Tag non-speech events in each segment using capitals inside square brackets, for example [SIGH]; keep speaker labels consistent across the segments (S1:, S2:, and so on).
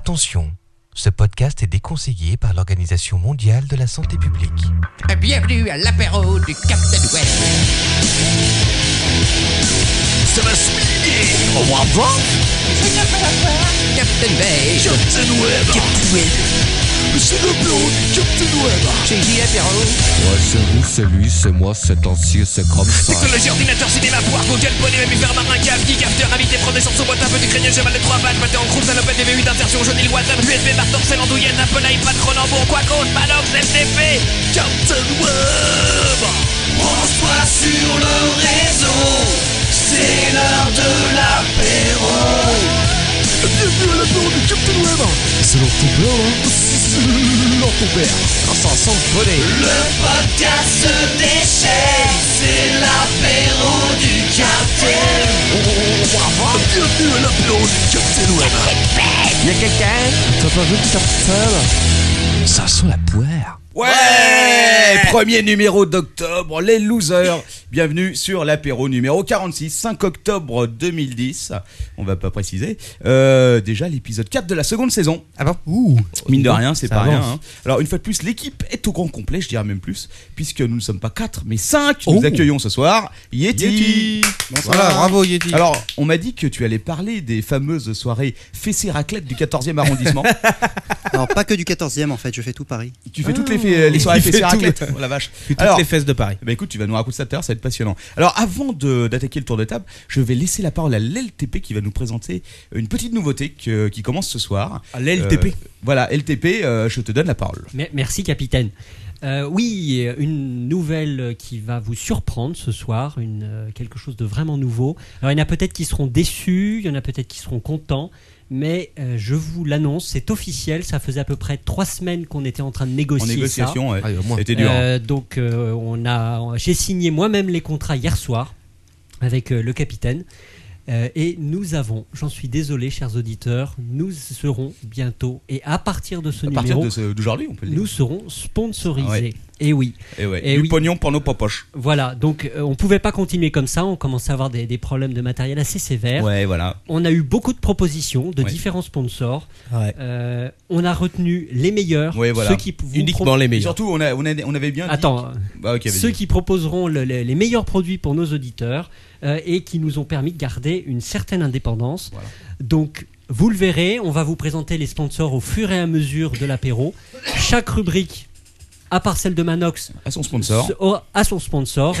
S1: Attention, ce podcast est déconseillé par l'Organisation mondiale de la santé publique.
S2: Bienvenue à l'apéro du Captain Web.
S3: Ça va se miner Au revoir,
S2: Captain Bay.
S3: Captain Web Captain Web C'est le bureau du Captain Web
S2: Chez J. Apéro.
S4: Moi c'est vous, c'est lui, c'est moi, c'est ancien, c'est comme ça.
S3: Technologie, ordinateur, cinéma, poire, Google, poney, mammifère, marin, cave, geek, after, invité, professeur, son boîte, un peu de craigneux, cheval de trois vaches, batteur en croupe, salopette, DV8, insertion, jaune, île, WhatsApp, USB, barre dorsale, andouillette, Apple, iPad, Cronenbourg, Quacos, Manox, FTP Captain Web Branche-toi sur le réseau C'est l'heure de l'apéro Bienvenue à l'apéro du Captain Web C'est l'heure ton père, hein [LAUGHS] C'est l'heure ton père Ça sent le poney Le podcast déchaîne C'est l'apéro du Captain Bienvenue à l'apéro du Captain Web Y'a quelqu'un T'as pas vu que t'as Ça sent la poire
S5: Ouais, Eh, Premier numéro d'octobre, les losers Bienvenue sur l'apéro numéro 46, 5 octobre 2010. On va pas préciser. Euh, déjà l'épisode 4 de la seconde saison.
S6: Ah bon
S5: Mine de rien, c'est
S6: ça
S5: pas rien.
S6: avance.
S5: hein. Alors une fois de plus, l'équipe est au grand complet, je dirais même plus, puisque nous ne sommes pas 4, mais 5. Nous
S6: Oh.
S5: accueillons ce soir Yeti.
S6: Yeti.
S5: Bonsoir.
S6: Voilà, bravo Yeti.
S5: Alors, on m'a dit que tu allais parler des fameuses soirées fessées raclette du 14e arrondissement.
S7: [LAUGHS] Alors pas que du 14e en fait, je fais tout Paris. Ah.
S5: tu fais toutes les, fées-
S7: [LAUGHS]
S5: les soirées
S6: Il fait
S5: fessées
S6: tout.
S5: raclette. Oh, la vache.
S6: toutes
S5: Alors,
S6: les fesses de Paris.
S5: Bah écoute, tu vas nous raconter ça tout à l'heure, ça va être passionnant. Alors avant de- d'attaquer le tour de table, je vais laisser la parole à l'LTP qui va nous présenter une petite nouveauté que- qui commence ce soir.
S6: À l'LTP.
S5: Euh, Voilà, LTP, euh, je te donne la parole.
S8: Mer- Merci, capitaine. Euh, oui, euh, une nouvelle qui va vous surprendre ce soir, une, euh, quelque chose de vraiment nouveau. Alors, il y en a peut-être qui seront déçus, il y en a peut-être qui seront contents, mais euh, je vous l'annonce, c'est officiel. Ça faisait à peu près trois semaines qu'on était en train de
S5: en
S8: négocier ça.
S5: négociation, ouais.
S6: Allez, au moins.
S5: c'était dur. hein.
S8: Euh, donc, euh, on a, j'ai signé moi-même les contrats hier soir avec euh, le capitaine. Euh, et nous avons, j'en suis désolé, chers auditeurs, nous serons bientôt, et à partir de ce
S5: à partir
S8: numéro,
S5: de ce- d'aujourd'hui, on peut le dire.
S8: nous serons sponsorisés.
S5: Ah ouais.
S8: Et oui,
S5: Eh ouais,
S8: eh
S5: du
S8: oui.
S5: pognon pour nos popoches.
S8: voilà. Donc, euh, on pouvait pas continuer comme ça. On commençait à avoir des, des problèmes de matériel assez sévères.
S5: Ouais, voilà.
S8: On a eu beaucoup de propositions de
S5: Ouais. Ah
S8: différents sponsors.
S6: Ouais.
S8: Euh, on a retenu les meilleurs,
S5: Ouais, voilà.
S8: ceux qui vous
S6: Uniquement
S8: pro-
S6: les
S5: Et
S6: meilleurs.
S5: surtout, on, a- on, a- on avait bien dit-
S8: Attends,
S5: Bah, ok, vas-y.
S8: ceux qui proposeront le- le- les meilleurs produits pour nos auditeurs euh, et qui nous ont permis de garder une certaine indépendance.
S5: Voilà.
S8: Donc, vous le verrez, on va vous présenter les sponsors au fur et à mesure de l'apéro. Chaque rubrique, à part celle de Manox,
S5: à son sponsor.
S8: se- au- à son sponsor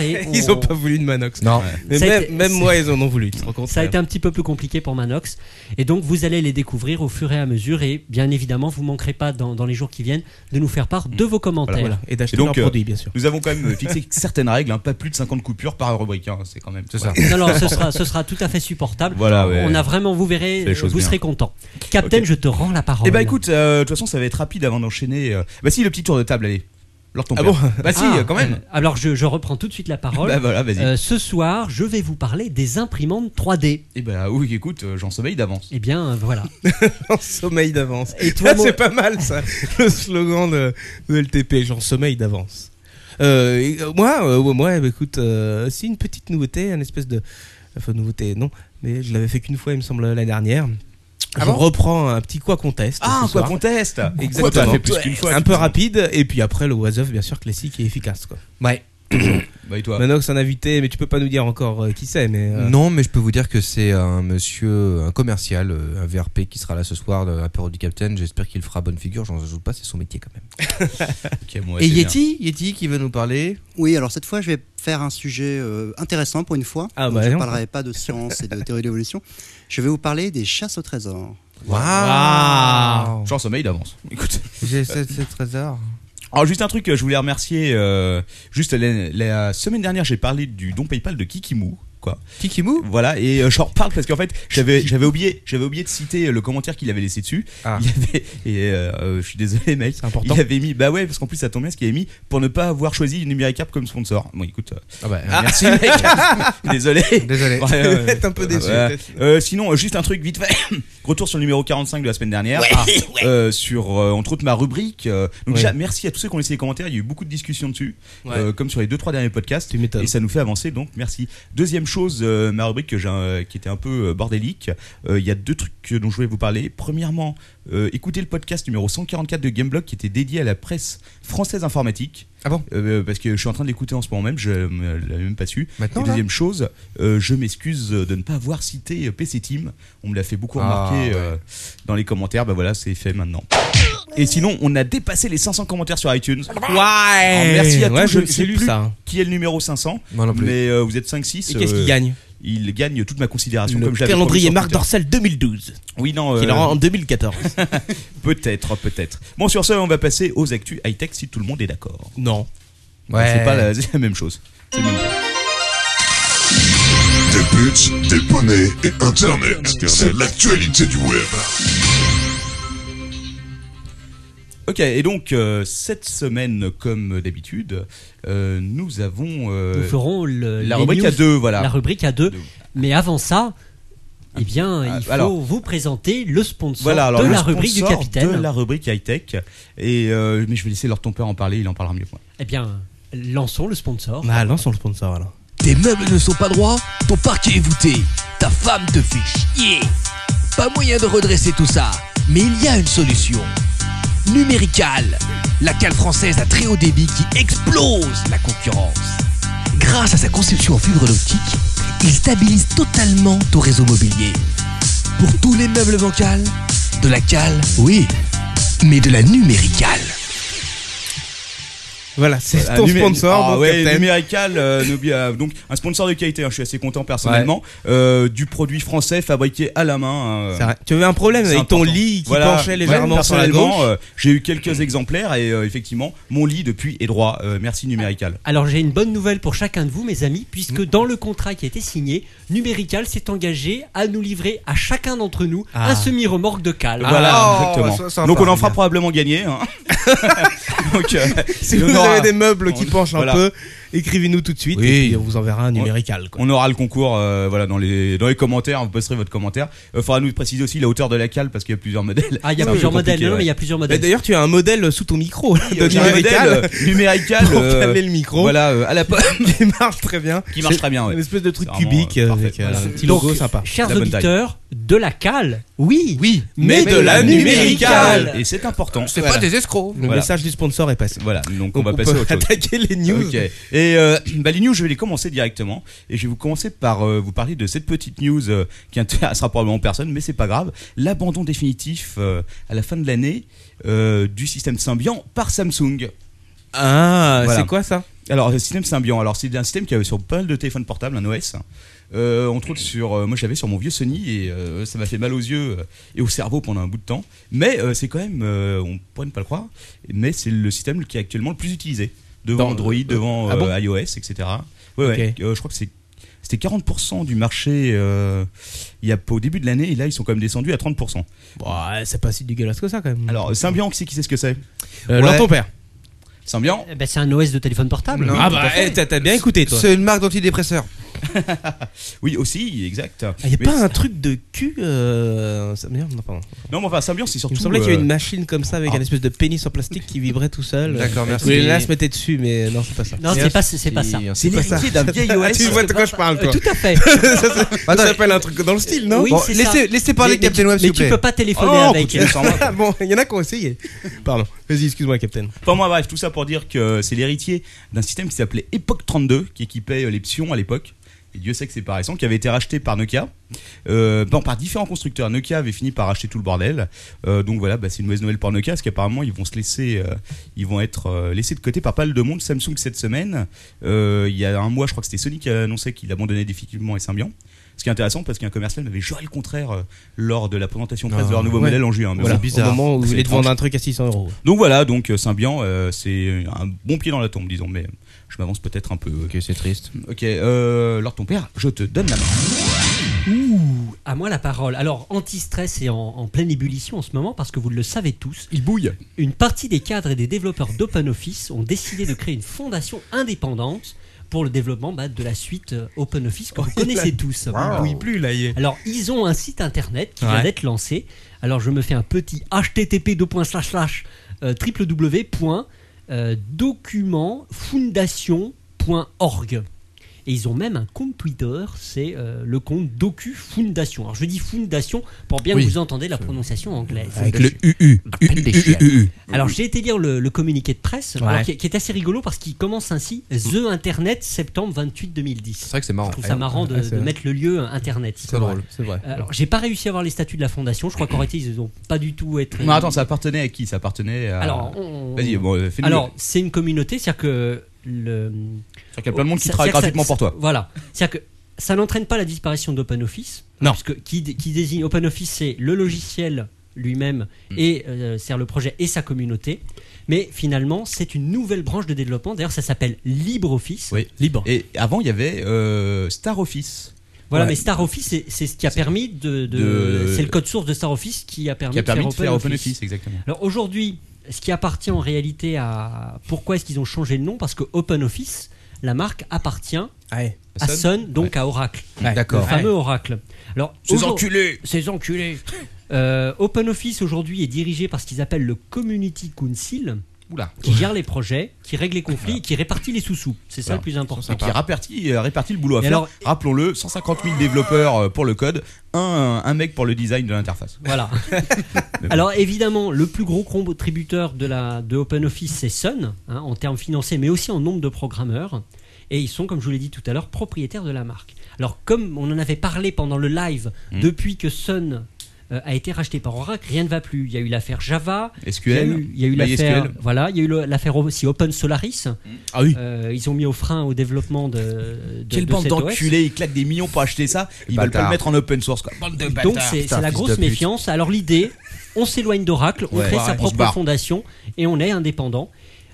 S5: [LAUGHS]
S8: et
S6: Ils
S8: on-
S6: ont pas voulu de Manox.
S5: Non.
S6: Mais
S8: Ça a
S6: même,
S8: été-
S6: même
S8: c'est-
S6: moi, ils en ont voulu. tu te rends compte,
S8: ça a
S6: quand
S8: été un petit peu plus compliqué pour Manox et donc vous allez les découvrir au fur et à mesure et bien évidemment vous manquerez pas dans, dans les jours qui viennent de nous faire part de vos commentaires.
S6: même. Voilà. Et d'acheter
S5: Et donc,
S6: leurs
S5: euh,
S6: produits, bien sûr.
S5: Nous avons quand même fixé [LAUGHS] certaines règles, hein, pas plus de 50 coupures par rubrique. hein, c'est quand même. C'est ça.
S8: Non, non, ce sera, ce sera tout à fait supportable.
S5: Voilà, ouais.
S8: On a vraiment, vous verrez,
S5: C'est les choses
S8: vous
S5: bien.
S8: serez content. Captain,
S5: Ok.
S8: je te rends la parole.
S5: Eh bah écoute, euh, de toute façon ça va être rapide avant d'enchaîner. euh. Bah si, le petit tour de table, allez. Lors ton
S6: Ah
S5: père.
S6: bon
S5: Bah si,
S8: Ah,
S5: quand même.
S8: euh, Alors je, je reprends tout de suite la parole.
S5: Bah voilà, vas-y.
S8: Euh, ce soir, je vais vous parler des imprimantes 3D.
S5: Eh bah oui, écoute, euh, j'en sommeille d'avance.
S8: Eh bien, euh, voilà.
S6: En sommeil d'avance.
S5: [LAUGHS]
S8: Et toi,
S6: Ah,
S8: mon-
S6: c'est pas mal ça, le slogan de, de LTP, genre sommeil d'avance. Euh, et, euh, moi, euh, ouais, moi, bah, écoute, euh, c'est une petite nouveauté, une espèce de. Enfin, nouveauté, non, mais je l'avais fait qu'une fois, il me semble, l'année dernière.
S5: Ah
S6: je
S5: bon
S6: reprends un petit quoi conteste.
S5: Ah,
S6: ce
S5: quoi
S6: soir.
S5: qu'on teste
S6: Exactement.
S5: Pourquoi t'as fait plus qu'une fois
S6: un peu rapide, et puis après le was bien sûr, classique et efficace. Quoi.
S9: Ouais.
S5: Bah et toi
S6: Manox, un invité, mais tu peux pas nous dire encore euh, qui c'est, mais. euh,
S9: Non, mais je peux vous dire que c'est un monsieur, un commercial, euh, un VRP qui sera là ce soir euh, à l'apéro du Capitaine. J'espère qu'il fera bonne figure, j'en doute pas, c'est son métier quand même.
S5: Ok, bon, ouais,
S9: Et
S5: c'est
S9: Yeti, Yeti qui veut nous parler.
S7: Oui, alors cette fois je vais faire un sujet euh, intéressant pour une fois.
S6: Ah,
S7: Donc,
S6: bah,
S7: je
S6: non.
S7: ne parlerai pas de science et de théorie de l'évolution. Je vais vous parler des chasses au trésor.
S6: Waouh
S5: bien. hein. J'en sommeille d'avance. Écoute.
S9: J'ai 7, trésors.
S5: Alors juste un truc, euh, je voulais remercier. euh, juste la, la semaine dernière, j'ai parlé du don PayPal de Kikimou. Quoi.
S9: Kikimou
S5: Voilà, et euh, j'en reparle parce qu'en fait, j'avais j'avais oublié, j'avais oublié de citer euh, le commentaire qu'il avait laissé dessus.
S9: Ah.
S5: Il avait, et euh, euh, je suis désolé, mec.
S6: C'est important.
S5: Il avait mis, bah ouais, parce qu'en plus, ça tombe bien ce qu'il avait mis pour ne pas avoir choisi Numéricap comme sponsor. Bon, écoute, euh,
S9: Ah bah,
S5: merci,
S6: [LAUGHS]
S5: mec. [LAUGHS] désolé.
S9: désolé.
S5: Ouais, ouais, ouais.
S6: T'es un peu déçu,
S5: Ouais.
S6: peut-être.
S5: Euh, sinon, euh, juste un truc vite fait. [COUGHS] Retour sur le numéro 45 de la semaine dernière. Ah, euh, sur, euh, entre autres, ma rubrique. euh, donc,
S6: Ouais.
S5: déjà, merci à tous ceux qui ont laissé les commentaires. Il y a eu beaucoup de discussions dessus.
S6: Ouais.
S5: euh, comme sur les deux, trois derniers podcasts.
S6: Tu m'étonnes.
S5: Et ça nous fait avancer, donc merci. Deuxième choses, euh, ma rubrique que j'ai, euh, qui était un peu euh, bordélique. Euh, Il y a deux trucs que- dont je voulais vous parler. Premièrement, euh, écoutez le podcast numéro 144 de Gameblog qui était dédié à la presse française informatique.
S9: Ah bon
S5: Euh, Parce que je suis en train de l'écouter en ce moment même, je ne l'avais même pas su.
S9: Maintenant,
S5: Et
S9: là
S5: deuxième chose, euh, je m'excuse de ne pas avoir cité euh, PC Team. On me l'a fait beaucoup
S9: Ah,
S5: remarquer
S9: ouais.
S5: euh, dans les commentaires. Bah voilà, c'est fait maintenant. Et sinon, on a dépassé les 500 commentaires sur iTunes.
S6: Ouais. merci
S5: Oh, à
S6: Eh, ouais,
S5: tous, je
S6: je-
S5: ne sais
S6: J'ai lu
S5: plus.
S6: ça. hein.
S5: Qui est le numéro 500
S9: Moi non plus.
S5: Mais euh, vous êtes 5-6.
S6: Et qu'est-ce
S5: euh,
S6: qu'il gagne
S5: Il gagne toute ma considération.
S6: Le
S5: comme je l'avais
S6: calendrier
S5: promis
S6: Marc
S5: sur Twitter.
S6: Dorcel 2012,
S5: Oui, non.
S6: qui
S5: euh,
S6: le rend en 2014.
S5: Peut-être, peut-être. Bon, sur ce, on va passer aux actus high-tech si tout le monde est d'accord.
S6: [LAUGHS] non.
S9: Ouais.
S5: C'est pas la, [LAUGHS] c'est la même chose. C'est le même truc.
S10: Des buts, des poneys et Internet. C'est l'actualité du web.
S5: Ok, et donc, euh, cette semaine, comme d'habitude, euh, nous avons. euh,
S8: Nous ferons le- les
S5: la rubrique
S8: news-
S5: à deux, voilà.
S8: La rubrique à deux.
S5: Deux.
S8: Mais avant ça, eh bien,
S5: Ah,
S8: il faut
S5: alors.
S8: vous présenter le sponsor
S5: Voilà, alors
S8: de
S5: le
S8: la rubrique du
S5: sponsor
S8: capitaine.
S5: De la rubrique high-tech. Et, euh, mais je vais laisser leur ton père en parler, il en parlera mieux que moi.
S8: Eh bien, lançons le sponsor.
S6: Bah, lançons le sponsor alors.
S2: Tes meubles ne sont pas droits, ton parquet est voûté, ta femme te fait chier. Pas moyen de redresser tout ça, mais il y a une solution. Numérical, la cale française à très haut débit qui explose la concurrence. Grâce à sa conception en fibre optique, il stabilise totalement ton réseau mobilier. Pour tous les meubles bancals, de la cale, oui, mais de la numéricale.
S6: Voilà, c'est
S5: Un
S6: ton
S5: numé-
S6: sponsor,
S5: Ah
S6: mon
S5: ouais,
S6: capitaine.
S5: Numérical, euh, n'oublie- euh, donc un sponsor de qualité. hein, je suis assez content personnellement. Euh, du produit français fabriqué à la main. hein.
S6: C'est vrai. Tu avais un problème
S5: C'est
S6: avec ton
S5: important.
S6: lit qui
S5: Voilà.
S6: penchait
S5: Ouais,
S6: légèrement sur la
S5: personnellement,
S6: gauche.
S5: euh, J'ai eu quelques exemplaires et euh, effectivement, mon lit depuis est droit. Euh, merci Numérical.
S8: Alors j'ai une bonne nouvelle pour chacun de vous, mes amis,
S5: Mm.
S8: puisque dans le contrat qui a été signé, Numérical s'est engagé à nous livrer à chacun d'entre nous
S6: Ah.
S8: un semi-remorque de cale.
S5: voilà,
S9: oh,
S5: exactement.
S9: ça, sympa,
S5: donc on en fera
S9: bien.
S5: probablement gagner. hein. [LAUGHS] donc, euh,
S6: [LAUGHS] Si
S5: il y en
S6: vous
S5: aura-
S6: avez des meubles qui
S5: on-
S6: penchent
S5: voilà.
S6: un peu, écrivez-nous tout de suite
S9: Oui.
S6: et puis on vous enverra un numérical. Quoi.
S5: On aura le concours euh, voilà, dans, les, dans les commentaires, vous posterez votre commentaire. Il faudra nous préciser aussi la hauteur de la cale parce qu'il y a plusieurs modèles.
S8: Ah, il y
S5: C'est un
S8: a
S5: peu
S8: plusieurs modèles.
S5: compliqué,
S8: Non, non,
S5: ouais.
S8: mais il y a plusieurs
S6: Mais
S8: modèles.
S6: D'ailleurs, tu as un modèle sous ton micro là, de
S5: J'ai un
S6: numérical
S5: modèle numérical
S6: [LAUGHS] pour
S5: euh,
S6: câbler le micro
S5: voilà, euh, à la pomme
S6: qui marche très bien.
S5: qui marche très bien.
S6: Une
S5: Ouais.
S6: espèce de truc
S5: C'est vraiment,
S6: cubique
S5: euh,
S6: euh,
S5: parfait.
S6: avec euh,
S5: Voilà.
S6: un petit
S8: Donc,
S6: logo sympa.
S8: Chers
S5: La bonne
S8: auditeurs, de la cale, oui,
S5: Oui,
S8: mais de la numéricale.
S5: Et c'est important.
S9: C'est pas des escrocs.
S6: Le
S5: Voilà.
S6: message du sponsor est passé.
S5: Voilà, donc on va
S6: peut
S5: passer à
S8: [LAUGHS]
S5: autre chose.
S6: attaquer les news.
S5: Ok. Et euh, bah, les news, je vais les commencer directement. Et je vais vous commencer par euh, vous parler de cette petite news euh, qui intéressera probablement personne, mais c'est pas grave. L'abandon définitif euh, à la fin de l'année euh, du système Symbian par Samsung.
S6: Ah,
S5: Voilà.
S6: c'est quoi ça
S5: Alors, le système Symbian, alors c'est un système qui avait sur pas mal de téléphones portables, un OS. Euh, entre autres sur, euh, moi j'avais sur mon vieux Sony et euh, ça m'a fait mal aux yeux euh, et au cerveau pendant un bout de temps. Mais euh, c'est quand même, euh, on pourrait ne pas le croire, mais c'est le système qui est actuellement le plus utilisé devant
S6: Dans-
S5: Android, devant
S6: ah bon
S5: euh, iOS, etc. Ouais, ouais. Euh, je crois que c'est c'était 40% du marché euh, il y a pas au début de l'année et là ils sont quand même descendus à 30%.
S6: Bah, c'est pas si dégueulasse que ça quand même.
S5: Alors Symbian, qui c'est qui sait ce que c'est
S6: Euh,
S9: ouais.
S6: alors ton père.
S5: Symbian,
S8: Eh ben, c'est un OS de téléphone portable.
S9: Non.
S6: Ah bah, eh, t'as t'as bien écouté toi.
S9: C'est une marque d'antidépresseur.
S5: oui aussi, exact.
S6: Il Ah, y a
S5: Mais
S6: pas un truc de cul euh... ça- merde, non, pardon.
S5: Non mais enfin Symbian c'est
S6: Il
S5: surtout...
S6: me semblait qu'il y
S5: euh,
S6: avait une machine comme ça avec
S5: ah.
S6: un espèce de pénis en plastique qui vibrait tout seul.
S9: D'accord, merci.
S6: Oui, là, se mettait dessus, mais non, c'est pas ça.
S8: Non, c'est pas, c'est pas ça.
S9: C'est pas ça. Ah,
S5: d'un vieil OS.
S6: tu vois de quoi je parle,
S8: Euh,
S6: toi.
S8: tout
S9: [LAUGHS]
S8: à fait.
S6: [LAUGHS] Ça
S9: Attends,
S6: s'appelle un truc dans le style, non
S8: Oui,
S9: bon,
S8: c'est ça.
S9: laissez, laissez
S8: Mais-
S9: parler
S8: mais
S9: Captain
S8: tu-
S9: Web, s'il
S8: Mais
S9: vous
S8: tu
S9: plaît.
S8: peux pas téléphoner
S5: Oh,
S8: avec.
S5: continue sans moi. [LAUGHS]
S6: Ah [LAUGHS] bon, il y en a qui ont essayé. Pardon. Vas-y, excuse-moi, Captain.
S5: Enfin, moi, bref, tout ça pour dire que c'est l'héritier d'un système qui s'appelait Epoch 32, qui équipait euh, les psions à l'époque. Et Dieu sait que c'est pas récent, qui avait été racheté par Nokia, euh, bon, par différents constructeurs. Nokia avait fini par racheter tout le bordel. Euh, donc voilà, bah, c'est une mauvaise nouvelle pour Nokia, parce qu'apparemment ils vont se laisser, euh, ils vont être euh, laissés de côté par pas mal de monde. Samsung cette semaine, euh, il y a un mois, je crois que c'était Sony qui a annoncé qu'il abandonnait définitivement les Symbian. Ce qui est intéressant parce qu'un commercial m'avait juré le contraire euh, lors de la présentation presse
S9: Ah,
S5: de leur nouveau
S6: ouais.
S5: modèle en juin. Mais
S6: Voilà,
S5: bon.
S6: Au moment où vous
S5: C'est
S6: voulez te
S5: étrange.
S6: vendre un truc à 600 euros.
S5: Donc voilà, donc euh, Symbian, euh, c'est un bon pied dans la tombe, disons, mais je m'avance peut-être un peu.
S9: Ok, c'est triste.
S5: Ok, euh, alors ton père, je te donne la main.
S8: Ouh, à moi la parole. Alors, anti-stress est en, en pleine ébullition en ce moment parce que vous le savez tous,
S5: Il bouille.
S8: une partie des cadres et des développeurs d'OpenOffice ont décidé de créer une fondation indépendante pour le développement bah, de la suite euh,
S9: [LAUGHS]
S8: OpenOffice que vous connaissez tous.
S6: Oui, plus, là, il est.
S8: Alors, ils ont un site internet qui vient
S6: Ouais.
S8: d'être lancé. Alors, je me fais un petit http euh, www.documentfondation.org. Et ils ont même un compte Twitter, c'est euh, le compte Docu Foundation. Alors je dis Foundation pour bien
S6: Oui.
S8: que vous entendez la prononciation anglaise.
S6: Avec le UU.
S8: Appelle des chiens.
S6: UUUU.
S8: Alors j'ai été lire le, le communiqué de presse,
S6: Ouais.
S8: alors, qui, est- qui est assez rigolo parce qu'il commence ainsi The Internet septembre 28 2010. C'est
S9: vrai que c'est marrant.
S8: Je trouve ça marrant de,
S9: Ah, c'est
S8: de
S9: vrai.
S8: mettre le lieu euh, Internet.
S9: C'est drôle, c'est vrai.
S8: Euh, Alors j'ai pas réussi à avoir les statuts de la fondation. Je crois qu'en réalité ils ont pas du tout été.
S5: Non, attends, ça appartenait à qui Ça appartenait à.
S8: Alors, on-
S5: Vas-y, bon, euh, fais-nous.
S8: Alors, c'est une communauté, c'est-à-dire que le.
S5: C'est-à-dire qu'il y a plein de monde qui
S8: C'est-à-dire
S5: travaille
S8: que ça-
S5: gratuitement pour toi.
S8: Voilà. C'est-à-dire que ça n'entraîne pas la disparition d'OpenOffice.
S6: Non.
S8: Parce que qui, dé- qui désigne OpenOffice, c'est le logiciel lui-même
S5: Hmm.
S8: et euh, c'est-à-dire le projet et sa communauté. Mais finalement, c'est une nouvelle branche de développement. D'ailleurs, ça s'appelle LibreOffice.
S5: Oui.
S8: Libre.
S5: Et avant, il y avait euh, Star Office.
S8: Voilà,
S5: Ouais.
S8: mais Star Office, c'est- c'est ce qui a permis de. de-
S5: De-
S8: C'est le code source de Star Office qui a permis,
S5: Qui a permis
S8: de, faire Open
S5: OpenOffice,
S8: Office.
S5: exactement.
S8: Alors aujourd'hui, ce qui appartient en réalité à. Pourquoi est-ce qu'ils ont changé le nom Parce que OpenOffice, la marque appartient
S6: Ouais.
S8: à Sun, donc à Oracle.
S6: Ouais, d'accord.
S8: Le fameux
S6: Ouais.
S8: Oracle. Alors,
S6: Ces
S8: aujourd-
S6: enculés
S8: Ces enculés Euh, OpenOffice aujourd'hui est dirigé par ce qu'ils appellent le Community Council.
S5: Oula.
S8: Qui gère les projets, qui règle les conflits, et qui répartit les sous-sous. C'est ça
S5: Voilà.
S8: le plus important.
S5: Et qui répartit, euh, répartit le boulot à
S8: Et
S5: faire.
S8: alors-
S5: Rappelons-le, 150 000 développeurs euh, pour le code, un, un mec pour le design de l'interface.
S8: Voilà. Alors évidemment, le plus gros contributeur de, la, de OpenOffice, c'est Sun, hein, en termes financiers, mais aussi en nombre de programmeurs. Et ils sont, comme je vous l'ai dit tout à l'heure, propriétaires de la marque. Alors comme on en avait parlé pendant le live,
S5: Mm.
S8: depuis que Sun euh, a été racheté par Oracle, rien ne va plus. Il y a eu l'affaire Java,
S5: SQL,
S8: il y a eu- il y a eu
S5: MySQL.
S8: l'affaire, voilà, il y a eu le- l'affaire aussi Open Solaris. Euh,
S5: Ah oui.
S8: ils ont mis au frein au développement de, de
S5: Quelle
S8: de
S5: bande
S8: cet OS.
S5: d'enculés, ils claquent des millions pour acheter ça, ils veulent pas
S8: bâtards.
S5: le mettre en open source. Quoi. Bande de
S8: Donc
S5: bâtards.
S8: c'est
S5: Putain,
S8: c'est la
S5: fils
S8: grosse
S5: de pute.
S8: méfiance. Alors l'idée, on s'éloigne d'Oracle, on
S5: Ouais.
S8: crée
S5: Ouais, on
S8: sa
S5: se
S8: propre
S5: barre.
S8: fondation et on est indépendant.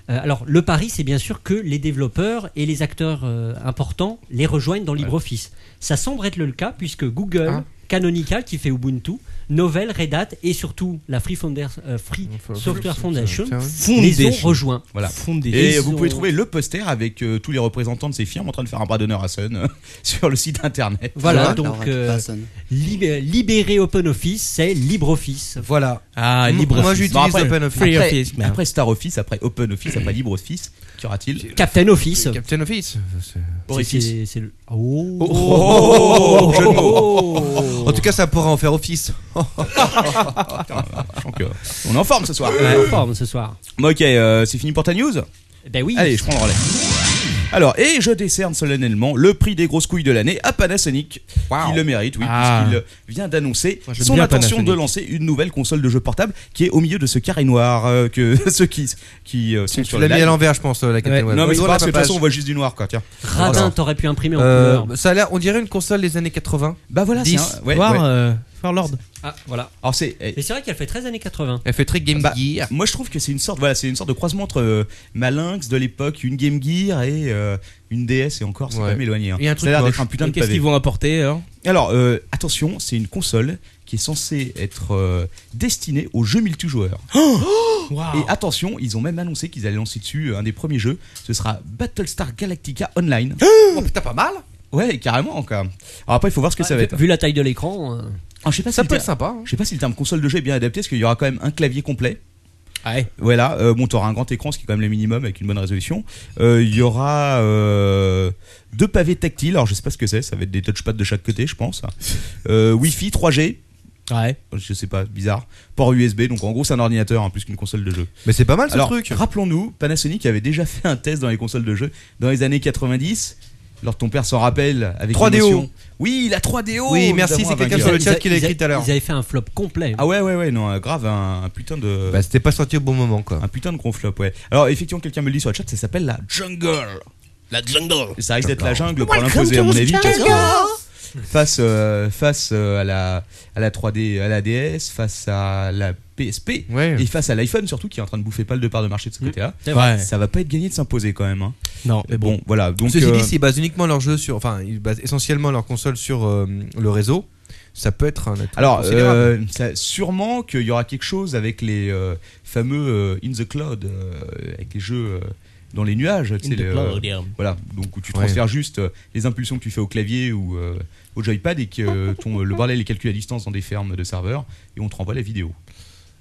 S8: Euh, alors le pari, c'est bien sûr que les développeurs et les acteurs euh, importants les rejoignent dans LibreOffice. Ça semble être le cas puisque Google,
S5: Ah.
S8: Canonical qui fait Ubuntu, Novell, Red Hat et surtout la Free, Founder- euh, Free Software Foundation
S9: Ah
S8: les ont rejoints.
S5: Voilà.
S8: Ils
S5: Et vous
S8: ont-
S5: pouvez trouver le poster avec euh, tous les représentants de ces firmes en train de faire un bras d'honneur à Sun euh, [LAUGHS] sur le site internet.
S8: Voilà, donc euh, libé- libérer OpenOffice, c'est LibreOffice.
S9: Voilà.
S6: Ah,
S5: Bon, après-
S8: Free
S5: Après,
S8: Office, merde.
S5: après Star Office, après Open Office, après Libre Office, qu'y aura-t-il
S8: Captain Office.
S9: Captain Office. C'est-
S5: Orifice.
S8: C'est- c'est le- Oh.
S9: Oh, oh, oh, jeu de mots.
S8: Oh.
S9: En tout cas, ça pourra en faire
S5: [LAUGHS]
S9: office.
S5: Je sens que- On est en forme ce soir.
S8: Ouais, en forme ce soir.
S5: Bon, ok, euh, c'est fini pour ta news
S8: Ben oui.
S5: Allez, je prends le relais. Alors, et je décerne solennellement le prix des grosses couilles de l'année à Panasonic, qui le mérite, oui,
S6: Ah.
S5: puisqu'il euh, vient d'annoncer
S6: Moi, j'aime
S5: son
S6: bien
S5: intention
S6: Panasonic.
S5: de lancer une nouvelle console de jeu portable qui est au milieu de ce carré noir euh, que [LAUGHS] ceux qui, qui euh, sont
S9: Tu
S5: sur
S9: l'as
S5: le
S9: mis à
S5: live.
S9: l'envers, je pense, euh, la Captain Web.
S5: Non,
S9: Oui,
S5: mais c'est
S9: sur
S5: pas
S9: la
S5: parce que de toute
S9: page.
S5: façon, on voit juste du noir, quoi, tiens.
S8: Radin,
S9: Voilà.
S8: t'aurais pu imprimer en
S9: Euh,
S6: bah,
S8: couleur.
S9: Ça a l'air, on dirait une console des années 80.
S5: Bah voilà, c'est
S9: 10.
S5: un- ouais,
S6: Voir,
S5: ouais.
S6: euh, faire l'ordre.
S8: Ah, voilà.
S5: Alors, c'est. eh,
S8: Mais c'est vrai qu'elle fait 13 années 80.
S9: Elle fait très Game
S5: Bah,
S9: Gear.
S5: Moi, je trouve que c'est une sorte, voilà, c'est une sorte de croisement entre euh, ma Lynx de l'époque, une Game Gear et euh, une DS. Et encore, c'est
S9: Ouais.
S5: quand même éloigné. hein.
S9: Et un truc
S5: ça a l'air d'être
S9: moche.
S5: un putain de
S6: Donc, Qu'est-ce
S5: pavé.
S6: qu'ils vont apporter alors
S5: Alors, euh, attention, c'est une console qui est censée être euh, destinée aux jeux multijoueurs.
S9: Oh
S5: [GASPS]
S6: Waouh.
S5: Et attention, ils ont même annoncé qu'ils allaient lancer dessus euh, un des premiers jeux. Ce sera Battlestar Galactica Online.
S9: [GASPS] Oh, putain, pas mal.
S5: Ouais, carrément, quoi. Alors après, il faut voir ce que ça va être.
S8: Vu la taille de l'écran. euh,
S5: Ah, je sais pas
S9: Ça
S5: si
S9: peut
S5: le
S9: être
S5: ter-
S9: sympa. hein.
S5: Je sais pas si le terme console de jeu est bien adapté, parce qu'il y aura quand même un clavier complet.
S6: Ouais.
S5: Voilà, euh, bon, t'auras un grand écran, ce qui est quand même le minimum avec une bonne résolution. Euh, Il y aura euh, deux pavés tactiles, alors je sais pas ce que c'est, ça va être des touchpads de chaque côté, je pense. Euh, Wi-Fi 3G,
S6: Ouais.
S5: je sais pas, bizarre. Port USB, donc en gros c'est un ordinateur hein, plus qu'une console de jeu.
S9: Mais c'est pas mal ce
S5: Alors,
S9: truc.
S5: rappelons-nous, Panasonic avait déjà fait un test dans les consoles de jeu dans les années 90. Alors ton père s'en rappelle avec
S9: 3DO.
S5: émotion. Oui, la 3DO.
S9: Oui,
S5: nous
S9: merci,
S5: avons
S9: c'est
S5: un
S9: quelqu'un
S5: vainqueur.
S9: sur le chat
S8: a-
S9: qui l'a
S8: ils a-
S9: écrit tout à l'heure.
S8: Ils avaient fait un flop complet.
S5: Ah ouais, ouais, ouais, non, euh, grave, un, un putain de.
S9: Bah, c'était pas sorti au bon moment, quoi.
S5: euh, Un putain de gros flop, ouais. Alors, effectivement, quelqu'un me le dit sur le chat, ça s'appelle la jungle.
S3: La jungle.
S5: Et ça risque d'être la jungle pour l'imposer, à mon avis. parce que [LAUGHS] Face, euh, face euh, à, la, à la 3D, à la DS, face à la PSP,
S9: Ouais.
S5: et face à l'iPhone surtout, qui est en train de bouffer pas le de part de marché de ce côté-là.
S8: C'est
S6: vrai.
S5: Ça va pas être gagné de s'imposer quand même. hein.
S6: Non, mais bon.
S5: Bon, voilà. Donc,
S9: Ceci
S5: euh,
S9: dit, s'ils basent uniquement leur jeu sur. Enfin, ils basent essentiellement leur console sur euh, le réseau, ça peut être un atout
S5: alors,
S9: considérable.
S5: euh, ça- sûrement qu'il y aura quelque chose avec les euh, fameux euh, In the Cloud, euh, avec les jeux euh, dans les nuages. tu sais, les, euh, Voilà, donc où tu
S9: Ouais.
S5: transfères juste euh, les impulsions que tu fais au clavier ou euh, au joypad et que euh, ton, le bordel est calculé à distance dans des fermes de serveurs et on te renvoie la vidéo.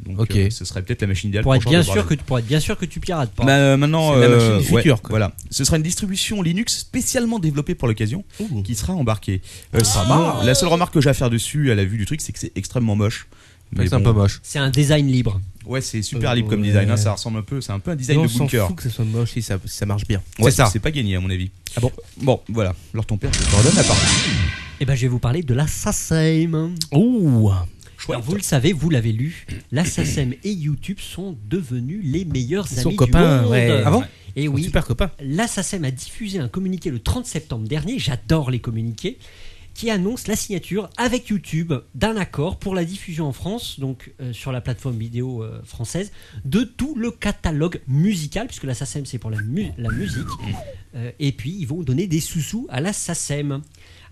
S5: Donc
S9: Ok.
S5: euh, ce serait peut-être la machine idéale
S8: Pour être,
S5: Jean
S8: bien
S5: Debrajani.
S8: sûr que, pour être bien sûr que tu pirates pas.
S5: Bah,
S6: Ben.
S5: euh, maintenant,
S8: C'est la
S5: euh,
S8: machine du
S5: ouais,
S8: futur,
S5: Voilà, ce sera une distribution Linux spécialement développée pour l'occasion, qui sera embarquée. Euh, sinon, la seule remarque que j'ai à faire dessus à la vue du truc, c'est que c'est extrêmement moche. Mais bon,
S8: C'est un design libre.
S5: Ouais, c'est super libre comme design. hein, ça ressemble un peu, c'est un peu un design
S6: Non,
S5: de
S6: on s'en
S5: bunker.
S6: fout que ce soit moche si ça, si ça marche bien.
S5: Ouais, C'est pas gagné à mon avis. Ah bon Bon, voilà. Alors ton père, je te redonne la parole.
S8: Et ben, je vais vous parler de l'Assassin.
S6: Ouh
S8: Alors, vous le savez, vous l'avez lu, l'Assassin et YouTube sont devenus les meilleurs
S6: Ils sont
S8: amis
S6: copains,
S8: du monde.
S6: ouais. Ah bon
S8: Et
S6: Ils sont
S8: oui.
S6: super copains.
S8: L'Assassin a diffusé un communiqué le 30 septembre dernier, j'adore les communiqués, qui annonce la signature avec YouTube d'un accord pour la diffusion en France, donc euh, sur la plateforme vidéo euh, française, de tout le catalogue musical, puisque l'Assassin c'est pour la, mu- la musique. Euh, et puis ils vont donner des sous-sous à l'Assassin.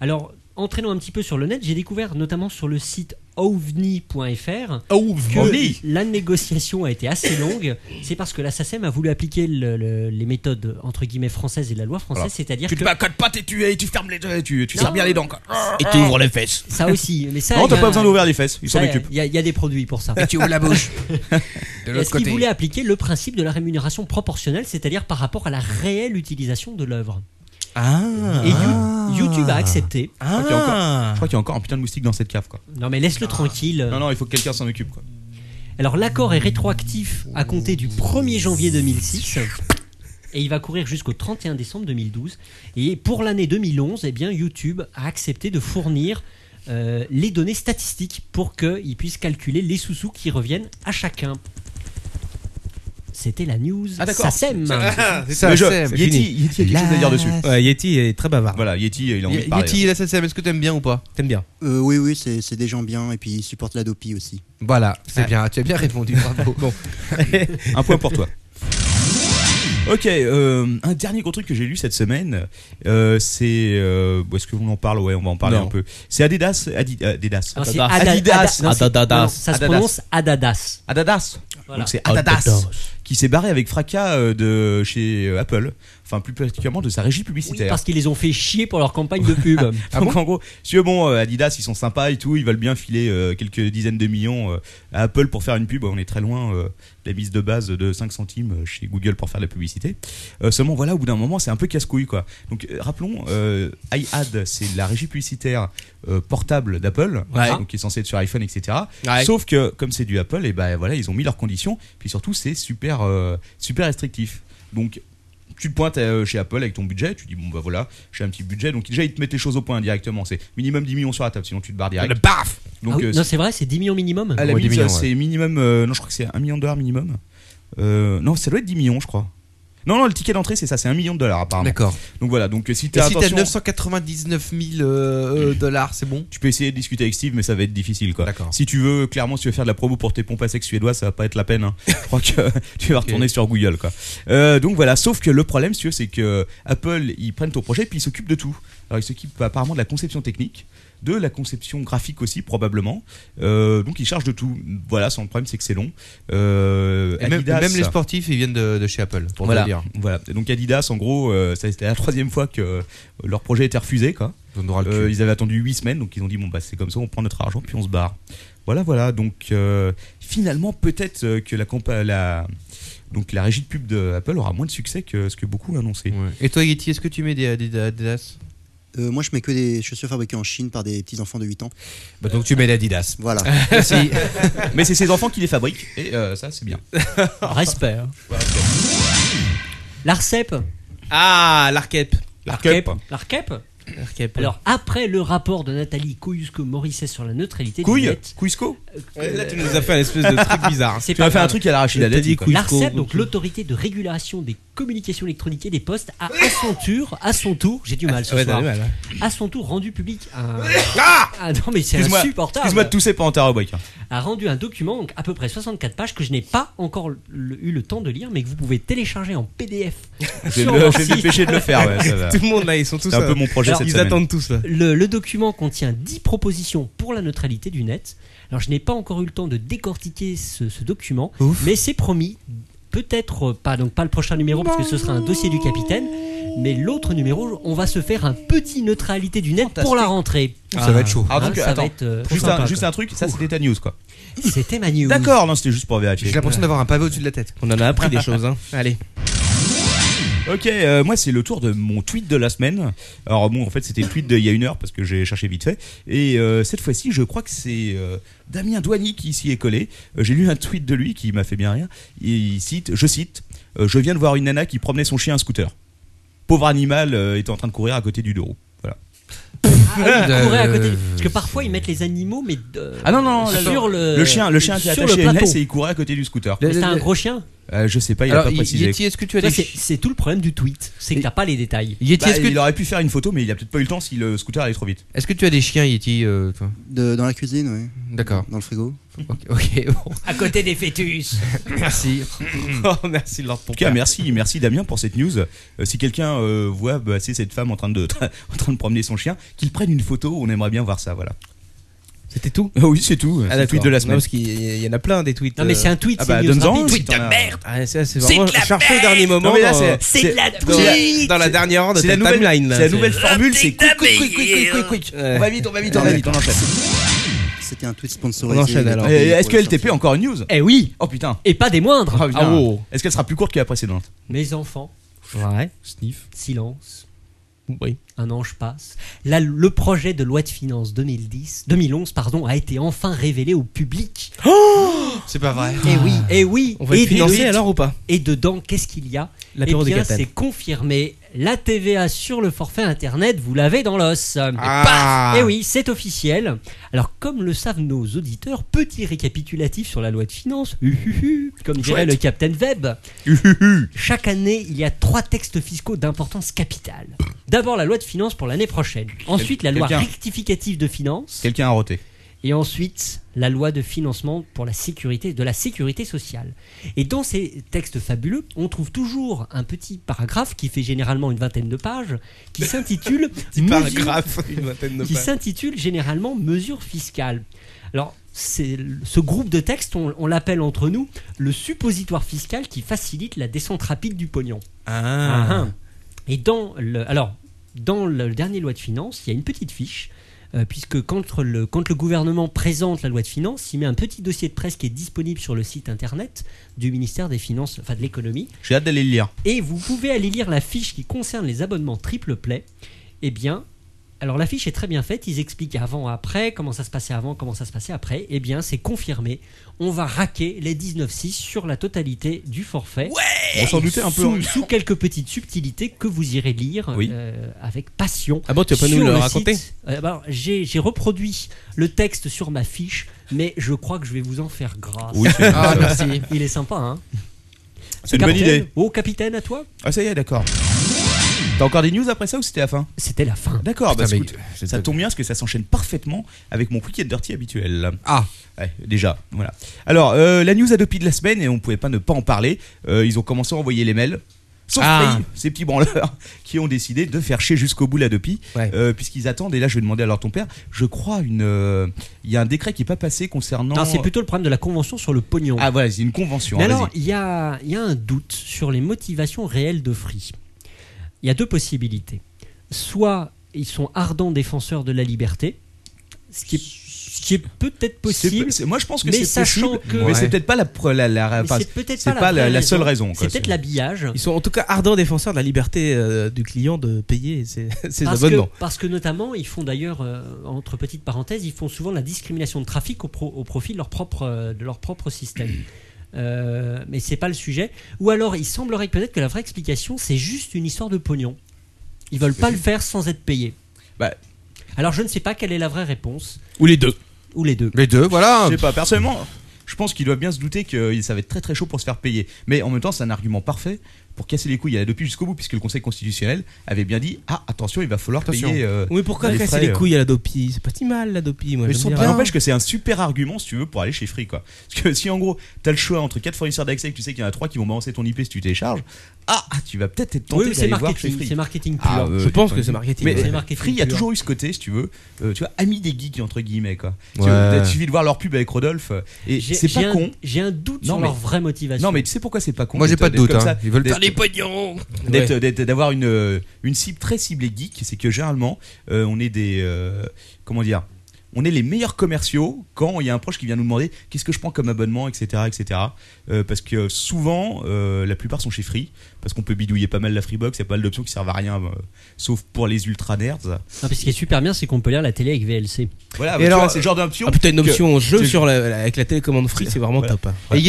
S8: Alors, en traînant un petit peu sur le net, j'ai découvert notamment sur le site ovni.fr
S6: Ovni.
S8: que la négociation a été assez longue. C'est parce que la SACEM a voulu appliquer le- le- les méthodes entre guillemets françaises et la loi française,
S5: Alors,
S8: c'est-à-dire
S5: tu
S8: que
S5: te m'accotes pas et tu, et tu fermes les tu, tu
S8: Non.
S5: serres bien les dents quoi. Ah.
S8: Et tu ouvres les fesses. Ça aussi, mais ça,
S5: Non, t'as
S8: il y a-
S5: pas besoin d'ouvrir les fesses, ils s'en
S8: ça,
S5: occupent.
S8: Il y, a- il y a des produits pour ça.
S5: Et tu ouvres la [LAUGHS] bouche.
S8: De
S5: l'autre
S8: Est-ce qu'ils
S5: côté.
S8: voulaient appliquer le principe de la rémunération proportionnelle, c'est-à-dire par rapport à la réelle utilisation de l'œuvre
S5: Ah.
S8: Et You- YouTube a accepté.
S5: Je crois qu'il y a encore- je crois qu'il y a encore un putain de moustique dans cette cave quoi.
S8: Non mais laisse-le tranquille.
S5: Non, non, il faut que quelqu'un s'en occupe quoi.
S8: Alors l'accord est rétroactif à compter du 1er janvier 2006 et il va courir jusqu'au 31 décembre 2012. Et pour l'année 2011, eh bien, YouTube a accepté de fournir euh, les données statistiques pour qu'ils puissent calculer les sous-sous qui reviennent à chacun. C'était la news.
S5: Ah,
S8: Ça sème.
S9: Ah,
S5: Mais je- Yeti, Yeti, il y a quelque chose à dire dessus.
S6: Ouais, Yeti est très bavard.
S5: Voilà, Yeti, il a envie de parler.
S6: Yeti, l'ASSM, est-ce que t'aimes bien ou pas T'aimes bien.
S7: Euh, oui, oui, c'est c'est des gens bien et puis ils supportent la dopi aussi.
S9: Voilà, c'est bien, tu as bien répondu, [LAUGHS] bravo.
S6: bon.
S5: Un point pour toi. [LAUGHS] Ok, euh, un dernier gros truc que j'ai lu cette semaine, euh, c'est. euh, Est-ce que vous en parle Ouais, on va en parler
S6: Non.
S5: un peu. C'est Adidas. Adi- euh, Adidas.
S8: Non, Ah, c'est Ada- Ada- non, c'est- non, ça se prononce Adadas.
S5: Adadas.
S8: Voilà.
S5: Donc c'est Adadas
S8: Adadas.
S5: qui s'est barré avec fracas euh, de chez euh, Apple, enfin plus particulièrement de sa régie publicitaire.
S8: Parce qu'ils les ont fait chier pour leur campagne de pub.
S5: Donc en gros, si euh, bon, euh, Adidas ils sont sympas et tout, ils veulent bien filer euh, quelques dizaines de millions euh, à Apple pour faire une pub. Ouais, On est très loin euh, de la mise de base de 5 centimes euh, chez Google pour faire de la publicité. Euh, seulement voilà, au bout d'un moment, c'est un peu casse-couille quoi. Donc euh, rappelons, euh, iAd c'est la régie publicitaire euh, portable d'Apple,
S6: Ouais.
S5: donc qui est censée être sur iPhone, etc.
S6: Ouais.
S5: Sauf que comme c'est du Apple, et ben voilà, ils ont mis leurs conditions. Puis surtout, c'est super euh, super restrictif. Donc tu te pointes euh, chez Apple avec ton budget, tu dis bon bah voilà, j'ai un petit budget, donc déjà ils te mettent les choses au point directement, c'est minimum 10 millions sur la table, sinon tu te barres direct.
S8: Le
S5: paf [LAUGHS] Donc
S8: Ah oui,
S5: euh,
S8: non, c'est vrai, c'est 10 millions minimum.
S5: à la limite, euh, c'est minimum, euh, non je crois que c'est 1 million de dollars minimum. Euh, non ça doit être 10 millions je crois. Non non le ticket d'entrée c'est ça, c'est 1 million de dollars apparemment.
S9: D'accord.
S5: Donc voilà, donc euh, si
S9: Et
S5: t'as
S9: si t'as
S5: attention,
S9: 999 000 euh, euh, dollars, c'est bon
S5: tu peux essayer de discuter avec Steve mais ça va être difficile quoi. Si tu veux, clairement si tu veux faire de la promo pour tes pompes à sexe suédois ça va pas être la
S9: [LAUGHS]
S5: peine. hein. je crois que tu vas retourner sur Google quoi. Euh, donc voilà, sauf que le problème, si tu veux, c'est que Apple, ils prennent ton projet puis ils s'occupent de tout. Alors ils s'occupent apparemment de la conception technique, de la conception graphique aussi probablement. Euh, donc ils chargent de tout. Voilà, sans le problème, c'est que c'est long. Euh,
S9: Et même,
S5: Adidas-
S9: même les sportifs, ils viennent de, de chez Apple, pour
S5: voilà,
S9: te le dire.
S5: voilà. Et Donc Adidas, en gros, euh, ça c'était la troisième fois que euh, leur projet était refusé, quoi. Euh, ils avaient attendu 8 semaines, donc ils ont dit bon bah c'est comme ça, on prend notre argent puis on se barre. Voilà, voilà. Donc euh, finalement peut-être euh, que la, compa- la donc la régie de pub de Apple aura moins de succès que ce que beaucoup annoncé.
S9: Et toi, Yeti, est-ce que tu mets des Adidas
S7: Euh, moi, je mets que des chaussures fabriquées en Chine par des petits enfants de 8 ans.
S9: Bah, donc tu mets
S5: [LAUGHS]
S9: l'Adidas.
S6: [LAUGHS]
S7: Voilà.
S9: Merci.
S5: Mais c'est ses enfants qui les fabriquent et euh, ça c'est bien.
S8: Respect. hein. L'ARCEP.
S6: Ah, l'ARCEP.
S5: L'ARCEP.
S8: L'ARCEP
S6: L'ARCEP.
S8: Alors, après le rapport de Nathalie Koyusko-Morisset sur la neutralité
S5: Couille
S8: du net...
S5: Koyusko
S6: Ouais, Eh, là, tu nous as fait un espèce de truc
S5: [LAUGHS]
S6: bizarre.
S8: C'est
S6: Tu
S8: pas
S6: as fait un
S8: grave.
S6: truc à l'arachide à T'as dit date, quoi. Koyusko,
S8: L'ARCEP, donc
S6: Koyusko.
S8: l'autorité de régulation des communications électroniques et des postes, a à son tour, à son tour, j'ai du mal ce
S6: Ouais, t'as
S8: soir,
S6: du mal, hein.
S8: à son tour rendu public un...
S5: Ah,
S8: non mais c'est
S5: Excuse-moi.
S8: insupportable
S5: Excuse-moi de tousser pendant ta rubrique. hein.
S8: a rendu un document, donc à peu près 64 pages, que je n'ai pas encore le- eu le temps de lire, mais que vous pouvez télécharger en PDF.
S5: Je vais
S8: sur
S5: le-
S8: leur
S5: je vais
S8: site.
S5: m'empêcher de le faire, [LAUGHS] ouais, ça va.
S6: Tout le monde, là, ils sont tous, C'est un euh, peu mon projet alors, cette ils semaine. attendent tous, là.
S8: Le, le document contient 10 propositions pour la neutralité du net. Alors, je n'ai pas encore eu le temps de décortiquer ce, ce document, euh, mais c'est promis. Peut-être pas, donc pas le prochain numéro, parce que ce sera un dossier du capitaine. Mais l'autre numéro, on va se faire un petit neutralité du net pour la rentrée.
S5: Ça va être chaud.
S8: Ah,
S5: Ah, donc,
S8: ça
S5: attends,
S8: va être, euh,
S5: juste,
S8: sympa,
S5: un, juste
S8: quoi.
S5: un truc, ça c'était ta news quoi.
S8: C'était ma news.
S5: D'accord, non, c'était juste pour vérifier.
S8: J'ai l'impression d'avoir
S9: un pavé au-dessus de la tête.
S6: On en a appris des
S5: [LAUGHS]
S6: choses, hein. Allez.
S5: Ok, euh, moi c'est le tour de mon tweet de la semaine. Alors bon, en fait c'était le tweet d'il y a une heure parce que j'ai cherché vite fait. Et euh, cette fois-ci, je crois que c'est euh, Damien Douani qui s'y est collé. Euh, j'ai lu un tweet de lui qui m'a fait bien rire. Il cite, je cite, euh, je viens de voir une nana qui promenait son chien à scooter. Pauvre animal euh, était en train de courir à côté du deux roues. Voilà.
S8: Ah, il courait à côté.
S5: Euh,
S8: Parce que parfois ils mettent les animaux, mais euh,
S5: Ah non, non,
S8: sur
S5: attends.
S8: le,
S5: chien, le chien qui est
S8: Euh, sur
S5: attaché
S8: le
S5: à une
S8: plateau.
S5: laisse et il courait à côté du scooter.
S8: Mais c'était un gros chien
S5: Euh, Je sais pas, il a
S8: Alors,
S5: pas
S8: Y-
S5: précisé.
S8: Yeti, est-ce que tu as des- C'est- c'est tout le problème du tweet, c'est que t'as pas les détails.
S5: Yeti,
S8: Yeti, est-ce que-
S5: Bah, Il aurait pu faire une photo, mais il a peut-être pas eu le temps si le scooter allait trop vite.
S9: Est-ce que tu as des chiens, Yeti, euh, toi
S7: De- dans la cuisine, oui.
S9: D'accord.
S7: Dans le frigo.
S9: [LAUGHS] Ok, ok, bon.
S8: à côté des fœtus.
S6: Merci. [COUGHS] Oh, merci Lord
S5: En tout cas, merci, merci Damien pour cette news. Euh, si quelqu'un euh, voit passer cette femme en train de [LAUGHS] en train de promener son chien, qu'il prenne une photo. On aimerait bien voir ça, voilà.
S6: C'était tout
S5: Oui, c'est tout.
S6: Ah,
S5: c'est le tweet
S6: d'accord.
S5: de la
S6: Non,
S5: semaine.
S6: parce qu'il y, a- il y en a plein des tweets. euh.
S5: Non, mais c'est un tweet, Ah c'est bah, une news donne-en rapide. un, si t'en as.
S6: Ah, ça, c'est
S5: C'est
S6: vraiment
S5: de la
S6: cherché au
S5: merde.
S6: dernier moment.
S5: Non, mais là,
S6: dans-
S5: c'est- C'est de c'est- la
S6: dans la-
S5: tweet.
S6: Dans la dernière heure de
S5: C'est la
S6: ta
S5: nouvelle-
S6: timeline. là.
S5: c'est la nouvelle formule, c'est quick, quick, quick, quick, quick, quick.
S6: Ouais.
S5: On va vite, on va vite, on va vite, on enchaîne.
S7: C'était un tweet sponsorisé.
S5: Euh, Est-ce que LTP a encore une news
S8: Eh oui.
S5: Oh putain.
S8: Et pas des moindres.
S5: Oh, putain.
S8: Ah, oh.
S5: Est-ce qu'elle sera plus courte que la précédente [LAUGHS]
S8: Mes enfants.
S6: Ouais.
S9: Sniff.
S8: Silence.
S6: Oui.
S8: Un ange passe. Là, le projet de loi de finances 2010, 2011 pardon, a été enfin révélé au public.
S9: C'est pas vrai.
S8: Eh oui, eh oui.
S6: Ah. On va être
S8: Et
S6: financé
S8: dedans-
S6: alors ou pas
S8: Et dedans, qu'est-ce qu'il y a
S6: L'apéro
S8: Eh
S6: des
S8: bien,
S6: Catalanes.
S8: c'est confirmé. La TVA sur le forfait internet, vous l'avez dans l'os. Et
S6: Ah.
S8: paf Eh oui, c'est officiel. Alors, comme le savent nos auditeurs, petit récapitulatif sur la loi de finances. Uhuhu, comme dirait
S6: Chouette.
S8: le Captain Webb. Chaque année, il y a trois textes fiscaux d'importance capitale. D'abord la loi de finances pour l'année prochaine. Ensuite la loi
S5: quelqu'un-
S8: rectificative de finances.
S5: Quelqu'un a roté.
S8: Et ensuite la loi de financement pour la sécurité de la sécurité sociale. Et dans ces textes fabuleux, on trouve toujours un petit paragraphe qui fait généralement une vingtaine de pages, qui s'intitule
S6: [LAUGHS] Petit paragraphe,
S8: Mesures-
S6: une vingtaine de
S8: qui
S6: pages.
S8: s'intitule généralement mesures fiscales. Alors c'est ce groupe de textes, on- on l'appelle entre nous le suppositoire fiscal qui facilite la descente rapide du pognon.
S6: Ah.
S8: Ah, ah. Et dans le, alors, dans le dernier loi de finances, il y a une petite fiche, euh, puisque quand le, quand le gouvernement présente la loi de finances, il met un petit dossier de presse qui est disponible sur le site internet du ministère des Finances, enfin de l'économie.
S5: J'ai hâte d'aller le lire.
S8: Et vous pouvez aller lire la fiche qui concerne les abonnements triple play. Eh bien, alors la fiche est très bien faite. Ils expliquent avant, après, comment ça se passait avant, comment ça se passait après. Eh bien, c'est confirmé. On va raquer les 19,6 sur la totalité du forfait.
S5: On s'en doutait un peu,
S8: Sous,
S5: hein.
S8: sous quelques petites subtilités que vous irez lire
S6: Oui.
S8: euh, avec passion.
S6: Ah bon, tu vas pas
S8: sur
S6: nous le
S8: site.
S6: raconter
S8: Euh, bah, alors, J'ai j'ai reproduit le texte sur ma fiche, mais je crois que je vais vous en faire grâce.
S5: Oui,
S8: [LAUGHS]
S5: c'est- Ah,
S9: merci.
S8: Il est sympa, hein
S5: C'est une bonne
S8: Capitaine
S5: idée.
S8: Oh, capitaine, à toi
S5: Ah ça y est, d'accord. T'as encore des news après ça ou c'était la fin
S8: C'était la fin.
S5: D'accord,
S9: Putain,
S5: bah
S9: mais
S5: écoute, ça tombe bien parce que ça s'enchaîne parfaitement avec mon quick and dirty habituel.
S9: Ah
S5: Ouais, déjà, voilà. Alors, euh, la news Adopi de la semaine, et on pouvait pas ne pas en parler, euh, ils ont commencé à envoyer les mails. Sauf
S6: Ah.
S5: pays, ces petits branleurs [LAUGHS] qui ont décidé de faire chier jusqu'au bout l'Adopi, euh, puisqu'ils attendent, et là je vais demander alors ton père, je crois une, euh, il y a un décret qui est pas passé concernant...
S8: Non, c'est plutôt le problème de la convention sur le pognon.
S5: Ah voilà, c'est une convention.
S8: Mais
S5: hein,
S8: alors,
S5: vas-y.
S8: il y a, il y a un doute sur les motivations réelles de Free. Il y a deux possibilités. Soit ils sont ardents défenseurs de la liberté, ce qui est, ce qui est peut-être possible.
S5: C'est- c'est- moi je pense que
S8: mais
S5: c'est
S8: sachant
S5: possible,
S8: que
S5: mais c'est peut-être pas la, pre- la, la-
S8: Mais
S5: enfin,
S8: c'est peut-être
S5: c'est
S8: pas,
S5: pas la-
S8: vraie
S5: la seule raison, quoi.
S8: C'est peut-être l'habillage.
S6: Ils sont en tout cas ardents défenseurs de la liberté euh, du client de payer ses, [LAUGHS] ses
S8: parce
S6: abonnements.
S8: Que, parce que notamment, ils font d'ailleurs, euh, entre petites parenthèses, ils font souvent de la discrimination de trafic au, pro- au profit de leur propre, euh, de leur propre système. [CLEARS THROAT] Euh, mais c'est pas le sujet. Ou alors, il semblerait peut-être que la vraie explication, c'est juste une histoire de pognon. Ils veulent pas le faire sans être payés.
S5: Bah.
S8: Alors, je ne sais pas quelle est la vraie réponse.
S6: Ou les deux.
S8: Ou les deux.
S9: Les deux, voilà.
S5: Je sais pas, personnellement, je pense qu'il doit bien se douter que ça va être très très chaud pour se faire payer. Mais en même temps, c'est un argument parfait pour casser les couilles à la Dopi jusqu'au bout, puisque le Conseil constitutionnel avait bien dit Ah, attention, il va falloir payer. euh,
S6: oui, pourquoi
S5: les
S6: casser
S5: frais,
S6: les
S5: euh.
S6: couilles à la dopie C'est pas si mal la dopie, moi.
S5: mais
S6: j'aime
S5: sans-
S6: bien.
S5: ça n'empêche que c'est un super argument si tu veux pour aller chez Free quoi. Parce que si en gros t'as le choix entre quatre fournisseurs d'accès et que tu sais qu'il y en a trois qui vont balancer ton IP si tu télécharges, ah tu vas peut-être être tenté
S8: Oui, c'est
S5: d'aller voir
S8: marketing,
S5: chez Free.
S8: c'est marketing pur.
S5: Ah, euh,
S6: Je pense
S5: du
S6: que
S5: point
S6: c'est
S5: de vue.
S6: marketing,
S5: Mais
S6: ouais.
S5: euh,
S6: C'est
S8: marketing
S5: Free a
S8: pur.
S5: toujours eu ce côté si tu veux, euh, tu vois, ami des geeks entre guillemets quoi. Tu
S9: Ouais.
S5: vois, il suffit de voir leur pub avec Rodolphe euh, et
S8: J'ai-
S5: c'est
S8: j'ai
S5: pas
S8: un-
S5: con.
S8: J'ai un doute
S5: Non,
S8: sur
S5: mais-
S8: leur vraie motivation.
S5: Non mais tu sais pourquoi c'est pas con
S9: Moi, j'ai
S5: d'être-
S9: pas de
S5: d'être
S9: doute,
S5: comme
S9: hein.
S5: ça,
S9: Ils veulent
S5: d'être-
S9: faire
S3: du pognon.
S5: D'être- d'être- d'avoir une, euh, une cible très ciblée geek, c'est que généralement, euh, on est des. euh, comment dire on est les meilleurs commerciaux quand il y a un proche qui vient nous demander qu'est-ce que je prends comme abonnement, etc. etc. Euh, parce que souvent, euh, la plupart sont chez Free, parce qu'on peut bidouiller pas mal la Freebox, il y a pas mal d'options qui servent à rien, euh, sauf pour les ultra nerds.
S8: Non, parce que ce qui est super bien, c'est qu'on peut lire la télé avec VLC.
S5: Voilà, bah, tu vois, c'est le genre d'option
S6: Ah putain, une
S5: que-
S6: option jeu
S5: tu-
S6: sur la- avec la télécommande free, c'est vraiment top. hein.
S5: Voilà.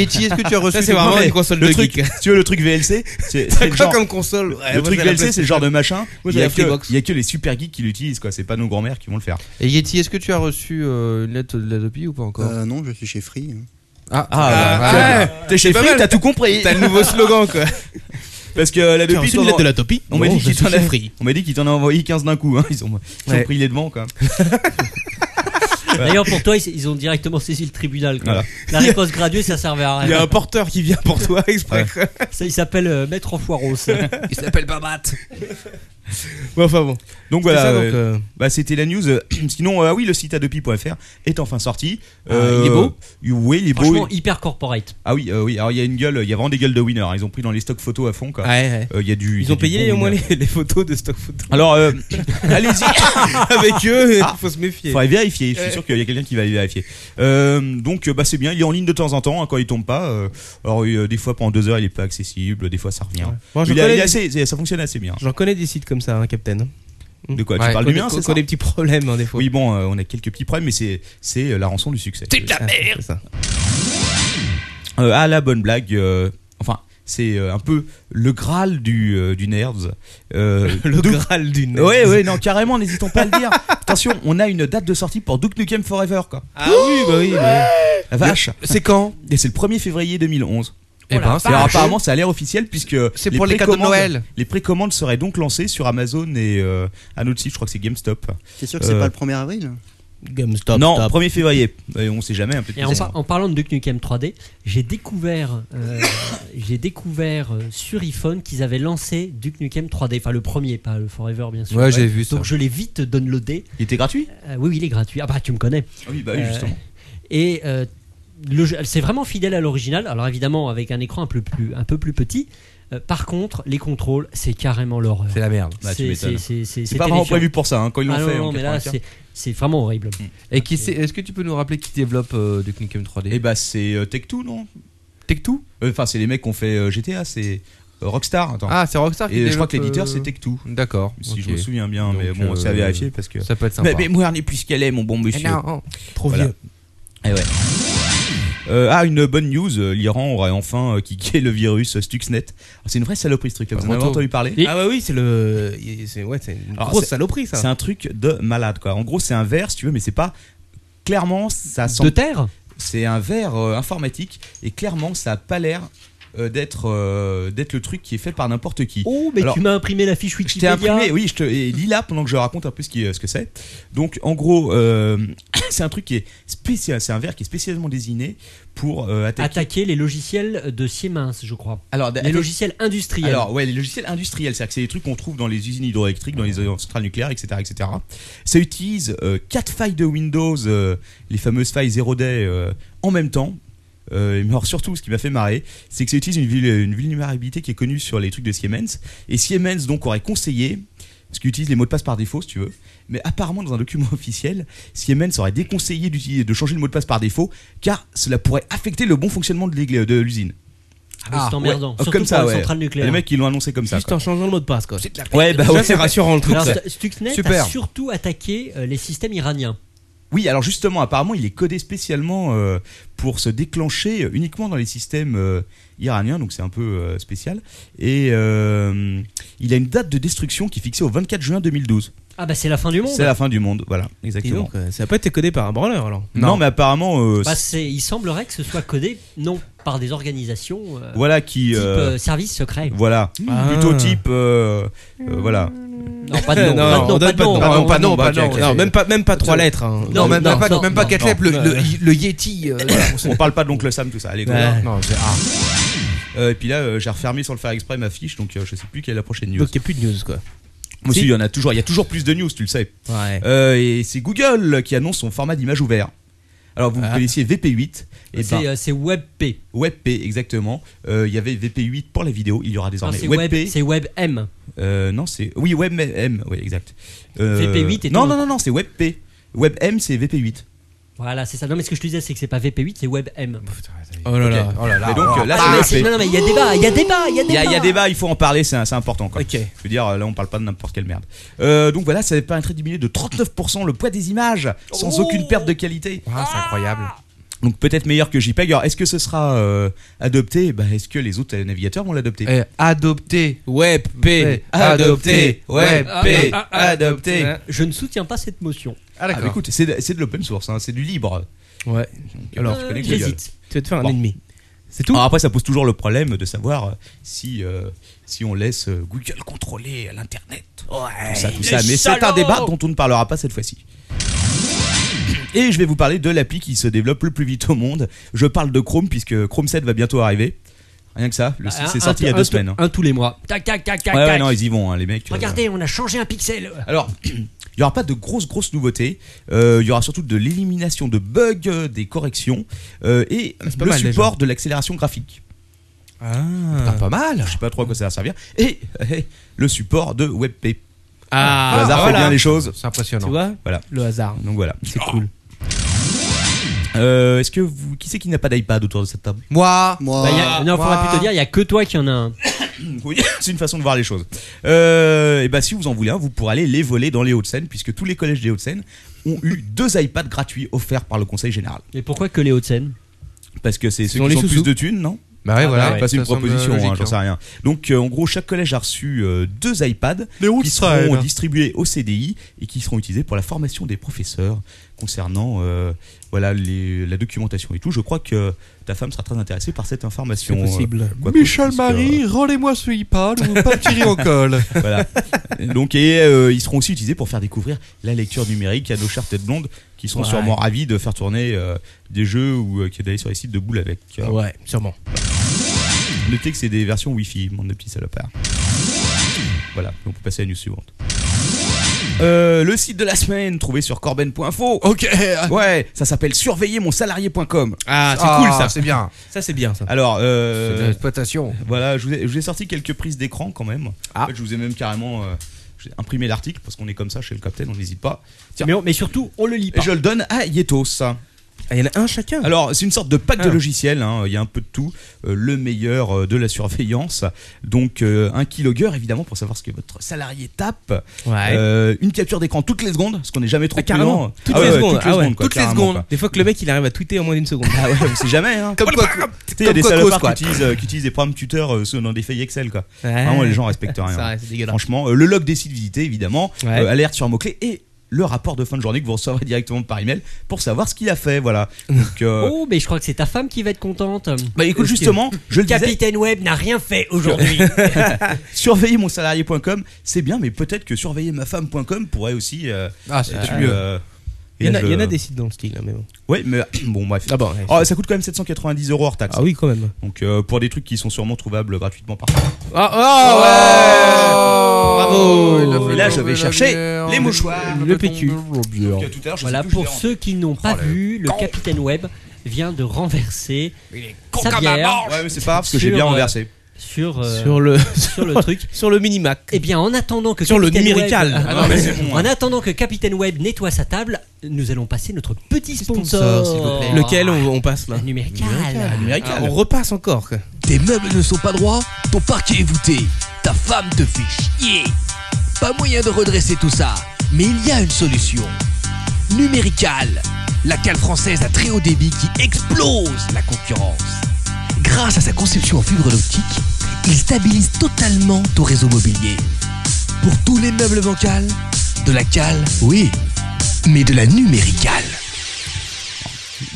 S6: Ça, c'est vraiment
S5: Ouais,
S6: une console
S5: le
S9: [LAUGHS]
S6: de
S5: truc,
S6: geek.
S5: si tu veux le truc VLC c'est
S6: T'as
S5: c'est le
S6: quoi
S5: genre-
S6: comme console
S5: le,
S6: Ouais,
S5: le
S6: moi,
S5: truc
S6: j'ai la
S5: VLC c'est le genre de machin il
S6: Moi, j'ai
S5: y, a
S6: la
S5: que,
S6: Freebox.
S5: il y a que les super geeks qui l'utilisent quoi c'est pas nos grands-mères qui vont le faire
S9: Et Yeti, est-ce que tu as reçu euh, une lettre de l'Adopi ou pas encore
S7: Euh, non, je suis chez Free.
S9: Ah, ah,
S5: Ah, bah,
S9: ah,
S5: voilà. t'es chez
S9: pas
S5: Free,
S9: mal.
S5: t'as tout compris.
S9: T'as le nouveau slogan, quoi.
S5: [LAUGHS] Parce que la
S9: Tiens,
S5: Dopi,
S9: c'est une
S5: t'en-
S9: lettre de la Dopi.
S6: Oh,
S5: On m'a
S9: Non,
S5: dit
S9: je
S5: qu'il
S9: suis
S5: t'en
S9: chez
S5: a-
S9: Free.
S5: on m'a dit qu'il t'en a envoyé 15 d'un coup. hein. Ils ont, ils ont
S8: Ouais.
S5: pris les devants, quand même.
S8: D'ailleurs, pour toi, ils, ils ont directement saisi le tribunal. quoi.
S5: Voilà.
S8: La réponse graduée, ça servait à rien.
S6: Il y a un porteur qui vient pour toi exprès. quoi.
S8: Ça, il s'appelle euh, Maître Foiros.
S6: Il s'appelle Babat. Bon, enfin bon.
S5: Donc voilà,
S6: C'est ça, donc,
S5: euh,
S6: euh,
S5: bah, c'était la news. Sinon, euh, [CLEARS THROAT] oui, le site adopi.fr est enfin sorti.
S8: Ah, il est beau
S5: Oui, il est beau.
S8: Franchement,
S5: Il-
S8: hyper corporate.
S5: Ah oui, euh, oui. Alors il y a une gueule, il y a vraiment des gueules de winner. hein. Ils ont pris dans les stocks photos à fond. Quoi.
S6: Ouais, ouais.
S5: Euh, il y a du. il y
S6: Ils
S5: a
S6: ont
S5: du
S6: payé
S5: bon
S6: au moins
S5: winner.
S6: les, les photos de stock photo.
S5: Alors, euh, allez-y. Ah.
S6: Avec eux, il faut se méfier.
S5: Faudrait vérifier. Je suis
S6: Ouais.
S5: sûr qu'il y a quelqu'un qui va aller vérifier. Euh, donc, euh, bah, c'est bien. Il est en ligne de temps en temps hein, quand il tombe pas. Euh, alors, euh, des fois pendant deux heures, il est pas accessible. Des fois, ça revient.
S6: Moi, je
S5: Il est- il
S6: connais
S5: est
S6: des-
S5: assez- ça fonctionne assez bien.
S6: J'en connais des sites comme ça, hein, Captain.
S5: De quoi
S6: Ouais,
S5: Tu parles
S6: qu'on-
S5: du mien,
S6: qu'on-
S5: c'est
S6: qu'on
S5: ça
S6: a des petits problèmes, hein, des fois.
S5: Oui, bon, euh, on a quelques petits problèmes, mais c'est c'est euh, la rançon du succès.
S3: T'es de la
S6: Ah,
S3: merde.
S6: c'est ça.
S5: Euh, ah, la bonne blague. euh, enfin, c'est euh, un peu le graal du, euh, du nerds. Euh,
S6: [LAUGHS] Le
S5: Duke-
S6: Graal du nez.
S5: Ouais, ouais, non, carrément, n'hésitons pas à le dire. Attention, on a une date de sortie pour Duke Nukem Forever, quoi.
S6: Ah oui, bah oui. bah oui.
S5: La vache.
S9: C'est quand
S5: Et c'est le 1er février 2011.
S9: Eh ben, c'est
S5: Alors,
S9: un
S5: apparemment, ça a l'air officiel puisque
S9: C'est pour les cadeaux de
S5: précommandes-
S9: Noël.
S5: Les précommandes seraient donc lancées sur Amazon et euh, un autre site, je crois que c'est GameStop.
S7: T'es sûr que c'est
S5: Euh,
S7: pas le 1er avril
S6: GameStop.
S5: non,
S6: stop.
S5: 1er février. Et on sait jamais. hein, peut-être
S8: Et
S5: qu'ils
S8: en,
S5: ont-
S8: par- en parlant de Duke Nukem 3D, j'ai découvert, euh, j'ai découvert euh, sur iPhone qu'ils avaient lancé Duke Nukem 3D, enfin le premier, pas le Forever bien sûr.
S9: Ouais, j'ai vu ça.
S8: Donc je l'ai vite downloadé.
S5: Il était gratuit
S8: Euh, oui, oui, il est gratuit. Ah bah tu me connais.
S5: Ah Oui, bah oui,
S8: Euh,
S5: justement.
S8: Et euh, le jeu- c'est vraiment fidèle à l'original. Alors évidemment avec un écran un peu plus, un peu plus petit. Euh, par contre, les contrôles, c'est carrément l'horreur.
S9: C'est la merde.
S5: Bah, tu
S8: C'est-
S5: m'étonnes.
S8: c'est- c'est-
S5: C'est
S8: c'est
S5: pas vraiment
S8: terrifiant.
S5: prévu pour ça, hein, quand ils l'ont
S8: Ah non,
S5: fait.
S8: non,
S5: en
S8: mais là,
S5: 95.
S8: c'est c'est vraiment horrible.
S9: Et qui c'est Est-ce que tu peux nous rappeler qui développe euh, Duke Nukem 3D
S5: Eh bah, c'est euh, Tech2, non
S9: Tech2
S5: Euh, Enfin, c'est les mecs qui ont fait euh, GTA, c'est euh, Rockstar. Attends.
S9: Ah, c'est Rockstar qui
S5: Et je crois
S9: développe,
S5: que l'éditeur,
S9: euh,
S5: c'est Tech2.
S9: D'accord.
S5: Si
S9: ok.
S5: je me souviens bien,
S9: Donc,
S5: mais bon, c'est à
S9: euh,
S5: vérifier parce que.
S9: Ça peut être sympa.
S5: moi, on est plus qu'elle est, mon bon
S9: Eh non.
S6: Trop
S5: Voilà. Eh
S6: vieux.
S5: Euh, ah, une bonne news, euh, l'Iran aurait enfin euh, kické le virus Stuxnet. Alors, C'est une vraie saloperie ce truc-là, vous en avez
S9: Retour.
S5: entendu parler
S8: Et-
S6: Ah bah oui, c'est le. c'est- Ouais, c'est une
S5: Alors,
S6: grosse
S5: c'est-
S6: saloperie, ça.
S5: C'est un truc de malade quoi. En gros, c'est un verre si tu veux, mais c'est pas. Clairement, ça
S8: De
S5: semble.
S8: terre
S5: C'est un verre euh, informatique et clairement, ça a pas l'air euh, d'être euh, d'être le truc qui est fait par n'importe qui.
S8: Oh, mais
S5: Alors,
S8: tu m'as imprimé la fiche
S5: Je t'ai
S8: Wikipédia.
S5: imprimé, oh, oui, je te et lis là pendant que je raconte un peu ce, qui, euh, ce que c'est. Donc, en gros, euh, [CLEARS THROAT] c'est un truc qui est spécial, c'est un verre qui est spécialement désigné pour euh, attaquer.
S8: attaquer les logiciels de Siemens, je crois.
S5: alors,
S8: Les
S5: attaquer-
S8: logiciels industriels.
S5: Euh, Alors, ouais, les logiciels industriels, c'est-à-dire que c'est des trucs qu'on trouve dans les usines hydroélectriques, dans les centrales nucléaires, etc. etc. Ça utilise euh, quatre failles de Windows, euh, les fameuses failles 0 day, euh, en même temps. Euh, mais alors surtout, ce qui m'a fait marrer, c'est que ça utilise une, vil- une vulnérabilité qui est connue sur les trucs de Siemens. Et Siemens, donc, aurait conseillé, parce qu'ils utilisent les mots de passe par défaut, si tu veux, mais apparemment, dans un document [LAUGHS] officiel, Siemens aurait déconseillé d'utiliser, de changer le mot de passe par défaut, car cela pourrait affecter le bon fonctionnement de l'ég- de l'usine.
S8: Ah oui, c'est emmerdant.
S5: ouais.
S8: Surtout
S5: comme ça,
S8: pour les
S5: ouais.
S8: centrales nucléaires.
S5: Les mecs, ils l'ont annoncé comme ça.
S6: Juste
S5: quoi.
S6: en changeant le mot de passe, quoi.
S5: Ouais, bah
S6: Ça,
S5: ouais.
S6: c'est rassurant le truc.
S8: Alors,
S6: ça.
S8: Stu- Stuxnet
S9: Super.
S8: a surtout attaqué euh, les systèmes iraniens.
S5: Oui, alors justement, apparemment, il est codé spécialement euh, pour se déclencher euh, uniquement dans les systèmes euh, iraniens, donc c'est un peu euh, spécial. Et euh, il a une date de destruction qui est fixée au 24 juin 2012.
S8: Ah bah c'est la fin du monde.
S5: C'est la fin du monde, voilà,
S6: Dis
S5: exactement.
S6: donc, euh, ça a pas été codé par un branleur, alors.
S5: non. mais apparemment, euh,
S8: Bah, c'est- il semblerait que ce soit codé non par des organisations euh,
S5: voilà qui.
S8: type
S5: euh,
S8: euh, service secret.
S5: voilà,
S6: Ah.
S5: plutôt type. euh, euh, voilà.
S8: Non,
S5: [LAUGHS]
S8: pas de nom.
S6: Non,
S8: pas de nom,
S6: on
S8: pas de
S6: donne pas de
S8: nom.
S5: pas non,
S6: nom.
S9: Mmh. pas
S5: bah,
S9: non.
S5: ok, ok.
S6: Non, même pas, même pas trois
S9: Euh,
S6: lettres. hein.
S8: Non,
S9: Non, même
S8: non,
S9: pas,
S8: non,
S9: même pas
S8: non,
S9: quatre
S8: non.
S9: lettres, le, le- le Yeti. euh, voilà, on sait-
S5: On parle pas de l'oncle Sam, tout ça. Allez, go.
S6: Ouais.
S9: Non, c'est- ah.
S5: Euh, et puis là, euh, j'ai refermé sans le faire exprès ma fiche, donc euh, je sais plus quelle est la prochaine news.
S6: Donc, il n'y a plus de news, quoi.
S5: Moi aussi, il y en a toujours. Il y a toujours plus de news, tu le sais.
S6: Ouais.
S5: Euh, et c'est Google qui annonce son format d'image ouvert. Alors vous
S8: Ah.
S5: connaissiez VP8. et
S8: C'est,
S5: ben-
S8: euh, c'est WebP.
S5: WebP, exactement. Euh, Il y avait VP8 pour la vidéo, il y aura désormais
S8: c'est
S5: WebP.
S8: Web- c'est WebM.
S5: Euh, non, c'est. Oui, WebM, oui, exact. Euh,
S8: VP8 est
S5: Non,
S8: un-
S5: non, non, non, c'est WebP. WebM, c'est VP8.
S8: Voilà, c'est ça. Non, mais ce que je te disais, c'est que c'est pas VP8, c'est WebM.
S6: Oh là là.
S5: Oh là là. Et donc, là,
S8: Ah,
S5: c'est
S8: mais
S5: WebP.
S8: c'est- non, non, mais il y a débat, il y a débat, il y a
S5: Il y, a-
S8: débat.
S5: il y a débat, il faut en parler, c'est c'est important. Quoi. Je veux dire, là, on parle pas de n'importe quelle merde. Euh, donc voilà, ça pas un trait diminué de 39% le poids des images, sans aucune perte de qualité.
S9: Ah,
S5: c'est incroyable. Donc peut-être meilleur que JPEG. Alors est-ce que ce sera euh, adopté Bah, Est-ce que les autres navigateurs vont l'adopter
S9: Eh, adopté.
S6: Ouais, P.
S5: Adopté. Ouais,
S8: Ah,
S5: P.
S8: ah, ah, ah.
S5: Adopté.
S8: Je ne soutiens pas cette motion.
S5: Ah, bah, écoute, c'est de, c'est de l'open source, hein, c'est du libre.
S6: Ouais.
S5: Alors,
S8: Euh,
S5: je connais que
S8: j'hésite.
S5: Google.
S6: Tu vas te faire un
S5: Bon. Ah,
S6: ennemi. C'est tout
S5: Alors après, ça pose toujours le problème de savoir euh, si, euh, si on laisse euh, Google contrôler l'Internet. tout ça, tout ça. Mais c'est un débat dont on ne parlera pas cette fois-ci. Et je vais vous parler de l'appli qui se développe le plus vite au monde. Je parle de Chrome puisque Chrome 7 va bientôt arriver. Rien que ça, le
S8: Ah,
S5: 6 est
S8: un-
S5: sorti il y a
S8: un-
S5: deux
S8: un-
S5: semaines. hein.
S8: Un tous les mois. Tac, tac, tac, tac.
S5: Ouais, ouais,
S8: tac.
S5: non, ils y vont, hein, les mecs. euh,
S8: Regardez, on a changé un pixel.
S5: alors, [CLEARS THROAT] il y aura pas de grosses grosses nouveautés. Euh, Il y aura surtout de l'élimination de bugs, euh, des corrections euh, et
S6: Ah,
S9: pas
S5: le
S9: mal,
S5: support de l'accélération graphique.
S9: Putain, pas mal.
S5: Je sais pas trop à quoi ça va servir. Et euh, le support de WebP.
S6: Ah,
S5: le hasard
S6: voilà.
S5: fait bien les choses.
S9: C'est
S6: Tu
S9: impressionnant.
S6: vois
S5: Voilà.
S6: Le hasard.
S5: Donc voilà.
S6: C'est cool.
S5: Euh, Est-ce que vous, qui c'est qui n'a pas d'iPad autour de cette table
S9: Moi,
S7: Moi,
S8: Bah, il y a- non, faudrait plutôt dire, il y a que toi qui en a un.
S5: Oui, [LAUGHS] c'est une façon de voir les choses. Euh, et ben si vous en voulez un, vous pourrez aller les voler dans les Hauts-de-Seine, puisque tous les collèges des Hauts-de-Seine ont eu deux iPads gratuits offerts par le Conseil Général.
S8: Mais pourquoi que les Hauts-de-Seine
S5: Parce que c'est ceux
S6: ont
S5: qui
S6: les
S5: ont le plus
S6: sous-sous.
S5: de thunes, non
S9: bah ouais, voilà.
S5: Voilà, c'est une
S9: ça semble
S5: proposition,
S9: logique,
S5: hein, j'en sais
S9: hein.
S5: rien. Donc, euh, en gros, chaque collège a reçu euh, deux iPads
S9: hein.
S5: qui seront distribués au CDI et qui seront utilisés pour la formation des professeurs concernant euh, voilà, les- la documentation et tout. Je crois que ta femme sera très intéressée par cette information.
S6: C'est possible.
S5: quoi qu'on
S9: Michel
S5: puisse, euh,
S9: Marie, rendez-moi ce iPad ou pas tirer en colle.
S5: [LAUGHS] voilà. Donc, et euh, ils seront aussi utilisés pour faire découvrir la lecture numérique à nos chères têtes blondes qui seront
S6: Ouais.
S5: sûrement ravis de faire tourner euh, des jeux ou euh, qui d'aller sur les sites de boules avec. Euh,
S6: Ouais, sûrement.
S5: Notez que c'est des versions Wi-Fi, mon petit salopard. Voilà, on peut passer à la news suivante. Euh, le site de la semaine trouvé sur corben.info.
S9: Ok.
S5: Ouais, ça s'appelle surveillermonsalarié.com.
S6: Ah, c'est
S9: Ah,
S6: cool ça.
S9: C'est bien.
S6: Ça, c'est bien ça.
S5: Alors, euh,
S9: C'est de l'exploitation.
S5: voilà, je vous, ai, je vous ai sorti quelques prises d'écran quand même.
S9: Ah.
S5: En fait, je vous ai même carrément euh, j'ai imprimé l'article parce qu'on est comme ça chez le Captain, on n'hésite pas. Tiens.
S8: Mais, on- mais surtout, on le lit
S5: Et
S8: pas.
S5: je le donne à Yetos.
S6: Ah, il y en a un chacun.
S5: Alors, c'est une sorte de pack de
S6: Ah.
S5: logiciels. hein. Il y a un peu de tout. Euh, le meilleur euh, de la surveillance. Donc, euh, un keylogger, évidemment, pour savoir ce que votre salarié tape.
S6: Ah ouais.
S5: Euh, une capture d'écran toutes les secondes, parce qu'on n'est jamais trop
S6: Ah, carrément.
S5: prudent.
S6: Toutes
S5: Ah
S6: les
S5: ouais, ouais,
S6: secondes.
S5: Toutes les
S6: ah ouais,
S5: secondes. quoi,
S6: toutes les
S5: carrément,
S6: secondes.
S5: quoi.
S6: Des fois que le mec il arrive à tweeter en moins d'une seconde.
S5: Ah ouais, on sait jamais. Hein.
S9: Comme quoi,
S5: Tu sais, Il y a
S9: comme
S5: des
S9: quoi
S5: salopards
S9: cause,
S5: qui utilisent, euh, qui utilisent des programmes tuteurs euh, sous- dans des feuilles Excel. Quoi.
S6: Ouais.
S5: Vraiment, les gens respectent
S6: C'est
S5: rien. hein.
S6: vrai, c'est dégueulasse.
S5: Franchement, euh, le log des sites visités, évidemment,
S6: Ouais.
S5: euh, alerte sur un mot-clé et le rapport de fin de journée que vous recevrez directement par email pour savoir ce qu'il a fait.
S6: [LAUGHS]
S5: Voilà. Donc, euh,
S8: Oh, mais je crois que c'est ta femme qui va être contente.
S5: bah écoute, justement, je le disais,
S8: Capitaine Web n'a rien fait
S5: [LAUGHS]
S8: aujourd'hui.
S5: surveiller mon salarié.com, c'est bien, mais peut-être que surveiller ma femme.com pourrait aussi. euh,
S9: Ah, c'est
S5: être,
S9: peut-être mieux.
S5: euh,
S6: Il y, en a,
S5: et je-
S6: il y en a des sites dans le style, hein, mais bon.
S5: Ouais, mais [COUGHS] bon, bref.
S6: Ah bon, ouais.
S5: Oh, ça coûte quand même 790 euros hors taxe.
S6: Ah oui, quand même.
S5: Donc euh, pour des trucs qui sont sûrement trouvables gratuitement par
S6: Ah, ah,
S9: Bravo.
S6: Il a fait
S5: Et là, je vais chercher les mouchoirs.
S6: Le PQ.
S5: Donc, tout à l'heure, je
S8: voilà,
S5: sais plus, Oh, je
S8: pour
S5: l'ai en-
S8: ceux qui n'ont pas vu, le Capitaine Web vient de renverser sa bière
S5: Ouais, mais c'est pas grave parce que j'ai
S8: Sur,
S5: bien
S8: euh,
S5: renversé.
S8: sur, euh,
S6: Sur le, [LAUGHS]
S8: sur le truc.
S6: sur le minimac.
S8: Eh bien, en attendant que
S6: Sur le
S8: Capitaine
S6: numérical.
S8: Web-
S5: Ah non, mais c'est bon.
S8: En
S5: hein.
S8: attendant que Capitaine Web nettoie sa table, nous allons passer notre petit
S9: Sponsor,
S8: sponsor.
S9: s'il vous plaît.
S6: Lequel on, on passe là
S8: La numérical.
S6: Ah, On repasse encore. quoi.
S2: Tes meubles ne sont pas droits, ton parquet est voûté, ta femme te fait chier. Pas moyen de redresser tout ça, mais il y a une solution. Numérical, la cale française à très haut débit qui explose la concurrence. Grâce à sa conception en fibre optique, il stabilise totalement ton réseau mobilier. Pour tous les meubles bancals, de la cale, oui, mais de la numéricale.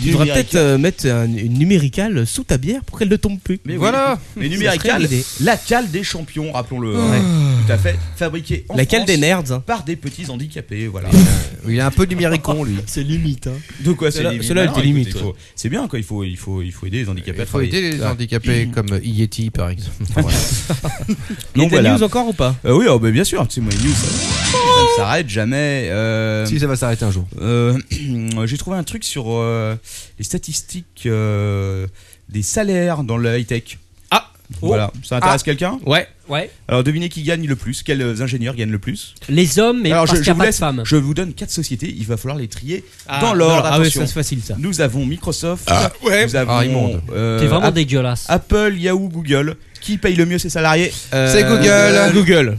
S6: Tu devrais peut-être euh, mettre un- une numéricale sous ta bière pour qu'elle ne tombe plus.
S5: Mais oui.
S9: Voilà.
S5: Mais
S6: serait une
S5: numérical,
S6: idée.
S5: la cale des champions, rappelons-le. Tout à fait. Fabriqué en
S6: La cale
S5: France
S6: des nerds. hein.
S5: par Ah. des Ah. petits handicapés, voilà.
S9: Il est un peu numéricon, lui.
S8: C'est limite.
S5: De quoi c'est
S6: Cela-
S5: limite
S6: cela, elle
S5: Non,
S6: était
S5: écoute,
S6: limite,
S5: il faut- C'est bien quoi, il faut, il faut, il faut aider les handicapés. à
S9: Il faut
S5: travailler.
S9: aider les handicapés comme euh, Yeti, [LAUGHS] par exemple.
S6: Il y a
S5: Donc
S6: des
S5: voilà.
S6: news encore ou pas
S5: Euh, oui, oh, bah, bien sûr, c'est moi les news. ça. ne s'arrête jamais. euh,
S9: Si, ça va s'arrêter un jour.
S5: euh, [CLEARS THROAT] J'ai trouvé un truc sur euh, les statistiques euh, des salaires dans le high-tech. Ah Voilà, ça intéresse
S8: Ah.
S5: quelqu'un
S6: Ouais.
S8: Ouais.
S5: Alors devinez qui gagne le plus, quels ingénieurs gagnent le plus
S8: Les hommes, mais
S5: Alors
S8: parce
S5: je,
S8: qu'il y a
S5: vous
S8: pas de
S5: laisse-
S8: femmes.
S5: je vous donne quatre sociétés, il va falloir les trier
S8: Ah,
S5: dans l'ordre.
S8: alors, ah ouais,
S5: Attention. Euh,
S8: ça, c'est facile, ça.
S5: Nous avons Microsoft,
S8: Ah, ouais.
S5: nous avons
S8: Ah, immonde.
S5: euh,
S8: T'es vraiment
S5: App-
S8: dégueulasse.
S5: Apple, Yahoo, Google. Qui paye le mieux ses salariés
S6: C'est Google.
S5: euh,
S6: Google.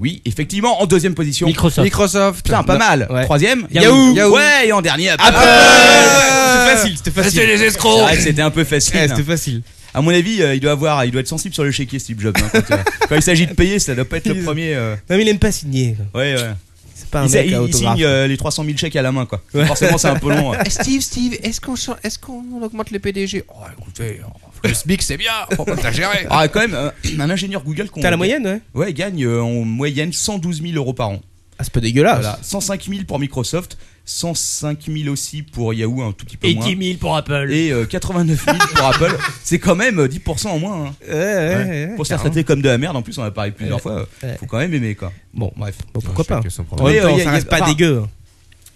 S5: Oui, effectivement, en deuxième position.
S6: Microsoft.
S5: Microsoft. Putain, pas
S6: Non.
S5: mal.
S6: Ouais.
S5: Troisième.
S6: Yahoo. Yahoo.
S5: Ouais, et en dernier, Apple.
S6: Apple.
S5: Ouais, C'était facile, c'était facile.
S6: C'était les escrocs.
S5: C'est vrai que c'était un peu facile.
S6: Ouais, c'était Eh, facile.
S5: À mon avis, euh, il doit avoir, il doit être sensible sur le chéquier, Steve Jobs. hein, quand, euh, quand il s'agit de payer, ça doit pas
S6: [LAUGHS]
S5: être le premier. euh,
S6: Non, mais il aime pas signer.
S5: Ouais, ouais.
S6: C'est pas un
S5: il, sa-
S6: mec à
S5: il- il
S6: autographe.
S5: signe euh, les 300 000 chèques à la main, quoi. Forcément, c'est un peu long. hein. ouais.
S9: [LAUGHS] Steve, Steve, est-ce qu'on est qu'on augmente les PDG Oh, écoutez, euh, le SMIC, c'est bien, on peut pas gérer.
S5: Ah, quand même, euh, un ingénieur Google. qu'on-
S9: T'as la moyenne, ouais
S5: Ouais, il gagne euh, en moyenne 112 000 euros par an.
S6: Ah, c'est pas dégueulasse.
S5: Voilà, 105 000 pour Microsoft, 105 000 aussi pour Yahoo, un tout petit peu
S8: Et
S5: moins.
S8: 10 000 pour Apple.
S5: Et euh, 89 000 pour
S6: [LAUGHS]
S5: Apple. C'est quand même euh, 10% en moins. hein.
S6: ouais, ouais,
S5: pour se faire
S6: carrément.
S5: traiter comme de la merde, en plus, on en a parlé plusieurs
S6: Ouais.
S5: fois. euh,
S6: Ouais.
S5: Faut quand même aimer, quoi.
S6: Bon,
S5: bref.
S6: pourquoi pas En
S5: Mais,
S6: même temps,
S5: euh, y a-
S6: ça
S5: y a-
S6: reste pas
S5: enfin,
S6: dégueu. hein.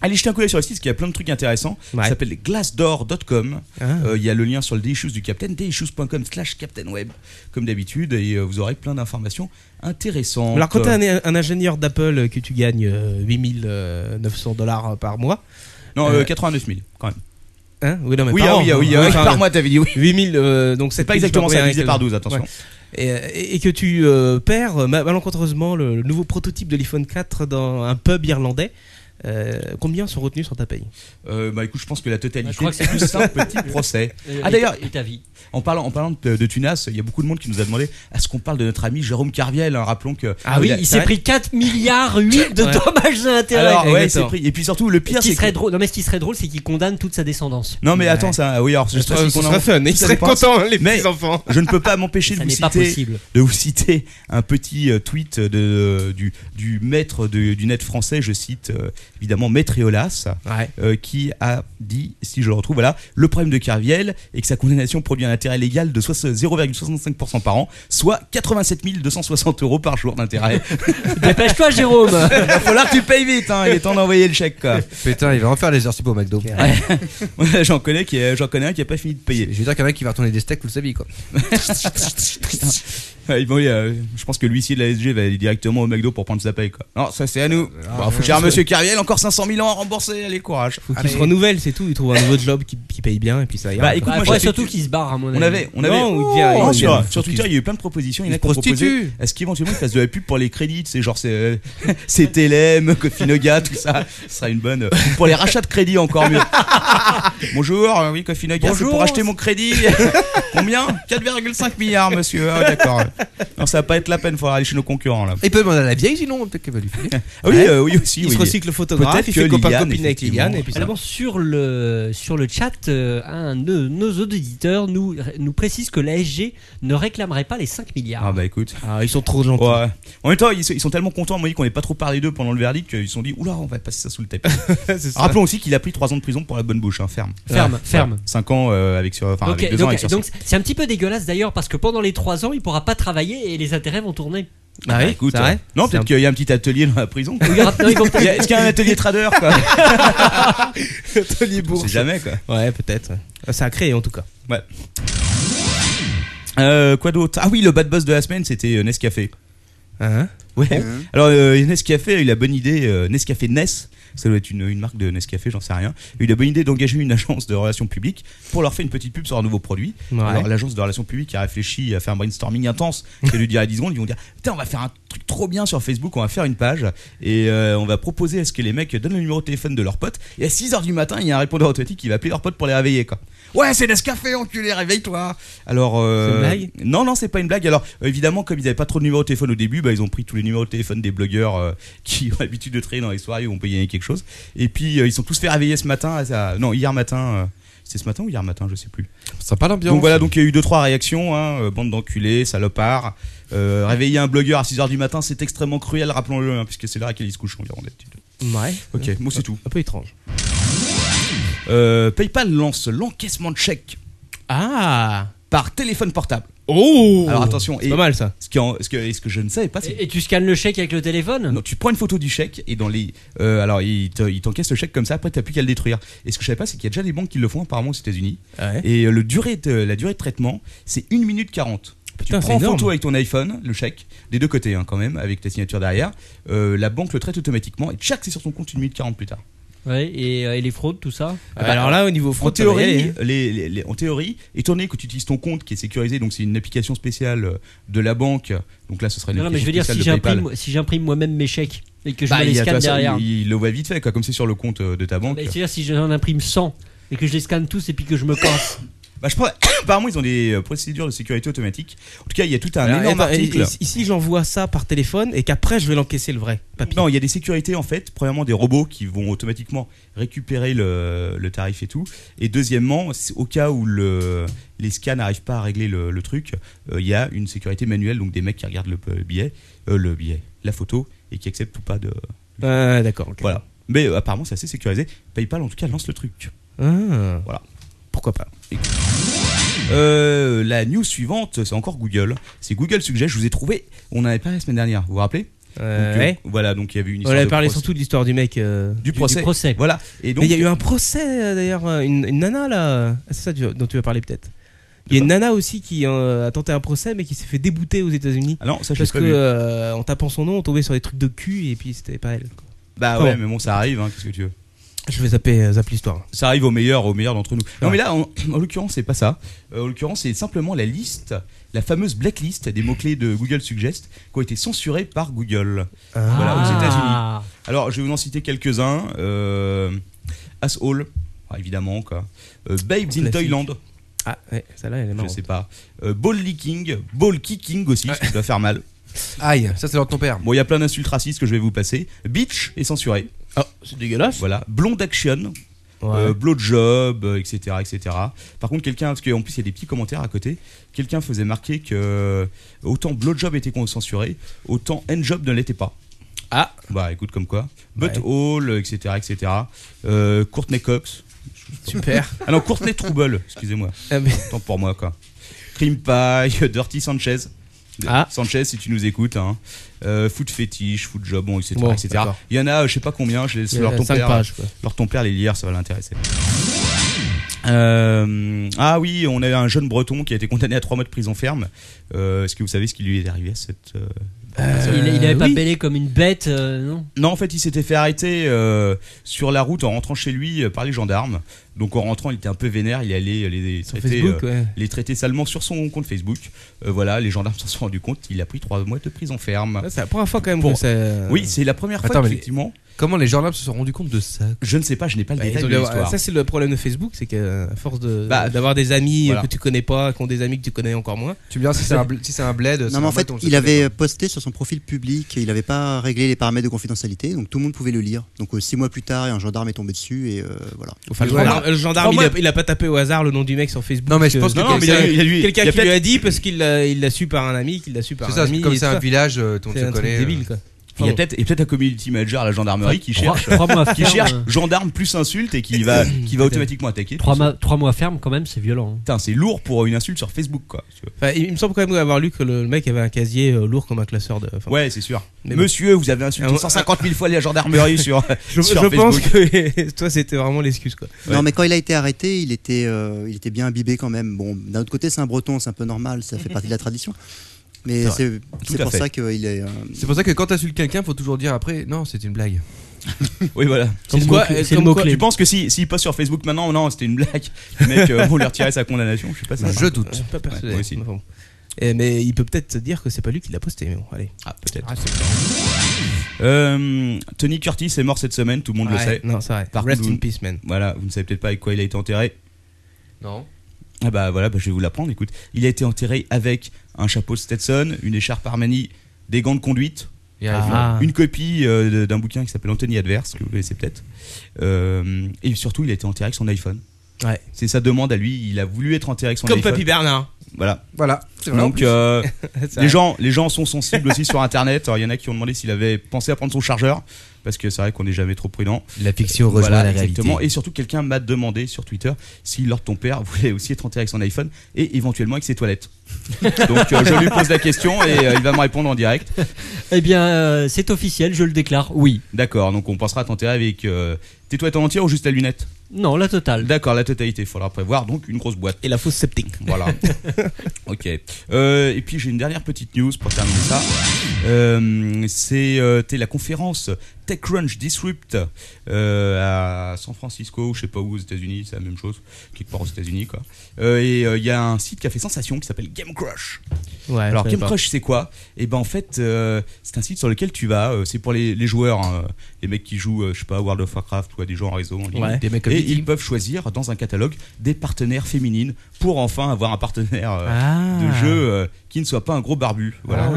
S5: Allez jeter un coup d'œil sur le site, parce qu'il y a plein de trucs intéressants.
S6: Ouais. Ah.
S5: Ça s'appelle glassdoor.com. Euh, Il y a le lien sur le Daily Shoes du Captain, dailyshoots.com slash captainweb, comme d'habitude, et euh, vous aurez plein d'informations intéressantes.
S6: Alors, quand t'as un, un ingénieur d'Apple euh, que tu gagnes 8900 dollars euh, par mois.
S5: Non, euh,
S6: euh,
S5: 89 000, quand même.
S6: Hein oui, non, mais
S5: Oui,
S6: par
S5: ah
S6: an,
S5: oui, ah oui,
S6: hein.
S5: ah oui,
S6: Enfin,
S5: par mois, t'avais dit oui.
S6: 8000, euh, donc c'est
S5: pas exactement ça, divisé par 12, attention.
S6: Et, et- et que tu euh, perds euh, ma- malencontreusement le, le nouveau prototype de l'iPhone 4 dans un pub irlandais. Euh, combien sont retenus sur ta paye
S5: Euh, bah écoute, je pense que la totalité.
S8: Je crois que c'est
S5: plus
S8: plus
S5: un [LAUGHS]
S8: ça.
S5: petit procès.
S8: Et-
S5: Ah
S8: et-
S5: d'ailleurs,
S8: et ta vie.
S5: En parlant, en parlant de, de Tunas, il y a beaucoup de monde qui nous a demandé à ce qu'on parle de notre ami Jérôme Carviel. hein, rappelons que
S8: Ah oui,
S5: a-
S8: il s'est pris 4 milliards 8 de
S5: Ouais.
S8: dommages et intérêts.
S5: Alors, ouais, il s'est pris. Et puis surtout, le pire,
S8: Ce qui
S5: c'est que-
S8: serait drôle. Non, mais ce qui serait drôle, c'est qu'il condamne toute sa descendance.
S5: Non mais attends, ça, oui alors je
S6: Ce
S5: sais pas
S6: serait-
S5: si
S6: ce
S5: qu'on
S6: serait
S5: en-
S6: fun, ils
S5: ça
S6: seraient
S5: dépend.
S6: contents, les
S5: Mais
S6: petits-enfants.
S5: Je ne peux pas m'empêcher de
S6: Ça
S5: vous
S6: n'est pas
S5: citer,
S6: possible.
S5: de vous citer un petit euh, tweet de euh, du, du maître de- du net français, je cite euh, évidemment Maître Eolas, euh, qui a dit, si je le retrouve, voilà, le problème de Carviel est que sa condamnation produit un intérêt légal de soix- 0,65% par an, soit 87 260 euros par jour d'intérêt. [LAUGHS]
S8: Dépêche-toi, Jérôme.
S5: Il va falloir que tu payes vite, hein, il est temps d'envoyer le chèque. Quoi.
S9: Putain, il va refaire les heures sup au McDo.
S5: Ouais, J'en connais, qui est- j'en connais un qui a pas fini de payer.
S9: Je veux dire qu'un mec qui va retourner des steaks toute sa vie, quoi.
S5: Ouais, bon, oui, euh, je pense que l'huissier de la SG va aller directement au McDo pour prendre sa paye. Quoi. Non, ça c'est à nous. Bah, faut cher monsieur Carviel, encore 500 000 ans à rembourser, allez, courage.
S6: Faut qu'il se renouvelle, c'est tout. Il trouve un nouveau job qui, qui paye bien et puis ça ira.
S5: Bah, écoute, moi,
S8: faudrait
S5: j'ai-
S8: surtout qu'il se barre, à mon
S5: On
S8: avis.
S5: avait, on avait.
S6: Non, il
S5: Oh,
S6: vient, il
S5: non,
S6: vient.
S5: sur,
S6: Faut
S5: sur
S6: qu'il
S5: Twitter,
S6: se-
S5: il y a eu plein de propositions. Il y en a
S6: Il
S5: qui ont
S6: se prostitue.
S5: proposé. Est-ce qu'éventuellement il fasse de la pub pour les crédits, c'est genre c'est euh, [LAUGHS] CTLM, Cofinoga, tout ça. Ce sera une bonne. Ou Pour les rachats de crédits, encore
S6: [LAUGHS]
S5: mieux. Bonjour, euh, oui, Cofinoga, c'est
S6: Bonjour.
S5: pour acheter mon crédit. [LAUGHS] Combien 4,5 milliards, monsieur. Ah, d'accord. Non, ça va pas être la peine, il faudra aller chez nos concurrents là.
S9: Il peut demander à la vieille, sinon, peut-être qu'elle va lui [LAUGHS] filer.
S5: Ah oui, euh, oui aussi.
S6: Il
S5: oui.
S6: se recycle le photographe,
S5: Peut-être
S6: il
S5: que
S6: fait copain
S5: Liliane,
S6: copine avec
S5: effectivement.
S6: Liliane et puis ça.
S8: Alors sur le sur le chat, euh, un de nos auditeurs nous nous précise que l'ASG ne réclamerait pas les 5 milliards.
S5: Ah bah écoute.
S6: Ah, ils sont trop gentils.
S5: Ouais. En même temps, ils sont, ils sont tellement contents, à mon avis, qu'on n'ait pas trop parlé d'eux pendant le verdict qu'ils se sont dit, oula, on va passer ça sous le tapis.
S6: [LAUGHS] C'est ça.
S5: Rappelons aussi qu'il a pris 3 ans de prison pour la bonne bouche, hein, ferme.
S8: Ferme, ferme.
S5: 5 ans euh, avec sur. Enfin,
S8: Donc,
S5: avec 2
S8: donc-
S5: ans avec sursis.
S8: donc, c'est un petit peu dégueulasse d'ailleurs parce que pendant les 3 ans, il pourra pas travailler et les intérêts vont tourner.
S6: Ah
S5: Bah,
S6: oui,
S5: écoute,
S6: c'est vrai
S5: euh, non,
S6: C'est un-
S5: peut-être qu'il y a un petit atelier dans la prison.
S6: [LAUGHS]
S5: quoi.
S8: Il y aura- non, ils
S5: [LAUGHS]
S8: vont
S5: Il y
S8: peut-être-
S5: a- Est-ce qu'il y a un atelier trader, quoi
S6: Tony
S5: C'est
S6: Bourge.
S5: jamais, quoi.
S6: Ouais, peut-être. Ah, Ça a créé en tout cas.
S5: Ouais. Euh, quoi d'autre Ah oui, le bad boss de la semaine, c'était euh, Nescafé.
S6: Hein
S5: Ouais. [LAUGHS] Alors euh, Nescafé a eu la bonne idée, euh, Nescafé Ness, ça doit être une, une marque de Nescafé, j'en sais rien, a eu la bonne idée d'engager une agence de relations publiques pour leur faire une petite pub sur un nouveau produit.
S6: Ouais.
S5: Alors l'agence de relations publiques a réfléchi, a fait un brainstorming intense, et lui dire à 10 secondes, ils vont dire, putain on va faire un truc trop bien sur Facebook, on va faire une page, et euh, on va proposer à ce que les mecs donnent le numéro de téléphone de leur pote, et à 6h du matin, il y a un répondeur automatique qui va appeler leur pote pour les réveiller, quoi. Ouais, c'est Nescafé, enculé, réveille-toi Alors... euh,
S6: C'est une blague
S5: non, non, c'est pas une blague. Alors, euh, évidemment, comme ils avaient pas trop de numéros de téléphone au début, bah, ils ont pris tous les numéros de téléphone des blogueurs euh, [LAUGHS] qui ont l'habitude de traîner dans les soirées où on peut gagner quelque chose. Et puis, euh, ils sont tous fait réveiller ce matin. à sa- Non, hier matin. euh, C'était ce matin ou hier matin, je sais plus.
S9: Ça pas l'ambiance.
S5: Donc voilà, donc il y a eu deux trois réactions, hein, euh, bande d'enculés, salopards. Euh, réveiller un blogueur à 6h du matin, c'est extrêmement cruel, rappelons-le, hein, puisque c'est l'heure à laquelle ils se couchent environ d'habitude.
S6: Ouais.
S5: Ok, bon c'est tout.
S6: Un peu étrange.
S5: Euh, PayPal lance l'encaissement de chèques.
S6: Ah
S5: par téléphone portable.
S6: Oh
S5: Alors attention,
S6: C'est pas mal ça.
S5: Ce, qui en- ce que, et ce que je ne savais pas, c'est
S8: Et, et tu scannes le chèque avec le téléphone
S5: Ah, Donc tu prends une photo du chèque et dans les euh, alors il te- il t'encaisse le chèque comme ça après t'as plus qu'à le détruire. Et ce que je savais pas c'est qu'il y a déjà des banques qui le font apparemment aux États-Unis. Et euh, le durée de, la durée de traitement c'est 1 minute 40.
S6: Putain,
S5: tu
S6: c'est
S5: prends en
S6: énorme.
S5: photo avec ton iPhone, le chèque, des deux côtés hein, quand même, avec ta signature derrière. Euh, la banque le traite automatiquement et chaque c'est sur ton compte 1 minute 40 plus tard.
S8: Ouais, et, euh, et les fraudes, tout ça
S5: Ah bah, en
S8: ça va y
S5: théorie,
S6: hein.
S8: aller. hein.
S5: les- les- les- en théorie, étant donné que tu utilises ton compte qui est sécurisé, donc c'est une application spéciale euh, de la banque. Donc là, ce serait une
S8: Non, non, mais je veux dire,
S5: application spéciale
S8: si
S5: de PayPal.
S8: j'imprime si j'imprime moi-même mes chèques et que je
S5: Bah,
S8: me
S5: il
S8: les
S5: y a- de
S8: scanne
S5: toute façon,
S8: derrière.
S5: Il, il le voit vite fait, quoi, comme c'est sur le compte euh, de ta banque.
S8: Bah, C'est-à-dire, si j'en imprime 100 et que je les scanne tous et puis que je
S5: [LAUGHS]
S8: me casse.
S5: Bah, je pense, [COUGHS] apparemment, ils ont des euh, procédures de sécurité automatique. En tout cas, il y a tout un
S6: Alors,
S5: énorme
S6: attends, eh ben, et-
S5: article.
S6: et- Ici, j'envoie ça par téléphone et qu'après, je vais l'encaisser le vrai.
S5: Non, il y a des sécurités en fait. Premièrement, des robots qui vont automatiquement récupérer le, le tarif et tout. Et deuxièmement, c'est- au cas où le, les scans n'arrivent pas à régler le, le truc, euh, il y a une sécurité manuelle, donc des mecs qui regardent le, p- le billet, euh, le billet, la photo et qui acceptent ou pas de.
S6: Ah, d'accord. ok.
S5: Voilà. Mais euh, apparemment, c'est assez sécurisé. PayPal en tout cas lance le truc.
S6: Ah.
S5: Voilà. Pourquoi pas Euh, La news suivante, c'est encore Google. C'est Google Suggest. Je vous ai trouvé. On en avait parlé la semaine dernière. Vous vous rappelez
S6: Euh,
S5: Donc, euh,
S6: ouais.
S5: Voilà, donc il y avait une
S6: On
S5: histoire.
S6: avait
S5: de
S6: parlé
S5: procès.
S6: surtout de l'histoire du mec. euh,
S5: Du procès. Voilà. Et donc,
S6: Mais il y a eu un procès euh, d'ailleurs, euh, une, une nana là. Ah, C'est ça tu- dont tu vas parler peut-être. Il y a une nana aussi qui euh, a tenté un procès mais qui s'est fait débouter aux États-Unis.
S5: Ah non, ça, je
S6: Parce
S5: l'ai pas
S6: que
S5: vu.
S6: euh, en tapant son nom, on tombait sur des trucs de cul et puis c'était pas elle. quoi.
S5: Bah
S6: Enfin,
S5: ouais, mais bon, ça arrive, hein, qu'est-ce que tu veux.
S6: Je vais zapper, euh, zapper l'histoire.
S5: Ça arrive aux meilleurs, aux meilleurs d'entre nous. Non, mais là, en, en l'occurrence, c'est pas ça. Euh, en l'occurrence, c'est simplement la liste, la fameuse blacklist des mots-clés de Google Suggest qui ont été censurés par Google.
S6: Ah.
S5: Voilà, aux
S8: Ah.
S5: États-Unis. Alors, je vais vous en citer quelques-uns. Euh, Asshole, ah, évidemment, quoi. Euh, Babes in
S6: Classique.
S5: Thailand.
S6: Ah ouais, celle-là elle est
S5: Je
S6: marrante.
S5: sais pas. Euh, ball leaking, ball kicking aussi, ce qui doit faire mal.
S9: Aïe, ça c'est l'ordre de ton père.
S5: Bon, il y a plein d'insultes racistes que je vais vous passer. Bitch est censuré.
S6: Ah, c'est dégueulasse.
S5: Voilà. Blonde action.
S6: Ouais.
S5: euh, blowjob, euh, etc., etc. Par contre, quelqu'un, parce qu'en plus il y a des petits commentaires à côté, quelqu'un faisait marquer que euh, autant blowjob était censuré, autant endjob ne l'était pas.
S6: Ah
S5: Bah écoute, comme quoi. Butthole, euh, etc., etc. Euh, Courtney Cox.
S6: Super.
S5: Ah non, Courtney Trouble, excusez-moi.
S9: Euh,
S5: Tant pour moi, quoi. Cream Pie, [LAUGHS] Dirty Sanchez.
S6: Ah.
S5: Sanchez, si tu nous écoutes, hein. Euh, foot fétiche, foot job, bon, etc.
S6: Bon,
S5: etc.
S6: d'accord.
S5: Il y en a, euh, je sais pas combien, je laisse
S6: Il y a
S5: leur ton,
S6: cinq
S5: père,
S6: pages, quoi.
S5: leur ton père les lire, ça va l'intéresser. Euh, ah oui, on a un jeune breton qui a été condamné à 3 mois de prison ferme. Euh, Est-ce que vous savez ce qui lui est arrivé à cette. euh, personne
S8: il, il avait pas bêlé comme une bête, euh, non
S5: non, en fait, il s'était fait arrêter euh, sur la route en rentrant chez lui euh, par les gendarmes. Donc en rentrant, il était un peu vénère, il allait les traiter, euh,
S6: Facebook, ouais.
S5: les traiter salement sur son compte Facebook. Euh, voilà, les gendarmes [LAUGHS] s'en sont rendus compte, il a pris trois mois de prison ferme.
S6: Ouais, c'est la première fois quand même
S5: ah. Pour-
S6: que ça-
S5: Oui, c'est la première fois,
S6: Euh, Attends, mais les-
S5: effectivement.
S9: [LAUGHS] Comment les gendarmes se sont rendus compte de ça
S5: Je ne sais pas, je n'ai pas le
S6: Bah,
S5: détail
S6: ils ont
S5: de
S6: dû avoir-
S5: l'histoire.
S6: ça c'est le problème de Facebook, c'est qu'à force de-
S5: Bah,
S6: d'avoir des amis
S5: voilà.
S6: que tu connais pas, qui ont des amis que tu connais encore moins.
S9: Tu me diras si c'est un bl- si c'est un bled,
S7: Non, mais en fait, il avait posté sur son profil public, il n'avait pas réglé les paramètres de confidentialité, donc tout le monde pouvait le lire. Donc euh, six mois plus tard, un gendarme est tombé dessus et euh, voilà.
S6: Enfin, le, gendarme, le gendarme, il, a, il a pas tapé au hasard le nom du mec sur Facebook.
S9: Non, mais je pense que
S6: quelqu'un-
S9: quelqu'un- il a lui- il
S6: quelqu'un
S9: a
S6: qui lui a
S9: peut-être-
S6: dit parce qu'il l'a il l'a su par un ami, qu'il l'a su par
S9: C'est
S6: un
S9: ça,
S6: ami.
S9: comme
S6: et
S9: c'est
S6: tout
S9: un
S6: ça.
S9: village, euh, tout le monde
S6: C'est
S9: se
S6: un truc
S9: connaît, euh.
S6: débile quoi.
S5: Il y a
S6: Enfin,
S5: peut-être peut un community manager à la gendarmerie
S6: Oh,
S5: qui
S8: Trois-
S5: cherche,
S8: trois [LAUGHS] mois
S5: qui
S8: ferme. hein.
S5: cherche gendarme plus insulte et qui va, qui va automatiquement attaquer.
S8: trois mois, trois mois ferme, quand même, c'est violent. hein.
S5: Putain, c'est lourd pour une insulte sur Facebook, quoi. tu vois.
S6: enfin, il il me semble quand même avoir lu que le, le mec avait un casier euh, lourd comme un classeur de. enfin,
S5: Ouais, c'est sûr.
S6: Mais bon.
S5: Monsieur, vous avez insulté
S6: Ah,
S5: 150 000 fois la
S6: [LAUGHS]
S5: gendarmerie sur,
S6: Je,
S5: sur
S6: je
S5: Facebook.
S6: pense que [LAUGHS] toi c'était vraiment l'excuse quoi.
S7: Non, mais quand il a été arrêté, il était, euh, il était bien imbibé quand même. Bon, d'un autre côté, c'est un breton, c'est un peu normal, ça fait partie de la tradition. Mais
S9: C'est vrai.
S7: c'est
S5: Tout
S7: c'est
S5: à
S7: pour
S5: fait.
S7: ça qu'il est. euh,
S9: C'est pour ça que quand t'insultes quelqu'un, faut toujours dire après, non, c'est une blague.
S5: Oui, voilà.
S6: C'est le mot- c'est le
S5: comme
S6: mot-clé.
S5: quoi, tu penses que si- s'il passe sur Facebook maintenant, non, c'était une blague. Le mec, euh, vont lui retirer sa condamnation. Je suis pas certain.
S9: Je doute.
S6: suis pas persuadé.
S5: moi aussi.
S6: Enfin, bon. Eh, mais il peut peut-être se dire que c'est pas lui qui l'a posté. Mais bon, allez.
S5: Ah, peut-être. Euh, Tony Curtis est mort cette semaine, tout le monde le
S6: Ouais,
S5: sait.
S6: Non, c'est vrai.
S5: Par
S6: Rest
S5: contre,
S6: in peace, man.
S5: Voilà, vous ne savez peut-être pas avec quoi il a été enterré.
S9: Non.
S5: Ah bah voilà, bah je vais vous l'apprendre, écoute. Il a été enterré avec un chapeau Stetson, une écharpe Armani, des gants de conduite,
S9: Il y a-
S6: Ah.
S5: une copie euh, d'un bouquin qui s'appelle Anthony Adverse, que vous connaissez peut-être. Euh, et surtout, il a été enterré avec son iPhone. C'est sa demande à lui. Il a voulu être enterré avec son
S6: Comme
S5: iPhone.
S6: Papy Bernard.
S5: Voilà.
S6: Voilà, c'est vrai, en
S5: Donc
S6: plus.
S5: euh,
S6: [LAUGHS] C'est vrai.
S5: les gens, les gens sont sensibles aussi sur Internet. Alors, Il y en a qui ont demandé s'il avait pensé à prendre son chargeur. Parce que c'est vrai qu'on n'est jamais trop prudent.
S9: La fiction rejoint
S5: Voilà,
S9: la
S5: exactement.
S9: réalité.
S5: Et surtout, quelqu'un m'a demandé sur Twitter si Lord ton père [LAUGHS] voulait aussi être enterré avec son iPhone et éventuellement avec
S9: [LAUGHS]
S5: ses toilettes. Donc euh, je lui pose la question et euh, il va me répondre en direct.
S8: Eh bien, euh, c'est officiel, je le déclare, oui.
S5: D'accord, donc on pensera à t'enterrer avec euh, tes toilettes en entière ou juste la lunette
S8: Non, la totale.
S9: Bah,
S5: D'accord, la totalité. Faudra prévoir donc une grosse boîte.
S6: Et la fausse septique. [LAUGHS]
S5: Voilà. ok. Euh, et puis j'ai une dernière petite news pour terminer ça. Euh, C'est euh, t'es la conférence TechCrunch Disrupt euh, à San Francisco, ou je sais pas où aux États-Unis, c'est la même chose, quelque part aux États-Unis quoi. Euh, et euh, il y a un site qui a fait sensation qui s'appelle Game Crush.
S6: Ouais,
S5: Alors
S6: Ah, je savais
S5: Game
S6: pas.
S5: Crush c'est quoi Et ben en fait euh, c'est un site sur lequel tu vas, euh, c'est pour les, les joueurs, hein, les mecs qui jouent euh, je sais pas World of Warcraft ou à des gens en réseau en ligne.
S9: Ouais. Des mecs comme
S5: et
S9: Mitty.
S5: ils peuvent choisir dans un catalogue des partenaires féminines pour enfin avoir un partenaire euh,
S6: Ah.
S5: de jeu euh, qui ne soit pas un gros barbu. Voilà.
S6: Ah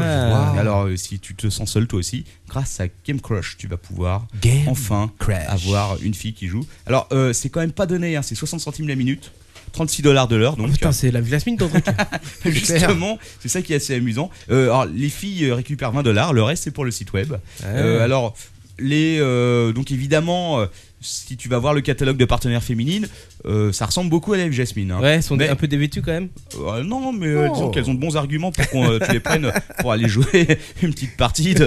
S6: ouais.
S5: Et Alors euh, si tu te sens seul toi aussi, grâce à Game Crush tu vas pouvoir
S6: Game
S5: enfin
S6: Crush.
S5: avoir une fille qui joue. Alors euh, c'est quand même pas donné, hein, c'est 60 centimes la minute. 36 dollars de l'heure, donc
S6: Oh, Putain, c'est la Jasmine ton truc.
S5: [LAUGHS] Justement, c'est ça qui est assez amusant. Euh, alors, les filles euh, récupèrent 20 dollars, le reste c'est pour le site web.
S9: Ah.
S5: Euh, alors, les, euh, donc évidemment, euh, si tu vas voir le catalogue de partenaires féminines, euh, ça ressemble beaucoup à la Jasmine. hein.
S6: [LAUGHS] Ouais, elles sont
S5: Mais-
S6: un peu dévêtues quand même.
S5: euh, non, mais euh,
S9: Oh.
S5: disons qu'elles ont de bons arguments pour qu'on euh, tu les prennes pour aller jouer [LAUGHS] une petite partie de,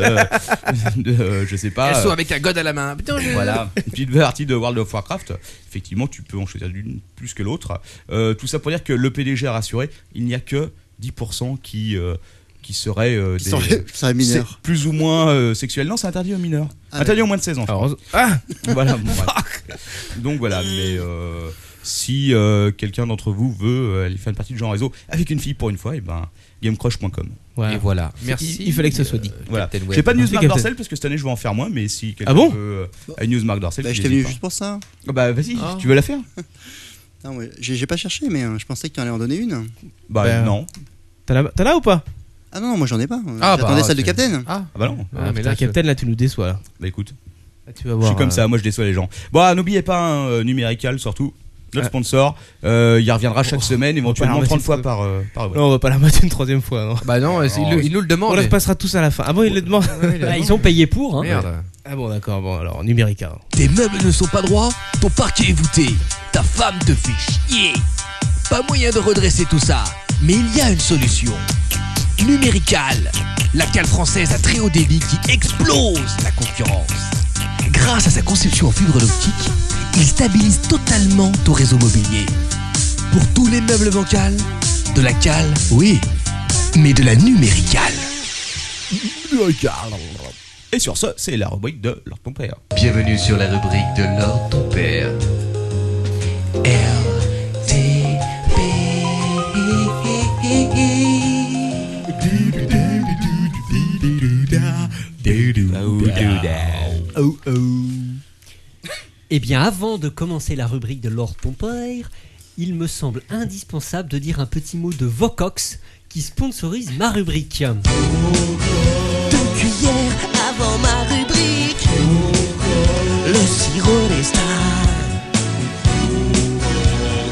S5: de, euh, je sais pas.
S9: Elles sont
S5: euh,
S9: avec un god à la main. Putain, je-
S5: voilà, une petite partie de World of Warcraft. Effectivement, tu peux en choisir l'une plus que l'autre. Euh, tout ça pour dire que le PDG a rassuré, il n'y a que 10% qui, euh, qui seraient euh,
S7: Qui [LAUGHS]
S5: des-
S7: seraient- seraient mineurs.
S5: [LAUGHS] c'est Plus ou moins euh, sexuels. Non, c'est interdit aux mineurs.
S7: Ah,
S5: interdit aux moins de 16 ans.
S6: Ah
S5: Voilà.
S6: [LAUGHS]
S5: bon, bref. Donc voilà, mais euh, si euh, quelqu'un d'entre vous veut euh, aller faire une partie de genre réseau avec une fille pour une fois, et ben gamecrush.com.
S6: Ouais.
S9: Et voilà.
S6: C'est-
S9: Merci.
S6: il- il fallait que ce soit dit.
S9: euh,
S5: Voilà.
S9: Captain
S5: J'ai
S9: Web.
S5: pas de news
S6: Merci,
S5: Marc
S6: Euh, Captain.
S5: Dorcel parce que cette année je vais en faire moins, mais si quelqu'un
S6: Ah bon
S5: veut euh, une news Marc Dorcel,
S7: Bah, je
S5: n'hésite
S7: t'ai venu
S5: pas.
S7: juste pour ça.
S5: Ah Bah vas-y,
S7: Ah.
S5: tu veux la faire
S7: Non, mais j'ai j'ai pas cherché, mais euh, je pensais que tu allais en donner une.
S5: Bah
S6: Ben,
S5: non.
S6: T'as la- t'as là ou pas
S7: Ah non, non, moi j'en ai pas. Euh,
S9: Ah, bah,
S7: J'attendais celle de
S9: c'est-
S7: Captain.
S9: Ah,
S5: Ah bah non.
S9: Ah,
S6: Ah,
S9: mais
S6: putain,
S9: là,
S6: Captain, là, tu nous déçois. Là.
S5: Bah écoute,
S6: Là, tu vas
S5: je
S6: voir.
S5: suis comme
S6: euh,
S5: ça, moi je déçois les gens. Bon, ah, n'oubliez pas hein, euh, Numérical surtout, notre
S6: Ouais.
S5: sponsor. Euh, il reviendra
S6: Oh,
S5: chaque semaine, éventuellement
S6: remettre
S5: 30
S6: une
S5: fois
S6: fois.
S5: par. euh, par web.
S6: Non, on va pas la mater une troisième fois. non.
S9: Bah non, c'est- il, le- il nous le
S6: on
S9: demande.
S6: la passera tous à la fin. Ah bon, il le [LAUGHS] demande
S9: Ouais, il le
S8: Bah,
S9: demande.
S8: ils ont payé pour. hein.
S9: Merde.
S6: Ah bon, d'accord. Bon, alors, Numérica. [LAUGHS]
S2: Tes meubles ne sont pas droits, ton parquet est voûté, ta femme te fait chier. Pas moyen de redresser tout ça, mais il y a une solution. Numérical, la cale française à très haut débit qui explose la concurrence. Grâce à sa conception en fibre optique, il stabilise totalement ton réseau mobilier. Pour tous les meubles bancals, de la cale, oui, mais de la numéricale.
S5: Et sur ce, c'est la rubrique de Lord Ton Père.
S6: Ah,
S2: Bienvenue sur la rubrique de l'ordre ton père.
S6: Ah,
S8: Eh bien, avant de commencer la rubrique de Lord Pompeyer, il me semble indispensable de dire un petit mot de Vocox qui sponsorise ma rubrique.
S11: Deux cuillères avant ma rubrique. Le sirop des stars.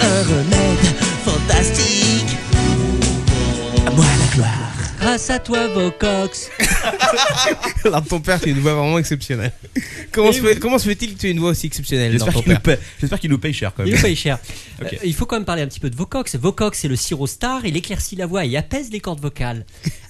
S11: Un remède fantastique. À moi la gloire.
S8: Grâce à toi, Vocox.
S6: Alors, ton père, tu as une voix vraiment [LAUGHS] exceptionnelle. Comment se fait- comment se fait-il que tu aies une voix aussi exceptionnelle dans
S5: J'espère
S6: ton
S5: qu'il nous,
S6: père
S5: paie- j'espère qu'il nous paye cher quand
S8: Il
S5: même.
S8: nous paye
S6: [LAUGHS]
S8: cher.
S5: Ok.
S8: Euh, il faut quand même parler un petit peu de Vocox. Vocox, c'est le sirop star. Il éclaircit la voix et apaise les cordes
S6: [LAUGHS]
S8: vocales.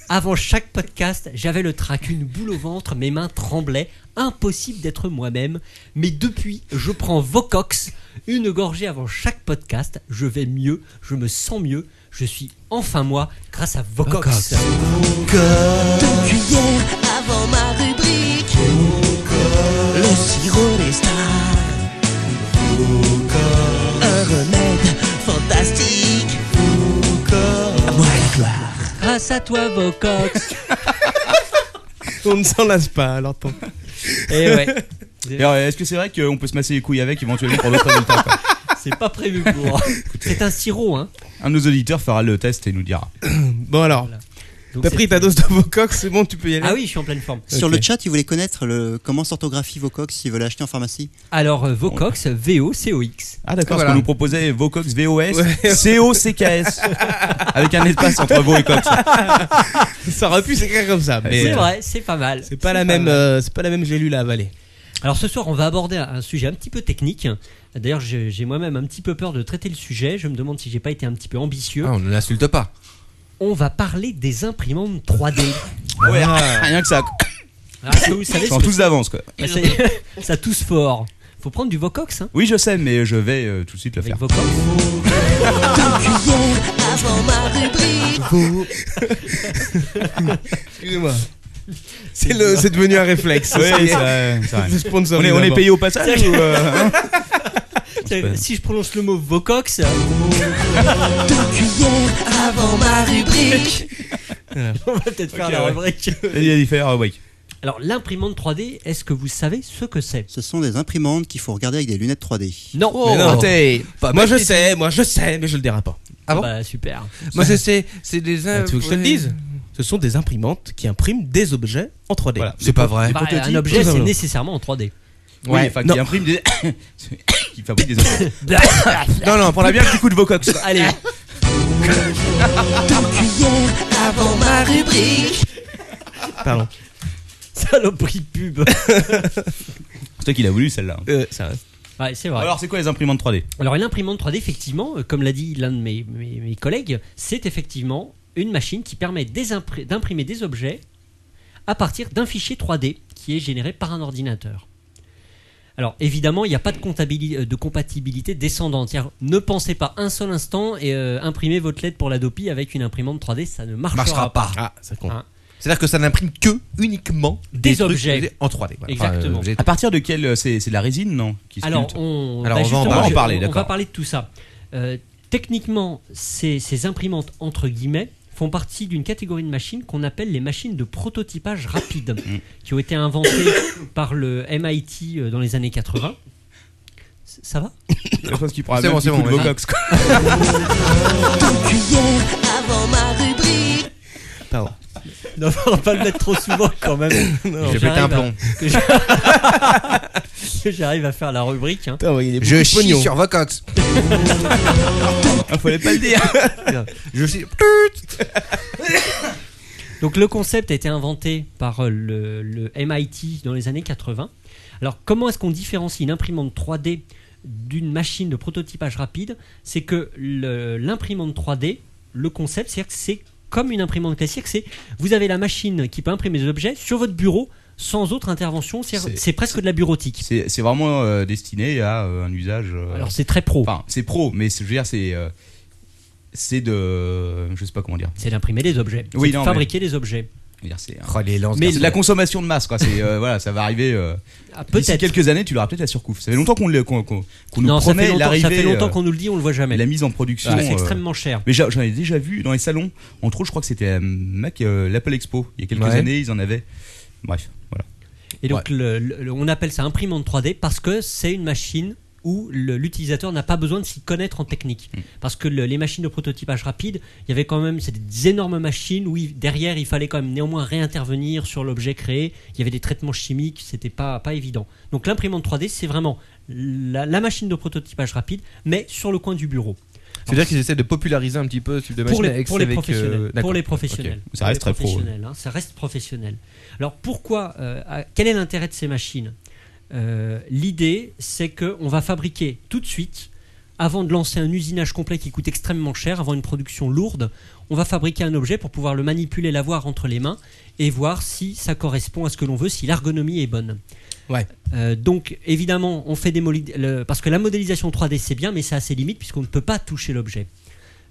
S8: Avant chaque podcast, j'avais le trac, une boule au ventre, mes mains tremblaient. Impossible d'être moi-même. Mais depuis, je prends Vocox, une gorgée avant chaque podcast. Je vais mieux, je me sens mieux. Je suis enfin moi grâce à Vocox.
S11: Deux cuillères avant ma rubrique. Le sirop des stars. Un remède fantastique. À moi la gloire.
S8: Grâce à toi,
S6: [LAUGHS]
S8: Vocox.
S6: On ne s'en lasse pas, alors [LAUGHS] ton père.
S8: et Eh ouais,
S5: Et alors, Est-ce que c'est vrai qu'on peut se masser les couilles avec éventuellement pour d'autres résultats quoi
S8: c'est pas prévu pour. C'est un sirop, hein.
S5: Un de nos auditeurs fera le test et nous dira.
S6: Bon, alors. T'as pris ta dose Euh, de Vocox, c'est bon, tu peux y aller.
S8: Ah oui, je suis en pleine forme.
S7: Sur
S8: Ok.
S7: le chat, ils voulaient connaître le, comment s'orthographie Vocox s'ils veulent acheter en pharmacie.
S8: Alors, euh, Vocox, V-O-C-O-X.
S5: Ah d'accord, parce qu'on nous proposait Vocox VOS,
S6: [LAUGHS]
S5: COCKS, avec un espace entre Vaux et Cox.
S6: Ah. Ça aurait pu s'écrire comme ça. mais,
S8: C'est
S6: euh,
S8: vrai, c'est pas mal.
S6: C'est pas la même. euh, c'est pas la même gélule à avaler.
S8: Alors ce soir, on va aborder un sujet un petit peu technique. D'ailleurs, j'ai j'ai moi-même un petit peu peur de traiter le sujet. Je me demande si j'ai pas été un petit peu ambitieux.
S9: Ah, on ne l'insulte pas.
S8: On va parler des imprimantes 3D.
S5: Ouais,
S6: [LAUGHS]
S5: rien que ça.
S8: Ah, parce que vous savez
S5: Ils
S8: ce
S5: sont
S8: que-
S5: tous d'avance quoi.
S8: Bah, c'est- [LAUGHS] ça tousse fort. Faut prendre du Vocox. Hein.
S5: Oui je sais, mais je vais euh, tout de suite le faire.
S11: Tant qu'hier, avant ma rubrique.
S6: Excusez-moi. C'est le- c'est devenu un réflexe.
S5: Oui,
S6: Ça y est.
S5: c'est vrai,
S8: [LAUGHS]
S5: c'est vrai.
S6: Le sponsor
S5: On est-
S6: du
S5: on est
S6: Laban.
S5: payé au passage ou, euh, hein
S8: Si je prononce le mot Vocox. euh,
S11: Tant qu'hier, avant ma rubrique.
S8: [LAUGHS] On va peut-être faire
S11: Ok,
S8: la
S11: ouais.
S8: rubrique.
S5: Il y a différents oui.
S8: Alors l'imprimante 3D, est-ce que vous savez ce que c'est Oh.
S7: Ce sont des imprimantes qu'il faut regarder avec des lunettes 3D.
S8: Non.
S7: Mais non.
S9: raté. Pas
S6: moi
S9: mal
S6: je
S9: du
S6: sais, moi je sais, mais je le dirai pas.
S9: Ah bon
S8: Bah super.
S9: Moi je sais, c'est des.
S6: Ah, tu veux que je te le dise Ce sont des imprimantes qui impriment des objets en 3D.
S9: Voilà. C'est pas vrai.
S6: Des
S8: Bah,
S6: prototypes,
S8: un
S6: tout
S8: objet,
S9: [LAUGHS]
S8: c'est
S6: simplement.
S8: nécessairement en 3D.
S5: Oui, enfin qui imprime des... [COUGHS] qui fabrique des... non, non, prends la bien petit coup de
S6: [LAUGHS]
S5: Vocox.
S8: Allez.
S11: Tant qu'hier, avant ma rubrique.
S6: Pardon.
S8: Saloperie pub.
S5: C'est toi qui l'as voulu celle-là.
S8: Euh,
S6: Euh,
S8: Ouais, c'est vrai.
S5: Alors c'est quoi les imprimantes 3D
S8: Alors, une imprimante 3D, effectivement, euh, comme l'a dit l'un de mes, mes- mes collègues, c'est effectivement une machine qui permet des impr- d'imprimer des objets à partir d'un fichier 3D qui est généré par un ordinateur. Alors, évidemment, il n'y a pas de, comptabili- euh, de compatibilité descendante. C'est-à-dire, Ne pensez pas un seul instant et euh, imprimez votre lettre pour la DOPI avec une imprimante 3D, ça ne marchera,
S9: Marchera pas.
S6: Ah, ça compte.
S8: Hein.
S9: C'est-à-dire que ça n'imprime que uniquement
S8: Des
S9: trucs
S8: objets.
S9: en 3D. voilà. Enfin,
S8: Exactement.
S9: objets-
S5: À partir de quelle euh, c'est c'est de la résine non qui sculpte
S8: Alors, on,
S9: Alors, on
S8: bah,
S9: va en
S8: justement,
S9: parler.
S8: je-
S9: En parler,
S8: on va
S9: d'accord.
S8: parler de tout ça. Euh, techniquement, ces, ces imprimantes, entre guillemets, font partie d'une catégorie de machines qu'on appelle les machines de prototypage rapide,
S9: Mm.
S8: qui ont été inventées [COUGHS] par le MIT euh, dans les années 80. C- Ça va
S5: Je pense qu'il prend un
S9: C'est bon,
S5: petit
S9: c'est
S5: coup
S9: bon,
S5: de
S9: vas-y.
S5: Vocox. quoi.
S11: Tant qu'hier, avant ma rubrique.
S6: Pardon.
S8: Non, [LAUGHS] on va pas le mettre trop souvent
S9: [COUGHS]
S8: quand même.
S9: Je vais péter un plomb.
S8: [LAUGHS] Que j'a- que j'arrive à faire la rubrique. hein.
S9: Je chie sur Vocox.
S5: Ah, Fallait pas le dire.
S9: Je chie.
S8: Donc le concept a été inventé par euh, le, le MIT dans les années 80. Alors comment est-ce qu'on différencie une imprimante 3D d'une machine de prototypage rapide C'est que le- l'imprimante 3D, le concept, c'est-à-dire que c'est comme une imprimante classique, c'est vous avez la machine qui peut imprimer des objets sur votre bureau sans autre intervention, c'est-à-dire
S5: C'est-
S8: c'est presque de la bureautique.
S5: C'est c'est vraiment euh, destiné à euh, un usage. euh,
S8: Alors c'est très pro,
S5: Enfin, c'est pro, mais c'est- je veux dire, c'est. euh, c'est de. Je sais pas comment dire.
S8: c'est d'imprimer des objets,
S5: Oui,
S8: c'est de
S5: non, mais-
S8: fabriquer des objets.
S5: Je veux dire, C'est
S9: Oh, les lances
S8: Mais
S5: c'est de la consommation de masse, quoi. C'est, euh, [LAUGHS] voilà, ça va arriver. euh,
S8: Ah,
S5: d'ici
S8: Peut-être.
S5: quelques années, tu l'auras peut-être la surcouffe. Ça fait longtemps qu'on le- qu'on- qu'on- qu'on nous
S8: Non, ça
S5: promet
S8: fait longtemps, ça
S5: l'arrivée.
S8: fait longtemps
S5: euh,
S8: qu'on nous le dit, on le voit jamais.
S5: la mise en production.
S8: C'est
S5: euh,
S8: extrêmement cher.
S5: Mais j'a- j'en ai déjà vu dans les salons. Entre autres, je crois que c'était la Mac, euh, l'Apple Expo. Il y a quelques
S9: Ouais.
S5: années, ils en avaient. Bref, voilà.
S8: Et donc, le- le- on appelle ça imprimante 3D parce que c'est une machine où le- l'utilisateur n'a pas besoin de s'y connaître en technique. Parce que le- les machines de prototypage rapide, il y avait quand même c'est des énormes machines où il- derrière, il fallait quand même néanmoins réintervenir sur l'objet créé. Il y avait des traitements chimiques, c'était pas, pas évident. Donc, l'imprimante 3D, c'est vraiment la, la machine de prototypage rapide, mais sur le coin du bureau.
S9: C'est-à-dire qu'ils essaient de populariser un petit peu ce type de machine
S8: Pour les,
S9: avec,
S8: pour les
S9: avec, euh,
S8: professionnels.
S9: d'accord.
S8: pour les professionnels.
S5: Ça
S8: Pour
S5: reste
S8: les
S5: très pro, ouais.
S8: professionnels, hein, ça reste professionnel. Alors pourquoi euh, à- Quel est l'intérêt de ces machines Euh, L'idée, c'est qu'on va fabriquer tout de suite, avant de lancer un usinage complet qui coûte extrêmement cher, avant une production lourde, on va fabriquer un objet pour pouvoir le manipuler, l'avoir entre les mains et voir si ça correspond à ce que l'on veut, si l'ergonomie est bonne.
S6: Ouais.
S8: Euh, donc évidemment, on fait des moli- le- parce que la modélisation 3D c'est bien, mais ça a ses limites puisqu'on ne peut pas toucher l'objet.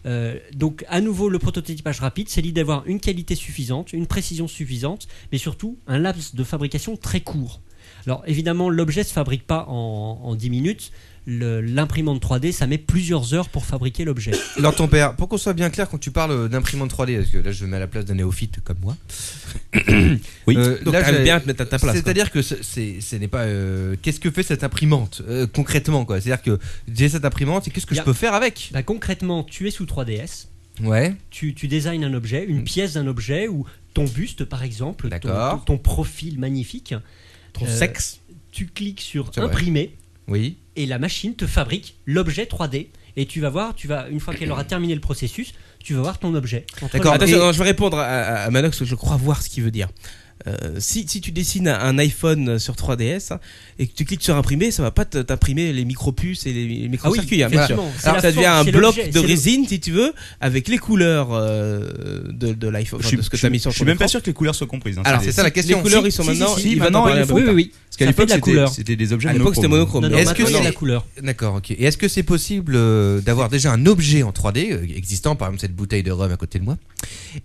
S8: Euh, donc à nouveau le prototypage rapide, c'est l'idée d'avoir une qualité suffisante, une précision suffisante, mais surtout un laps de fabrication très court. Alors évidemment l'objet se fabrique pas en, en 10 minutes, Le- l'imprimante 3D ça met plusieurs heures pour
S9: [COUGHS]
S8: fabriquer l'objet.
S9: Alors ton père, pour qu'on soit bien clair quand tu parles euh, d'imprimante 3D, parce que là je me mets à la place d'un néophyte comme moi. Euh,
S5: Oui.
S6: Donc,
S9: là,
S6: t'arrives
S9: j'ai-
S6: bien à te mettre à ta place, quoi.
S9: C'est-à-dire que ce- c'est- ce n'est pas. euh, qu'est-ce que fait cette imprimante euh, concrètement quoi C'est-à-dire que j'ai cette imprimante et qu'est-ce que
S8: Y a-
S9: je peux faire avec
S8: Bah, concrètement, tu es sous 3DS.
S9: Ouais.
S8: Tu, tu designes un objet, une pièce d'un objet, ou ton buste par exemple, ton,
S9: Mm. D'accord.
S8: ton- ton profil magnifique. Euh,
S6: Ton sexe.
S8: Tu cliques sur
S9: C'est vrai.
S8: imprimer.
S9: Oui.
S8: Et la machine te fabrique l'objet 3D. Et tu vas voir, tu vas, une fois qu'elle aura terminé le processus, tu vas voir ton objet. entre
S6: D'accord,
S8: les mains.
S6: attention, non, je vais répondre à, à- à Manox, je crois voir ce qu'il veut dire. Euh, si, si tu dessines un iPhone sur 3DS hein, et que tu cliques sur imprimer, ça va pas te- t'imprimer les micro-puces et les,
S8: Ah
S6: les micro-circuits. hein,
S8: effectivement.
S6: bien sûr.
S8: C'est
S6: Alors
S8: la
S6: ça devient
S8: forme,
S6: un
S8: c'est
S6: bloc
S8: l'objet,
S6: de
S8: c'est le-
S6: résine, si tu veux, avec les couleurs euh, de, de l'iPhone,
S5: Je
S6: enfin,
S5: suis-
S6: de ce que
S5: je
S6: tu as
S5: suis-
S6: mis sur
S5: je suis
S6: ton
S5: même pas
S6: écran.
S5: sûr que les couleurs soient comprises, hein.
S6: Alors
S5: C'est-
S6: c'est ça la
S5: si-
S6: question.
S5: si,
S6: Les couleurs,
S5: si,
S6: ils sont
S5: si,
S6: maintenant.
S5: si, si,
S6: il va
S5: maintenant,
S6: t'en parler
S5: ils
S6: un peu
S5: font.
S6: plus tard.
S5: Oui, oui, oui.
S6: Parce
S5: Ça fait
S6: qu'à l'époque
S5: de la
S6: c'était-
S5: couleur. C'était des objets
S6: À l'époque c'était
S5: monochrome.
S6: monochrome.
S5: Non, non,
S9: Est-ce que
S5: maintenant,
S9: c'est
S5: il y a la
S8: couleur
S9: D'accord, ok. Et est-ce que c'est possible euh, d'avoir déjà un objet en 3D euh, existant, par exemple cette bouteille de rhum à côté de moi,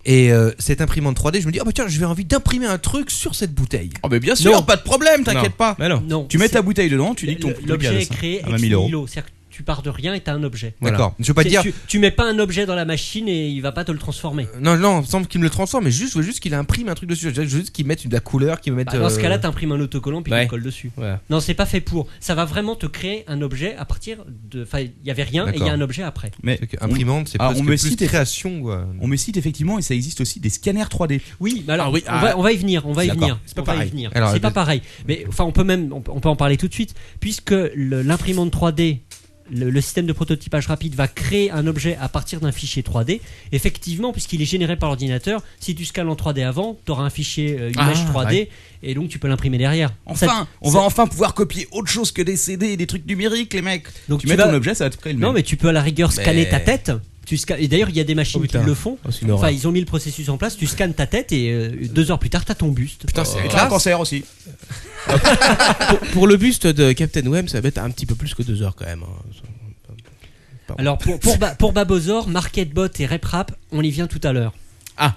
S9: et euh, cette imprimante 3D, je me dis, oh bah tiens, je vais envie d'imprimer un truc sur cette bouteille.
S5: Oh, mais bien sûr, pas de problème, t'inquiète pas.
S8: Non,
S5: tu mets
S8: c'est-
S5: ta bouteille dedans, tu dis que ton
S8: Le-
S5: ton gaz,
S8: L'objet est créé
S5: à
S8: ex
S5: 20 000 euros.
S8: nihilo, c'est-à-dire que tu pars de rien et t'as un objet.
S9: D'accord. Je veux pas
S8: C'est-
S9: dire-
S8: Tu, tu mets pas un objet dans la machine et il va pas te le transformer.
S9: Non, non, il me semble qu'il me le transforme, mais juste, je veux juste qu'il imprime un truc dessus. Je veux juste qu'il mette de la couleur, qu'il me mette.
S8: Bah, dans ce
S9: euh,
S8: cas-là, t'imprimes un autocollant puis
S9: Ouais.
S8: tu le colles dessus.
S9: Ouais.
S8: Non, c'est pas fait pour. Ça va vraiment te créer un objet à partir de. Enfin, il y avait rien et il y a
S5: D'accord.
S8: un objet après.
S5: Mais
S9: que imprimante, c'est
S5: Ah,
S9: presque
S5: on me
S9: plus
S5: cite-
S9: création, quoi.
S5: On me cite effectivement, et ça existe aussi des scanners 3D.
S8: Oui, mais alors
S5: Ah
S8: on, va, on va y venir, on va y venir.
S5: C'est pas
S8: on va y
S5: pareil.
S8: venir. C'est pas pareil. Mais enfin, on peut même, on peut- on peut en parler tout de suite, puisque le- l'imprimante 3D, le, le système de prototypage rapide va créer un objet à partir d'un fichier 3D. Effectivement, puisqu'il est généré par l'ordinateur, si tu scannes en 3D avant, tu auras un fichier, euh, une
S5: Ah,
S8: image 3D,
S5: ouais.
S8: et donc tu peux l'imprimer derrière.
S5: Enfin,
S8: Ça-
S5: on
S8: ça-
S5: va enfin pouvoir copier autre chose que des CD et des trucs numériques, les mecs.
S8: donc
S5: tu, mets
S8: vas-
S5: ton objet, ça va te créer le même.
S8: Non, mais tu peux à la rigueur scanner
S5: Mais-
S8: ta tête. Tu sca- Et d'ailleurs, il y a des machines
S5: Oh,
S8: qui
S5: putain.
S8: le font.
S5: Oh, c'est une horreur.
S8: enfin, ils ont mis le processus en place. Tu scannes ta tête et euh, deux heures plus tard, t'as ton buste.
S6: Putain, c'est
S5: Et t'as un cancer aussi.
S6: pour, pour le buste de Captain Web, ça va être un petit peu plus que deux heures quand même. hein. Pardon.
S8: Alors pour, pour, Ba- pour Babozor, MarketBot et RepRap, on y vient tout à l'heure.
S6: Ah,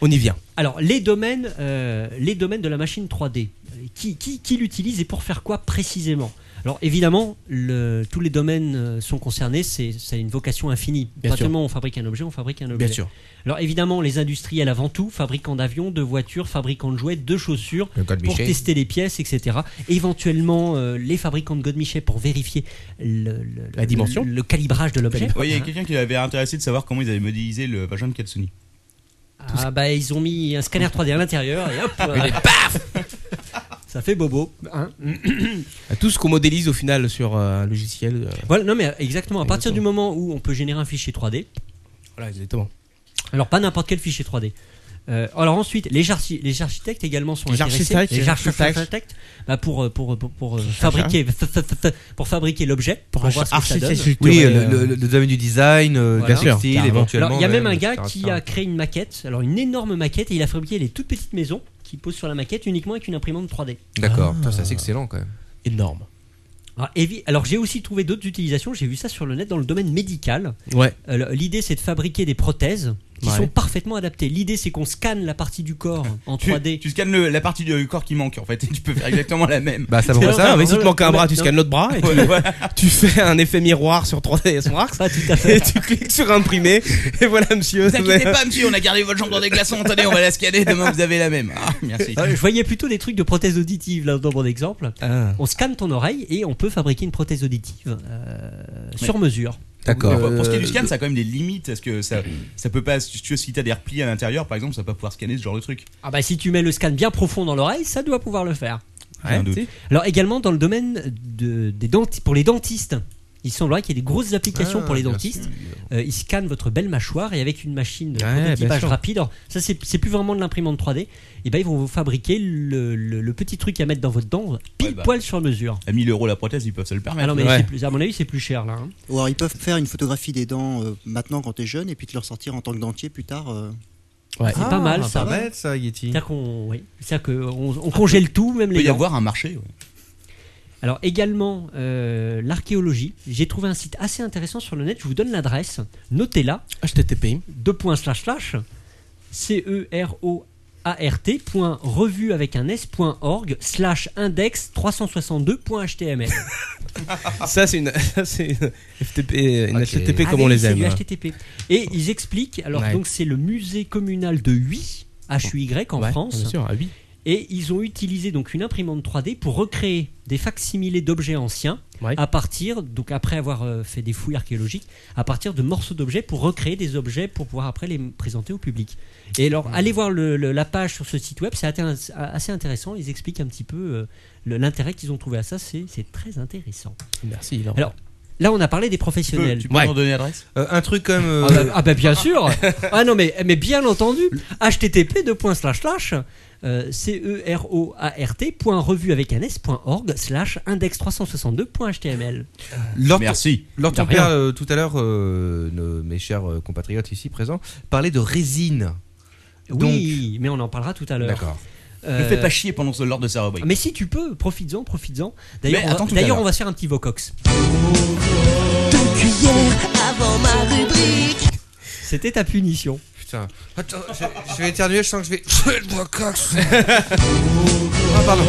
S6: on y vient.
S8: Alors les domaines, euh, les domaines de la machine 3D, euh, qui, qui, qui l'utilise et pour faire quoi précisément alors évidemment, le- tous les domaines euh, sont concernés, c'est ça a une vocation infinie.
S6: Bien
S8: Pas
S6: sûr.
S8: seulement on fabrique un objet, on fabrique un objet.
S6: Bien sûr.
S8: Alors évidemment, les industriels avant tout, fabricants d'avions, de voitures, fabricants de jouets, de chaussures,
S9: Le code
S8: pour
S9: Michel.
S8: tester les pièces, etc. Éventuellement, euh, les fabricants de Godmichet pour vérifier le, le-
S5: La dimension.
S8: le, le calibrage de l'objet.
S5: Ouais, [LAUGHS] il y a quelqu'un qui avait intéressé de savoir comment ils avaient modélisé le vagin de Katsuni.
S8: Ah bah ils ont mis un scanner 3D à l'intérieur et hop,
S6: Et
S8: paf [LAUGHS] Ça fait bobo. hein.
S6: Tout ce qu'on modélise au final sur euh, un logiciel. euh,
S8: voilà, non mais exactement, à partir du moment où on peut générer un fichier 3D,
S6: Voilà, exactement.
S8: alors pas n'importe quel fichier 3D. Euh, alors ensuite, les, archi- les architectes également sont
S6: Les
S8: intéressés.
S6: architectes,
S8: les archi-
S6: architectes.
S8: architectes, bah, pour euh, pour pour, pour, euh, fabriquer [LAUGHS] pour fabriquer l'objet pour,
S6: Pour
S8: voir ce que ça donne.
S9: Oui, euh, le,
S6: euh,
S9: le- le domaine du design, euh,
S8: Voilà.
S9: du textile, éventuellement. euh,
S8: Alors, il y a même un
S9: etc.,
S8: gars qui
S9: etc.
S8: a créé une maquette, alors une énorme maquette, et il a fabriqué les toutes petites maisons qui posent sur la maquette uniquement avec une imprimante 3D. Ah.
S9: D'accord, Putain, ça c'est excellent quand même.
S6: Énorme.
S8: Alors, évi- Ah, alors, j'ai aussi trouvé d'autres utilisations, j'ai vu ça sur le net dans le domaine médical.
S6: Ouais.
S8: Euh, L'idée c'est de fabriquer des prothèses qui
S5: Ouais.
S8: sont parfaitement adaptées. L'idée c'est qu'on scanne la partie du corps en
S5: Tu,
S8: 3D.
S5: tu scannes le- la partie du corps qui manque en fait, et tu peux faire exactement la même.
S9: Bah, ça
S6: C'est
S9: pourrait
S6: vrai,
S9: ça.
S6: mais si te manque un bras, Ah, tu
S9: Non.
S6: scannes l'autre bras et tu,
S9: Ouais,
S6: [LAUGHS] tu fais un effet miroir sur 3ds Max et tu cliques sur imprimer et voilà monsieur.
S5: Vous inquiétez pas, monsieur, on a gardé votre jambe dans des glaçons. Attendez, on va la scanner. Demain, vous avez la même. Ah, merci.
S8: Ah, je voyais plutôt des trucs de prothèses auditives là dans mon exemple. On scanne ton oreille et on peut fabriquer une prothèse auditive euh, sur
S5: Ouais.
S8: mesure. Euh,
S5: Mais Pour, pour ce qui est du scan, ça a quand même des limites parce que ça, ça peut pas. Si tu si t'as des replis à l'intérieur, par exemple, ça va pas pouvoir scanner ce genre de truc.
S8: Ah bah si tu mets le scan bien profond dans l'oreille, ça doit pouvoir le faire.
S5: J'ai un doute.
S8: Alors également dans le domaine de, des denti- pour les dentistes, il semblerait qu'il y ait des grosses applications
S6: Ah,
S8: pour les
S6: bien
S8: dentistes. Euh, ils scannent votre belle mâchoire et avec une machine de
S6: Ouais, bien
S8: prototypage
S6: sûr.
S8: rapide, alors ça c'est c'est plus vraiment de l'imprimante 3D, et ben ils vont vous fabriquer le, le- le petit truc à mettre dans votre dent pile
S5: bah.
S8: poil sur mesure.
S5: À 1000 euros la prothèse, ils peuvent se le permettre.
S8: Ah non, mais c'est plus- à mon avis c'est plus cher là. hein.
S7: Ou alors ils peuvent faire une photographie des dents euh, maintenant quand t'es jeune et puis te le ressortir en tant que dentier plus tard. euh.
S8: C'est pas mal
S9: bah Ah,
S8: ça. C'est-à-dire qu'on oui. C'est-à-dire qu'on- on congèle tout, même
S5: Il
S8: les
S5: peut y
S8: dents.
S5: avoir un marché. ouais.
S8: Alors également euh, l'archéologie. J'ai trouvé un site assez intéressant sur le net. Je vous donne l'adresse. Notez-la.
S6: HTTP.
S8: Deux points slash slash. C E R O A R T. Point revue avec un S. point org slash index 362.html.
S6: Ça c'est une, [LAUGHS] ça, c'est une FTP, une HTTP comme
S8: Ah
S6: on
S8: oui,
S6: les
S8: c'est
S6: aime. hein.
S8: du HTTP. Et ils expliquent. Alors
S6: Ouais.
S8: donc c'est le musée communal de Huy, H U Y en
S6: Ouais,
S8: France.
S6: bien sûr, ah à Huy.
S8: Et ils ont utilisé donc une imprimante 3D pour recréer des facsimilés d'objets anciens
S6: Ouais.
S8: à partir, donc après avoir euh, fait des fouilles archéologiques, à partir de morceaux d'objets pour recréer des objets pour pouvoir après les m- présenter au public. Et alors, allez voir le- le- la page sur ce site web, c'est atte- assez intéressant. Ils expliquent un petit peu euh, le- l'intérêt qu'ils ont trouvé à ça. C'est c'est très intéressant.
S6: Merci, Laurent.
S8: Alors, là, on a parlé des professionnels.
S6: tu peux Ouais. m'en donner l'adresse Euh, un truc comme, euh,
S8: Ah, bah, ah bah, bien sûr Ah non, mais, mais bien entendu http euh, E ceroart.revue avec un s.org slash index 362.html
S9: Lors ton- Lors
S8: De
S9: ton
S8: rien.
S9: père, euh, tout à l'heure, euh, nos- mes chers euh, compatriotes ici présents, parlait de résine.
S8: Oui, mais on en parlera tout à l'heure. Euh,
S9: D'accord.
S5: Ne fais pas chier pendant ce lors de sa rubrique.
S8: Ah, Mais si tu peux, profites-en, profites-en.
S5: Mais
S8: D'ailleurs,
S5: attends
S8: on,
S5: tout
S8: va-
S5: à
S8: d'ailleurs,
S5: l'heure.
S8: on va se faire un petit vocox.
S11: Deux cuillères avant ma rubrique.
S8: C'était ta punition.
S9: Putain. Attends, je, je vais éternuer, je sens que je vais. Je bois cox Ah, pardon.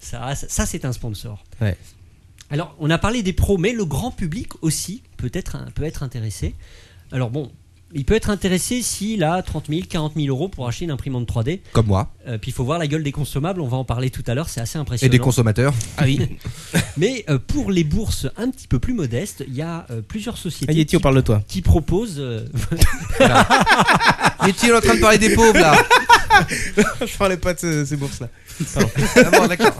S8: Ça, ça, ça, c'est un sponsor.
S9: Ouais.
S8: Alors, on a parlé des pros, mais le grand public aussi peut être, peut être intéressé. Alors bon, il peut être intéressé s'il a 30 000, 40 000 euros pour acheter une imprimante 3D.
S9: Comme moi.
S8: Euh, puis il faut voir la gueule des consommables, on va en parler tout à l'heure, c'est assez impressionnant.
S9: Et des consommateurs. [LAUGHS]
S8: Ah oui. mais euh, pour les bourses un petit peu plus modestes, il y a euh, plusieurs sociétés
S6: Ah, Yeti,
S8: qui,
S6: on parle de toi.
S8: qui proposent... euh, [LAUGHS]
S9: Yeti, on est en train de parler des pauvres, [LAUGHS] là.
S6: je parlais pas de ce- ces [LAUGHS] bourses-là. Pardon.
S9: Ah bon, d'accord.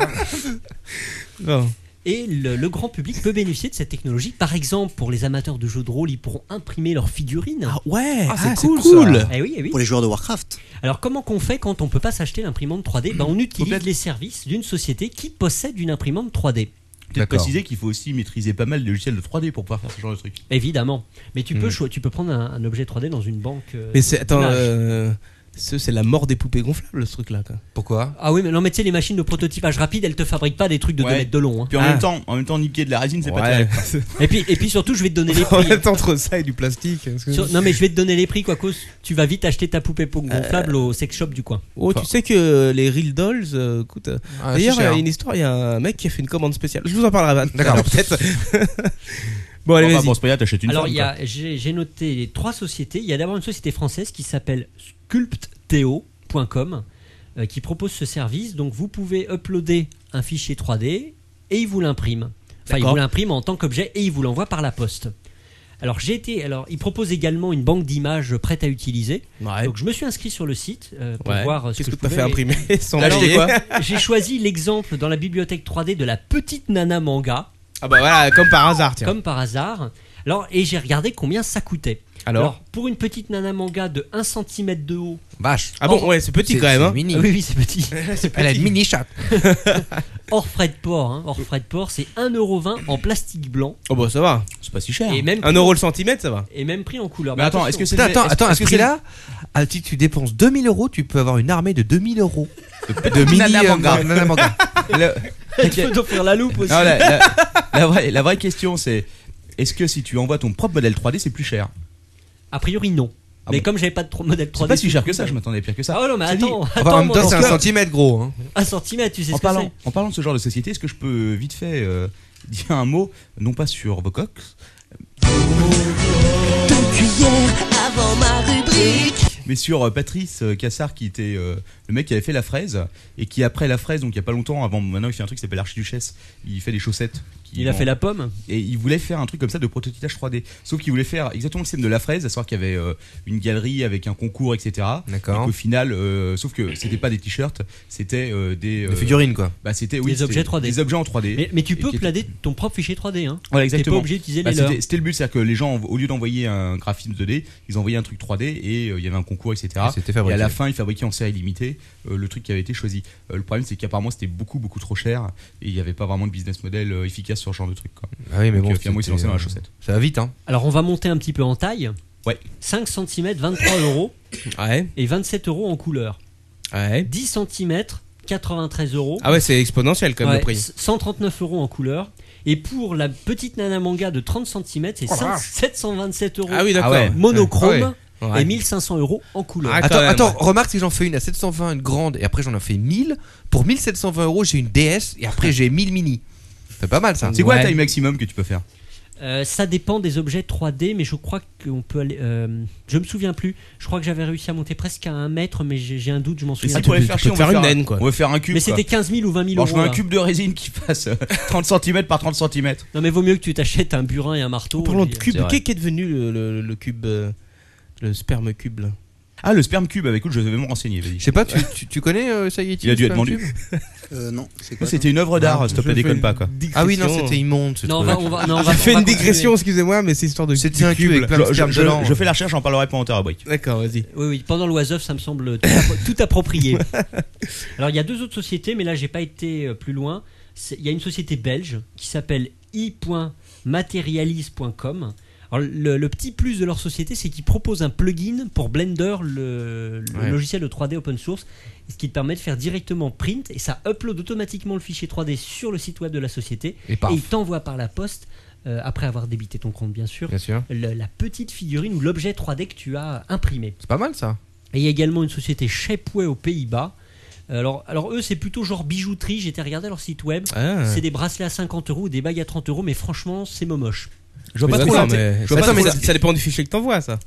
S6: Bon.
S8: Et le, le grand public peut bénéficier de cette technologie. Par exemple, pour les amateurs de jeux de rôle, ils pourront imprimer leurs figurines. Ah
S6: ouais,
S7: Ah, c'est ah, c'est cool, cool. ça.
S8: Eh oui, eh oui.
S7: Pour les joueurs de Warcraft.
S8: Alors comment qu'on fait quand on peut pas s'acheter l'imprimante 3D ben, On utilise les services d'une société qui possède une imprimante 3D.
S5: Peut-être préciser qu'il faut aussi maîtriser pas mal de logiciels de 3D pour pouvoir faire ce genre de truc.
S8: Évidemment. Mais tu peux,
S5: Hmm.
S8: cho- tu peux prendre un, un objet 3D dans une banque. euh,
S6: Mais c'est, attends,
S8: d'image.
S6: euh, ce- c'est la mort des poupées gonflables, ce truc-là. quoi.
S9: Pourquoi
S8: Ah oui, mais non, mais tu sais, les machines de prototypage rapide, elles te fabriquent pas des trucs de 2
S5: Ouais.
S8: mètres de long. hein.
S5: Puis en même temps, en même temps, niquer de la résine, c'est pas
S6: Ouais.
S5: terrible.
S8: Et puis, et puis surtout, je vais
S5: [LAUGHS]
S8: te donner les
S6: [LAUGHS] On
S8: prix. hein.
S6: est entre ça et du plastique. parce que-
S8: Sur- non, mais je vais te donner les prix, quoi cause. Tu vas vite acheter ta
S5: Euh,
S8: poupée pou- gonflable au sex shop du coin.
S6: Oh, tu sais que les Real Dolls euh, coûtent. euh,
S8: Ah,
S6: D'ailleurs,
S8: c'est
S6: il y
S8: cher.
S6: a une histoire, il y a un mec qui a fait une commande spéciale. Je vous en parlerai tout à
S9: D'accord.
S6: l'heure, peut-être. [LAUGHS] bon, allez,
S5: Enfin,
S6: vas-y.
S5: bon, c'est pas grave, t'achètes une
S8: Alors,
S5: femme,
S8: il y a- j'ai j'ai noté les trois sociétés. Il y a d'abord une société française qui s'appelle sculpteo.com euh, qui propose ce service. Donc, vous pouvez uploader un fichier 3D et il vous l'imprime. Enfin, il
S6: D'accord.
S8: vous l'imprime en tant qu'objet et il vous l'envoie par la poste. Alors, j'ai été. Alors, il propose également une banque d'images prête à utiliser. Donc, je me suis inscrit sur le site euh, pour
S6: Ouais.
S8: voir euh, ce
S6: Qu'est-ce
S8: que,
S6: que
S8: je
S6: t'as
S8: pouvais,
S6: fait
S8: mais-
S6: imprimer sans
S8: Alors,
S6: payer
S8: J'ai choisi l'exemple dans la bibliothèque 3D de la petite nana manga.
S6: [LAUGHS] Ah bah voilà, comme par hasard, tiens.
S8: Comme par hasard. Alors, et j'ai regardé combien ça coûtait.
S6: Alors
S8: pour une petite nana manga de 1 cm de haut.
S9: Vache.
S6: Ah bon, ouais, c'est petit quand même. hein.
S8: Ah Oui, oui, c'est petit.
S9: Elle a une mini chatte.
S8: [LAUGHS] Hors frais de port, hein. hors frais de port, c'est 1,20€ en plastique blanc.
S6: Oh bah ça va.
S5: C'est pas si cher. hein.
S8: Et même
S6: Un
S8: prix-
S6: euro le centimètre, ça va.
S8: Et même prix en couleur.
S5: Ah. Mais
S8: Bah,
S5: attends,
S8: attention.
S5: est-ce que c'est
S9: Putain, attends, attends, à ce prix-là, à titre, tu dépenses 2000 euros, tu peux avoir une armée de 2000 euros. De mini
S5: Nana
S9: euh,
S5: manga.
S9: ma- nana
S5: [LAUGHS]
S9: manga.
S8: Tu [LAUGHS] peux t'offrir la loupe aussi.
S5: Non, la, la- la vraie, la vraie question, c'est est-ce que si tu envoies ton propre modèle 3D, c'est plus cher
S8: A priori, non.
S5: Ah
S8: mais
S5: bon.
S8: comme j'avais pas de tro- modèle 3D.
S5: C'est pas si cher que ça,
S8: tout-
S5: je m'attendais pire que ça.
S8: Oh non, mais
S5: Ceci dit,
S8: attends,
S9: Enfin,
S8: attends.
S9: en même temps,
S8: mon
S9: c'est un
S8: enfant.
S9: centimètre gros. hein.
S8: Un centimètre, tu sais
S5: en
S8: ce que
S5: parlant,
S8: c'est.
S5: en parlant de ce genre de société, est-ce que je peux vite fait euh, [LAUGHS] dire un mot, non pas sur Vocox,
S11: Deux cuillères avant ma rubrique.
S5: mais sur euh, Patrice euh, Cassard, qui était euh, le mec qui avait fait la fraise, et qui après la fraise, donc il y a pas longtemps, avant maintenant, il fait un truc qui s'appelle l'archiduchesse, il fait des chaussettes. qui
S8: Il a
S5: vend-
S8: fait la pomme
S5: Et il voulait faire un truc comme ça de prototypage 3D. Sauf qu'il voulait faire exactement le système de la fraise, à savoir qu'il y avait euh, une galerie avec un concours, etc.
S9: D'accord.
S5: Et qu'au final, euh, sauf que c'était pas des t-shirts, c'était euh, des, euh,
S9: figurines, quoi.
S5: Bah c'était oui,
S8: Des
S5: c'était
S8: objets 3D.
S5: Des objets en 3D.
S8: Mais, mais tu
S5: Et
S8: peux
S5: qui étaient-
S8: planer ton propre fichier 3D.
S5: Voilà,
S8: Hein. T'es pas
S5: exactement.
S8: obligé d'utiliser
S5: Bah,
S8: les leurs.
S5: c'était, c'était le but, c'est-à-dire que les gens, au lieu d'envoyer un graphisme 2D, ils envoyaient un truc 3D et euh, il y avait un concours, etc.
S9: Et c'était
S5: et
S9: fabriqué.
S5: à la fin, ils fabriquaient en série limitée euh, le truc qui avait été choisi. Euh, le problème, c'est qu'apparemment, c'était beaucoup, beaucoup trop cher et il n'y avait pas vraiment de business model euh, efficace sur ce genre de truc. Quoi.
S9: Ah oui, mais
S5: Donc,
S9: bon,
S5: euh, finalement, ils se
S9: c'était,
S5: lançaient dans la
S9: euh,
S5: chaussette.
S9: Ça va vite, hein.
S8: Alors on va monter un petit peu en taille.
S5: Ouais.
S8: 5 cm, 23 euros
S6: Ouais,
S8: et 27 euros en couleur.
S6: ouais.
S8: 10 cm, 93 euros.
S6: Ah ouais, c'est exponentiel quand même
S8: Ouais,
S6: le prix.
S8: 139 euros en couleur. Et pour la petite nana manga de 30 cm, c'est
S5: Oh,
S8: 5 727 euros
S6: Ah oui, d'accord.
S9: Ah ouais.
S8: monochrome
S6: Ah ouais. Ouais.
S8: et 1500 euros en couleur.
S6: Ah, quand
S9: Attends,
S6: même.
S9: attends, remarque si j'en fais une à 720, une grande, et après j'en ai fait 1000. Pour 1720 euros, j'ai une DS, et après j'ai 1000 mini. C'est pas mal ça.
S5: C'est quoi
S6: Ouais.
S5: la taille maximum que tu peux faire
S8: Euh, ça dépend des objets 3D, mais je crois qu'on peut aller. euh, je me souviens plus. Je crois que j'avais réussi à monter presque à un mètre, mais j'ai j'ai un doute, je m'en
S5: Et
S8: souviens
S5: ça
S8: plus.
S5: pourrait faire chier, on va faire un- On va faire un cube.
S8: Mais c'était
S5: quoi.
S8: 15 000 ou 20 000
S5: Bon,
S8: euros.
S5: je mets un
S8: là.
S5: cube de résine qui passe euh, [LAUGHS] 30 cm par 30 cm.
S8: Non, mais vaut mieux que tu t'achètes un burin et un marteau.
S6: Parlons de
S8: et-
S6: cube. Qu'est- Qu'est devenu le, le- le cube, euh, le sperme cube là
S5: Ah, le sperme cube, bah, écoute, je vais me renseigner. Je
S9: sais pas, tu, tu, tu connais euh, Sayeti,
S5: Il a dû
S9: le
S5: être vendu.
S9: sperme cube
S7: Euh, non, c'est quoi,
S5: C'était
S7: non
S5: une œuvre d'art,
S9: Non,
S5: Ah, s'il te plaît,
S9: je fais
S5: déconne
S9: une
S5: pas quoi.
S9: digression. Ah oui, non, c'était
S8: euh,
S9: immonde, ce Non, on truc. va- on va- non, on va-
S6: Ah, J'ai fait
S9: on va
S6: une digression,
S9: continuer.
S6: excusez-moi, mais c'est histoire de
S9: C'était un cube avec plein de
S5: Je, je-
S9: sperme
S5: je-
S9: dedans.
S5: je fais la recherche, j'en parlerai pendant ta rubrique.
S6: D'accord, vas-y.
S8: Oui, oui, pendant l'oiseuf, ça me semble tout, appro-
S6: [LAUGHS]
S8: tout approprié. Alors, il y a deux autres sociétés, mais là, j'ai pas été euh, plus loin. C'est- Il y a une société belge qui s'appelle i.materialise.com. Alors, le, le petit plus de leur société, c'est qu'ils proposent un plugin pour Blender, le, le
S9: Ouais.
S8: logiciel de 3D open source, ce qui te permet de faire directement print et ça upload automatiquement le fichier 3D sur le site web de la société
S9: Et paf.
S8: ils t'envoient par la poste. euh, après avoir débité ton compte, bien sûr,
S9: Bien sûr.
S8: le- la petite figurine ou l'objet 3D que tu as imprimé.
S9: C'est pas mal ça.
S8: Et il y a également une société Shapeway aux Pays-Bas. Euh, Alors, alors eux, c'est plutôt genre bijouterie. J'étais regardé leur site web.
S9: Ah.
S8: C'est des bracelets à 50 euros ou des bagues à 30 euros, mais franchement, c'est momoche.
S6: Mais d'accord, mais- Attends, mais ça, ça dépend du fichier que t'envoies, ça.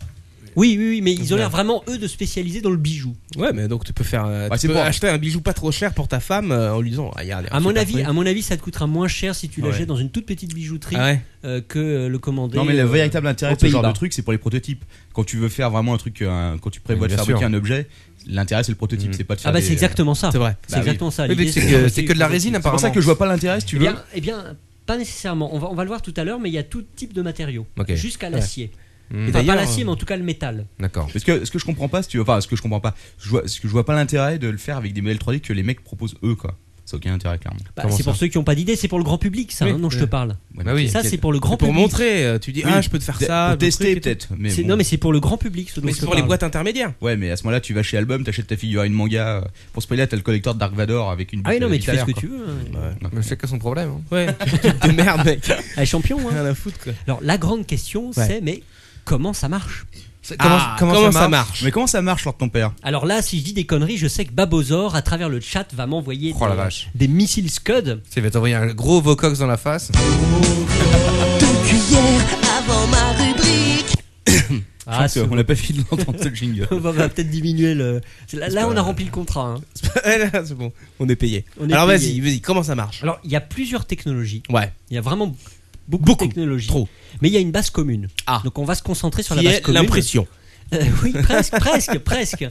S8: Oui, oui, oui, mais ils ont l'air
S6: Ouais.
S8: vraiment, eux, de spécialiser dans le bijou.
S6: Ouais, mais donc tu peux faire, euh,
S8: Bah,
S6: tu
S8: c'est
S6: peux
S8: pour-
S6: acheter un bijou pas trop cher pour ta femme euh, en lui disant, Ah, regarde,
S8: À mon,
S6: super
S8: avis,
S6: truc.
S8: à mon avis, ça te coûtera moins cher si tu
S6: Ouais.
S8: l'achètes dans une toute petite bijouterie
S6: Ah ouais.
S8: euh, que euh, le commander.
S5: Non mais le
S8: euh,
S5: véritable intérêt
S8: aux
S5: de ce genre
S8: Pays-Bas.
S5: de truc, c'est pour les prototypes. Quand tu veux faire vraiment un truc, un- quand tu prévois
S9: Oui,
S5: de
S9: bien
S5: fabriquer
S9: sûr.
S5: un objet, l'intérêt c'est le prototype, c'est pas de
S8: Ah
S5: faire
S8: bah,
S5: des-
S8: c'est exactement ça. C'est vrai. C'est
S5: oui.
S8: exactement ça. Oui, mais L'idée,
S9: c'est c'est que- que- c'est que de la résine,
S5: C'est pour ça que je vois pas l'intérêt si tu
S8: eh
S5: veux.
S8: bien, eh bien, pas nécessairement. On va, on va le voir tout à l'heure, mais il y a tout type de matériaux.
S5: Ok.
S8: Jusqu'à
S5: Ouais.
S8: l'acier.
S5: Mm.
S8: Enfin,
S5: D'ailleurs,
S8: pas l'acier,
S5: euh,
S8: mais en tout cas le métal.
S9: D'accord.
S5: Parce que ce que je comprends pas, si tu veux, enfin ce que je comprends pas, je vois, ce que je vois pas l'intérêt de le faire avec des modèles 3D que les mecs proposent eux quoi. Ça n'a aucun intérêt clairement.
S8: Bah, c'est pour ceux qui n'ont pas d'idée, c'est pour le grand public, ça,
S5: Oui.
S8: hein, dont je te
S5: Ouais.
S8: parle.
S5: Ouais, bah oui.
S8: Ça, c'est pour le grand
S5: C'est pour
S8: public.
S5: montrer, euh, tu dis, Oui. ah, je peux te faire Pour ça, tester, d'autres trucs et peut-être, tout. mais
S8: C'est-
S5: bon.
S8: Non, mais c'est pour le grand public, ce dont je te parle.
S6: intermédiaires.
S5: Ouais, mais à ce moment-là, tu vas chez Album, t'achètes ta figurine manga. euh, Pour ce prix-là, t'as le collecteur de Dark Vador avec une.
S8: Ah oui,
S5: bite,
S8: non,
S5: euh,
S8: mais tu fais ce
S5: Hitler,
S8: que
S5: quoi.
S8: tu veux. hein.
S9: Mais chacun son problème. hein.
S6: [LAUGHS] Ouais, de merde, mec.
S8: Un champion, hein.
S6: [LAUGHS] Rien à foutre, quoi.
S8: Alors, la grande question,
S6: Ouais.
S8: c'est mais comment ça marche
S6: Ah, comment- comment comment ça ça marche marche
S5: Mais comment ça marche, Lord ton père
S8: Alors là, si je dis des conneries, je sais que Babozor, à travers le chat, va m'envoyer
S9: Oh la
S8: des-
S9: vache.
S8: des missiles Scud.
S9: Ça va t'envoyer un gros vocox dans la face.
S11: Cuillère avant ma rubrique.
S5: Ah,
S8: Euh,
S5: on n'a pas fini de [LAUGHS] l'entendre ce jingle.
S8: [LAUGHS] on va, va peut-être diminuer le. Là, là, on a rempli le contrat. hein.
S6: [LAUGHS] c'est bon, on est payé.
S8: On est
S6: Alors
S8: payé.
S6: vas-y, vas-y, comment ça marche
S8: Alors, il y a plusieurs technologies.
S6: Ouais.
S8: Il y a vraiment beaucoup, de technologies. Mais il y a une base commune. Donc, on va se concentrer sur
S6: Ah. Qui
S8: la base
S6: est
S8: commune.
S6: l'impression.
S8: [LAUGHS] Euh, oui, presque, presque, presque.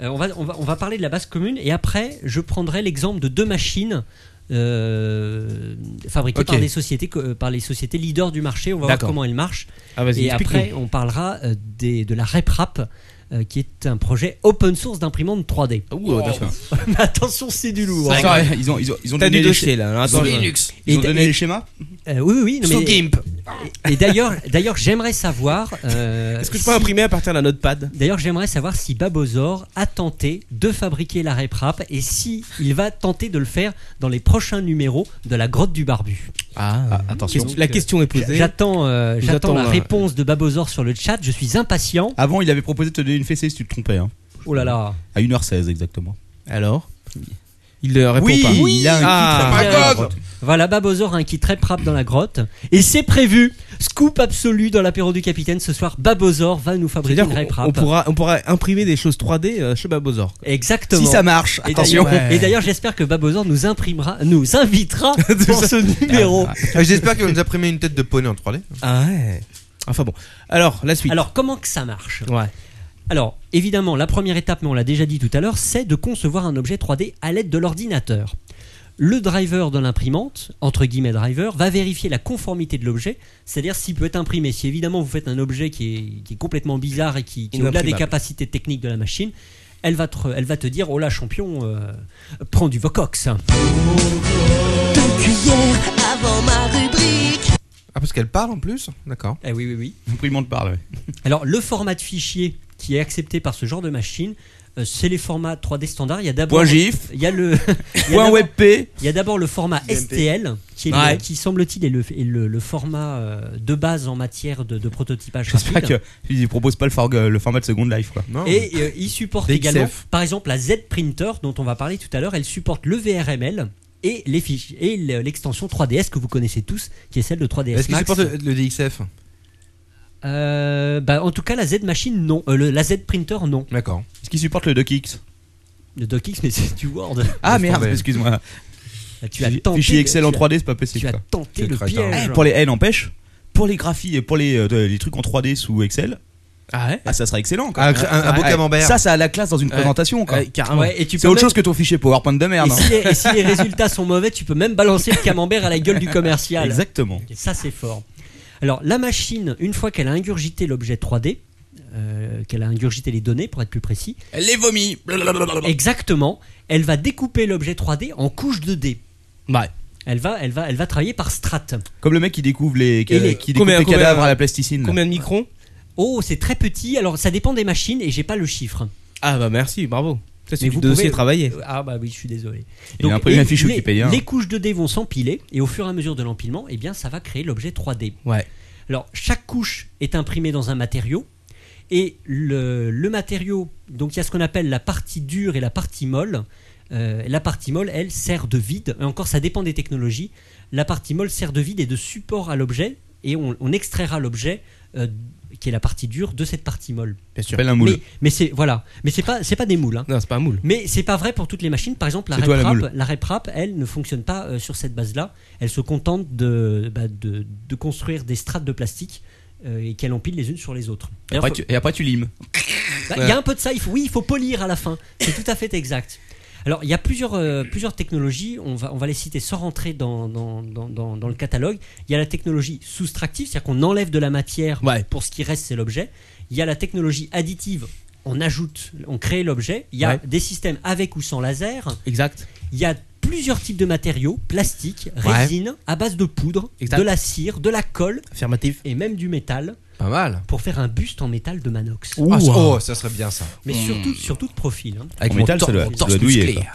S8: Euh, on, va, on, va, on va parler de la base commune et après, je prendrai l'exemple de deux machines. euh, fabriquées
S6: Ok.
S8: par des sociétés co- euh, par les sociétés leaders du marché on va voir
S6: D'accord.
S8: comment elles marchent
S6: Ah, vas-y,
S8: et
S6: explique-nous.
S8: après on parlera euh, des, de la RepRap euh, qui est un projet open source d'imprimante 3D
S5: Ah,
S6: Oh.
S5: Ouh, euh, d'accord.
S8: Mais attention c'est du lourd hein.
S5: Attends, ouais, ils ont, ils ont, ils ont donné les sché- ils ont- Ils ont donné les schémas
S8: Euh, Oui, oui, oui. non,
S5: Sous
S8: mais-
S5: Gimp.
S8: Et, et d'ailleurs, d'ailleurs, j'aimerais savoir. euh,
S6: Est-ce que je peux imprimer à partir d'un notepad
S8: D'ailleurs, j'aimerais savoir si Babozor a tenté de fabriquer la réprap et si il va tenter de le faire dans les prochains numéros de la grotte du barbu.
S6: Ah, attention. La question est posée.
S8: J'attends, euh,
S6: Nous
S8: j'attends la
S6: attendons, euh,
S8: réponse de Babozor sur le chat. Je suis impatient.
S5: Avant, il avait proposé de te donner une fessée si tu te trompais. Hein.
S8: Oh là là.
S5: À 1h16 exactement.
S6: Alors Il ne répond
S5: Oui,
S6: pas.
S5: il a un
S6: Ah,
S5: kit
S6: d'accord.
S5: grotte.
S8: Voilà, Babozor hein, a un kit réprap dans la grotte. Et c'est prévu. Scoop absolu dans l'apéro du capitaine ce soir. Babozor va nous fabriquer une
S6: C'est-à-dire qu'on-
S8: réprap.
S6: on pourra, on pourra imprimer des choses 3D euh, chez Babozor.
S8: Exactement.
S5: [LAUGHS]
S8: Et d'ailleurs-
S6: Ouais.
S8: Et d'ailleurs, j'espère que Babozor nous imprimera, nous
S6: [LAUGHS]
S8: invitera pour ce numéro.
S9: Ah, J'espère qu'ils vont nous imprimer une tête de poney en 3D.
S6: Ah ouais. [LAUGHS] Enfin bon. Alors, la suite.
S8: Alors, comment que ça marche Alors, évidemment, la première étape, mais on l'a déjà dit tout à l'heure, c'est de concevoir un objet 3D à l'aide de l'ordinateur. Le driver de l'imprimante, entre guillemets driver, va vérifier la conformité de l'objet, c'est-à-dire s'il peut être imprimé. Si évidemment vous faites un objet qui est, qui est complètement bizarre et qui, qui est au-delà des
S6: Inimprimable.
S8: capacités techniques de la machine, elle va te, elle va te dire Oh là, champion, euh, prends du Vocox.
S11: Cuillère avant ma rubrique.
S9: Ah, parce qu'elle parle en plus D'accord.
S8: Eh oui, oui, oui.
S5: L'imprimante parle, ouais.
S8: Alors, le format de fichier qui est accepté par ce genre de machine, euh, c'est les formats 3D standards. Il y a d'abord.
S5: Point GIF.
S8: Il y a le. [LAUGHS] il y a
S5: Point
S8: d'abord-
S5: WebP.
S8: Il y a d'abord le format
S5: UMP.
S8: STL, qui, est le-
S5: Ouais.
S8: qui semble-t-il est le, est le- le format euh, de base en matière de, de prototypage.
S5: J'espère
S8: rapide.
S5: qu'ils proposent pas le, for- le format de Second Life quoi.
S8: Et euh, il supporte
S5: DXF.
S8: également, par exemple, la Z-Printer dont on va parler tout à l'heure, elle supporte le VRML, et les fichiers et le- l'extension 3DS que vous connaissez tous, qui est celle de 3DS
S9: Est-ce qu'il
S8: Max.
S9: supporte le, le DXF
S8: Euh, bah, en tout cas, la Z machine, non. Euh, le- la Z printer, non.
S9: D'accord.
S5: Est-ce qu'il supporte le DocX
S8: Le DocX, mais c'est du Word.
S5: Ah merde, excuse-moi.
S8: Là, tu as tenté
S5: Fichier
S8: le-
S5: Excel en
S8: tu as-
S5: 3D, c'est pas possible.
S8: tu as
S5: quoi.
S8: tenté Quel le crétin. piège.
S5: Eh, pour les N, n'empêche, pour les graphies et pour les, euh, les trucs en 3D sous Excel.
S6: Ah
S5: ça sera excellent. quoi.
S9: Un cr- un- un beau
S5: Ouais.
S9: camembert.
S5: Ça, ça a la classe dans une
S9: Ouais.
S5: présentation. quoi.
S9: Ouais, carrément. Ouais, et tu
S5: c'est
S9: peux
S5: autre
S9: même-
S5: chose que ton fichier PowerPoint de merde.
S8: Et
S5: hein.
S8: si, les, et si les résultats sont mauvais, tu peux même balancer le camembert à la gueule du commercial.
S5: Exactement.
S8: Et ça, c'est fort. Alors, la machine, une fois qu'elle a ingurgité l'objet 3D, euh, qu'elle a ingurgité les données, pour être plus précis,
S5: Elle les vomit. Blablabla.
S8: Exactement. Elle va découper l'objet 3D en couches 2D.
S6: Ouais.
S8: Elle va, elle va, elle va travailler par strates.
S5: Comme le mec qui découvre les, qui,
S8: Et les-
S5: qui découpe
S8: combien-
S5: les
S8: combien-
S5: cadavres à la plasticine. là.
S6: de microns
S8: Oh, c'est très petit. Alors, ça dépend des machines et j'ai pas le chiffre.
S6: Ah bah merci, bravo. Ça, c'est
S8: Mais
S6: du
S8: vous
S6: dossier
S8: pouvez-
S6: travailler.
S8: Ah bah oui, je suis désolé.
S6: Il y a un peu une
S8: et
S6: affiche
S8: les-
S6: Wikipédia. hein.
S8: Les couches 2D vont s'empiler et au fur et à mesure de l'empilement, eh bien, ça va créer l'objet 3D.
S6: Ouais.
S8: Alors, chaque couche est imprimée dans un matériau et le, le matériau, donc il y a ce qu'on appelle la partie dure et la partie molle. Euh, la partie molle, elle, sert de vide. Et encore, ça dépend des technologies. La partie molle sert de vide et de support à l'objet et on, on extraira l'objet euh, qui est la partie dure de cette partie molle.
S6: Bien sûr.
S5: Appelle un moule.
S8: Mais, mais c'est voilà, mais c'est pas c'est pas des moules. hein.
S6: Non, c'est pas un moule.
S8: Mais c'est pas vrai pour toutes les machines. Par exemple, la
S6: C'est toi, la
S8: RepRap,
S6: moule.
S8: la RepRap, elle ne fonctionne pas euh, sur cette base-là. Elle se contente de, bah, de, de construire des strates de plastique euh, et qu'elle empile les unes sur les autres.
S5: Et
S8: D'ailleurs,
S5: après,
S8: faut-
S5: tu, et après, tu limes.
S8: bah, Il y a un peu de ça. Il faut, oui, il faut polir à la fin. C'est tout à fait exact. Alors, il y a plusieurs, euh, plusieurs technologies. On va, on va les citer sans rentrer dans, dans, dans, dans- dans le catalogue. Il y a la technologie soustractive, c'est-à-dire qu'on enlève de la matière pour ce qui reste, c'est l'objet. Il y a la technologie additive, on ajoute, on crée l'objet. Il y a
S6: Ouais.
S8: des systèmes avec ou sans laser.
S6: Exact.
S8: Il y a plusieurs types de matériaux plastique,
S6: Ouais.
S8: résine, à base de poudre,
S6: Exact.
S8: de la cire, de la colle.
S6: Affirmatif.
S8: Et même du métal.
S9: Pas mal.
S8: Pour faire un buste en métal de Manox.
S9: Ouh. Ah, oh, ça serait bien, ça.
S8: Mais
S9: Mmh.
S8: surtout, surtout de profil. hein.
S9: Avec En mon métal, tor- ça doit- mon ça torse doit douiller, musclé. quoi.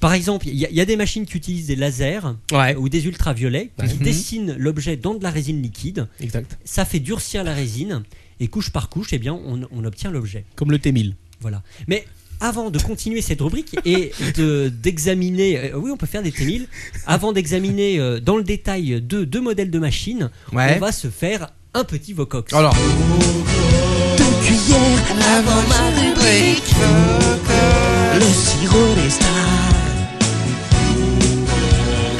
S8: Par exemple, il y, a- il y a des machines qui utilisent des lasers
S6: Ouais.
S8: ou des ultraviolets qui
S6: Ouais. Mhm.
S8: dessinent l'objet dans de la résine liquide.
S6: Exact.
S8: Ça fait durcir la résine et couche par couche, eh bien, on, on obtient l'objet.
S6: Comme le
S5: [LAUGHS]
S6: T1000.
S8: Voilà. Mais avant de continuer cette rubrique et de- d'examiner, euh, oui, on peut faire des T1000. Avant d'examiner euh, dans le détail deux, deux modèles de machines,
S9: Ouais.
S8: on va se faire un petit Vocox.
S9: Alors.
S11: Deux cuillères avant ma rubrique. Le sirop des stars.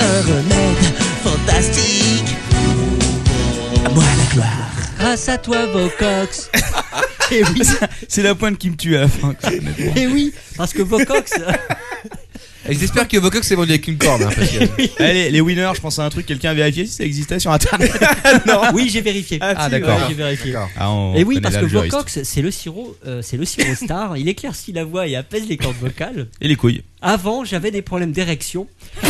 S11: Un remède fantastique. À moi la gloire.
S8: Grâce à
S5: [LAUGHS]
S8: toi, Vocox. Et oui.
S5: Eh C'est la pointe qui me tue hein, à la fin. quoi, honnêtement.
S8: Et Eh oui, parce
S5: [LAUGHS]
S8: que Vocox.
S9: Et J'espère que Vocox s'est vendu avec une corde. hein, parce [LAUGHS] que-
S5: Allez, les winners, je pense à un truc. Quelqu'un a vérifié si ça existait sur internet
S8: Oui, j'ai vérifié.
S5: Ah, d'accord.
S8: Ouais, j'ai vérifié.
S5: D'accord. Ah, on
S8: et Eh oui,
S5: connaît
S8: parce
S5: là
S8: que
S5: le juriste.
S8: Vocox, c'est le sirop, euh, c'est le sirop star. Il éclaircit la voix et apaise les cordes vocales.
S5: Et les couilles.
S8: Avant, j'avais des problèmes d'érection. [LAUGHS]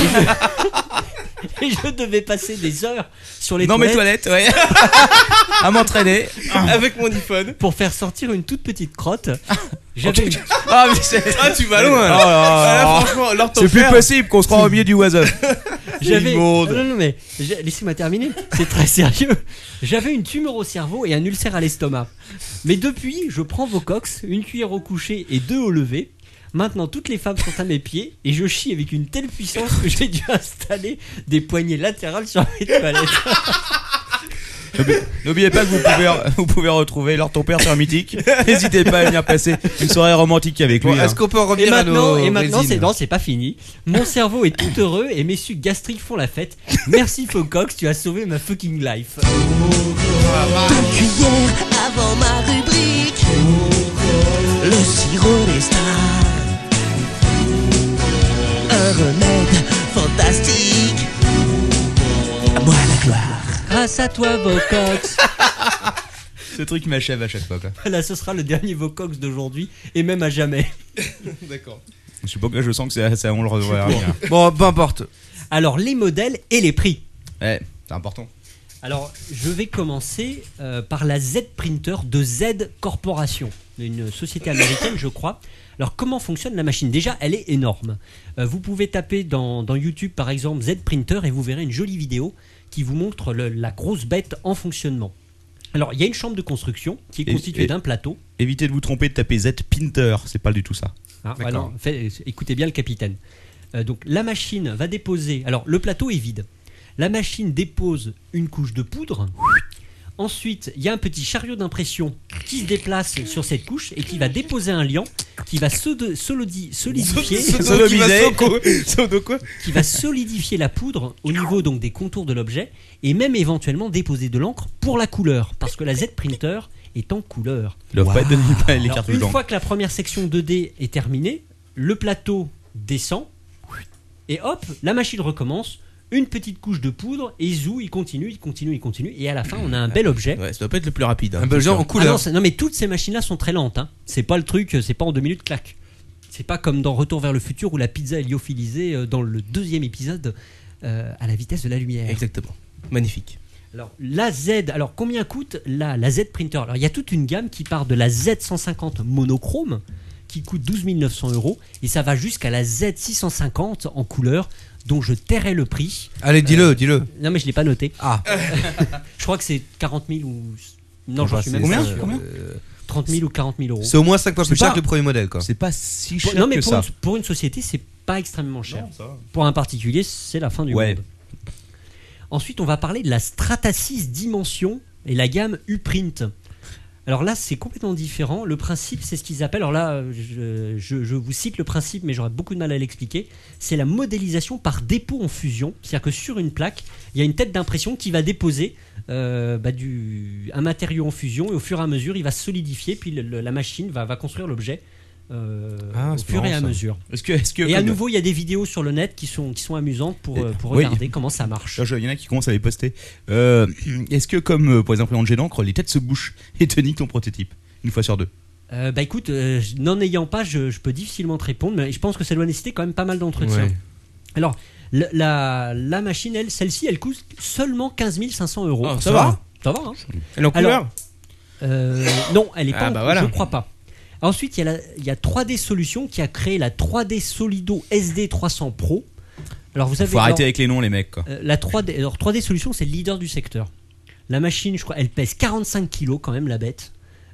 S8: Et je- Et je devais passer des heures sur les
S5: Dans mes
S8: toilettes.
S5: toilettes, ouais. à m'entraîner.
S6: Avec mon iPhone.
S8: Pour faire sortir une toute petite crotte. J'avais une-
S5: [LAUGHS] Ah, mais c'est-
S6: Ah, tu vas loin, là.
S5: Oh là là.
S6: Ah, là, franchement, leur
S5: C'est plus
S6: t'offert.
S5: possible qu'on se rend au milieu du oiseau.
S8: J'avais. Ah,
S5: Immonde.
S8: Non, non, mais j'ai- laissez-moi terminer. C'est très sérieux. J'avais une tumeur au cerveau et un ulcère à l'estomac. Mais depuis, je prends Vocox, une cuillère au coucher et deux au lever. Maintenant, toutes les femmes sont à mes pieds et je chie avec une telle puissance que j'ai dû installer des poignées latérales sur mes toilettes.
S5: N'oublie- N'oubliez pas que vous pouvez, [LAUGHS] vous pouvez retrouver leur ton père sur Mythique. N'hésitez pas à venir passer une soirée romantique avec lui.
S9: Bon, est-ce
S5: hein.
S9: qu'on peut en revenir
S8: et maintenant,
S9: à nos
S8: Et maintenant,
S9: résines
S8: c'est non, c'est pas fini. Mon cerveau est tout heureux et mes sucs gastriques font la fête. Merci Focox, tu as sauvé ma fucking life.
S11: Deux cuillères avant ma rubrique. Le sirop des stars. Un remède fantastique. À moi la gloire.
S8: Grâce à toi Vocox.
S5: Ce truc m'achève à chaque fois. Quoi.
S8: [LAUGHS] Là, ce sera le dernier Vocox d'aujourd'hui et même à jamais.
S6: D'accord.
S5: Je sais pas pourquoi je sens que c'est, ça, on le revoit.
S8: Je suis
S5: hein.
S9: Bon, peu importe.
S8: Alors les modèles et les prix.
S5: Ouais, Eh, c'est important.
S8: Alors je vais commencer euh, par la Z Printer de Z Corporation, une société américaine je crois. Alors comment fonctionne la machine Déjà elle est énorme. Euh, vous pouvez taper dans, dans YouTube par exemple Z Printer et vous verrez une jolie vidéo qui vous montre le- la grosse bête en fonctionnement. Alors il y a une chambre de construction qui est
S5: Et-
S8: constituée
S5: et-
S8: d'un plateau.
S5: Évitez de vous tromper de taper Z Pinter, c'est pas du tout ça.
S8: Hein,
S5: D'accord.
S8: voilà, fait- écoutez bien le capitaine. Euh, donc la machine va déposer. Alors le plateau est vide. La machine dépose une couche de poudre. Ensuite, il y a un petit chariot d'impression qui se déplace sur cette couche et qui va déposer un liant qui va solodi- solidi- solidifier,
S6: Sodo- sodo- qui va sodo-
S8: qui va solidifier la poudre au niveau donc des contours de l'objet et même éventuellement déposer de l'encre pour la couleur parce que la Z printer est en couleur.
S5: Ils doivent pas donner les
S8: Alors,
S5: cartes
S8: une
S5: dedans.
S8: fois que la première section 2D est terminée, le plateau descend et hop, la machine recommence. Une petite couche de poudre et zou, il continue, il continue, il continue. Et à la fin, on a un bel objet.
S6: Ouais, ça doit pas être le plus rapide. hein,
S8: Ah,
S6: c'est sûr.
S8: non, c'est- non, mais toutes ces machines-là sont très lentes. hein. C'est pas le truc, c'est pas en deux minutes, clac. C'est pas comme dans Retour vers le futur où la pizza est lyophilisée euh, dans le deuxième épisode euh, à la vitesse de la lumière.
S6: Exactement. Magnifique.
S8: Alors, la Z, alors combien coûte la, la Z Printer Alors, il y a toute une gamme qui part de la Z150 monochrome qui coûte 12 900 euros et ça va jusqu'à la Z650 en couleur dont je tairai le prix.
S9: Allez, dis-le,
S6: Euh,
S9: dis-le.
S8: Non, mais je l'ai pas noté.
S9: Ah
S8: [LAUGHS] Je crois que c'est 40 000 ou. Non,
S9: Enfin,
S8: j'en suis
S9: bah, c'est-
S8: même
S9: Combien
S8: pas sûr.
S9: Combien
S8: Euh, 30 000 ou 40 000 euros.
S9: C'est au moins cinq fois
S8: C'est
S9: plus cher
S8: pas-
S9: que le premier modèle, quoi.
S5: C'est pas si
S8: Pour- non, mais pour, Une, pour une société, c'est pas extrêmement cher. Pour un particulier, c'est la fin du
S5: Ouais.
S8: monde. Ensuite, on va parler de la Strata 6 Dimension et la gamme Uprint. Alors là, c'est complètement différent. Le principe, c'est ce qu'ils appellent. Alors là, je, je- je vous cite le principe, mais j'aurais beaucoup de mal à l'expliquer. C'est la modélisation par dépôt en fusion. C'est-à-dire que sur une plaque, il y a une tête d'impression qui va déposer euh, bah, du, un matériau en fusion et au fur et à mesure, il va se solidifier. Puis le- le- la machine va, va construire l'objet euh,
S5: Ah,
S8: au
S5: c'est
S8: fur et
S5: marrant,
S8: à
S5: ça.
S8: mesure.
S5: Est-ce que- est-ce que
S8: et à
S5: comme-
S8: nouveau, il y a des vidéos sur le net qui sont, qui sont amusantes pour, euh, pour
S5: Oui.
S8: regarder comment ça marche.
S5: Alors, je- Il y en a qui commencent à les poster. Euh, Est-ce que, comme euh, pour les imprimantes jet d'encre, les têtes se bouchent et [LAUGHS] te niquent ton prototype Une fois sur deux.
S8: Euh, bah écoute, euh, je- n'en ayant pas, je, je peux difficilement te répondre, mais je pense que ça doit nécessiter quand même pas mal d'entretien.
S5: Ouais.
S8: Alors, le- la, la machine, elle, celle-ci, elle coûte seulement 15 500 euros.
S6: Ah, ça va.
S8: Ça va. hein.
S6: Elle est en
S8: Alors,
S6: couleur
S8: euh, Non, elle est pas.
S6: Ah,
S8: en-
S6: bah voilà.
S8: Je crois pas. Ensuite, il y, a la- il y a 3D Solutions qui a créé la 3D Solido SD300 Pro. Alors, vous savez.
S5: Faut arrêter
S8: alors,
S5: avec les noms, les mecs. Quoi.
S8: euh, la 3D, alors 3D Solutions, c'est le leader du secteur. La machine, je crois, elle pèse 45 kilos quand même, la bête.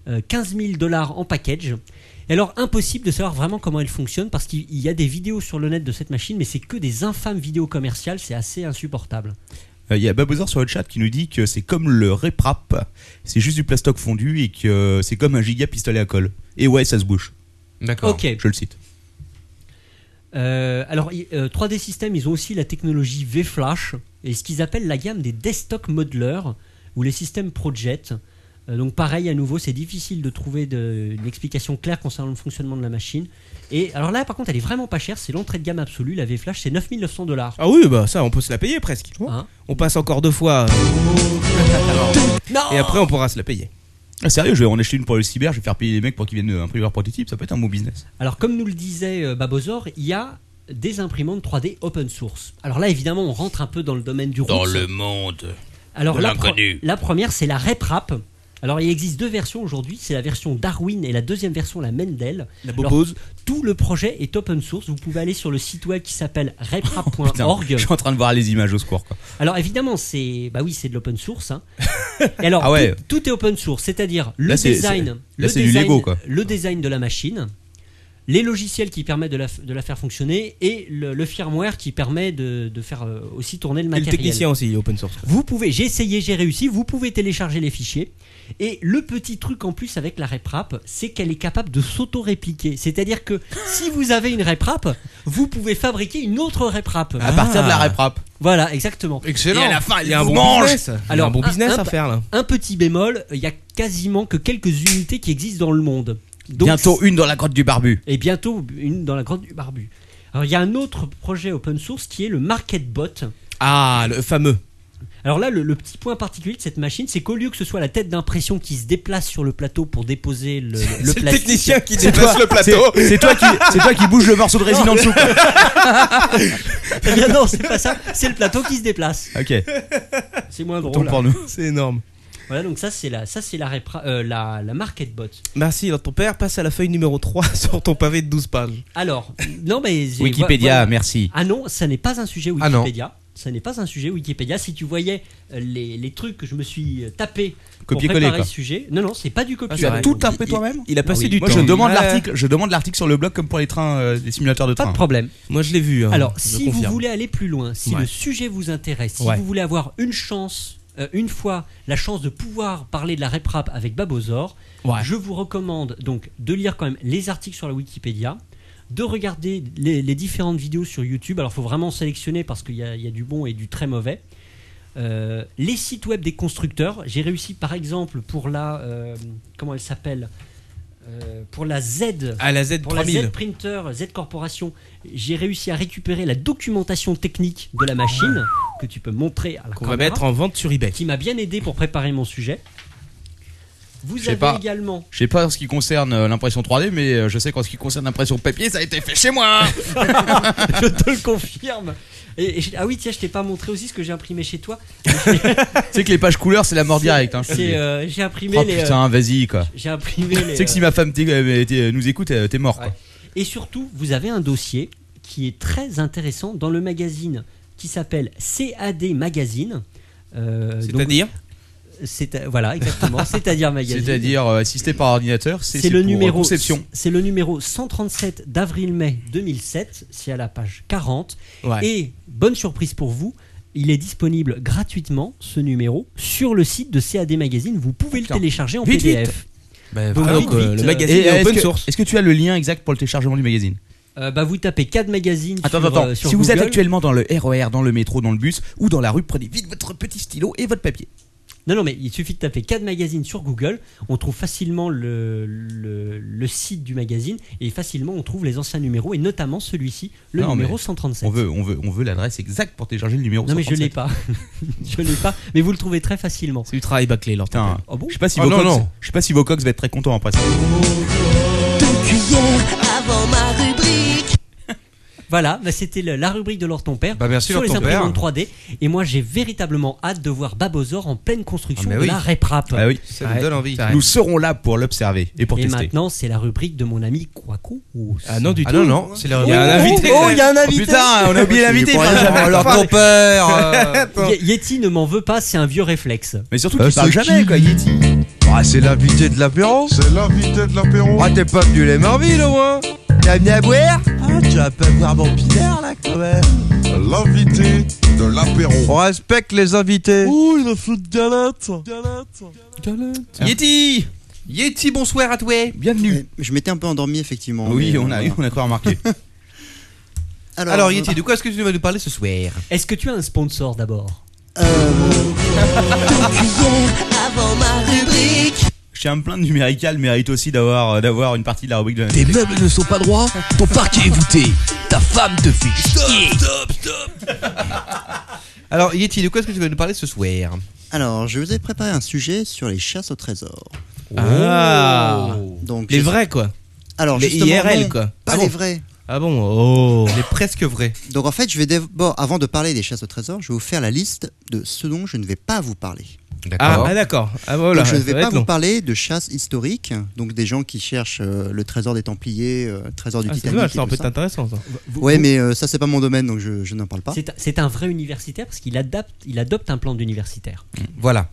S8: Euh, 15 000 dollars en package. Et alors, impossible de savoir vraiment comment elle fonctionne parce qu'il il y a des vidéos sur le net de cette machine, mais c'est que des infâmes vidéos commerciales, c'est assez insupportable.
S5: Euh, Il y a Babozor sur le chat qui nous dit que c'est comme le réprap, c'est juste du plastoc fondu et que euh, c'est comme un giga pistolet à colle. Et ouais, ça se bouche.
S9: D'accord.
S8: Ok.
S5: Je le cite.
S8: Euh, alors, i- euh, 3D Systems, ils ont aussi la technologie V-Flash et ce qu'ils appellent la gamme des desktop modelers ou les systèmes Project. Euh, donc, pareil, à nouveau, c'est difficile de trouver de- une explication claire concernant le fonctionnement de la machine. Et alors là, par contre, elle est vraiment pas chère, c'est l'entrée de gamme absolue. La V-Flash, c'est 9900 dollars. Hein
S6: Ah oui, bah ça, on peut se la payer presque.
S8: Oh.
S6: on passe encore deux fois. euh, Et après, on pourra se la payer.
S5: Ah, sérieux, je vais en acheter une pour le cyber, je vais faire payer les mecs pour qu'ils viennent euh, imprimer leur prototype, ça peut être un bon business.
S8: Alors, comme nous le disait euh, Babozor, il y a des imprimantes 3D open source. Alors là, évidemment, on rentre un peu dans le domaine du roots.
S12: monde.
S8: Alors la, pre- la première, c'est la RepRap. Alors il existe deux versions aujourd'hui, c'est la version Darwin et la deuxième version la Mendel.
S6: La
S8: Alors,
S6: Bobose.
S8: tout le projet est open source, vous pouvez aller sur le site web qui s'appelle
S5: [LAUGHS] Putain,
S8: reprap.org.
S5: je suis en train de voir les images au secours. Quoi.
S8: Alors évidemment, c'est bah oui, c'est de l'open source. hein. [LAUGHS] Et alors
S5: Ah ouais.
S8: tout, tout est open source, c'est-à-dire le
S5: Là, c'est- c'est- là,
S8: design, le
S5: c'est du
S8: design-
S5: Lego, quoi.
S8: le design de la machine, les logiciels qui permettent de la, f- de la faire fonctionner et le, le firmware qui permet de, de faire euh, aussi tourner le
S6: Et le
S8: matériel.
S6: technicien aussi, il est open source.
S8: Vous pouvez, j'ai essayé, j'ai réussi, vous pouvez télécharger les fichiers. Et le petit truc en plus avec la RepRap, c'est qu'elle est capable de s'auto-répliquer. C'est-à-dire que si vous avez une RepRap, vous pouvez fabriquer une autre RepRap.
S5: À partir de la RepRap.
S8: Voilà, exactement.
S6: Excellent. Et à la fin, il y a un bon business. Il y a un bon business à faire, là.
S8: Un petit bémol, il y a quasiment que quelques unités qui existent dans le monde. Donc,
S5: Bientôt une dans la grotte du barbu.
S8: et bientôt une dans la grotte du barbu. Alors il y a un autre projet open source qui est le MarketBot.
S6: Ah, le fameux.
S8: Alors là, le, le petit point particulier de cette machine, c'est qu'au lieu que ce soit la tête d'impression qui se déplace sur le plateau pour déposer le, le
S6: le
S8: plastique-
S6: technicien qui C'est déplace toi- le plateau.
S5: c'est- c'est toi qui- c'est toi qui bouge le morceau de résine en dessous.
S8: Eh bien [LAUGHS] non, c'est pas ça. C'est le plateau qui se déplace.
S5: Ok.
S8: C'est moins drôle.
S6: Autant pour nous. C'est énorme.
S8: Voilà, donc ça c'est la, ça c'est la, répra- euh, la, la market bot.
S6: Merci, alors ton père passe à la feuille numéro 3 [LAUGHS] sur ton pavé de 12 pages.
S8: Alors, non mais j'ai-
S6: Wikipédia,
S8: voilà.
S6: merci.
S8: Ah non, ça n'est pas un sujet
S6: Ah non.
S8: Wikipédia. ce n'est pas un sujet Wikipédia. Si tu voyais euh, les, les trucs que je me suis euh, tapé pour
S5: Copier-coller,
S8: préparer
S5: quoi.
S8: ce sujet, non, non, Ah, c'est pas du copier.
S5: tu as tout tapé toi-même Ah Moi, je demande
S6: Ah,
S5: l'article, je demande l'article sur le blog comme pour les trains, euh, les simulateurs de
S8: Pas
S5: train.
S8: de problème.
S6: Moi, je l'ai vu.
S8: Alors, si vous voulez aller plus loin, si
S5: Ouais.
S8: le sujet vous intéresse, si
S5: Ouais.
S8: vous voulez avoir une chance, euh, une fois, la chance de pouvoir parler de la réprap avec Babozor, je vous recommande donc de lire quand même les articles sur la Wikipédia, de regarder les, les différentes vidéos sur YouTube. Alors, il faut vraiment sélectionner parce qu'il y, a- il y a du bon et du très mauvais. Euh, les sites web des constructeurs, j'ai réussi par exemple pour la. euh, comment elle s'appelle Euh, pour la Z,
S6: Ah, la Z
S8: pour la
S6: 3000.
S8: Z Printer, Z Corporation, j'ai réussi à récupérer la documentation technique de la machine que tu peux montrer à la
S6: Qu'on va
S8: caméra,
S6: mettre en vente sur eBay.
S8: qui m'a bien aidé pour préparer mon sujet. Vous
S5: Je sais
S8: avez
S5: pas.
S8: également [LAUGHS]
S5: Je sais pas en ce qui concerne euh, l'impression 3D, mais euh, je sais qu'en ce qui concerne l'impression papier, ça a été fait chez moi.
S8: je te le confirme. Et- et je- ah oui, tiens, je t'ai pas montré aussi ce que j'ai imprimé chez toi.
S5: tu sais que les pages couleurs, c'est la mort directe. hein, je te le
S8: C'est,
S5: dis.
S8: euh, j'ai imprimé
S5: oh,
S8: les, euh,
S5: Putain, vas-y quoi.
S8: J'ai
S5: [LAUGHS]
S8: imprimé les,
S5: Tu sais que si ma femme t'é- euh, t'é- nous écoute, euh, t'es mort quoi.
S8: Et surtout, vous avez un dossier qui est très intéressant dans le magazine qui s'appelle CAD Magazine. Euh,
S5: C'est-à-dire
S8: donc- c'est à-
S5: [LAUGHS]
S8: Voilà, exactement. C'est-à-dire magazine.
S5: C'est-à-dire euh, assisté par ordinateur, c'est
S8: C'est
S5: pour,
S8: le
S5: euh,
S8: numéro.
S5: conception.
S8: C'est le numéro 137 d'avril-mai 2007. C'est à la page 40.
S6: Ouais.
S8: Et bonne surprise pour vous. Il est disponible gratuitement ce numéro sur le site de CAD Magazine. Vous pouvez le télécharger en
S5: Vite, Bah,
S8: PDF.
S5: vite.
S8: Donc, vite, vite, euh,
S5: Et est-ce que- Est-ce que tu as le lien exact pour le téléchargement du magazine
S8: Euh, bah vous tapez CAD Magazine.
S5: Attends,
S8: sur,
S5: attends,
S8: euh,
S5: attends.
S8: sur
S5: Si vous êtes
S8: Google.
S5: actuellement dans le RER, dans le métro, dans le bus ou dans la rue, prenez vite votre petit stylo et votre papier.
S8: Non, non, mais il suffit de taper CAD Magazine sur Google. On trouve facilement le, le, le site du magazine et facilement on trouve les anciens numéros et notamment celui-ci, le
S5: Non,
S8: numéro
S5: mais
S8: 137.
S5: On veut, on veut, on veut l'adresse exacte pour télécharger le numéro.
S8: Non, mais je
S5: 137.
S8: l'ai pas. je l'ai pas, [LAUGHS] mais vous le trouvez très facilement.
S6: C'est du travail bâclé, leur
S5: Putain,
S8: bon Oh
S5: je sais pas si
S6: Ah, non,
S5: Vocox,
S6: non.
S5: je sais pas si Vocox va être très content après ça.
S11: Deux cuillères avant ma rubrique.
S8: Voilà, bah, c'était le- la rubrique de Laure ton père
S9: Bah, merci,
S8: sur
S9: Laure
S8: les
S9: ton père.
S8: imprimantes 3D. Et moi, j'ai véritablement hâte de voir Babozor en pleine construction
S5: Ah, mais
S8: de
S5: oui.
S8: la réprap.
S5: Ah oui.
S9: Ça nous donne envie.
S5: Nous serons là pour l'observer et pour
S8: Et
S5: tester. [LAUGHS]
S8: maintenant, c'est la rubrique de mon ami Quaco.
S6: Ah non, du
S9: Ah non, non, c'est la-
S8: Oh,
S9: il y a un invité.
S8: Oh, il y a un invité.
S5: putain, on a oublié l'invité. il parle jamais.
S9: Alors ton père. euh,
S8: Ye- Yeti ne m'en veut pas, c'est un vieux réflexe.
S5: Mais surtout,
S12: Euh,
S5: qu'il parle
S12: c'est
S5: jamais,
S12: qui
S5: quoi, Yeti.
S12: Ah, c'est l'invité de l'apéro C'est l'invité de l'apéro Ah, t'es pas venu les Marvilles au moins T'as venu à boire Ah, tu vas pas boire mon pinard là quand même L'invité de l'apéro On respecte les invités Ouh, il a fait de galette
S9: Yeti Yeti, bonsoir à toi
S5: Bienvenue
S7: Je m'étais un peu endormi, effectivement.
S5: Oui,
S7: mais,
S5: on a,
S7: euh,
S5: on a quoi remarqué
S7: Alors,
S9: Alors Yeti, de quoi est-ce que tu vas nous parler ce soir
S8: Est-ce que tu as un sponsor d'abord
S11: Deux cuillères avant ma rubrique.
S5: Je tiens à me plaindre, Numérical mérite aussi d'avoir euh, d'avoir une partie de la rubrique de
S2: Tes meubles ne sont pas droits, ton parquet est voûté, ta femme te fait chier.
S9: Alors Yeti, de quoi est-ce que tu vas nous parler ce soir
S7: alors, je vous ai préparé un sujet sur les chasses au trésor.
S6: Ah.
S7: Donc,
S6: Les
S7: je-
S6: vrais, quoi.
S7: Alors,
S6: Les
S7: justement,
S6: IRL,
S7: non,
S6: quoi.
S7: Pas
S6: Ah
S7: les
S6: bon
S7: vrais.
S6: Ah bon Oh.
S9: Les presque vrais.
S7: Donc, en fait, je vais d'abord, avant de parler des chasses au trésor, je vais vous faire la liste de ce dont je ne vais pas vous parler.
S6: Ah,
S9: D'accord.
S6: ah, d'accord. Ah voilà.
S7: Donc, je ne vais
S6: ça va
S7: pas
S6: être
S7: vous
S6: long.
S7: parler de chasse historique, donc des gens qui cherchent euh, le trésor des Templiers, euh, le trésor du
S6: Ah, c'est
S7: Titanic.
S6: dommage,
S7: et
S6: ça
S7: tout
S6: peut être
S7: ça.
S6: intéressant. Ça.
S8: Vous-
S7: Ouais,
S8: vous-
S7: mais euh, ça c'est pas mon domaine, donc je, je n'en parle pas.
S8: C'est un- C'est un vrai universitaire parce qu'il adapte, il adopte un plan d'universitaire.
S9: Voilà.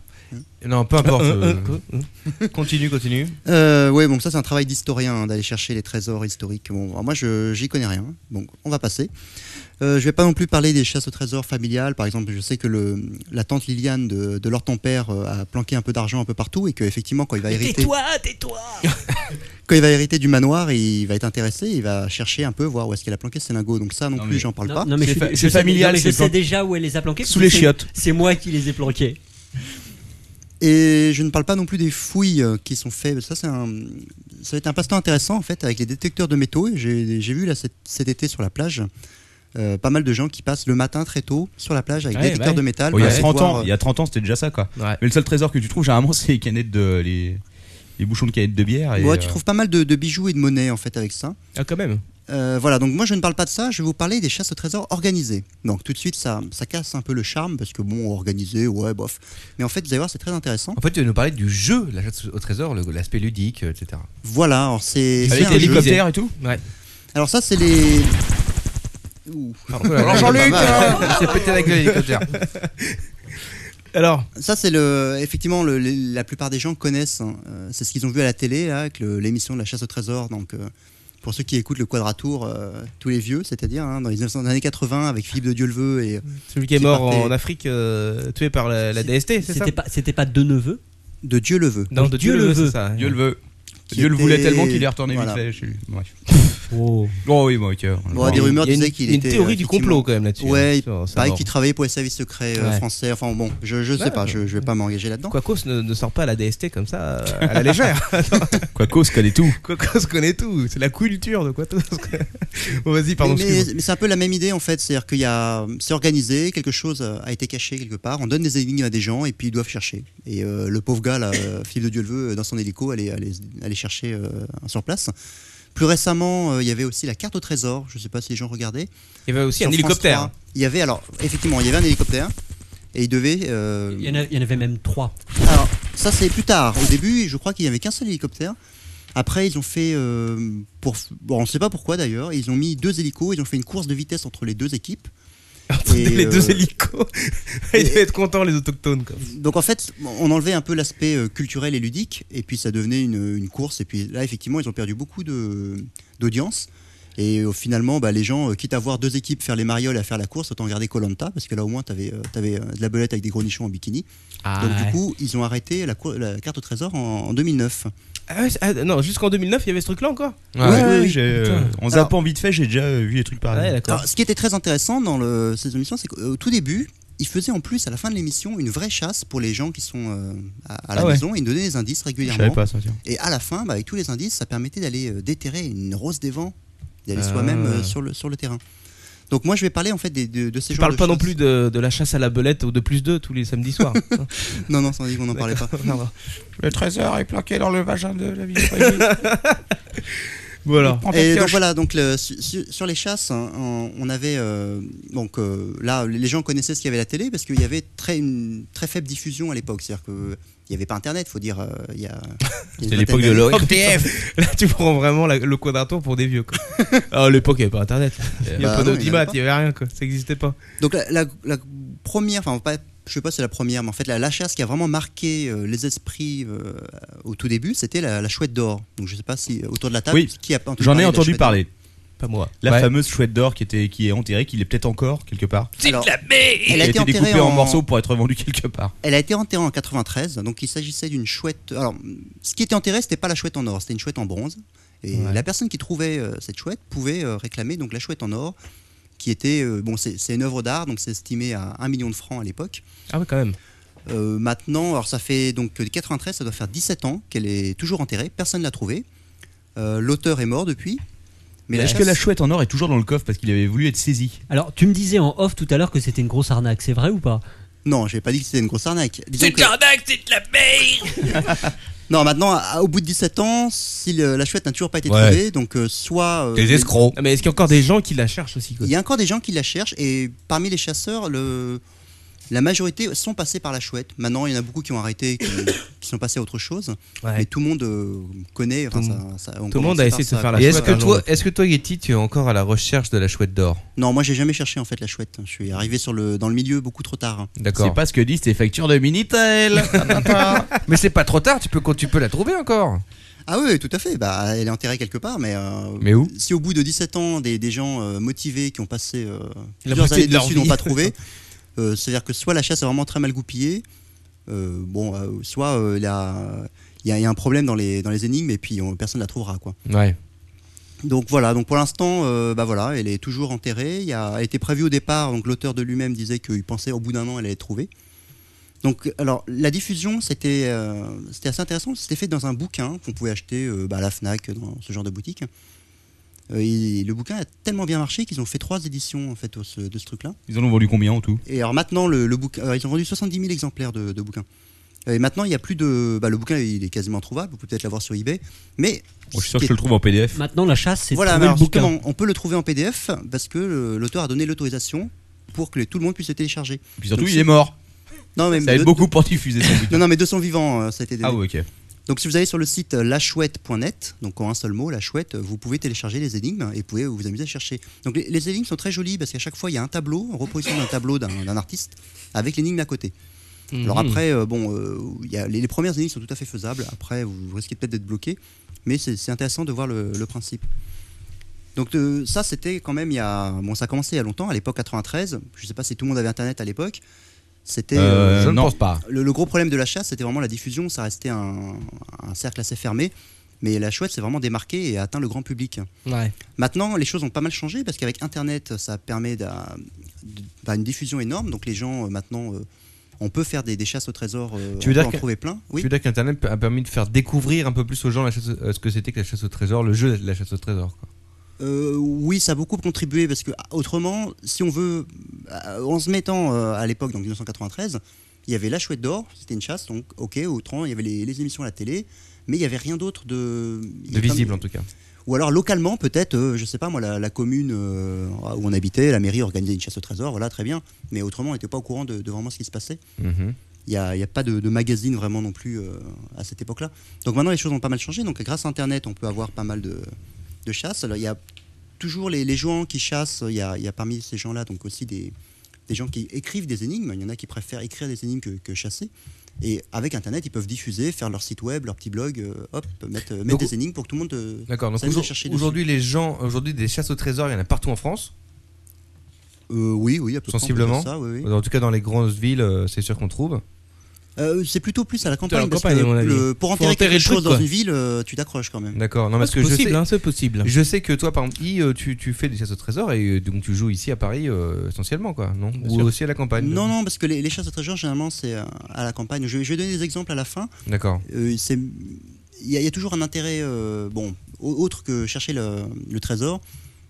S9: Non, peu importe.
S6: Euh, euh,
S9: euh,
S6: euh,
S9: Continue, continue.
S7: Euh, ouais, bon ça c'est un travail d'historien hein, d'aller chercher les trésors historiques. Bon, alors moi je j'y connais rien, donc on va passer. Euh, je vais pas non plus parler des chasses au trésor familiales. Par exemple, je sais que le, la tante Liliane de, de leur tempère euh, a planqué un peu d'argent un peu partout et que effectivement quand il va hériter,
S8: Tais-toi, tais-toi
S7: quand il va hériter du manoir, il va être intéressé, il va chercher un peu voir où est-ce qu'elle a planqué ses lingots. Donc ça non,
S5: Non,
S7: plus
S5: mais-
S7: j'en parle
S8: Non,
S7: pas.
S8: non, mais
S5: C'est
S8: je,
S5: fa-
S8: je
S5: c'est
S8: sais-
S5: familial,
S8: non, mais je
S5: c'est
S8: sais
S5: plan-
S8: déjà où elle les a planqués.
S5: Sous
S8: parce
S5: les
S8: que c'est-
S5: chiottes.
S8: C'est moi qui les ai planqués.
S7: Et je ne parle pas non plus des fouilles euh, qui sont faites. Ça, c'est un, ça va être un passe-temps intéressant en fait avec les détecteurs de métaux. J'ai j'ai vu là cet, cet été sur la plage. euh, pas mal de gens qui passent le matin très tôt sur la plage avec
S6: Ouais,
S7: des détecteurs
S6: ouais.
S7: de métal.
S5: Oh, il y a
S7: pour
S5: 30
S7: voir,
S5: ans,
S7: euh,
S5: il y a 30 ans, c'était déjà ça quoi.
S6: Ouais.
S5: Mais le seul trésor que tu trouves généralement c'est les canettes de les, les bouchons de canettes de bière et
S7: ouais, tu
S5: euh,
S7: trouves pas mal de, de bijoux et de monnaie en fait avec ça.
S6: Ah, quand même.
S7: Euh, voilà, donc moi je ne parle pas de ça, je vais vous parler des chasses au trésor organisées. Donc tout de suite ça, ça casse un peu le charme parce que bon, organisé, ouais, bof. Mais en fait, vous allez voir, c'est très intéressant.
S9: En fait, tu vas nous parler du jeu, la chasse au trésor, le- l'aspect ludique, euh, etc.
S7: Voilà, alors c'est. c'est
S5: avec
S7: un jeu.
S5: l'hélicoptère et tout.
S6: Ouais.
S7: Alors ça, c'est les... [LAUGHS]
S9: Alors, Jean-Luc, hein, il s'est pété la gueule, l'hélicoptère.
S6: Alors
S7: Ça, c'est le. Effectivement, le- le- la plupart des gens connaissent. hein. Euh, C'est ce qu'ils ont vu à la télé, là, avec le- l'émission de la chasse au trésor. Donc, euh, pour ceux qui écoutent le Quadratour, euh, tous les vieux, c'est-à-dire hein, dans les 1900 années 80, avec Philippe de Dieuleveux et.
S6: Celui qui est mort en Afrique, euh, tué par la, la DST, c'est ça
S7: c'était
S8: pas, C'était pas deux neveux
S7: De Dieu le veut.
S6: Non, de Dieu, le veut, c'est ça.
S5: Dieu le veut.
S7: Qui
S5: Dieu le
S7: était-
S5: voulait tellement qu'il est retourné
S7: Voilà.
S5: vite fait chez lui. Bref.
S8: Oh.
S5: oui, bon, ok.
S7: Bon, des rumeurs
S5: Il y a
S7: disaient
S5: une-
S7: qu'il
S5: il y a
S7: était. effectivement-
S6: hein,
S7: Ouais, il paraît qu'il travaillait pour les services secrets euh,
S6: Ouais.
S7: français. Enfin bon, je, je sais
S6: Ouais.
S7: pas, je, je vais pas m'engager là-dedans.
S6: Quacos ne, ne sort pas la DST comme ça euh,
S7: [LAUGHS]
S6: à la légère.
S5: Quacos connaît tout.
S6: Quacos connaît tout. C'est la culture de Quacos.
S7: [LAUGHS]
S6: bon, vas-y, pardon.
S7: Mais-
S6: excuse-moi.
S7: mais c'est un peu la même idée en fait, c'est-à-dire qu'il y a, c'est organisé, quelque chose euh, a été caché quelque part, on donne des énigmes à des gens et puis ils doivent chercher. Et euh, le pauvre gars, là, euh, Philippe de Dieu le veut, dans son hélico, allait, allait, allait chercher euh, sur place. Plus récemment, euh, il y avait aussi la carte au trésor, je sais pas si les gens regardaient.
S6: Il y avait aussi
S7: Sur
S6: un
S7: France
S6: hélicoptère.
S7: 3, Il y avait alors, effectivement, il y avait un hélicoptère et il devait. euh,
S8: Il y, en a- il y en avait même trois.
S7: alors, ça, c'est plus tard. Au début, je crois qu'il n'y avait qu'un seul hélicoptère. Après, ils ont fait, euh, pour, bon, on ne sait pas pourquoi d'ailleurs, ils ont mis deux hélicos, ils ont fait une course de vitesse entre les deux équipes. Et,
S6: hein, les deux
S7: euh,
S6: hélicos. [LAUGHS] Ils devaient être contents, les autochtones. quoi.
S7: donc en fait, on enlevait un peu l'aspect euh, culturel et ludique, et puis ça devenait une, une course. Et puis là, effectivement, ils ont perdu beaucoup de- d'audience. Et euh, finalement, bah, les gens, euh, quitte à voir deux équipes faire les marioles et à faire la course, autant regarder Colanta, parce que là au moins, tu avais, euh, de la belette avec des gros nichons en bikini.
S6: Ah
S7: Donc
S6: ouais.
S7: du coup, ils ont arrêté la, cour- la carte au trésor en, en 2009.
S6: Ah ouais, c'est- ah, non, jusqu'en 2009, il y avait ce truc-là encore.
S7: Ouais, ouais, oui,
S5: j'ai, euh,
S7: Putain.
S5: en
S7: Alors-
S5: zappant vite fait, j'ai déjà euh, vu des trucs
S7: Ah,
S5: pareils.
S7: Alors, ce qui était très intéressant dans le, cette émission, c'est qu'au tout début, ils faisaient en plus, à la fin de l'émission, une vraie chasse pour les gens qui sont euh, à, à la
S5: Ah ouais.
S7: maison. Ils donnaient des indices régulièrement.
S5: savais pas ça, tiens.
S7: Et à la fin, bah, avec tous les indices, ça permettait d'aller euh, déterrer une rose des vents, d'aller
S6: Ah.
S7: soi-même euh, sur, le, sur le terrain. Donc moi, je vais parler en fait des- de, de ces
S6: Je
S7: genres
S6: parle
S7: de
S6: pas non
S7: choses.
S6: plus de, de la chasse à la belette ou de plus 2 tous les
S7: [LAUGHS]
S6: samedis soirs.
S7: Non, non, sans dire qu'on n'en parlait pas.
S5: Le trésor est planqué dans le vagin de la vie.
S6: voilà.
S7: Et donc voilà, donc le- su- su- sur les chasses, hein, on on avait euh, donc euh, là, les gens connaissaient ce qu'il y avait à la télé parce qu'il y avait très une très faible diffusion à l'époque, c'est-à-dire que il n'y avait pas Internet, faut dire. euh, il y a, il y a une
S5: [LAUGHS]
S6: C'est
S7: vingtaine d'années.
S6: Oh, putain. [LAUGHS] Là, tu prends vraiment la- le quadratour pour des vieux. Quoi. [LAUGHS] Ah, à l'époque, il n'y avait pas internet. Il n'y
S7: Bah
S6: avait
S7: non, il y en
S6: pas
S7: avait
S6: d'audimat,
S7: pas.
S6: il n'y avait rien. Quoi. Ça n'existait pas.
S7: Donc la, la- la première, enfin pas, je sais pas si c'est la première, mais en fait la, la chasse qui a vraiment marqué euh, les esprits euh, au tout début, c'était la, la chouette d'or. Donc je sais pas si autour de la table,
S5: Oui,
S7: qui a entendu
S5: j'en
S7: parler de
S5: ai
S7: la
S5: entendu
S7: chouette d'or
S5: parler.
S6: Pas moi.
S5: [LAUGHS] La
S6: Ouais.
S5: fameuse chouette d'or qui, était, qui est enterrée, qui l'est peut-être encore quelque part.
S7: Alors,
S5: Elle a été
S7: enterrée
S5: découpée en morceaux pour être vendue quelque part.
S7: Elle a été enterrée en 93, donc il s'agissait d'une chouette. Alors, ce qui était enterré, c'était pas la chouette en or, c'était une chouette en bronze. Et la personne qui trouvait euh, cette chouette pouvait euh, réclamer donc la chouette en or, qui était euh, bon, c'est c'est une œuvre d'art, donc c'est estimé à 1 million de francs à l'époque.
S6: Ah oui, quand même.
S7: Euh, maintenant, alors ça fait donc euh, 93, ça doit faire 17 ans qu'elle est toujours enterrée, personne ne l'a trouvée. Euh, L'auteur est mort depuis.
S5: Mais est-ce
S7: chasse-
S5: que la chouette en or est toujours dans le coffre parce qu'il avait voulu être saisi
S8: Alors, tu me disais en off tout à l'heure que c'était une grosse arnaque, c'est vrai ou pas
S7: Non, j'ai pas dit que c'était une grosse arnaque. Disons que-
S3: arnaque, c'est de la merde
S7: [LAUGHS] Non, maintenant, à- au bout de 17 ans, si le- la chouette n'a toujours pas été
S6: Ouais.
S7: trouvée, donc euh, soit. euh, les-
S6: Ah, Mais est-ce qu'il y a encore des gens qui la cherchent aussi quoi
S7: Il y a encore des gens qui la cherchent et parmi les chasseurs, le- la majorité sont passés par la chouette. Maintenant, il y en a beaucoup qui ont arrêté, qui, [COUGHS] qui sont passés à autre chose.
S6: Ouais.
S7: Mais tout le monde euh, connaît. enfin,
S6: Tout-
S7: ça- ça- on
S6: tout le
S7: commence
S6: monde a
S7: par
S6: essayé de se
S7: ça.
S6: faire la hein.
S9: Et est-ce que, toi, est que toi, Yeti, tu es encore à la recherche de la chouette d'or
S7: Non, moi, j'ai jamais cherché en fait la chouette. Je suis arrivé sur le, dans le milieu beaucoup trop tard.
S9: D'accord.
S5: C'est pas ce que disent tes factures de
S6: [LAUGHS]
S5: Minitel
S9: Mais c'est pas trop tard, tu peux, tu peux la trouver encore.
S7: Ah oui, tout à fait. Bah, elle est enterrée quelque part, mais. euh,
S9: Mais où
S7: Si au bout de 17 ans, des, des gens euh, motivés qui ont passé euh,
S9: La
S7: plusieurs
S9: moitié
S7: années
S9: de leur
S7: dessus
S9: vie.
S7: n'ont pas trouvé,
S9: [LAUGHS]
S7: euh, c'est-à-dire que soit la chasse est vraiment très mal goupillée, euh, bon, euh, soit euh, la- il y, a- il y a un problème dans les, dans les énigmes et puis on- personne ne la trouvera, quoi.
S9: Ouais.
S7: Donc voilà, donc pour l'instant, euh, bah voilà, elle est toujours enterrée. Il y a, elle était prévue au départ, donc l'auteur de lui-même disait qu'il pensait au bout d'un an elle allait être trouvée. Donc alors la diffusion c'était euh, c'était assez intéressant, c'était fait dans un bouquin qu'on pouvait acheter euh, bah, à la Fnac dans ce genre de boutique. hein. Euh, et le bouquin a tellement bien marché qu'ils ont fait trois éditions en fait au- ce- de ce truc-là.
S5: Ils en ont vendu combien en tout
S7: Et alors maintenant, le, le bouquin, euh, ils ont vendu 70 000 exemplaires de, de bouquins. Euh, Et maintenant, il n'y a plus de. Bah, le bouquin, il est quasiment introuvable. Vous pouvez peut-être l'avoir sur eBay. Mais.
S5: Moi, je suis sûr que je le trouve en PDF.
S8: Maintenant, la chasse, c'est
S7: Voilà,
S8: trouver
S7: alors,
S8: le bouquin.
S7: justement, on peut le trouver en PDF parce que euh, l'auteur a donné l'autorisation pour que tout le monde puisse le télécharger.
S5: Puis surtout,
S7: Donc,
S5: il
S7: si-
S5: est mort.
S7: Non, mais
S5: Ça aide
S7: de-
S5: beaucoup pour diffuser son bouquin.
S7: Non, non, mais de son vivant, euh, ça a été donné.
S5: Ah ouais, ok.
S7: Donc si vous allez sur le site euh, lachouette.net, donc en un seul mot, la chouette, vous pouvez télécharger les énigmes et vous pouvez vous amuser à chercher. Donc les, les énigmes sont très jolies parce qu'à chaque fois il y a un tableau, une reproduction d'un tableau d'un d'un artiste avec l'énigme à côté. Alors
S13: Mhm.
S7: après, euh, bon, euh, il y a- les, les premières énigmes sont tout à fait faisables. Après, vous, vous risquez peut-être d'être bloqué, mais c'est c'est intéressant de voir le, le principe. Donc euh, ça, c'était quand même il y a, bon, ça a commencé il y a longtemps, à l'époque 93. Je sais pas si tout le monde avait internet à l'époque. C'était,
S5: Euh, Je ne non. pense pas.
S7: Le, le gros problème de la chasse, c'était vraiment la diffusion. Ça restait un, un cercle assez fermé. Mais la chouette s'est vraiment démarquée et a atteint le grand public.
S6: Ouais.
S7: Maintenant, les choses ont pas mal changé parce qu'avec Internet, ça permet d'a- de- bah, une diffusion énorme. Donc les gens, euh, maintenant, euh, on peut faire des, des chasses au trésor. euh,
S9: Tu
S7: on peut
S9: veux dire
S7: en
S9: que-
S7: trouver plein Oui.
S9: Tu veux dire qu'Internet a permis de faire découvrir un peu plus aux gens la chasse- euh, ce que c'était que la chasse au trésor, le jeu de la chasse au trésor. quoi.
S7: Euh, oui, ça a beaucoup contribué parce que ah, autrement, si on veut, euh, en se mettant euh, à l'époque, donc 1993, il y avait La Chouette d'Or, c'était une chasse, donc ok, autrement, il y avait les, les émissions à la télé, mais il n'y avait rien d'autre de.
S9: De visible en tout cas.
S7: Ou alors localement, peut-être, euh, je sais pas moi, la, la commune euh, où on habitait, la mairie organisait une chasse au trésor, voilà, très bien, mais autrement, on n'était pas au courant de, de vraiment ce qui se passait.
S9: Mhm.
S7: Il n'y a, il y a pas de, de magazine vraiment non plus euh, à cette époque-là. Donc maintenant, les choses ont pas mal changé. Donc grâce à Internet, on peut avoir pas mal de, de chasses. Alors, il y a toujours les, les gens qui chassent. Il y a, il y a parmi ces gens-là donc aussi des, des gens qui écrivent des énigmes. Il y en a qui préfèrent écrire des énigmes que, que chasser. Et avec Internet, ils peuvent diffuser, faire leur site web, leur petit blog, euh, hop, mettre, mettre
S9: Donc-
S7: des énigmes pour que tout le monde euh,
S9: D'accord. Donc
S7: s'amuse à
S9: aujourd-
S7: chercher dessus.
S9: aujourd'hui, les gens, aujourd'hui, des chasses au trésor, il y en a partout en France.
S7: Euh, oui, oui, à peu près, on peut
S9: Sensiblement.
S7: dire ça, oui, oui.
S9: En tout cas, dans les grosses villes, euh, c'est sûr qu'on trouve.
S7: Euh, c'est plutôt plus à la campagne,
S9: la
S7: parce
S9: campagne,
S7: que
S9: à mon avis.
S7: le- pour
S9: Faut
S7: enterrer,
S9: enterrer
S7: quelque
S9: le truc,
S7: chose dans
S9: quoi.
S7: une ville, euh, tu t'accroches quand même.
S9: D'accord. Non, parce
S6: c'est
S9: que
S6: possible,
S9: je sais,
S6: hein, c'est possible.
S9: Je sais que toi, par exemple, I, euh, tu, tu fais des chasses au trésor et euh, donc tu joues ici à Paris euh, essentiellement, quoi, non Ou
S7: sûr.
S9: aussi à la campagne.
S7: Non, non, parce que les, les chasses au trésor, généralement, c'est euh, à la campagne. Je, vais- je vais donner des exemples à la fin.
S9: D'accord. [LAUGHS]
S7: Euh, c'est- Il y, a- il y a toujours un intérêt, euh, bon, au- autre que chercher le, le trésor.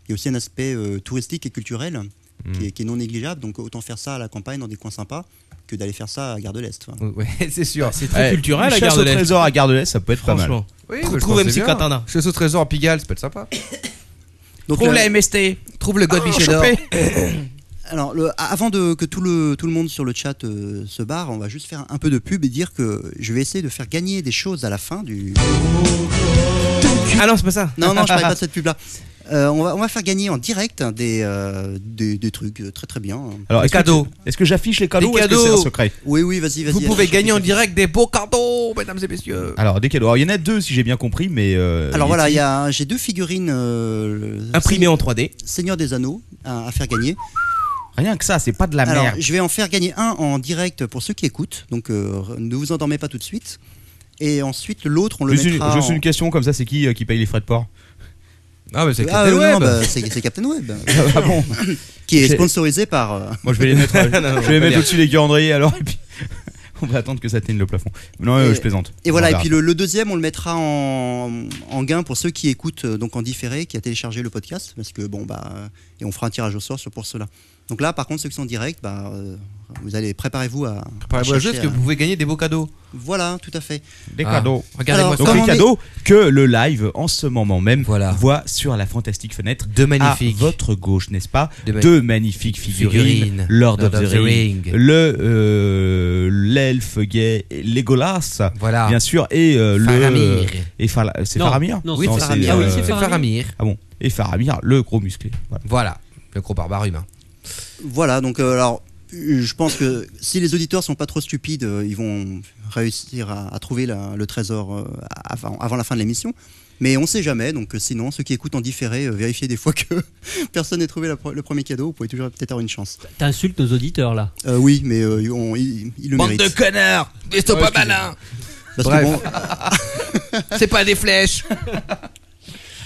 S7: Il y a aussi un aspect euh, touristique et culturel
S9: Hmm.
S7: qui, est, qui est non négligeable. Donc autant faire ça à la campagne, dans des coins sympas, que d'aller faire ça à Gare de l'Est. quoi.
S9: Ouais, c'est
S7: Bah,
S9: sûr.
S5: Ouais, une chasse au trésor à Gare de l'Est, ça peut être pas mal.
S9: Franchement. Oui, bah, je
S5: Trouve
S9: pense
S5: MC
S9: que c'est bien.
S5: Katana.
S9: Chasse au trésor à Pigalle, ça peut être sympa.
S7: Trouve la
S9: MST. Trouve le
S7: God Bichet d'or. Ah, [COUGHS] Alors, le- a- avant de, que tout le, tout le monde sur le chat euh, se barre, on va juste faire un peu de pub et dire que je vais essayer de faire gagner des choses à la fin
S9: [LAUGHS]
S7: du.
S6: Ah non, c'est pas ça.
S7: Non, non, je parlais pas de cette pub-là. Euh, on, va, on va faire gagner en direct des, euh, des, des trucs euh, très très bien.
S5: Alors, est-ce que tu- Est-ce que j'affiche les cadeaux
S7: Des
S5: ou est-ce que
S7: cadeaux.
S5: c'est un secret
S7: Oui, oui, vas-y, vas-y.
S9: Vous pouvez
S7: affiche,
S9: gagner en
S7: affiche.
S9: direct des beaux cadeaux, mesdames et messieurs.
S5: Alors, des cadeaux. Alors, il y en a deux, si j'ai bien compris, mais. euh,
S7: Euh. Alors
S5: y
S7: voilà,
S5: a-t-il
S7: il y a- j'ai deux figurines euh, le-
S5: Imprimées en 3D.
S7: Seigneur des Anneaux à, à faire gagner.
S5: Rien que ça, c'est pas de
S6: Ah,
S5: la
S7: Alors,
S5: merde.
S7: je vais en faire gagner un en direct pour ceux qui écoutent, donc euh, ne vous endormez pas tout de suite. Et ensuite, l'autre, on le
S5: Juste une-
S7: mettra.
S5: Juste
S7: en-
S5: une question comme ça, c'est qui euh, qui paye les frais de port
S9: Ah, mais c'est
S7: Ah, euh, non, bah, c'est c'est Captain Web. [LAUGHS] Qui est
S5: J'ai-
S7: sponsorisé par. euh,
S5: Moi, je vais les mettre,
S7: Non, non, on
S5: je vais
S7: va
S5: les mettre
S7: dire.
S5: au-dessus des calendriers alors, et puis [LAUGHS] on va attendre que ça atteigne le plafond. Non, euh,
S7: Et-
S5: je plaisante.
S7: Et voilà,
S5: On
S7: et
S5: verra.
S7: puis le, le deuxième, on le mettra en, en gain pour ceux qui écoutent euh, donc en différé, qui a téléchargé le podcast, parce que bon bah euh, et on fera un tirage au sort sur- pour cela. Donc là, par contre, ceux qui sont en direct, bah, euh, vous allez préparez-vous à
S9: Préparez-vous à jouer, parce que vous pouvez gagner des beaux cadeaux.
S7: Voilà, tout à fait.
S5: Des
S7: Ah.
S5: cadeaux.
S9: Regardez-moi
S5: Donc
S9: ça.
S5: les cadeaux que le live en ce moment même voit sur la fantastique fenêtre de
S9: magnifiques-
S5: à
S7: Ah,
S5: votre gauche, n'est-ce pas
S9: de ma-
S5: Deux magnifiques figurines,
S9: Figurines.
S5: Lord,
S9: Lord
S5: of the, Ring, le euh, l'elfe gay Legolas,
S9: Voilà.
S5: bien sûr, et euh, le
S9: Faramir.
S5: et Fala- c'est
S9: Non,
S5: Faramir
S9: non, Oui, c'est Faramir. Ah oui, c'est Faramir.
S5: Ah bon Et Faramir, le gros musclé. Voilà.
S9: Le gros barbare humain.
S7: Voilà, donc euh, alors euh, je pense que si les auditeurs sont pas trop stupides, euh, ils vont réussir à, à trouver la- le trésor euh, avant, avant la fin de l'émission. Mais on sait jamais, donc euh, sinon ceux qui écoutent en différé, euh, vérifiez des fois que [LAUGHS] personne n'ait trouvé la pre- le premier cadeau, vous pouvez toujours peut-être avoir une chance.
S8: T'insultes nos auditeurs là.
S7: Euh, oui, mais euh, ils ont- ils, ils le
S8: Bande
S7: méritent.
S8: de connards
S9: Des
S7: sont
S9: pas malins
S7: Parce
S9: Bref.
S7: que bon,
S9: C'est pas des flèches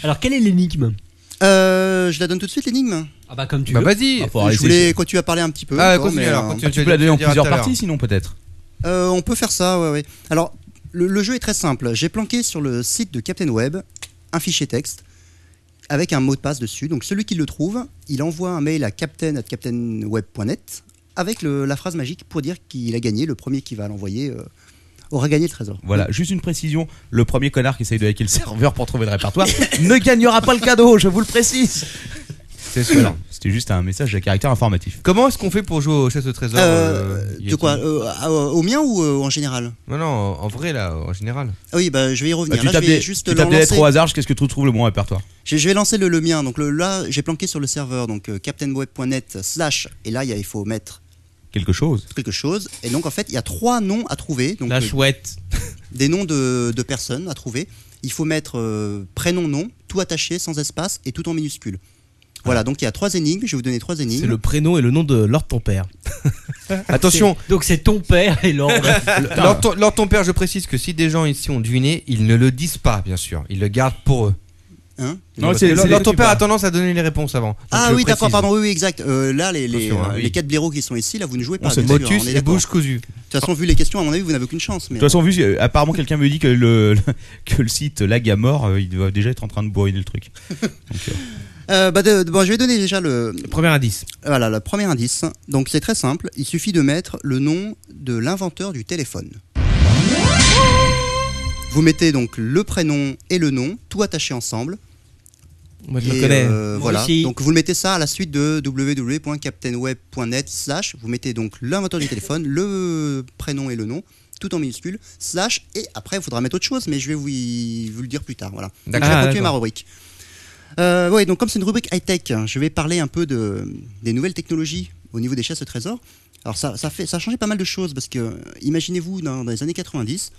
S8: Alors, quelle est l'énigme
S7: euh, je la donne tout de suite l'énigme.
S8: Ah bah comme tu
S9: Bah
S8: veux.
S9: vas-y. Ah, faut arrêter.
S7: je voulais quand tu as parlé un petit peu.
S9: Ah,
S7: encore,
S9: continue
S7: mais,
S9: alors,
S7: euh,
S9: continue, tu peux la donner en plusieurs parties, sinon, peut-être.
S7: Euh, on peut faire ça, ouais, ouais. Alors, le, le jeu est très simple. J'ai planqué sur le site de Captain Web un fichier texte avec un mot de passe dessus. Donc, celui qui le trouve, il envoie un mail à captain@captainweb.net avec le- la phrase magique pour dire qu'il a gagné. Le premier qui va l'envoyer euh, aura gagné le trésor.
S5: Voilà, juste une précision, le premier connard qui essaye de
S7: [LAUGHS]
S5: hacker le serveur pour trouver le répertoire ne gagnera pas le cadeau, je vous le précise.
S9: C'est sûr.
S5: C'était juste un message à caractère informatif.
S9: Comment est-ce qu'on fait pour jouer aux chasses au trésor
S7: Euh,
S9: euh,
S7: de
S9: Yeti
S7: quoi euh, à- Au mien ou euh, en général
S9: Non, non, en vrai, là, en général.
S7: Ah Oui, bah, je vais y revenir.
S5: Bah, tu
S7: Là,
S5: tapes
S7: je vais
S5: des,
S7: juste
S5: tu
S7: le
S5: tapes des lettres
S7: lancer.
S5: au hasard jusqu'à ce que tu trouves le bon répertoire.
S7: Je, je vais lancer le, le mien. Donc le- là, j'ai planqué sur le serveur, donc euh, captainweb.net slash. Et là, il y a- il faut mettre
S5: Quelque chose.
S7: quelque chose. Et donc en fait, il y a trois noms à trouver. Donc,
S6: La
S7: euh,
S6: chouette.
S7: Des noms de, de personnes à trouver. Il faut mettre euh, prénom, nom, tout attaché, sans espace et tout en minuscule.
S9: Ah.
S7: Voilà, donc il y a trois énigmes. Je vais vous donner trois énigmes.
S6: C'est le prénom et le nom de Lord ton père.
S7: Ah,
S9: Attention.
S8: Donc c'est ton père et Lord.
S9: Lors ton, Lord ton père, je précise que si des gens ici ont deviné, ils ne le disent pas, bien sûr. Ils le gardent pour eux.
S7: Hein
S9: Non,
S7: c'est-
S9: c'est Lord
S7: c'est-
S9: Lord ton père a tendance à donner les réponses avant. Donc
S7: Ah
S9: je
S7: oui, d'accord,
S9: précise.
S7: pardon, oui, oui, exact. Euh, là, les, les,
S9: Attention, hein,
S7: euh,
S9: oui.
S7: les quatre blaireaux qui sont ici, là, vous ne jouez
S9: On
S7: pas.
S9: se
S7: bien sûr,
S9: motus
S7: on est
S9: et
S7: d'accord.
S9: bouche cousue.
S7: De toute façon, vu les questions, à mon avis, vous n'avez aucune chance. Mais...
S5: De toute façon, vu, euh, apparemment, quelqu'un me dit que le, le- que le site lag à mort, euh, il doit déjà être en train de bourriner le truc.
S7: Euh, bah, de- de- bon, je vais donner déjà le...
S6: premier indice.
S7: Voilà, le premier indice. Donc c'est très simple, il suffit de mettre le nom de l'inventeur du téléphone. Vous mettez donc le prénom et le nom, tout attaché ensemble.
S6: Moi, je le
S7: Et,
S6: connais.
S7: euh,
S6: Moi
S7: voilà.
S6: aussi.
S7: Donc vous le mettez ça à la suite de www.captainweb.net slash. Vous mettez donc l'inventeur du téléphone, le prénom et le nom, tout en minuscule slash. Et après, il faudra mettre autre chose, mais je vais vous, y- vous le dire plus tard. Voilà. Donc, je
S9: D'accord.
S7: vais
S9: Ah,
S7: continuer ma
S9: d'accord.
S7: rubrique. Euh, ouais, donc comme c'est une rubrique high tech, je vais parler un peu de des nouvelles technologies au niveau des chasses au trésor. Alors ça, ça fait, ça a changé pas mal de choses parce que euh, imaginez-vous dans, dans les années 90,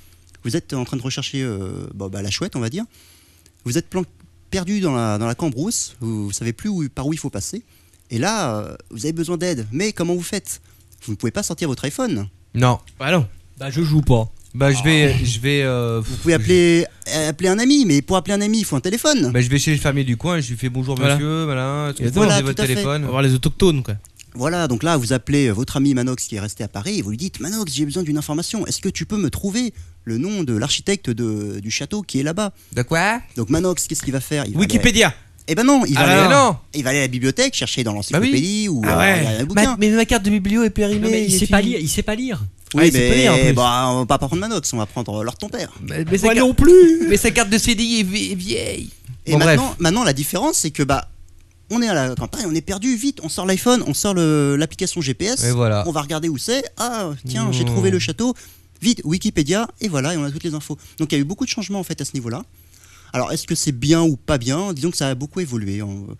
S7: vous êtes en train de rechercher euh, bon, bah, la chouette, on va dire. Vous êtes plan- perdu dans la, dans la cambrousse, vous ne savez plus où- par où il faut passer. Et là, euh, vous avez besoin d'aide. Mais comment vous faites Vous ne pouvez pas sortir votre iPhone.
S9: Non.
S6: Bah non.
S8: Bah je joue pas.
S9: Bah je vais, je vais. euh,
S7: Ah. Vous pouvez appeler, euh, appeler un ami, mais pour appeler un ami, il faut un téléphone.
S9: Bah je vais chez le fermier du coin et je lui fais bonjour
S7: Voilà.
S9: monsieur, voilà. Est-ce que vous
S7: Voilà,
S9: posez
S7: tout
S9: votre
S7: à fait.
S9: téléphone
S7: On va
S6: voir les autochtones quoi.
S7: Voilà, donc là, vous appelez euh, votre ami Manox qui est resté à Paris et vous lui dites Manox, j'ai besoin d'une information. Est-ce que tu peux me trouver le nom de l'architecte de- du château qui est là-bas
S9: De quoi
S7: Donc Manox, qu'est-ce qu'il va faire Il va
S6: Wikipédia.
S7: aller- Eh ben non, il va,
S6: Ah
S7: aller,
S6: non.
S7: il va aller à la bibliothèque chercher
S9: Bah
S7: dans l'encyclopédie ou
S6: Ah
S7: euh,
S6: ouais.
S7: dans un bouquin.
S9: mais ma carte de biblio est périmée.
S8: mais il
S9: il
S8: sait
S9: est
S8: pas
S9: fini.
S8: lire. Il sait pas lire.
S7: Oui,
S9: Ouais, c'est pas
S7: mais
S9: bien, en plus.
S7: bah, on va pas prendre Manox, on va prendre leur ton père.
S9: Mais sa carte-
S8: non plus.
S9: Mais sa carte de CDI est vie- est vieille.
S7: Et
S9: Bon, bref.
S7: maintenant, maintenant, la différence, c'est que bah, on est à la campagne, on est perdu, vite, on sort l'iPhone, on sort le- l'application GPS,
S9: Et voilà.
S7: on va regarder où c'est. Ah, tiens, j'ai
S9: Mmh.
S7: trouvé le château, vite, Wikipédia, et voilà, et on a toutes les infos. Donc il y a eu beaucoup de changements en fait à ce niveau-là. Alors est-ce que c'est bien ou pas bien Disons que ça a beaucoup évolué. On- euh,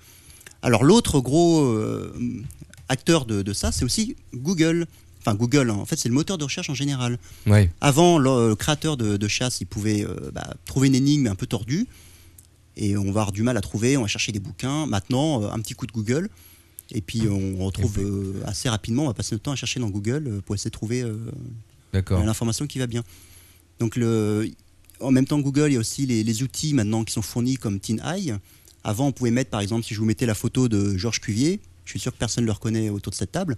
S7: Alors l'autre gros euh, acteur de, de ça, c'est aussi Google. Enfin Google, hein. en fait, c'est le moteur de recherche en général.
S9: Ouais.
S7: Avant, le, le créateur de, de chasse, il pouvait euh, bah, trouver une énigme un peu tordue, et on va avoir du mal à trouver, on va chercher des bouquins. Maintenant, euh, un petit coup de Google, et puis on retrouve euh, assez rapidement, on va passer notre temps à chercher dans Google euh, pour essayer de trouver euh,
S9: D'accord.
S7: l'information qui va bien. Donc, le, en même temps, Google, il y a aussi les, les outils maintenant qui sont fournis comme TinEye. Avant, on pouvait mettre, par exemple, si je vous mettais la photo de Georges Cuvier, je suis sûr que personne ne le reconnaît autour de cette table,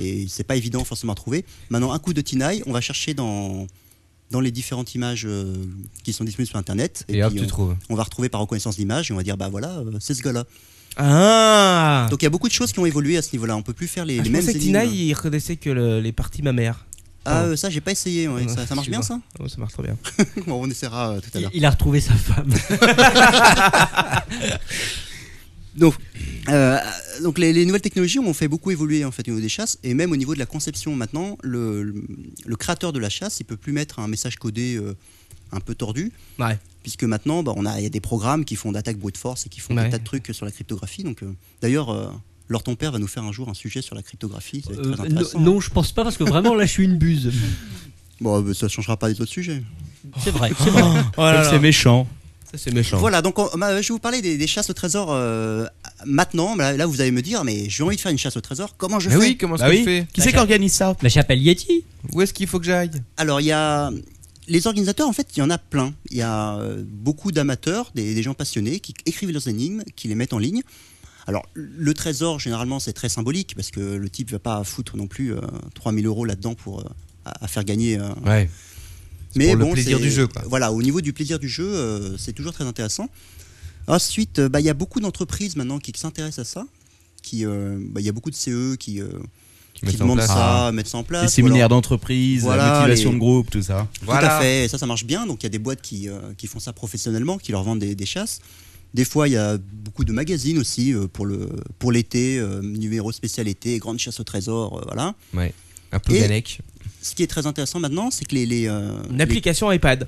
S7: et c'est pas évident forcément à trouver. Maintenant, un coup de TinEye, on va chercher dans, dans les différentes images euh, qui sont disponibles sur Internet.
S9: Et hop, tu
S7: on,
S9: trouves.
S7: on va retrouver par reconnaissance d'image et on va dire, bah voilà, euh, c'est ce gars-là.
S6: Ah.
S7: Donc il y a beaucoup de choses qui ont évolué à ce niveau-là. On peut plus faire les,
S6: Ah,
S7: les
S6: je
S7: mêmes
S6: pensais que
S7: énigmes.
S6: Tina il reconnaissait que le- les parties mammaires.
S7: Ah, euh, ça, j'ai pas essayé. ouais. Ça, ça marche bien, ça
S6: Ouais, Ça marche trop bien.
S7: [LAUGHS] Bon, on essaiera euh, tout à
S8: Il,
S7: l'heure.
S8: il a retrouvé sa femme.
S7: Donc, euh, donc les, les nouvelles technologies ont fait beaucoup évoluer en fait au niveau des chasses et même au niveau de la conception. Maintenant, le, le- le créateur de la chasse, il peut plus mettre un message codé euh, un peu tordu,
S6: Ouais.
S7: puisque maintenant, bah, on a il y a des programmes qui font d'attaques brute force et qui font
S6: Ouais.
S7: des tas de trucs sur la cryptographie. Donc, euh, d'ailleurs, euh, Laure ton père va nous faire un jour un sujet sur la cryptographie. Ça va être
S8: Euh,
S7: très
S8: non,
S7: intéressant. hein.
S8: non, je pense pas parce que vraiment là je suis une buse.
S7: Bon, euh, ça changera pas des autres sujets.
S8: C'est vrai. C'est vrai.
S7: Oh
S5: Comme c'est méchant.
S6: Ça c'est méchant.
S7: Voilà, donc on- bah, je vais vous parler des, des chasses au trésor euh, maintenant. Bah, là, vous allez me dire, mais j'ai envie de faire une chasse au trésor. Comment je
S9: Mais
S7: fais
S9: oui, comment est-ce Bah que oui. je fais Qui c'est qui
S5: organise ça
S8: La chapelle Yeti.
S9: Où est-ce qu'il faut que j'aille
S7: Alors, il y a. Les organisateurs, en fait, il y en a plein. Il y a euh, beaucoup d'amateurs, des, des gens passionnés qui écrivent leurs énigmes, qui les mettent en ligne. Alors, le trésor, généralement, c'est très symbolique parce que le type ne va pas foutre non plus 3000 euros là-dedans pour, euh, à, à faire gagner. euh,
S9: Ouais. C'est
S7: mais
S9: pour le
S7: bon,
S9: plaisir
S7: c'est-
S9: du jeu, quoi.
S7: Voilà, au niveau du plaisir du jeu, euh, c'est toujours très intéressant. Ensuite, euh, bah, il y a beaucoup d'entreprises maintenant qui s'intéressent à ça. Qui, euh, bah, il y a beaucoup de CE qui, euh, qui,
S5: mettent ça en
S7: demandent
S5: place.
S7: ça,
S5: Ah.
S7: mettre ça en
S5: Les
S7: place. ou alors-
S5: séminaires d'entreprise,
S7: Voilà,
S5: la motivation
S7: les-
S5: de groupe, tout ça.
S7: tout à fait, ça, ça marche bien. Donc il y a des boîtes qui, euh, qui font ça professionnellement, qui leur vendent des, des chasses. Des fois, il y a beaucoup de magazines aussi euh, pour le pour l'été, euh, numéro spécial été, grande chasse au trésor, euh, voilà.
S9: Ouais. Un peu
S7: Et
S9: Ganek.
S7: Ce qui est très intéressant maintenant, c'est que les, les euh,
S6: Une application iPad.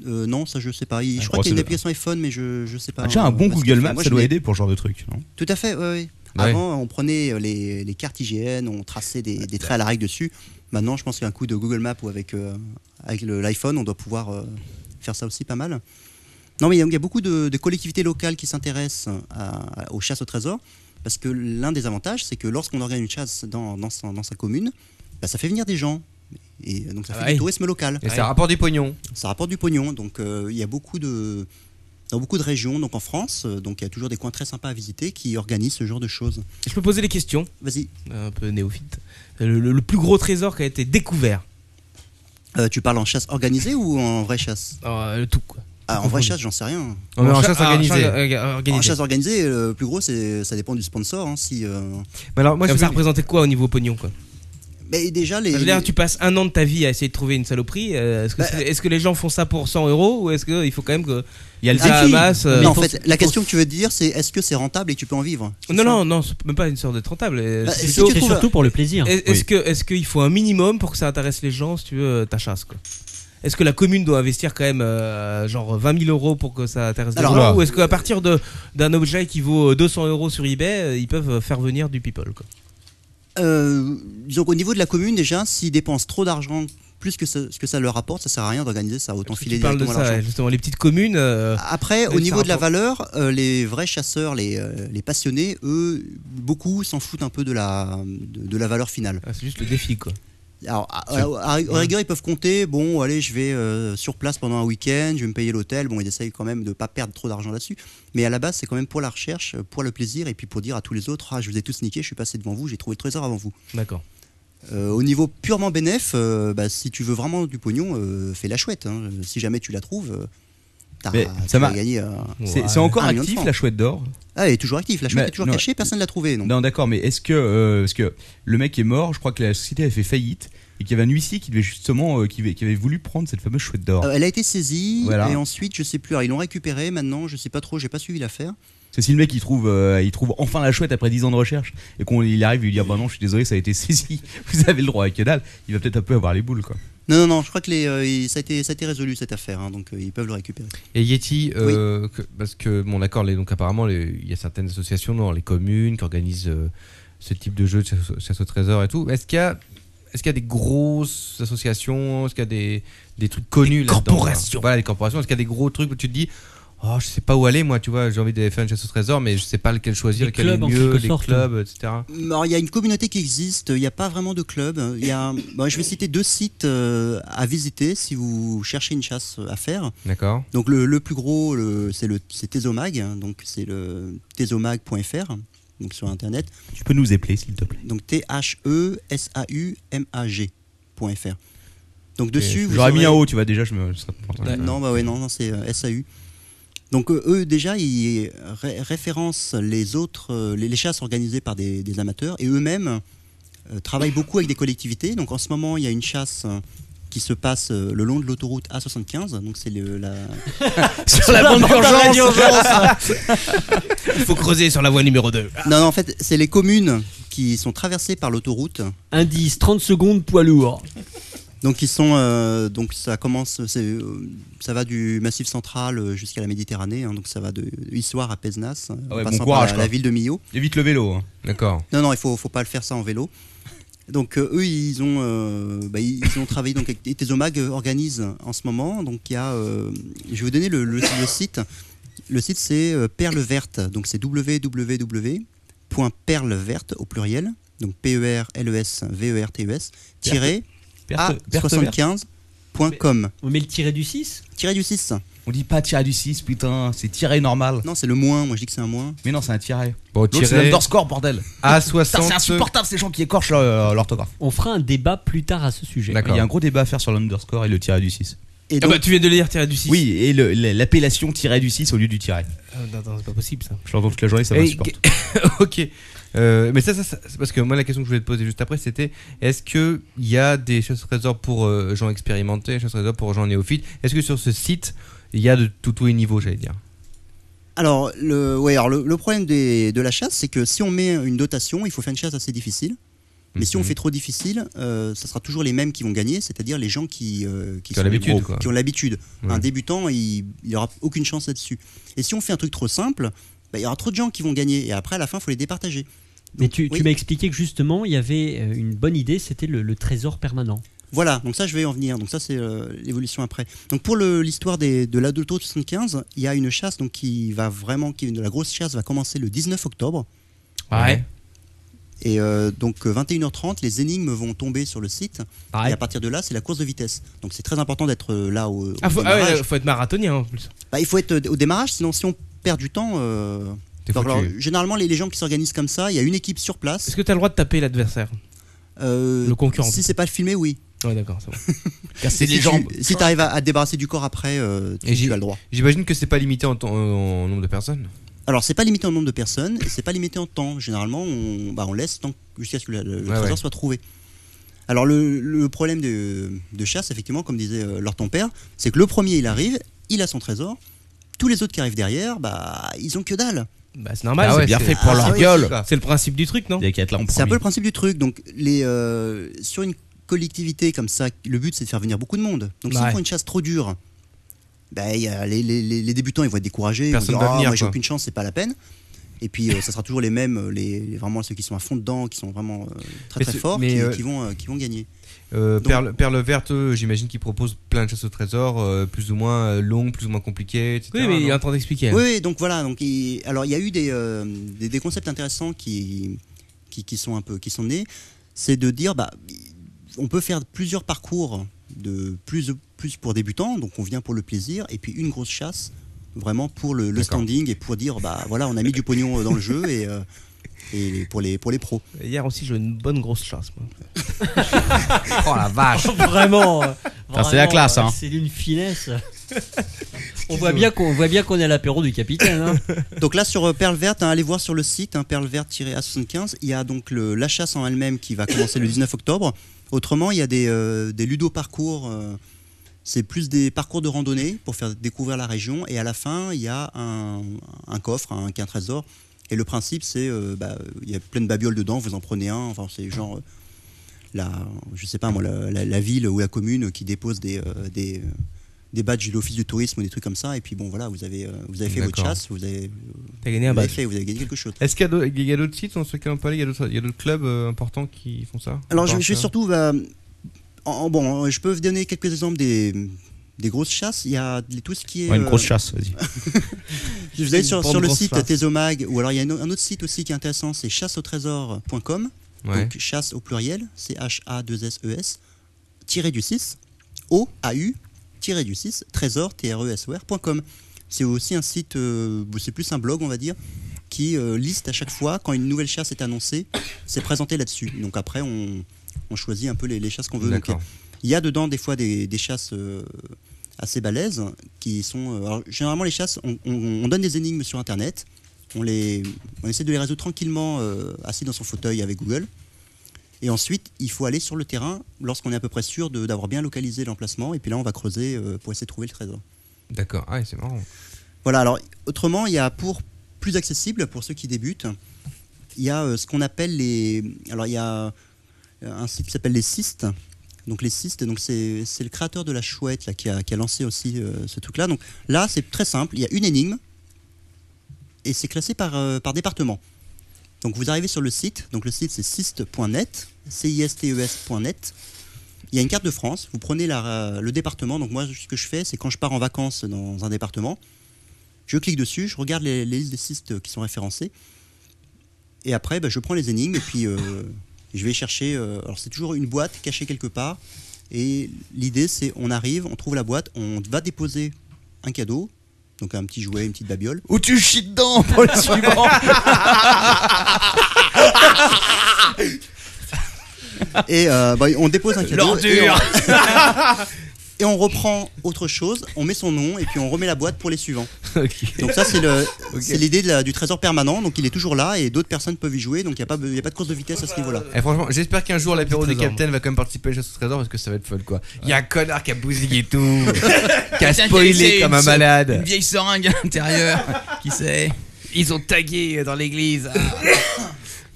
S7: les- euh, non, ça je sais pas. Il-
S5: Ah,
S7: je
S5: je
S7: crois
S5: crois
S7: qu'il y a une
S5: que-
S7: application iPhone, mais je je sais pas.
S5: Ah, Déjà, un
S7: euh,
S5: bon
S7: parce que
S5: Google Maps,
S7: moi,
S5: ça
S7: je
S5: doit
S7: l'ai-
S5: aider pour ce genre de truc. non
S7: Tout à fait, oui. oui.
S5: Ouais.
S7: Avant, on prenait euh, les, les cartes IGN, on traçait des, des traits à la règle dessus. Maintenant, je pense qu'un coup de Google Maps ou avec, euh, avec le- l'iPhone, on doit pouvoir euh, faire ça aussi pas mal. Non, mais il y a- il y, a beaucoup de, de collectivités locales qui s'intéressent à- à- aux chasses au trésor, parce que l'un des avantages, c'est que lorsqu'on organise une chasse dans, dans, sa, dans sa commune, bah, ça fait venir des gens. Et euh, donc ça
S9: Ah
S7: fait
S5: bah
S9: ouais.
S7: du tourisme local.
S9: Et ça Ouais. rapporte du pognon.
S7: Ça rapporte du pognon. Donc euh, il y a beaucoup de, dans beaucoup de régions, donc en France, euh, donc il y a toujours des coins très sympas à visiter qui organisent ce genre de choses.
S6: Je peux poser des questions euh,
S7: Vas-y.
S6: Un peu néophyte. Le, le- le plus gros trésor qui a été découvert.
S7: Euh, tu parles en chasse organisée ou en vraie chasse
S6: euh, Le tout quoi.
S7: Ah, en vraie chasse, j'en sais rien.
S9: En En chasse chasse- ah, organisée. en chasse, euh, organisée.
S7: En chasse organisée, euh, le plus gros, c'est ça dépend du sponsor. hein, si, euh,
S6: Mais alors, moi, Comme ça représentait quoi au niveau pognon quoi
S7: Mais déjà, les.
S6: Bah, Je veux dire, tu passes un an de ta vie à essayer de trouver une saloperie. euh,
S7: Bah,
S6: est-ce, que c'est- est-ce que les gens font ça pour 100 euros ou est-ce qu'il faut quand même que. ça amasse, euh,
S7: Non, en fait, la question que tu veux dire, c'est est-ce que c'est rentable et que tu peux en vivre
S6: Non, non, non, c'est même pas une sorte de rentable. euh,
S7: Bah,
S6: c'est
S7: si
S6: plutôt-
S7: tu trouves- C'est surtout pour le plaisir.
S6: Est- Est-ce,
S7: Oui.
S6: que, est-ce qu'il faut un minimum pour que ça intéresse les gens, si tu veux, euh, ta chasse quoi est-ce que la commune doit investir quand même euh, genre 20 000 euros pour que ça intéresse les
S7: Alors,
S6: gens
S7: là.
S6: Ou est-ce qu'à partir de, d'un objet qui vaut 200 euros sur eBay, euh, ils peuvent faire venir du people quoi.
S7: Euh, disons qu'au niveau de la commune, déjà, s'ils dépensent trop d'argent plus que ce, ce que ça leur apporte, ça sert à rien d'organiser ça. Autant
S6: Tu
S7: filer
S6: parles de
S7: directement
S6: ça,
S7: l'argent.
S6: justement, les petites communes. euh,
S7: Après, au
S6: ça
S7: niveau de la
S6: rapporte-
S7: valeur, euh, les vrais chasseurs, les, euh, les passionnés, eux, beaucoup s'en foutent un peu de la, de, de la valeur finale.
S6: Ah, c'est juste le défi, quoi.
S7: Alors, à, à- à- à rigueur, ils peuvent compter, bon, allez, je vais euh, sur place pendant un week-end, je vais me payer l'hôtel. Bon, ils essayent quand même de ne pas perdre trop d'argent là-dessus. Mais à la base, c'est quand même pour la recherche, pour le plaisir, et puis pour dire à tous les autres, ah, je vous ai tous niqué, je suis passé devant vous, j'ai trouvé le trésor avant vous.
S6: D'accord.
S7: Euh, au niveau purement bénéf, euh, bah, si tu veux vraiment du pognon, euh, fais la chouette. hein. Si jamais tu la trouves, euh, t'as-
S5: Mais
S7: tu
S5: ça
S7: vas
S5: m'a-
S7: gagner. euh,
S5: C'est c'est encore
S7: un million de
S5: actif
S7: francs.
S5: la chouette d'or
S7: Ah, elle est toujours active. La chouette
S5: Mais-
S7: est toujours
S5: non,
S7: cachée, personne ne l'a trouvée. Non.
S5: Non, d'accord, mais est-ce que. euh, parce que le mec est mort, je crois que la société avait fait faillite et qu'il y avait un huissier qui devait justement. euh, qui, avait, qui avait voulu prendre cette fameuse chouette d'or.
S7: Euh, elle a été saisie
S5: Voilà.
S7: et ensuite, je sais plus. Alors, ils l'ont récupérée maintenant, je sais pas trop, j'ai pas suivi l'affaire.
S5: Parce que si le mec il trouve, euh, il trouve enfin la chouette après 10 ans de recherche et qu'on il arrive à lui dire bah non, je suis désolé, ça a été [LAUGHS] saisi, vous avez le droit à que dalle, il va peut-être un peu avoir les boules quoi.
S7: Non, non, non, je crois que les, euh, il- ça, a été, ça a été résolu cette affaire, hein, donc euh, ils peuvent le récupérer.
S9: Et Yeti, euh, que- parce que, bon, d'accord, les- donc apparemment, les- il y a certaines associations dans les communes qui organisent euh, ce type de jeu de chasse, au- chasse au trésor et tout. Est-ce qu'il y a. Est-ce qu'il y a des grosses associations Est-ce qu'il y a des, des trucs connus là
S6: corporations.
S9: Voilà, les corporations. Est-ce qu'il y a des gros trucs où tu te dis Oh, je sais pas où aller, moi, tu vois, j'ai envie d'aller faire une chasse au trésor, mais je sais pas lequel choisir,
S8: Des
S9: lequel est
S8: clubs, en
S9: mieux,
S8: quelque
S9: les
S8: sorte.
S9: clubs, etc.
S7: Alors, il y a une communauté qui existe, il n'y a pas vraiment de club. Il y a, bon, je vais citer deux sites euh, à visiter si vous cherchez une chasse à faire.
S9: D'accord.
S7: Donc le, le plus gros, le- c'est le c'est Tesomag, hein, donc c'est le tesomag.fr, donc sur internet.
S5: Tu peux nous épeler s'il te plaît.
S7: Donc T H E S A U M A G.fr. Donc dessus, vous
S5: J'aurais mis
S7: aurez-
S5: un haut, tu vois, déjà, je me. je serais content.
S7: non, bah ouais, non, non, c'est euh, SAU. Donc euh, eux déjà ils ré- référencent les autres euh, les, les chasses organisées par des, des amateurs et eux-mêmes euh, travaillent beaucoup avec des collectivités. Donc en ce moment il y a une chasse euh, qui se passe euh, le long de l'autoroute A75. Donc c'est le- la
S6: [LAUGHS] Sur [LAUGHS] la bande d'urgence. [LAUGHS] Il faut creuser sur la voie numéro 2.
S5: Ah.
S7: Non, non, en fait, c'est les communes qui sont traversées par l'autoroute.
S8: Indice 30 secondes poids lourd.
S7: Donc ils sont, euh, donc ça commence, c'est, euh, ça va du Massif Central euh, jusqu'à la Méditerranée. hein. donc ça va de Issoire à Pézenas, euh,
S5: Ah ouais,
S7: en
S5: bon
S7: passant
S5: courage
S7: par
S5: quoi.
S7: la, la ville de Millau.
S5: Évite le vélo. hein.
S9: D'accord.
S7: Non, non, il faut, faut pas le faire ça en vélo. Donc euh, eux, ils ont, euh, bah, ils ils ont travaillé. Donc avec- et Tesomag euh, organise en ce moment. Donc il y a, euh, je vais vous donner le, le- le site. Le site c'est euh, Perle Verte. Donc c'est www.perleverte au pluriel. Donc P E R L E S V E R T E S tiré
S5: Perte-
S7: a
S5: perte verte.
S7: 75.com.
S8: On met le tiré du 6
S7: Tiré du 6.
S5: On dit pas tirer du 6, putain, c'est tirer normal.
S7: Non, c'est le moins, moi je dis que c'est un moins.
S5: Mais non, c'est un tirer.
S9: Bon,
S5: L'autre,
S9: tirer-
S5: c'est l'underscore, bordel.
S9: À
S5: Putain,
S9: 60.
S5: C'est insupportable ces gens qui écorchent euh, l'orthographe.
S8: On fera un débat plus tard à ce sujet.
S5: Il y a un gros débat à faire sur l'underscore et le tirer du 6.
S7: Et
S6: Ah bah, tu viens de le dire, tirer du 6.
S5: Oui, et le- la- l'appellation tirer du 6 au lieu du tirer.
S6: non, non, c'est pas possible ça.
S5: Je l'entends toute la journée, ça
S9: Et-
S5: m'insupporte.
S9: [LAUGHS] ok. Euh, mais ça, ça, ça- c'est parce que moi, la question que je voulais te poser juste après, c'était est-ce qu'il y a des chasses au trésor pour euh, gens expérimentés, chasses au trésor pour gens néophytes Est-ce que sur ce site, il y a de tout tous les niveaux, j'allais dire
S7: Alors, le, ouais, alors le, le problème des- de la chasse, c'est que si on met une dotation, il faut faire une chasse assez difficile. Mais si
S9: Mhm.
S7: on fait trop difficile, euh, ça sera toujours les mêmes qui vont gagner, c'est-à-dire les gens qui, euh,
S9: Qui ont
S7: les
S9: l'habitude,
S7: gros,
S9: quoi.
S7: qui ont l'habitude.
S9: Ouais.
S7: Un débutant, il n'aura aucune chance là-dessus. Et si on fait un truc trop simple, bah, il y aura trop de gens qui vont gagner. Et après, à la fin, il faut les départager.
S8: Mais tu, tu
S7: oui.
S8: m'as expliqué que justement, il y avait euh, une bonne idée, c'était le, le trésor permanent.
S7: Voilà, donc ça je vais en venir. Donc ça c'est euh, l'évolution après. Donc pour le- l'histoire des- de l'Adulto 75, il y a une chasse donc qui va vraiment, qui, la grosse chasse va commencer le 19 octobre.
S6: Ouais.
S7: Et euh, donc euh, 21h30, les énigmes vont tomber sur le site.
S6: Ah Ouais.
S7: Et à partir de là, c'est la course de vitesse. Donc c'est très important d'être euh, là au, au
S6: Ah, faut, ah ouais,
S7: démarrage.
S6: faut être marathonien en plus.
S7: Bah, il faut être euh, au démarrage, sinon si on perd du temps. euh,
S6: T'es
S7: donc,
S6: foutu.
S7: alors, généralement les, les gens qui s'organisent comme ça, il y a une équipe sur place.
S6: Est-ce que t'as le droit de taper l'adversaire
S7: Euh,
S6: Le concurrent.
S7: Si c'est pas filmé, oui.
S6: Ouais, d'accord, c'est bon.
S7: Et si tu- Si t'arrives à, à te débarrasser du corps après, euh, tu,
S9: Et j'ai-
S7: tu as le droit.
S9: J'imagine que c'est pas limité en, temps- en nombre de personnes.
S7: Alors c'est pas limité en nombre de personnes et c'est pas limité en temps. Généralement, on, bah, on laisse tant que- jusqu'à ce que le, le
S9: Ouais,
S7: trésor
S9: ouais.
S7: soit trouvé. Alors le, le problème de, de chasse, effectivement, comme disait euh, leur ton père, c'est que le premier il arrive, il a son trésor. Tous les autres qui arrivent derrière, bah ils ont que dalle.
S6: Bah, c'est normal,
S7: Ah ouais, c'est- ah, c'est
S6: gueule.
S7: aussi, quoi.
S6: C'est le principe du truc, non
S7: C'est un peu le principe du truc. Donc, les, euh, sur une collectivité comme ça, le but c'est de faire venir beaucoup de monde. Donc, s'ils
S6: Ouais.
S7: font une chasse trop dure, bah, il y a les, les- les- les débutants ils vont être découragés. ils vont
S9: Personne
S7: dire,
S9: va
S7: Ah,
S9: venir,
S7: moi, j'ai
S9: quoi.
S7: aucune chance, c'est pas la peine. Et puis, euh, ça sera toujours les mêmes, euh, les, les- vraiment ceux qui sont à fond dedans, qui sont vraiment euh, très
S9: Mais
S7: très
S9: c'est-
S7: forts,
S9: mais,
S7: qui,
S9: euh,
S7: qui vont, euh, qui vont gagner.
S9: Euh,
S7: Donc-
S9: Perle, Perle Verte, eux, j'imagine qu'ils proposent plein de chasses au trésor, euh, plus ou moins euh, longues, plus ou moins compliquées, etc.
S6: Oui, mais il est
S9: non
S6: en train d'expliquer.
S7: Oui, oui, donc voilà. Donc, il, alors, il y a eu des, euh, des, des concepts intéressants qui, qui, qui sont un peu qui sont nés. C'est de dire, bah, on peut faire plusieurs parcours de plus plus pour débutants. Donc, on vient pour le plaisir, et puis une grosse chasse, vraiment pour le, le standing et pour dire, bah voilà, on a mis du pognon euh, dans le jeu et. euh, et les- pour les, pour les pros.
S6: Hier aussi, j'ai eu une bonne grosse chasse. Moi.
S8: Oh la vache. [LAUGHS]
S5: [LAUGHS]
S8: Vraiment, euh,
S5: Putain, c'est la
S8: vraiment,
S5: classe,
S8: euh,
S5: hein.
S8: C'est d'une [LAUGHS] finesse. on voit bien qu'on voit bien qu'on est à l'apéro du capitaine. hein.
S7: Donc là sur euh, Perle Verte, hein, allez voir sur le site hein, perleverte-a75, il y a donc le- la chasse en elle-même qui va commencer le 19 octobre. Autrement, il y a des, euh, des ludo-parcours, euh, c'est plus des parcours de randonnée pour faire découvrir la région. Et à la fin, il y a un, un coffre, un, un trésor. Et le principe, c'est euh, bah, il y a plein de babioles dedans, vous en prenez un. Enfin, c'est genre euh, la, je sais pas moi, la, la- la ville ou la commune qui dépose des, euh, des, euh, des badges de l'office du tourisme ou des trucs comme ça. Et puis bon, voilà, vous avez, euh, vous avez fait votre
S9: D'accord.
S7: chasse, vous avez,
S6: T'as gagné un
S5: Ah bah,
S7: vous avez
S6: badge.
S7: fait, vous avez gagné quelque chose.
S5: Eh,
S9: Est-ce qu'il y a d'autres- il y a d'autres sites dans ce cas on parlait Il y a d'autres il y a d'autres clubs euh, importants qui font ça
S7: Alors,
S9: Ou
S7: je,
S9: pas,
S7: je vais
S9: ça
S7: surtout. bah, en- en- bon, je peux vous donner quelques exemples des, des grosses chasses. Il y a les- tout ce qui est.
S5: Ouais, une grosse chasse, vas-y.
S7: je vous allez
S5: Une
S7: sur,
S5: bonne
S7: sur le
S5: grosse
S7: site
S5: chasse.
S7: Tesomag, ou alors il y a un au- un autre site aussi qui est intéressant, c'est chasseautrésor.com.
S9: Ouais.
S7: Donc, chasse au pluriel, C-H-A-2-S-E-S, E tiré du 6, O-A-U, tiré du 6, trésor, E T-R-E-S-O-R.com. C'est aussi un site, euh, c'est plus un blog, on va dire, qui euh, liste à chaque fois, quand une nouvelle chasse est annoncée, c'est présenté là-dessus. Donc après, on, on choisit un peu les, les chasses qu'on veut. Donc,
S9: D'accord.
S7: il y a dedans des fois des, des chasses euh, assez balèzes qui sont. euh, alors, généralement, les chasses, on, on- on donne des énigmes sur Internet, on, les, on essaie de les résoudre tranquillement, euh, assis dans son fauteuil avec Google. Et ensuite, il faut aller sur le terrain lorsqu'on est à peu près sûr de- d'avoir bien localisé l'emplacement. Et puis là, on va creuser euh, pour essayer de trouver le trésor.
S9: D'accord, ah, ouais, c'est marrant.
S7: Voilà, alors autrement, il y a pour plus accessible, pour ceux qui débutent, il y a euh, ce qu'on appelle les. Alors il y a euh, un site qui s'appelle les Cystes. Donc les Cystes, donc c'est c'est le créateur de la chouette là, qui, a, qui a lancé aussi euh, ce truc-là. Donc là, c'est très simple, il y a une énigme et c'est classé par, euh, par département. Donc vous arrivez sur le site, donc le site c'est cist.net, E C-I-S-T-E-S.net. Il y a une carte de France, vous prenez la, euh, le département. Donc moi, ce que je fais, c'est quand je pars en vacances dans un département, je clique dessus, je regarde les, les listes des sites qui sont référencés. Et après, bah, je prends les énigmes et puis euh, je vais chercher. euh, alors, c'est toujours une boîte cachée quelque part. Et l'idée, c'est on arrive, on trouve la boîte, on va déposer un cadeau, donc un petit jouet, une petite babiole. Ou tu chies dedans pour [LAUGHS] le suivant Et euh, bah, on dépose un cadeau. et
S5: L'ordure.
S7: on- [LAUGHS] et on reprend autre chose, on met son nom et puis on remet la boîte pour les suivants. Donc ça c'est le-
S9: Ok.
S7: c'est l'idée de la- du trésor permanent, donc il est toujours là et d'autres personnes peuvent y jouer, donc il n'y a, pas be- il y a pas de course de vitesse à ce niveau-là.
S9: Eh, franchement, j'espère qu'un jour l'apéro du
S7: Trésor.
S9: capitaine va quand même participer à la chasse au trésor parce que ça va être fun quoi. Il y a un connard qui a
S3: [LAUGHS]
S9: bousillé tout, qui a
S3: Quelqu'un
S9: spoilé
S3: laissé
S9: comme
S3: une
S9: un
S3: se- Une
S9: malade.
S3: vieille seringue à l'intérieur, [LAUGHS] qui sait Ils ont tagué euh, dans
S9: [COUGHS]
S3: l'église.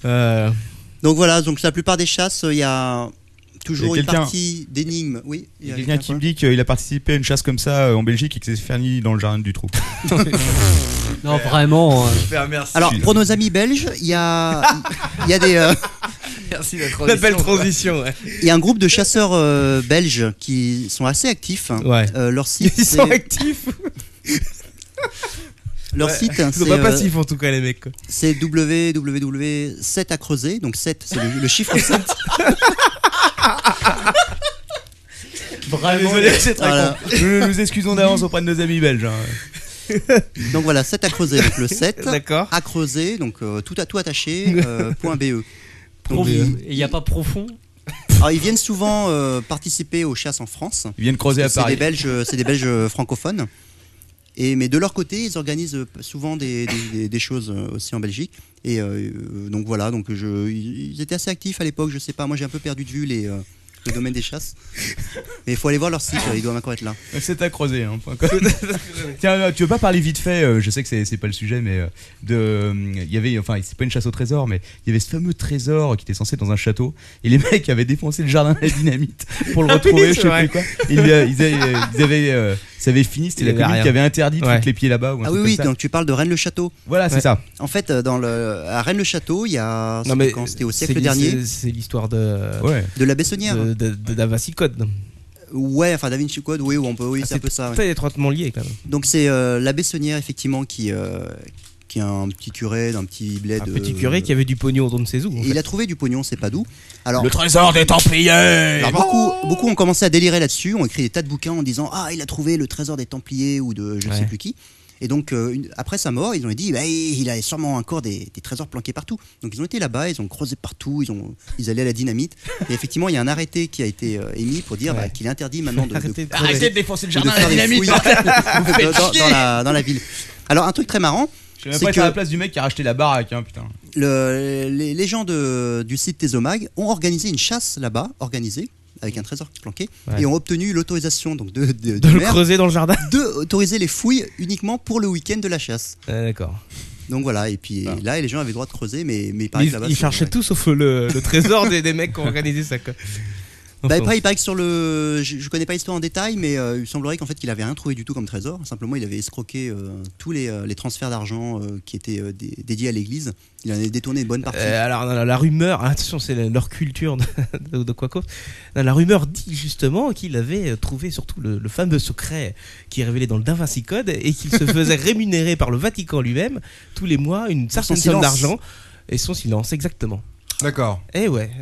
S9: Euh.
S7: Donc voilà, donc la plupart des chasses, il y a toujours
S5: Il y a
S7: une
S5: quelqu'un-
S7: partie d'énigmes. Oui,
S5: Il y a quelqu'un qui me dit qu'il a participé à une chasse comme ça euh, en Belgique et que c'est Fernie dans le jardin du trou.
S8: Non, vraiment. euh.
S7: Alors pour nos amis belges, il y
S5: [LAUGHS]
S7: a, il y a des. euh,
S9: Merci la
S6: La belle
S9: euh,
S6: transition. ouais.
S7: Il y a un groupe de chasseurs euh, belges qui sont assez actifs.
S6: Ouais.
S7: Euh, leur site.
S6: Ils sont
S7: c'est-
S6: actifs.
S7: Leur
S6: Ouais.
S5: [LAUGHS]
S7: site.
S6: Ils sont
S7: c'est,
S6: pas
S7: euh,
S6: passifs en tout cas les mecs. quoi.
S7: C'est www7 à creuser. Donc 7, c'est le, le chiffre
S5: [LAUGHS]
S7: 7.
S5: Vraiment, Désolé, c'est très
S7: Voilà.
S5: con. Nous nous excusons d'avance auprès de nos amis belges. hein.
S7: Donc voilà, 7 à creuser. Donc le
S5: [LAUGHS]
S7: 7.
S6: D'accord.
S7: À creuser. Donc euh, tout à tout attaché. euh, point BE. Donc,
S8: Profond.
S5: E.
S7: ils-
S8: euh, Et il n'y a pas profond
S7: Alors, ils viennent souvent euh, participer aux chasses en France.
S5: Ils viennent creuser
S7: Parce que
S5: à Paris.
S7: C'est des Belges, euh, c'est des Belges euh, francophones. Et, mais de leur côté, ils organisent euh, souvent des, des- des- des choses euh, aussi en Belgique. Et euh, euh, donc voilà, donc je, ils ils étaient assez actifs à l'époque. Je sais pas, moi j'ai un peu perdu de vue les, euh, le domaine des chasses. Mais il faut aller voir leur site, euh, ils doivent encore être là.
S5: C'est à creuser. hein, point com. Tiens, euh, tu veux pas parler vite fait euh, Je sais que c'est c'est pas le sujet, mais euh, de, euh, il y avait, enfin, c'est pas une chasse au trésor, mais il y avait ce fameux trésor qui était censé être dans un château, et les [LAUGHS] mecs avaient défoncé le jardin à la dynamite pour le
S6: Ah oui,
S5: retrouver.
S6: c'est
S5: je sais
S6: vrai.
S5: plus quoi. Ils, euh, ils avaient, ils avaient, euh, ça avait fini. C'était
S6: Il
S5: la
S6: y avait
S5: commune
S6: rien.
S5: qui avait interdit de
S6: Ouais.
S5: foutre les pieds là-bas. ou un
S7: Ah oui,
S5: truc
S7: oui,
S5: comme ça.
S7: donc tu parles de Rennes-le-Château.
S5: Voilà, c'est Ouais. ça.
S7: En fait, euh, dans le, à Rennes-le-Château, il y a.
S6: Non,
S7: c'était
S6: mais euh,
S7: quand C'était au
S6: c'est
S7: siècle
S6: l'hi-
S7: dernier.
S6: c'est- C'est l'histoire de.
S5: Ouais.
S7: De la Bessonnière.
S6: De, de, de Da Vinci Code.
S7: Ouais, enfin Da Vinci Code, oui, où on peut, oui,
S6: Ah,
S7: c'est un peu ça. ouais.
S6: Très étroitement lié quand même.
S7: Donc c'est euh, l'abbé Saunière effectivement qui euh, qui est un petit curé d'un petit bled. euh,
S6: Un petit curé qui avait du pognon au don de ses où. en
S7: Il a trouvé du pognon, c'est pas d'où. Alors
S6: Le trésor des Templiers
S7: Alors, beaucoup,
S6: Oh
S7: beaucoup ont commencé à délirer là-dessus, ont écrit des tas de bouquins en disant ah il a trouvé le trésor des Templiers ou de je ne
S6: Ouais.
S7: sais plus qui. Et donc euh, une- après sa mort, ils ont dit bah, il a sûrement encore des, des trésors planqués partout. Donc ils ont été là-bas, ils ont creusé partout, ils ont ils allaient à la dynamite. Et effectivement il y a un arrêté qui a été euh, émis pour dire bah, qu'il est interdit maintenant de, de-
S6: Arrêtez de-
S3: Arrêtez de défoncer le
S7: ou
S3: jardin à la
S7: faire des
S3: dynamite
S7: [LAUGHS] fouilles
S3: Vous faites
S7: dans- dans-
S3: chier.
S7: dans la- dans la ville. Alors un truc très marrant,
S5: Je sais même
S7: c'est
S5: pas être
S7: que-
S5: à la place du mec qui a racheté la baraque, hein, putain.
S7: le- les, les gens de- du site Tesomag ont organisé une chasse là-bas, organisée, avec un trésor planqué,
S6: Ouais.
S7: et ont obtenu l'autorisation donc de, de,
S6: De le creuser dans
S7: [LAUGHS]
S6: le jardin.
S7: d'autoriser les fouilles uniquement pour le week-end de la chasse.
S6: Ah, D'accord.
S7: Donc voilà, et puis là, les gens avaient le droit de creuser, mais, mais il
S6: Mais
S7: paraît que
S6: Ils,
S7: là-bas.
S6: ils
S7: c'est-
S6: cherchaient
S7: ouais.
S6: tout sauf le, le trésor des, des mecs qui ont organisé ça. Quoi.
S7: Bah,
S6: Enfin,
S7: après, il paraît que sur le. Je, je connais pas l'histoire en détail, mais euh, il semblerait qu'en fait, qu'il avait rien trouvé du tout comme trésor. Simplement, il avait escroqué euh, tous les, euh, les transferts d'argent euh, qui étaient euh, dé- dédiés à l'église. Il en avait détourné une bonne partie.
S6: Euh, alors non, la, la rumeur, ah, attention, c'est la- leur culture de, de, de quoi qu'autre. Non, La rumeur dit justement qu'il avait euh, trouvé surtout le, le fameux secret qui est révélé dans le Da Vinci Code et qu'il se [LAUGHS] faisait rémunérer par le Vatican lui-même tous les mois une certaine somme
S7: silence.
S6: d'argent et son silence, exactement.
S9: D'accord.
S6: Eh ouais,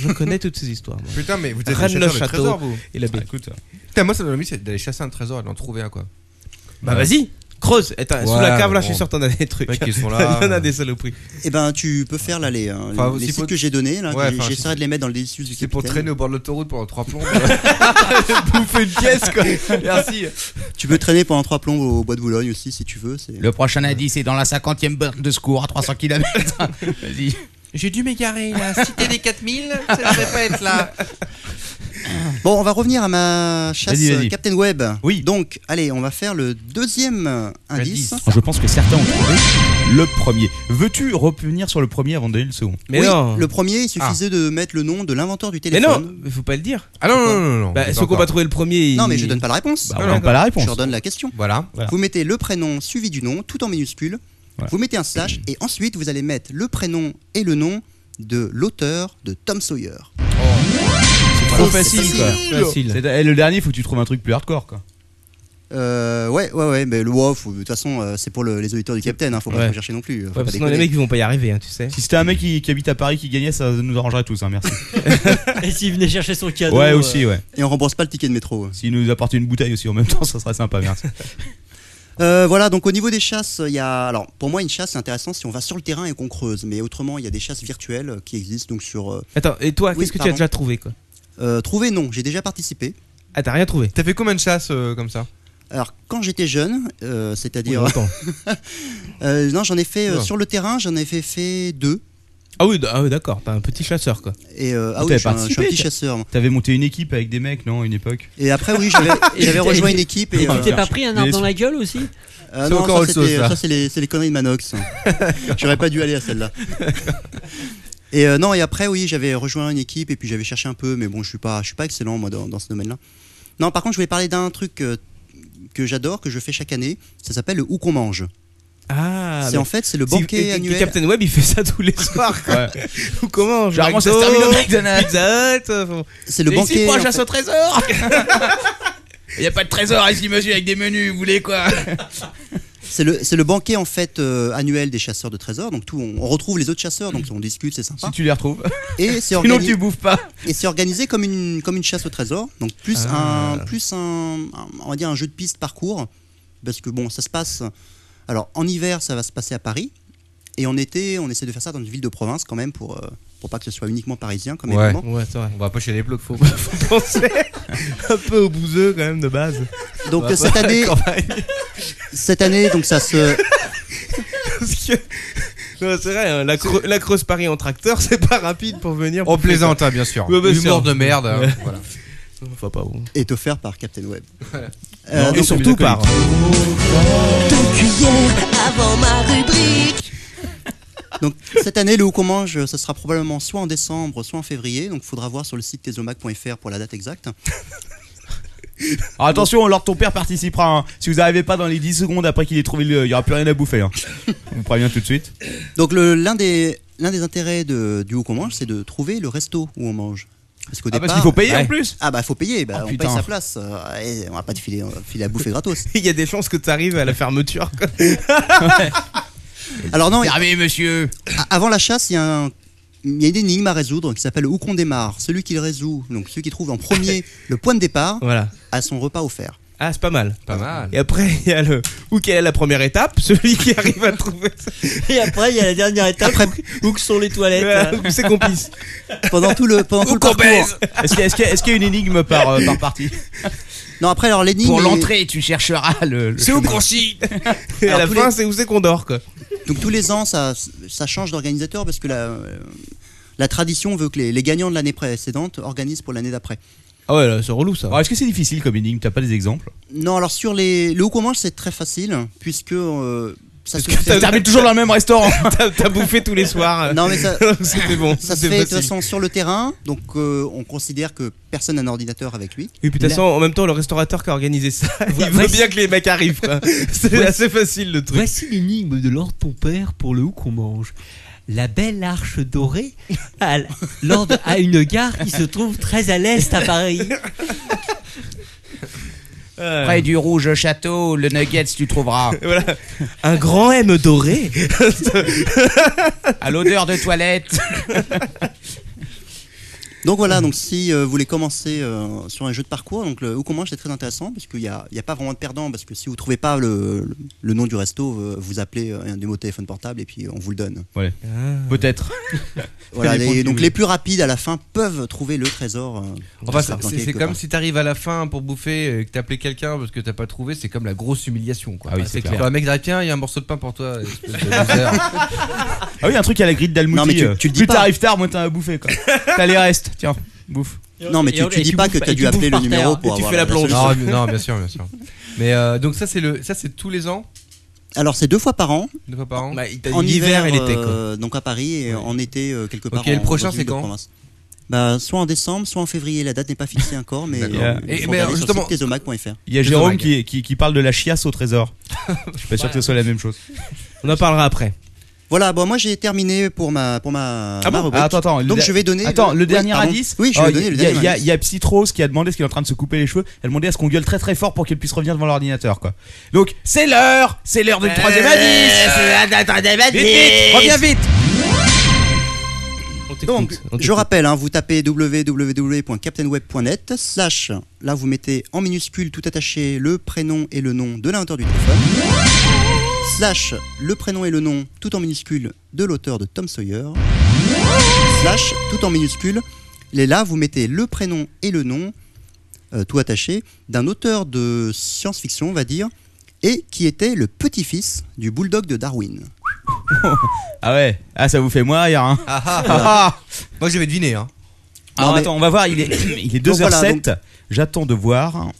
S6: je connais toutes ces histoires. moi.
S9: Putain, mais vous êtes
S6: Rennes
S9: des
S6: le
S9: chasseurs de
S6: château
S9: trésors, vous. Ah,
S6: et la baie.
S5: Écoute,
S9: Putain, moi ça me donne envie c'est d'aller chasser un trésor et d'en trouver un quoi.
S6: Bah vas-y, creuse. Attends, sous
S9: Ouais,
S6: la cave là,
S9: mais
S6: je suis
S9: bon.
S6: sûr t'en as des trucs.
S9: Les mecs,
S6: [LAUGHS]
S3: [LAUGHS]
S9: ils sont là. euh,
S6: Il y en a des saloperies.
S7: Eh ben, tu peux faire là les, euh,
S9: Enfin,
S7: les
S9: si
S7: sites
S9: faut-
S7: que j'ai donnés. là,
S9: Ouais,
S7: que
S9: enfin,
S7: J'essaierai
S9: si-
S7: de les mettre dans le délicieux du
S9: C'est pour
S7: capitaine.
S9: traîner au bord de l'autoroute pendant trois plombes. Bouffer une pièce quoi. Merci.
S7: Tu peux traîner pendant trois plombes au bois de Boulogne aussi si tu veux. c'est-
S3: Le prochain indice est dans la 50e borne de secours à 300 km. Vas-y.
S9: J'ai dû m'égarer là. Cité des 4000, ça devrait pas être là.
S7: Bon, on va revenir à ma chasse
S5: Vas-y, vas-y.
S7: euh, Captain Web.
S5: Oui.
S7: Donc, allez, on va faire le deuxième euh, indice.
S5: Je pense que certains ont trouvé le premier. Veux-tu revenir sur le premier avant de donner le second
S6: Mais
S7: Oui,
S6: non.
S7: Le premier, il suffisait de mettre le nom de l'inventeur du
S6: Mais non,
S7: téléphone.
S6: mais faut pas le dire.
S9: Ah non, non, non, non.
S6: Bah, ceux qu'on va trouver le premier. ils-
S7: Non, mais je donne pas la réponse.
S5: Bah, on n'a pas la réponse.
S7: Je redonne la question.
S9: Voilà.
S5: Voilà.
S7: Vous mettez le prénom suivi du nom, tout en minuscule.
S5: Voilà.
S7: Vous mettez un slash et ensuite vous allez mettre le prénom et le nom de l'auteur de Tom Sawyer.
S5: C'est
S7: trop
S5: trop
S7: facile,
S5: facile
S6: quoi.
S5: quoi.
S6: Facile.
S5: C'est- eh, le dernier, faut que tu trouves un truc plus hardcore quoi.
S7: Euh, ouais, ouais, ouais, mais le WoF, de toute façon, euh, c'est pour le- les auditeurs du Capitaine, hein, faut pas
S6: Ouais.
S7: le chercher non plus. faut
S6: Ouais,
S7: pas
S6: parce que non, les
S7: déconner.
S6: mecs ils vont pas y arriver, hein, tu sais.
S5: Si c'était un mec qui, qui habite à Paris qui gagnait, ça nous arrangerait tous, hein, [LAUGHS] merci.
S8: Et s'il venait chercher son cadeau.
S5: ouais,
S8: euh,
S5: aussi, ouais.
S7: Et on rembourse pas le ticket de métro.
S5: S'il nous apportait une bouteille aussi en même temps, ça serait sympa, [LAUGHS] merci.
S7: Euh, voilà, donc au niveau des chasses, il y a. Alors, pour moi, une chasse, c'est intéressant si on va sur le terrain et qu'on creuse, mais autrement, il y a des chasses virtuelles euh, qui existent, donc sur. euh,
S6: Attends, et toi,
S7: Oui,
S6: qu'est-ce que tu as
S7: pardon.
S6: déjà trouvé quoi
S7: euh, trouver, non, j'ai déjà participé.
S6: Ah, t'as rien trouvé
S9: T'as fait combien de chasses euh, comme ça
S7: Alors, quand j'étais jeune, euh, c'est-à-dire.
S9: Oui, longtemps.
S7: Euh, non, j'en ai fait euh,
S6: Ouais.
S7: sur le terrain, j'en ai fait, fait deux.
S6: Ah oui, d- ah oui, d'accord, t'es un petit chasseur quoi.
S7: Et euh, ah
S5: T'avais
S7: oui, je suis un- je
S5: participé,
S7: suis un petit
S5: t'as-
S7: chasseur. moi.
S5: T'avais monté une équipe avec des mecs, non, à une époque
S7: Et après, oui, j'avais j'avais rejoint une équipe. Et,
S8: Et tu
S7: euh,
S8: t'es pas pris un arbre dans la gueule aussi
S7: Ah
S8: C'est
S7: non,
S8: encore
S7: ça,
S8: autre chose,
S7: c'était-
S8: là.
S7: ça, c'est les, c'est les conneries de
S6: [LAUGHS]
S7: Manox. J'aurais pas dû aller à celle-là. Et euh, non, et après, oui, j'avais rejoint une équipe et puis j'avais cherché un peu, mais bon, je suis pas, je suis pas excellent moi dans, dans ce domaine-là. Non, par contre, je voulais parler d'un truc euh, que j'adore, que je fais chaque année. Ça s'appelle le Où qu'on mange.
S6: Ah,
S7: C'est
S6: mais-
S7: en fait, c'est le
S6: Si-
S7: banquet
S6: et- et
S7: annuel.
S6: Captain Web, il fait ça tous les soirs quoi. Ou comment
S7: Généralement, ça se termine au McDonald's.
S6: Pizza Hut, euh, faut-
S7: C'est le
S6: Et
S7: banquet,
S6: ici,
S7: en
S6: proche,
S7: fait.
S6: chasse au trésor
S5: Y a pas de trésor ici, monsieur, avec des menus, vous voulez quoi
S7: C'est le, c'est le banquet en fait euh, annuel des chasseurs de trésors. Donc tout, on, on retrouve les autres chasseurs, donc on discute, c'est sympa.
S5: Si tu les retrouves.
S7: Et c'est
S5: [LAUGHS] Sinon,
S7: organi-
S5: tu bouffes pas.
S7: Et c'est organisé comme une comme une chasse au trésor. Donc plus
S5: Ah.
S7: un plus un, un- on va dire un jeu de piste parcours parce que bon ça se passe. Alors en hiver ça va se passer à Paris et en été on essaie de faire ça dans une ville de province quand même pour euh, pour pas que ce soit uniquement parisien comme événement.
S6: [LAUGHS]
S9: On va pas chez les blocs, faut.
S6: Pensez un peu au bouseux quand même de base.
S7: Donc
S5: Bah,
S6: On
S5: [LAUGHS]
S6: va
S7: cette
S6: pas à la
S7: année,
S6: campagne.
S7: cette année donc ça se
S6: [LAUGHS] Non, c'est vrai, hein, la, creu- la Creuse Paris en tracteur, c'est pas rapide pour venir.
S9: On
S6: pour faire
S9: plaisante,
S6: ça.
S9: hein, bien sûr.
S6: Ouais, bien
S9: Humour
S6: sûr.
S9: de merde, hein,
S6: Ouais.
S9: voilà.
S6: Enfin, pas bon.
S7: est offert par Captain Web.
S9: Voilà.
S7: Euh,
S6: et
S7: donc-
S6: surtout par.
S11: Deux cuillères avant ma rubrique.
S7: Donc cette année, le Où qu'on mange, ça sera probablement soit en décembre, soit en février. Donc faudra voir sur le site tesomac.fr pour la date exacte.
S5: Alors attention, alors ton père participera. hein. Si vous n'arrivez pas dans les 10 secondes après qu'il ait trouvé le. Il n'y aura plus rien à bouffer. [LAUGHS] hein. On prévient tout de suite.
S7: Donc le- l'un des l'un des intérêts de- du Où qu'on mange, c'est de trouver le resto où on mange. Parce qu'au
S5: Ah, parce
S7: départ-
S5: qu'il faut payer, en Ouais. plus
S7: Ah bah faut payer, bah,
S5: Oh,
S7: on
S5: putain.
S7: paye sa place. euh, et on va pas te filer, on va filer à bouffer
S5: [LAUGHS]
S7: gratos.
S6: [LAUGHS] Il y a des chances que tu arrives à la fermeture. quoi.
S7: Alors non.
S5: Ah,
S7: monsieur. Avant la chasse, il y a un- il y a une énigme à résoudre qui s'appelle où qu'on démarre. Celui qui le résout, donc celui qui trouve en premier le point de départ,
S6: Voilà.
S7: a son repas offert.
S6: Ah, c'est pas mal.
S9: Pas mal.
S6: Et après, il y a le. Ou quelle est la première étape Celui qui [LAUGHS] arrive à trouver.
S8: Et après, il y a la dernière étape où que sont les toilettes.
S6: Ouais, où c'est qu'on pisse.
S7: Pendant tout le pendant tout le parcours.
S5: Est-ce qu'il y, a- est-ce qu'il y a- est-ce qu'il y a une énigme par, euh, par partie
S7: Non après alors l'énigme.
S5: Pour
S7: est-
S5: l'entrée, tu chercheras le. le chemin.
S6: chie Et à
S7: Alors,
S6: la
S7: tous les-
S6: fin, c'est où c'est qu'on dort, quoi.
S7: Donc tous les ans, ça, ça change d'organisateur parce que la, euh, la tradition veut que les, les gagnants de l'année précédente organisent pour l'année d'après.
S6: Ah ouais, là, c'est relou ça.
S5: Alors, Est-ce que c'est difficile comme énigme T'as pas des exemples
S7: Non, alors sur les, le haut commande, c'est très facile puisque euh, ça se
S5: Ça termine toujours dans le même restaurant.
S6: T'as t'as bouffé tous les soirs. euh
S7: Non mais
S5: [LAUGHS]
S7: ça,
S6: [LAUGHS] Donc, C'était bon.
S7: ça se
S6: c'était
S7: fait de toute
S6: facile.
S7: façon sur le terrain, donc euh, on considère que personne n'a un ordinateur avec lui.
S6: Oui, puis de toute façon, en même temps, le restaurateur qui a organisé ça, il veut bien que les mecs arrivent. quoi. [LAUGHS] C'est
S8: Voici-
S6: assez facile le truc.
S8: Voici l'énigme de Lord ton père pour le où qu'on mange. La belle arche dorée à, l- lors de- à une gare qui se trouve très à l'est à Paris.
S5: Près du rouge château, le nuggets tu trouveras.
S6: Voilà. Un grand M doré.
S5: À l'odeur de toilette.
S7: Donc voilà, donc si euh, vous voulez commencer euh, sur un jeu de parcours, donc le où qu'on mange c'est très intéressant parce qu'il n'y a, il y a pas vraiment de perdant parce que si vous trouvez pas le, le- le nom du resto, euh, vous appelez euh, un numéro de téléphone portable et puis on vous le donne.
S5: Ouais. Peut-être.
S7: Voilà,
S5: Ça dépend
S7: les-
S5: du-
S7: donc les plus rapides à la fin peuvent trouver le trésor. euh, qui
S9: Enfin, c'est-
S7: sera planqué
S9: c'est c'est
S7: quelque
S9: comme
S7: part.
S9: si t'arrives à la fin pour bouffer et que t'appelais quelqu'un parce que t'as pas trouvé, c'est comme la grosse humiliation. Quoi.
S5: Ah oui,
S9: Quand
S5: c'est clair.
S9: Un mec dirait tiens, il y a un morceau de pain pour toi. espèce de loser.
S5: Ah oui, un truc à la grille d'Almouti.
S7: Non, mais tu-
S5: euh,
S7: tu le dis
S5: Plus
S7: pas.
S5: t'arrives tard, moins t'as à bouffer. quoi. T'as les restes. Tiens, bouffe.
S7: Non, mais tu,
S8: Et-
S7: tu
S8: et
S7: dis
S8: tu
S7: pas
S8: bouffes-
S7: que tu as
S8: et tu
S7: dû appeler le
S8: bouffes par terre,
S7: numéro
S8: et
S7: pour
S6: tu
S7: avoir
S6: fais la plonge.
S7: solution.
S9: non, mais- non, bien sûr, bien sûr. Mais euh, donc ça c'est le, ça c'est tous les ans,
S5: Ah,
S7: Alors c'est deux fois par an.
S9: deux fois par an.
S6: Bah, il t'a dit
S7: En hiver,
S6: l'hiver et l'été, quoi.
S7: euh, donc à Paris et en été euh, quelque part.
S9: Ok, le
S7: en-
S9: prochain,
S7: dans une
S9: c'est
S7: ville de
S9: quand
S7: province. bah, soit en décembre, soit en février. La date n'est pas fixée encore, mais,
S9: D'accord.
S7: euh,
S5: Et-
S7: il
S9: mais
S7: faut regarder sur
S9: justement-
S7: le site tesomac.fr.
S5: Il y a
S9: Deux
S5: Jérôme
S9: oreilles.
S5: qui, qui, qui parle de la chiasse au trésor. Je suis pas sûr que ce soit la même chose.
S6: On en parlera après.
S7: Voilà, bon, moi j'ai terminé pour ma pour ma, ma rubrique.
S5: Ah, Attends, attends. le
S7: Donc
S5: da-
S7: je vais donner.
S5: Attends, le
S7: oui,
S5: dernier
S7: pardon.
S5: indice.
S7: Oui, je vais
S5: Oh,
S7: donner
S5: il
S7: le
S5: y a-
S7: dernier
S5: Il y a-
S7: indice.
S5: il y a Psytrose qui a demandé ce qu'il est en train de se couper les cheveux. Elle demandait à ce qu'on gueule très très fort pour qu'elle puisse revenir devant l'ordinateur, quoi. Donc, c'est l'heure C'est l'heure du
S7: Euh,
S5: troisième indice Vite, vite Reviens vite
S6: On t'écoute,
S7: Donc,
S6: on
S7: je
S6: t'écoute.
S7: rappelle, hein, vous tapez www.captainweb.net slash, là vous mettez en minuscule tout attaché le prénom et le nom de l'inventeur du téléphone, slash le prénom et le nom tout en minuscule de l'auteur de Tom Sawyer, slash tout en minuscule, et là vous mettez le prénom et le nom euh, tout attaché, d'un auteur de science-fiction, on va dire, et qui était le petit-fils du bulldog de Darwin.
S5: Ah ouais, ah ça vous fait moi hier. Hein.
S7: ah, ah.
S5: Moi j'avais deviné. Hein.
S7: Non,
S5: Alors
S7: mais-
S5: attends, on va voir, il est,
S7: [COUGHS]
S5: il est 2h07.
S7: Donc voilà, donc-
S5: J'attends de voir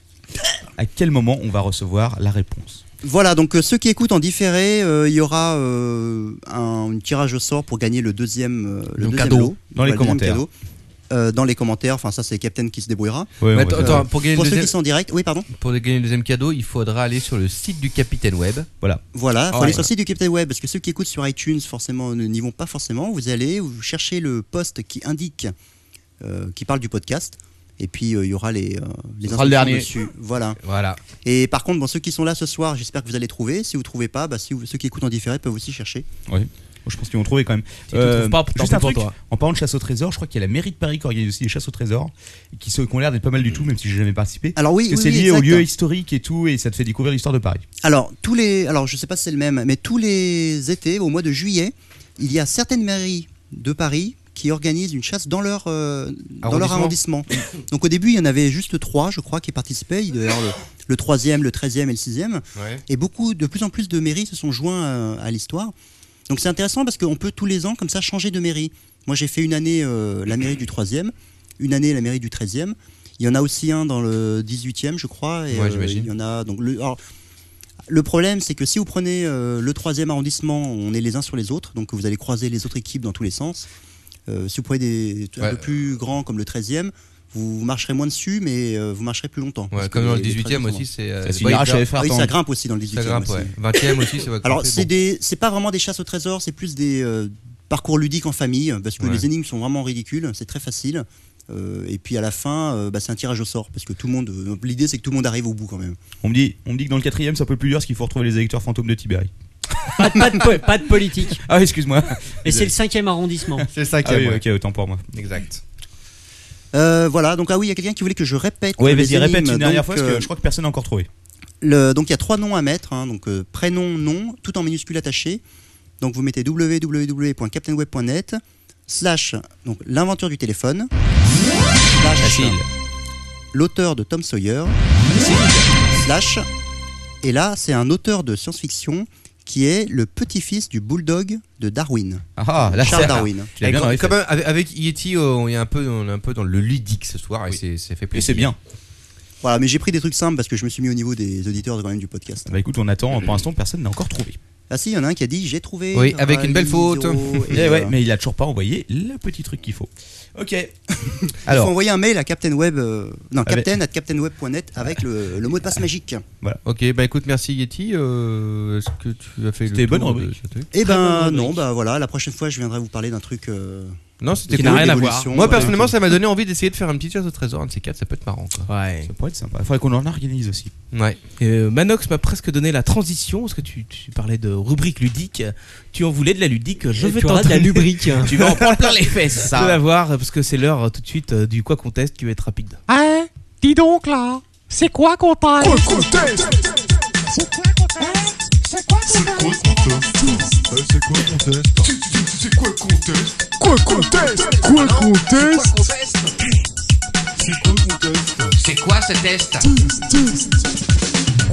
S5: [COUGHS] à quel moment on va recevoir la réponse.
S7: Voilà, donc euh, ceux qui écoutent en différé, euh, il y aura euh, un, un tirage au sort pour gagner le deuxième, euh, le
S5: Le
S7: deuxième
S5: cadeau,
S7: lot.
S5: dans les
S7: le deuxième
S5: commentaires.
S7: cadeau. Euh, dans les commentaires, enfin ça c'est Captain qui se débrouillera.
S9: Mais attends,
S7: Euh,
S9: attends, pour gagner le
S7: ceux
S9: deuxième-
S7: qui sont en direct, oui pardon.
S9: Pour gagner le deuxième cadeau, il faudra aller sur le site du Capitaine Web.
S5: Voilà.
S7: Voilà, faut
S9: Ouais.
S7: aller sur le site du Captain Web parce que ceux qui écoutent sur iTunes forcément ne- n'y vont pas forcément. Vous allez, vous cherchez le poste qui indique, euh, qui parle du podcast, et puis euh, il y aura les, euh, les
S9: Ce sera
S7: instructions
S9: le dernier.
S7: dessus. Voilà.
S9: Voilà.
S7: Et par contre, bon, ceux qui sont là ce soir, j'espère que vous allez trouver. Si vous trouvez pas, bah, si vous- ceux qui écoutent en différé peuvent aussi chercher.
S5: Oui. Je pense qu'ils vont trouver quand même. Euh,
S7: tu trouves pas, tant
S5: juste
S7: pis
S5: un
S7: pour
S5: truc,
S7: toi.
S5: En parlant de chasse au trésor, je crois qu'il y a la mairie de Paris qui organise aussi des chasses au trésor, et qui, sont- qui ont l'air d'être pas mal du tout, même si j'ai jamais participé.
S7: Alors oui,
S5: parce que
S7: oui,
S5: c'est
S7: oui,
S5: lié au
S7: exact.
S5: lieu historique et tout, et ça te fait découvrir l'histoire de Paris.
S7: Alors, tous les, alors je sais pas si c'est le même, mais tous les étés, au mois de juillet, il y a certaines mairies de Paris qui organisent une chasse dans leur, euh, dans leur
S9: Arrondissement.
S7: arrondissement.
S9: [COUGHS]
S7: Donc au début, il y en avait juste trois, je crois, qui participaient. Il devait y avoir le, le troisième, le treizième et le sixième.
S9: Ouais.
S7: Et beaucoup, de plus en plus de mairies se sont joints euh, à l'histoire. Donc c'est intéressant parce qu'on peut tous les ans, comme ça, changer de mairie. Moi, j'ai fait une année euh, la mairie du troisième, une année la mairie du treizième. Il y en a aussi un dans le 18e, je crois. Et,
S9: Ouais,
S7: euh,
S9: j'imagine.
S7: il y en a. Donc, le, alors, le problème, c'est que si vous prenez euh, le troisième arrondissement, on est les uns sur les autres, donc vous allez croiser les autres équipes dans tous les sens. Euh, si vous prenez des un
S9: Ouais.
S7: peu plus grands comme le 13e, vous marcherez moins dessus, mais euh, vous marcherez plus longtemps. Parce que
S9: comme dans
S7: les-
S9: le
S7: les
S9: 18e
S7: 13e
S9: aussi,
S7: sont-
S9: c'est, euh,
S7: Ah,
S9: c'est une arrache à faire,
S7: oui, ça
S9: attends.
S7: grimpe aussi dans le
S9: Ça
S7: 18e.
S9: grimpe, ouais. 20e aussi, ça va
S7: Alors,
S9: grimper,
S7: c'est
S9: bon.
S7: des- c'est pas vraiment des chasses au trésor, c'est plus des euh, parcours ludiques en famille, parce que
S9: Ouais.
S7: les énigmes sont vraiment ridicules, c'est très facile. Euh, et puis à la fin, euh, bah, c'est un tirage au sort, parce que tout le monde. euh, L'idée, c'est que tout le monde arrive au bout quand même.
S5: On me dit, on me dit que dans le quatrième, ça peut plus dur parce qu'il faut retrouver les électeurs fantômes de Tibérie.
S8: Pas de, pas de po- pas de politique.
S5: Ah, excuse-moi.
S7: [LAUGHS]
S8: Et c'est le cinquième arrondissement.
S5: C'est le cinquième, Ah oui, ouais. ok, autant pour moi.
S9: Exact.
S7: Euh, voilà, donc ah oui, il y a quelqu'un qui voulait que je répète.
S5: Ouais,
S7: les
S5: vas-y, répète
S7: énigmes.
S5: une dernière
S7: Donc,
S5: fois parce
S7: euh,
S5: que je crois que personne n'a encore trouvé.
S7: le- donc il y a trois noms à mettre, hein, donc euh, prénom, nom, tout en minuscule attaché. Donc vous mettez www.captainweb.net slash donc l'inventeur du téléphone slash l'auteur de Tom Sawyer slash et là c'est un auteur de science-fiction qui est le petit-fils du bulldog de Darwin.
S9: Ah, là,
S7: Charles
S9: c'est-
S7: Darwin.
S9: Avec- quand même, avec, avec E.T., euh, on est un peu, on est un peu dans le ludique ce soir et c'est, c'est fait plaisir.
S7: Voilà, mais j'ai pris des trucs simples parce que je me suis mis au niveau des auditeurs quand même du podcast.
S5: Bah écoute, on attend. Pour l'instant, personne n'a encore trouvé.
S7: Ah si, il y en a un qui a dit j'ai trouvé.
S5: Oui, avec une belle
S7: Radio,
S5: faute.
S7: et,
S5: [LAUGHS] Eh ouais,
S7: euh,
S5: mais il a toujours pas envoyé le petit truc qu'il faut. Ok.
S7: il faut
S5: Alors,
S7: envoyer un mail à Captain Web, euh, non,
S5: Ah, mais-
S7: captain at captainweb.net avec le, le mot de passe magique.
S5: Voilà.
S9: Ok, bah écoute, merci Yeti. euh, est-ce que tu as fait
S5: C'était
S9: le tour
S5: bonne
S9: de
S5: rubrique.
S9: ce truc
S7: Et ben
S9: rubrique.
S7: non, bah voilà, la prochaine fois je viendrai vous parler d'un truc. euh,
S9: Non, c'était
S7: qui
S9: cool.
S7: n'a rien à voir.
S9: Moi personnellement, ça m'a donné envie d'essayer de faire un petit chasse au trésor, un de ces quatre, ça peut être marrant. Quoi.
S6: Ouais.
S5: Ça pourrait être sympa. Il faudrait qu'on en organise aussi.
S9: Ouais.
S6: Euh, Manox m'a presque donné la transition parce que tu, tu parlais de rubrique ludique. Tu en voulais de la ludique. Je
S8: Et
S6: vais
S8: tu auras de
S6: t'entraîner.
S8: la lubrique.
S6: [LAUGHS] tu vas en prendre plein les fesses.
S8: ça.
S6: Tu vas voir parce que c'est l'heure euh, tout de suite euh, du quoi qu'on teste qui va être rapide.
S11: Hein Dis donc là, c'est quoi qu'on teste Quoi qu'on teste C'est quoi qu'on teste C'est quoi qu'on
S10: Euh, C'est quoi qu'on teste C'est quoi qu'on teste Quoi qu'on teste Quoi qu'on teste C'est quoi qu'on teste
S6: C'est quoi ce test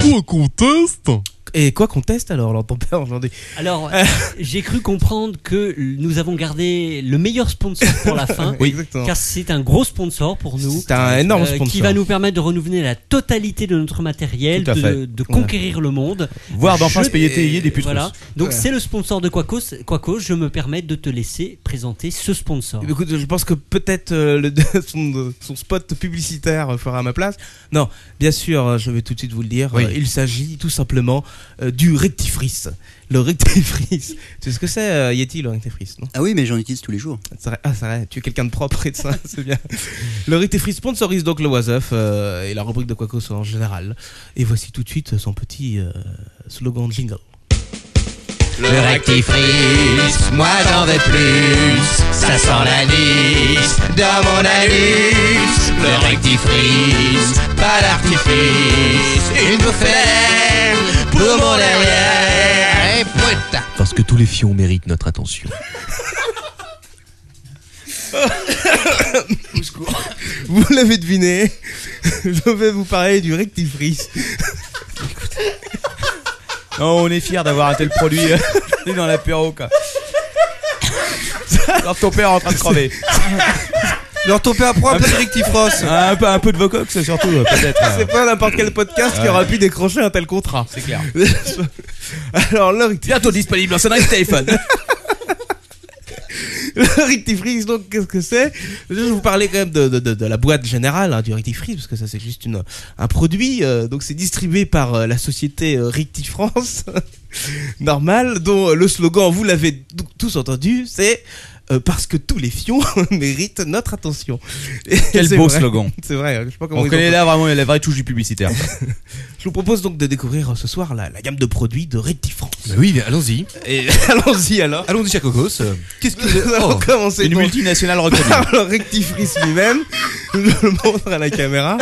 S10: Quoi qu'on teste
S6: Et quoi qu'on teste alors, alors ton père aujourd'hui
S8: Alors, j'ai cru comprendre que nous avons gardé le meilleur sponsor pour la fin.
S6: Oui, exactement.
S8: Car c'est un gros sponsor pour nous. euh,
S6: C'est un énorme
S8: Qui
S6: sponsor.
S8: va nous permettre de renouveler la totalité de notre matériel,
S5: Tout à fait.
S8: de, de conquérir le monde.
S5: Voire d'enfin se payer tes
S8: et-
S5: yeux des puces
S8: Voilà.
S5: rousses.
S8: Donc,
S5: Ouais.
S8: c'est le sponsor de Quacos. Quacos, je me permets de te laisser présenter ce sponsor.
S6: Eh bien, Écoute, je pense que peut-être euh, le- [LAUGHS] son, son spot publicitaire euh, fera ma place. Non, bien sûr, euh, je vais tout de suite vous le dire.
S9: Oui.
S6: euh, Il s'agit tout simplement euh, du rectifrice. Le rectifrice. tu sais ce que c'est, euh, Yeti, le rectifrice non
S7: Ah oui, mais j'en utilise tous les jours.
S6: C'est vrai- Ah, c'est vrai, tu es quelqu'un de propre et de ça, [LAUGHS] c'est bien. Le rectifrice sponsorise donc le Wasaf euh, et la rubrique de Quacos en général. Et voici tout de suite son petit euh, slogan jingle.
S11: Le rectifrice, moi j'en veux plus, ça sent l'anis dans mon anus. Le rectifrice, pas d'artifice, une bouffée pour mon arrière. Et putain.
S1: Parce que tous les fions méritent notre attention.
S6: Vous l'avez deviné, [LAUGHS] je vais vous parler du rectifrice.
S5: Non, on est fiers d'avoir un tel produit euh, [LAUGHS] dans l'apéro, quoi. Alors ton père est en train de crever.
S9: Alors ton père prend un peu de rectifroce.
S5: Un peu, un peu de Vocox, surtout, euh, peut-être.
S6: Ah, C'est pas n'importe quel podcast qui aura pu décrocher un tel contrat.
S5: C'est clair.
S6: [LAUGHS] Alors, le
S5: Bientôt disponible en sonnerie de téléphone.
S6: [LAUGHS] le rectifrice, donc, qu'est-ce que c'est Je vais vous parler quand même de, de- de- de la boîte générale hein, du rectifrice, parce que ça, c'est juste une, un produit. euh, donc, c'est distribué par euh, la société euh, [LAUGHS] Rectifrance, normale, dont euh, le slogan, vous l'avez t- tous entendu, c'est euh, Parce que tous les fions [LAUGHS] méritent notre attention. Et
S5: Quel
S6: c'est
S5: beau
S6: vrai.
S5: slogan.
S6: C'est vrai, je sais pas comment
S5: On
S6: ils ont
S5: connaît
S6: fait.
S5: là vraiment la vraie touche du publicitaire.
S6: Je vous propose donc de découvrir euh, ce soir la, la gamme de produits de Rectifrance.
S9: oui, allons-y.
S6: Et [LAUGHS] allons-y alors.
S9: Allons-y, Chacocos. Qu'est-ce que Oh,
S6: Nous allons commencer
S9: Une
S6: donc
S9: multinationale
S6: [LAUGHS] par le rectifrice lui-même. Je le montre à la caméra.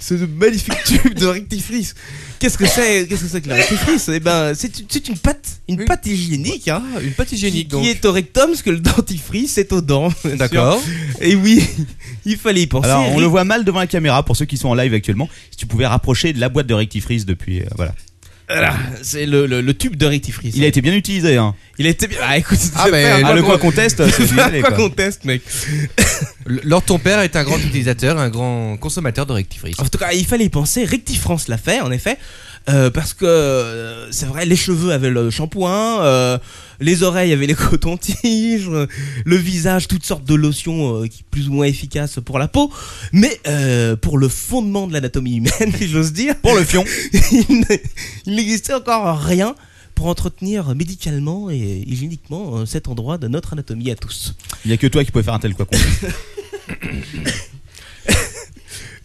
S6: Ce magnifique tube de rectifrice. Qu'est-ce que c'est Qu'est-ce que c'est que le rectifrice Eh ben, c'est une- c'est une pâte, une pâte hygiénique, hein,
S9: une pâte hygiénique
S6: qui,
S9: donc.
S6: qui est au rectum, parce que le dentifrice est aux dents. bien sûr.
S9: D'accord.
S6: Et oui, [LAUGHS] il fallait y
S5: [LAUGHS]
S6: penser.
S5: Alors, on
S6: Rick-
S5: le voit mal devant la caméra pour ceux qui sont en live actuellement. Si tu pouvais rapprocher de la boîte de rectifrice depuis, euh, voilà.
S6: Voilà, c'est le, le- le tube de rectifrice.
S5: Il a été bien utilisé, hein.
S6: Il était bien. Ah, écoute,
S5: Ah,
S6: c'est
S5: mais
S6: pas un
S5: le coin
S6: quoi qu'on- [LAUGHS]
S5: conteste,
S6: c'est
S5: c'est
S6: pas
S5: génial,
S6: un coin
S5: quoi.
S6: conteste, mec.
S9: Lors ton père est un grand utilisateur, un grand consommateur de rectifrice.
S6: En tout cas, il fallait y penser. Rectifrance l'a fait, en effet. euh, parce que euh, c'est vrai, les cheveux avaient le shampoing, euh, les oreilles avaient les [LAUGHS] cotons-tiges, euh, le visage, toutes sortes de lotions euh, qui plus ou moins efficaces pour la peau, mais euh, pour le fondement de l'anatomie humaine, [LAUGHS] si j'ose dire,
S5: pour le fion,
S6: il n'est- il n'existait encore rien pour entretenir médicalement et hygiéniquement euh, cet endroit de notre anatomie à tous.
S5: Il y a que toi qui pouvais faire un tel quoi conteste.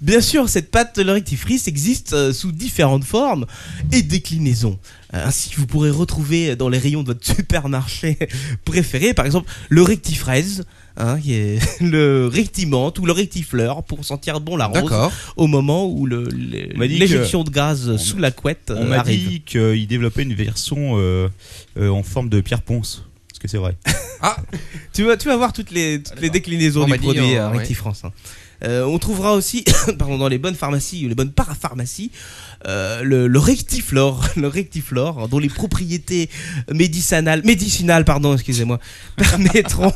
S6: Bien sûr, cette pâte de rectifrice existe euh, sous différentes formes et déclinaisons. Euh, Ainsi, vous pourrez retrouver dans les rayons de votre [LAUGHS] supermarché préféré, par exemple, le rectifraise, hein, qui est [LAUGHS] le rectimante ou le rectifleur pour sentir bon la rose
S9: D'accord.
S6: au moment où le-
S5: On m'a
S6: le-
S5: dit
S6: l'éjection
S5: que-
S6: de gaz sous la couette
S5: On
S6: euh,
S5: m'a
S6: arrive.
S5: dit qu'il développait une version euh, euh, en forme de Pierre Ponce. Est-ce que c'est vrai
S6: tu vas, tu vas voir toutes les,
S9: Ah,
S6: toutes les déclinaisons
S9: On
S6: du
S9: m'a dit,
S6: produit
S9: euh,
S6: euh,
S9: ouais.
S6: Rectifrance. hein. Euh, on trouvera aussi, [COUGHS] pardon, dans les bonnes pharmacies ou les bonnes parapharmacies, euh, le, le rectiflore, [LAUGHS] le rectiflore, hein, dont les propriétés médicinales, médicinales, pardon, excusez-moi, [LAUGHS]
S9: [LAUGHS]
S6: permettront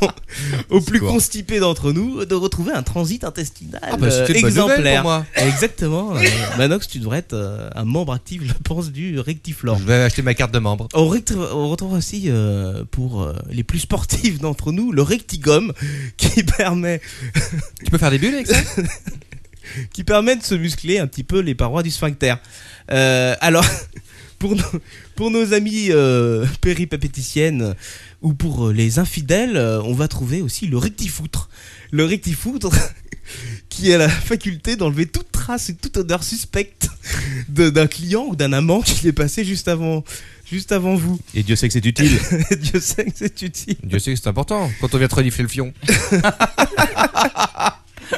S6: aux plus
S9: Secours.
S6: constipés d'entre nous de retrouver un transit intestinal
S9: Ah, bah,
S6: euh,
S9: c'était une bonne nouvelle
S6: exemplaire.
S9: pour moi. [LAUGHS]
S6: Exactement. euh, Manox, tu devrais être euh, un membre actif, je pense, du rectiflore.
S9: Je vais acheter ma carte de membre.
S6: On, retrouve- on retrouve aussi euh, pour euh, les plus sportifs [LAUGHS] d'entre nous le rectigum [LAUGHS] qui permet.
S9: tu peux faire des bulles avec ça
S6: Qui permet de se muscler un petit peu les parois du sphincter. Euh, alors, [LAUGHS] pour nos, pour nos amis euh, péripapéticiennes ou pour euh, les infidèles, euh, on va trouver aussi le rectifoutre. Le rectifoutre [LAUGHS] qui a la faculté d'enlever toute trace et toute odeur suspecte de- d'un client ou d'un amant qui est passé juste avant, juste avant vous. [LAUGHS]
S5: Et Dieu sait que c'est utile.
S6: Dieu sait que c'est utile.
S9: [LAUGHS] Dieu sait que c'est important quand on vient te renifler le [LAUGHS] fion.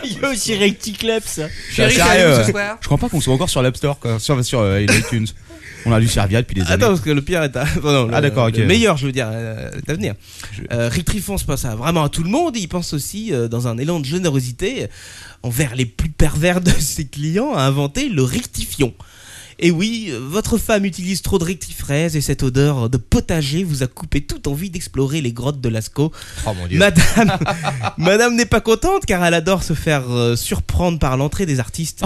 S8: Il y a aussi Recticlep, ça.
S5: [LAUGHS] Chérie, t'arrives ce soir euh, Je crois pas qu'on soit encore sur l'App Store, quoi. sur, sur euh, iTunes. On a dû servir depuis des années.
S6: Attends, parce que le pire est à... [LAUGHS] enfin, non,
S5: Ah,
S6: le-
S5: d'accord, ok.
S6: le meilleur, je veux dire, euh, est à venir. Euh, Rick Trifon se pense à vraiment à tout le monde. Il pense aussi, euh, dans un élan de générosité, euh, envers les plus pervers de ses clients, à inventer le rectifiant. Et oui, euh, votre femme utilise trop de rectifraise et cette odeur de potager vous a coupé toute envie d'explorer les grottes de Lascaux.
S9: Oh mon Dieu.
S6: Madame, [LAUGHS] Madame n'est pas contente car elle adore se faire euh, surprendre par l'entrée des artistes.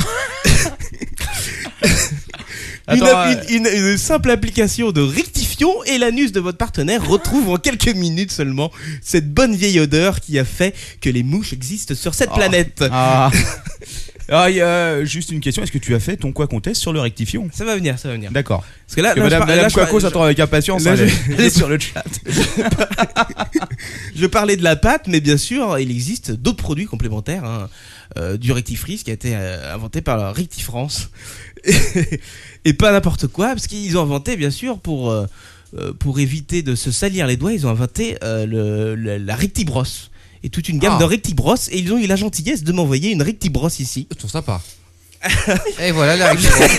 S6: Une,
S5: [LAUGHS] Attends,
S6: app- une- une- une simple application de rectifiant et l'anus de votre partenaire retrouve en quelques minutes seulement cette bonne vieille odeur qui a fait que les mouches existent sur cette planète.
S5: Ah. Ah, [LAUGHS] il y a juste une question. Est-ce que tu as fait ton quoi conteste sur le rectifiant
S6: Ça va venir, ça va venir.
S5: D'accord.
S6: Parce que là,
S5: Parce que
S6: là, Ah, je
S5: madame,
S6: par-
S5: madame
S6: là, je par-
S5: Quaco
S6: je-
S5: s'attend avec impatience.
S6: là,
S5: hein, elle
S6: je-
S5: est- [LAUGHS] elle est sur le chat.
S6: [LAUGHS] Je parlais de la pâte, mais bien sûr, il existe d'autres produits complémentaires hein, euh, du rectifrice qui a été euh, inventé par la Rectifrance. [LAUGHS] Et pas n'importe quoi, parce qu'ils ont inventé, bien sûr, pour, euh, euh, pour éviter de se salir les doigts, ils ont inventé euh, le- le- la rectibrosse. Et toute une gamme
S9: Ah.
S6: de rectibrosse, et ils ont eu la gentillesse de m'envoyer une rectibrosse ici. [LAUGHS]
S9: Tout sympa. [LAUGHS] Ah Et voilà la rectifrice.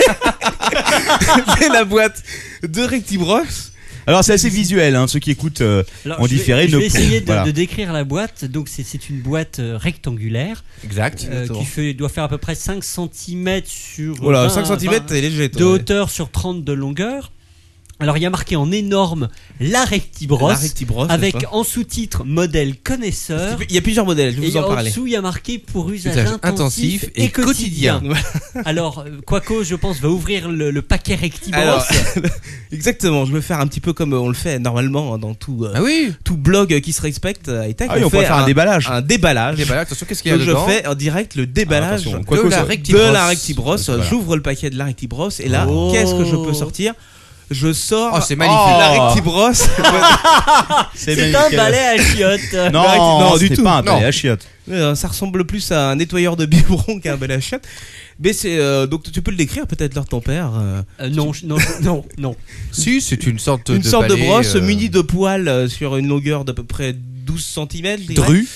S6: C'est la boîte de rectibrosse
S5: Alors c'est assez visuel, hein, ceux qui écoutent euh,
S8: Alors,
S5: en
S8: je vais-
S5: différé
S8: Je
S5: ne
S8: vais essayer de,
S5: voilà.
S8: de décrire la boîte. Donc, c'est- c'est une boîte euh, rectangulaire.
S9: Exact.
S8: euh, qui fait- doit faire à peu près 5 cm sur.
S6: Voilà,
S8: 20,
S6: 5 centimètres,
S8: 20,
S6: elle est
S8: Ah,
S6: léger, toi,
S8: bah. De
S6: ouais.
S8: hauteur sur 30 de longueur. Alors, il y a marqué en énorme la rectibrosse.
S6: La rectibrosse,
S8: Avec
S6: n'est-ce pas
S8: en sous-titre modèle connaisseur.
S6: Il y a plusieurs modèles, je vais
S8: Et
S6: vous en parler.
S8: En dessous, il y a marqué pour usage,
S6: Usage
S8: intensif,
S6: intensif
S8: et,
S6: et
S8: quotidien.
S6: quotidien.
S8: [LAUGHS] Alors, euh, Quaco, je pense, va ouvrir le, le paquet rectibrosse.
S6: Alors, [LAUGHS] exactement, je vais faire un petit peu comme on le fait normalement hein, dans tout,
S9: Ah
S6: euh, tout blog euh, qui se respecte euh, high-tech.
S5: Ah oui, on pourrait faire un déballage.
S6: Un déballage.
S9: Déballage, Ah, attention, qu'est-ce qu'il y a
S6: Donc
S9: dedans
S6: Je fais en direct le
S9: Ah,
S6: déballage
S9: attention,
S6: de,
S9: quoi que
S6: la
S9: ça-
S6: rectibrosse.
S9: de
S6: la
S9: la
S6: rectibrosse.
S9: rectibrosse, voilà.
S6: J'ouvre le paquet de la rectibrosse et là,
S9: Oh.
S6: qu'est-ce que je peux sortir Je sors
S9: Oh, c'est magnifique.
S6: la rectibrosse.
S5: [LAUGHS] C'est C'est magnifique. un balai à chiottes. [LAUGHS] Non,
S6: La recti-
S5: non, c'est pas un balai à chiottes.
S6: Euh, Ça ressemble plus à un nettoyeur de biberon [LAUGHS] qu'à un balai à chiottes. Mais c'est euh, donc tu peux le décrire peut-être leur ton père. euh,
S8: Euh, non, non, non, non.
S9: Si, c'est une sorte
S6: une
S9: de
S6: sorte de
S9: balai,
S6: brosse
S9: euh,
S6: munie de poils euh, sur une longueur d'à peu près 12 cm.
S9: Dru.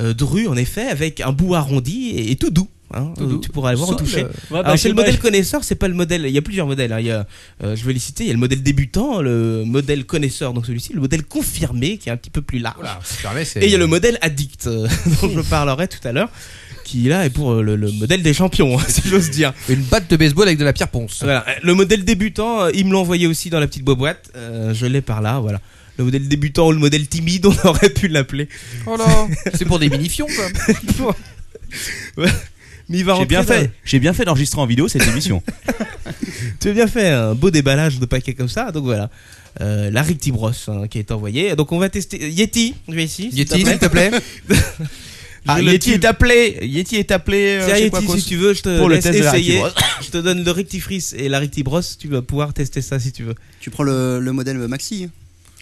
S6: Euh, dru, en effet, avec un bout arrondi et, et tout doux. hein.
S9: Tout doux.
S6: Euh, Tu pourras avoir
S9: Sauf
S6: touché.
S9: le- Ouais, bah,
S6: Alors, c'est
S9: c'est
S6: le modèle
S9: dommage.
S6: connaisseur, c'est pas le modèle. Il y a plusieurs modèles. hein. Il y a, euh, je vais les citer. Il y a le modèle débutant, le modèle connaisseur, donc celui-ci, le modèle confirmé, qui est un petit peu plus large.
S9: confirmé, c'est-
S6: et il y a le modèle addict, euh, [LAUGHS] dont je parlerai tout à l'heure, qui là est pour euh, le, le modèle des champions, hein, si j'ose dire.
S9: Une batte de baseball avec de la pierre ponce.
S6: Voilà. Euh, Le modèle débutant, euh, il me l'a envoyé aussi dans la petite boîte. Euh, je l'ai par là, voilà. Le modèle débutant ou le modèle timide, [LAUGHS] on aurait pu l'appeler.
S9: Oh là, c'est pour des minifions, quoi.
S6: Mais il va
S5: J'ai bien
S6: rentrer
S5: fait, j'ai bien fait d'enregistrer en vidéo cette émission.
S6: tu as bien fait un beau déballage de paquets comme ça, donc voilà. Euh, la Rictibrosse hein, qui est envoyée. Donc on va tester. Yeti, je vais ici.
S9: [LAUGHS] Yeti, s'il te plaît.
S6: Je
S5: Ah,
S6: le
S5: Yeti
S6: tue.
S5: est appelé. Yeti est appelé. euh,
S6: Tiens,
S5: chez
S6: Yeti,
S5: Quacos.
S6: si tu veux, je te
S5: pour le
S6: laisse
S5: test de la
S6: essayer.
S5: rectibrosse.
S6: [LAUGHS] je te donne le rectifrice et la rectibrosse. Tu vas pouvoir tester ça si tu veux.
S7: Tu prends le, le modèle Maxi. hein.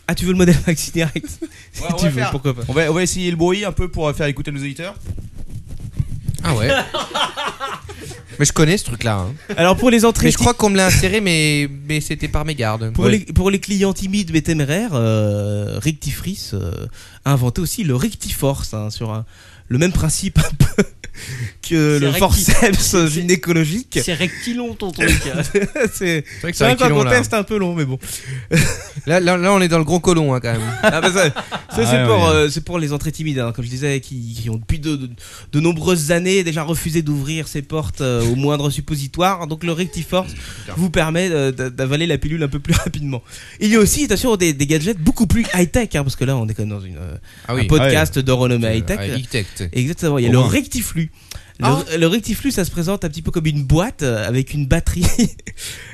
S6: Ah, tu veux le modèle [LAUGHS] Maxi direct Si
S5: Ouais, on
S6: tu
S5: va
S6: veux,
S5: faire-
S6: pourquoi pas.
S5: On va, on va essayer le bruit un peu pour euh, faire écouter nos auditeurs.
S9: Ah ouais. Mais je connais ce truc-là. hein.
S6: Alors pour les entrées,
S9: Mais je crois qu'on me l'a inséré, mais, mais c'était par mégarde.
S6: Pour, les, pour les clients timides mais téméraires, euh, Rectifrice euh, a inventé aussi le Rectiforce hein, sur un- le même principe un peu [LAUGHS]
S8: C'est
S6: que le
S8: recti-
S6: forceps gynécologique.
S8: C'est rectilon ton truc.
S6: c'est
S9: vrai que
S6: c'est vrai
S9: c'est
S6: qu'un
S9: rectilon, là.
S6: contexte un peu long, mais bon.
S9: Là, là, là, on est dans le gros colon hein, quand même.
S6: Ah bah ça, ça, c'est
S9: ouais,
S6: pour,
S9: ouais.
S6: euh, c'est pour les entrées timides, hein, comme je disais, qui, qui ont depuis de, de- de nombreuses années déjà refusé d'ouvrir ses portes euh, au moindre suppositoire. Donc le
S9: Mm,
S6: Rectiforce vous permet euh, d'a- d'avaler la pilule un peu plus [LAUGHS] rapidement. Il y a aussi, attention, des, des gadgets beaucoup plus high-tech, hein, parce que là on est quand même dans une, euh,
S9: Ah oui.
S6: un podcast
S9: Ah oui.
S6: de renommée
S9: Euh,
S6: high-tech.
S9: high-tech, t'es.
S6: Exactement, il y a
S9: Au
S6: le
S9: moins.
S6: Rectiflux. Le,
S9: Ah.
S6: le rectiflux, ça se présente un petit peu comme une boîte euh, avec une batterie, [LAUGHS]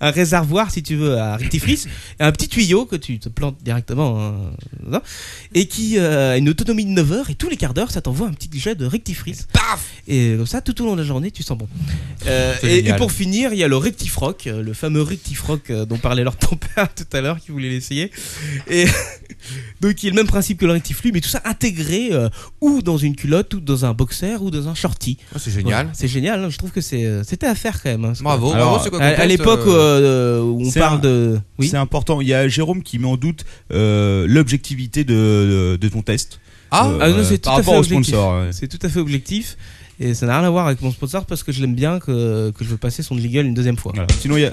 S6: un réservoir, si tu veux, à rectifrice, et un petit tuyau que tu te plantes directement, hein, dedans, et qui euh, a une autonomie de 9 heures, et tous les quarts d'heure, ça t'envoie un petit jet de rectifrice. Et comme ça, tout au long de la journée, tu sens bon. Euh,
S9: C'est
S6: et, et
S9: génial.
S6: pour finir, il y a le rectifroc, euh, le fameux rectifroc euh, dont parlait leur ton père [LAUGHS] tout à l'heure, qui voulait l'essayer. Et [LAUGHS] donc, il y a le même principe que le rectiflux, mais tout ça intégré euh, ou dans une culotte, ou dans un boxer, ou dans un shorty.
S9: c'est génial.
S6: Voilà, c'est génial. hein, Je trouve que c'est, euh, c'était à faire quand même. hein, ce
S9: Bravo,
S6: qu'on-
S9: bravo,
S6: Alors,
S9: ce qu'on
S6: à- à,
S9: conteste,
S6: l'époque
S9: euh,
S6: euh, où on
S5: C'est
S6: parle
S5: un-
S6: de. Oui.
S5: C'est important. Il y a Jérôme qui met en doute euh, l'objectivité de, de, de ton test.
S6: Ah,
S5: Euh,
S6: non, c'est tout
S5: par
S6: à fait
S5: rapport au
S6: objectif.
S5: sponsor. ouais.
S6: C'est tout à fait objectif. Et ça n'a rien à voir avec mon sponsor parce que je l'aime bien que, que je veux passer son jingle une deuxième fois.
S5: Sinon, il y a.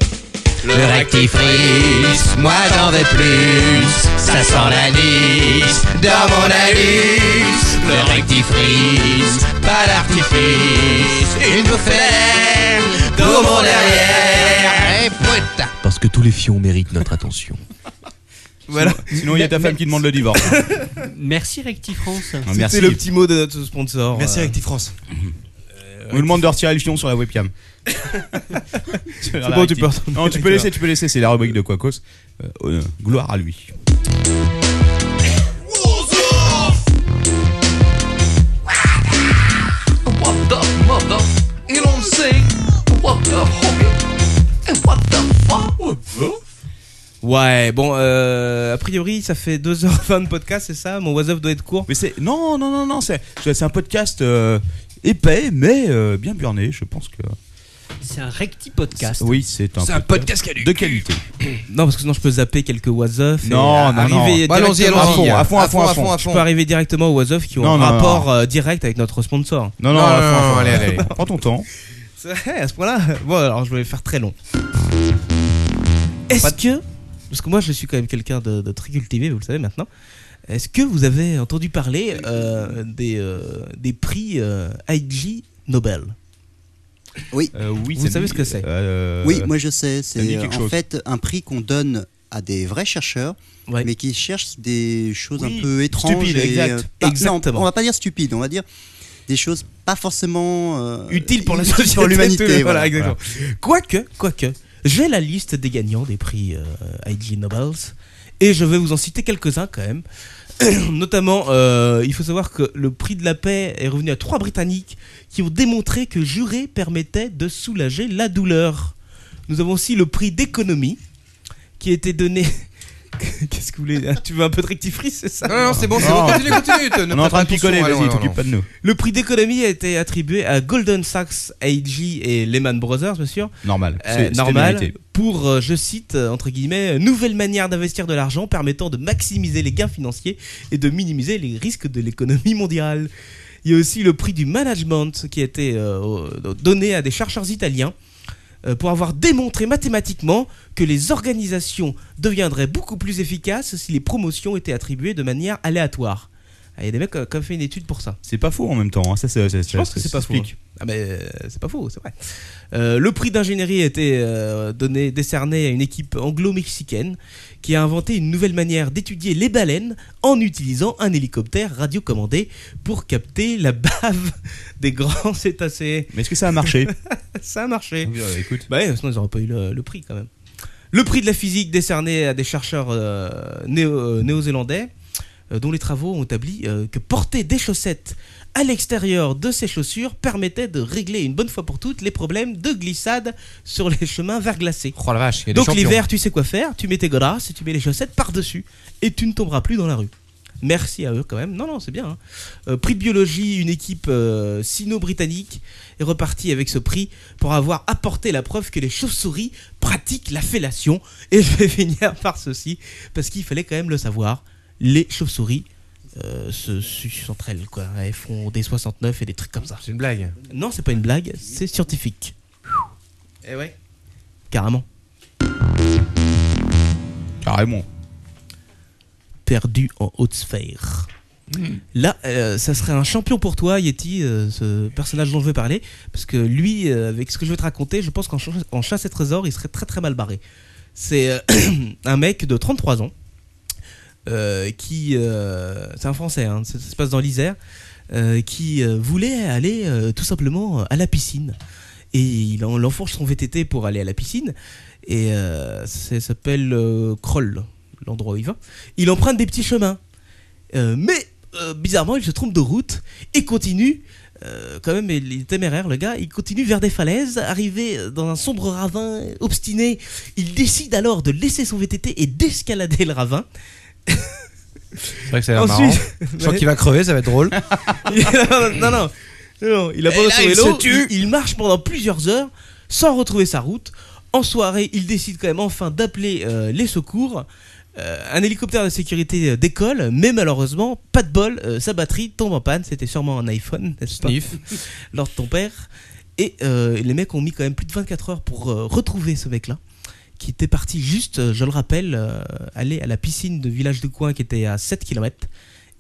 S6: Le
S3: rectifrice, moi j'en veux plus. Ça sent la lisse dans mon anus. Le rectifrice, pas d'artifice. Une bouffée dans mon derrière. Eh putain.
S1: Parce que tous les fions méritent notre attention.
S5: Voilà. Sinon, sinon, il y a ta femme qui demande le
S6: [LAUGHS]
S5: divorce.
S8: [LAUGHS] Merci Rectifrance.
S5: Ah, merci.
S6: C'est le petit mot de notre sponsor. euh.
S5: Merci,
S6: Rectifrance.
S5: On nous demande de retirer le fion sur la
S6: [LAUGHS]
S5: webcam.
S6: C'est bon, tu peux retourner.
S5: Non, tu peux laisser, tu peux laisser. C'est la rubrique de Quacos. Euh, euh, gloire à lui.
S3: What the mother? You don't say what the hobby? And what the fuck? What the?
S6: Ouais, bon, euh, a priori, ça fait 2h20 de podcast, c'est ça Mon was-up doit être court.
S5: Mais c'est non, non, non, non. C'est c'est un podcast euh, épais, mais euh, bien burné. Je pense que.
S8: C'est un recti podcast.
S5: Oui, c'est un.
S8: C'est un podcast qui a du
S5: de qualité.
S6: Non, parce que sinon, je peux zapper quelques was-up. et
S5: Non, non,
S6: arriver
S5: non. Allons-y,
S6: directement-
S5: allons-y. À fond, à fond, à fond, à fond, à
S6: Je
S5: fond.
S6: peux arriver directement aux was-up qui ont
S5: Non,
S6: un
S5: non,
S6: rapport
S5: non.
S6: euh, direct avec notre sponsor.
S5: Non, non, à fond, à fond. [LAUGHS] Prends ton temps.
S6: C'est vrai, à ce point-là. Bon, alors je vais faire très long. Est-ce que parce que moi je suis quand même quelqu'un de, de très cultivé, vous le savez maintenant. Est-ce que vous avez entendu parler euh, des, euh, des prix euh, IG Nobel
S7: Oui.
S6: oui, Vous ça savez me dit- ce que c'est euh,
S7: Oui, moi je sais.
S6: ça me
S7: C'est
S6: dit
S7: euh, en
S6: quelque chose.
S7: fait un prix qu'on donne à des vrais chercheurs, mais qui cherchent des choses
S6: Oui,
S7: un peu étranges.
S6: stupides,
S7: et,
S6: exact.
S7: euh, pas- non,
S6: Exactement.
S7: on va pas dire stupides, on va dire des choses pas forcément euh,
S6: Utile pour la
S7: utiles
S6: société.
S7: pour l'humanité.
S6: [LAUGHS] voilà,
S7: voilà.
S6: exactement. Quoique, quoique, j'ai la liste des gagnants des prix euh, IG Nobels et je vais vous en citer quelques-uns quand même. [CLEARS THROAT] Notamment, euh, il faut savoir que le prix de la paix est revenu à trois Britanniques qui ont démontré que jurer permettait de soulager la douleur. Nous avons aussi le prix d'économie qui a été donné. [LAUGHS] Qu'est-ce que vous voulez hein, Tu veux un peu de rectifrice, c'est ça
S9: Non, non, c'est bon, c'est bon, continue, continue, te- ne On est en train de prête picoler, attention, vas-y, allons, t'occupe allons. pas de nous.
S6: Le prix d'économie a été attribué à Goldman Sachs, AIG et Lehman Brothers, bien sûr.
S5: Normal,
S6: Euh,
S5: c'est- c'était
S6: normal.
S5: mérité.
S6: Pour, euh, je cite, euh, entre guillemets, euh, nouvelle manière d'investir de l'argent permettant de maximiser les gains financiers et de minimiser les risques de l'économie mondiale. Il y a aussi le prix du management qui a été euh, euh, donné à des chercheurs italiens euh, pour avoir démontré mathématiquement que les organisations deviendraient beaucoup plus efficaces si les promotions étaient attribuées de manière aléatoire. Ah, Il y a des mecs qui ont qui ont fait une étude pour ça.
S5: C'est pas faux en même temps. hein. Ça, c'est- c'est-
S6: Je pense que
S5: ça
S6: c'est pas faux.
S5: s'explique.
S6: hein. Ah mais euh, c'est pas faux, c'est vrai. Euh, le prix d'ingénierie a été euh, donné, décerné à une équipe anglo-mexicaine qui a inventé une nouvelle manière d'étudier les baleines en utilisant un hélicoptère radiocommandé pour capter la bave [LAUGHS] des grands [LAUGHS] cétacés.
S5: Mais est-ce que ça a marché
S6: Ça a marché.
S5: Oui, euh, écoute.
S6: Bah ouais, sinon ils n'auraient pas eu le, le prix quand même. Le prix de la physique décerné à des chercheurs euh, néo- euh, néo-zélandais euh, dont les travaux ont établi euh, que porter des chaussettes à l'extérieur de ses chaussures permettait de régler une bonne fois pour toutes les problèmes de glissade sur les chemins verglacés.
S9: Oh la vache, il y a des
S6: Donc
S9: champions.
S6: l'hiver, tu sais quoi faire, tu mets tes godasses et tu mets les chaussettes par-dessus et tu ne tomberas plus dans la rue. Merci à eux quand même. Non, non, c'est bien. hein. Euh, prix de biologie, une équipe euh, sino-britannique est repartie avec ce prix pour avoir apporté la preuve que les chauves-souris pratiquent la fellation. Et je vais [LAUGHS] finir par ceci, parce qu'il fallait quand même le savoir. Les chauves-souris euh, se sucent entre elles. Quoi. Elles font des 69 et des trucs comme ça. C'est une blague Non, c'est pas une blague, c'est scientifique. Eh ouais Carrément.
S5: bah, Carrément.
S6: Perdu en haute sphère. Là, euh, ça serait un champion pour toi, Yeti, euh, ce personnage dont je veux parler, parce que lui, euh, avec ce que je vais te raconter, je pense qu'en ch- en chasse et trésor, il serait très très mal barré. C'est euh, [CLEARS THROAT] un mec de 33 ans, euh, qui, euh, c'est un Français, hein, ça, ça se passe dans l'Isère, euh, qui euh, voulait aller euh, tout simplement à la piscine. Et il en- il enfourche son VTT pour aller à la piscine, et euh, ça s'appelle euh, Kroll, l'endroit où il va. Il emprunte des petits chemins. Euh, mais euh, bizarrement, il se trompe de route et continue. euh, quand même, il est téméraire, le gars. Il continue vers des falaises, arrivé euh, dans un sombre ravin obstiné. Il décide alors de laisser son VTT et d'escalader le ravin. [LAUGHS]
S9: C'est vrai que ça a l'air
S6: Ensuite-
S9: marrant. Je crois qu'il va crever, ça va être drôle.
S6: non, non, non. Eh, Il
S9: Et
S6: abandonne
S9: là,
S6: son
S9: il
S6: vélo.
S9: se tue.
S6: Il, il marche pendant plusieurs heures sans retrouver sa route. En soirée, il décide quand même enfin d'appeler euh, les secours. Euh, un hélicoptère de sécurité euh, décolle, mais malheureusement, pas de bol, euh, sa batterie tombe en panne. C'était sûrement un iPhone, n'est-ce pas
S9: Sniff.
S6: [LAUGHS] Lors de ton père. Et euh, les mecs ont mis quand même plus de 24 heures pour euh, retrouver ce mec-là qui était parti juste, euh, je le rappelle, euh, aller à la piscine de village du coin qui était à 7 km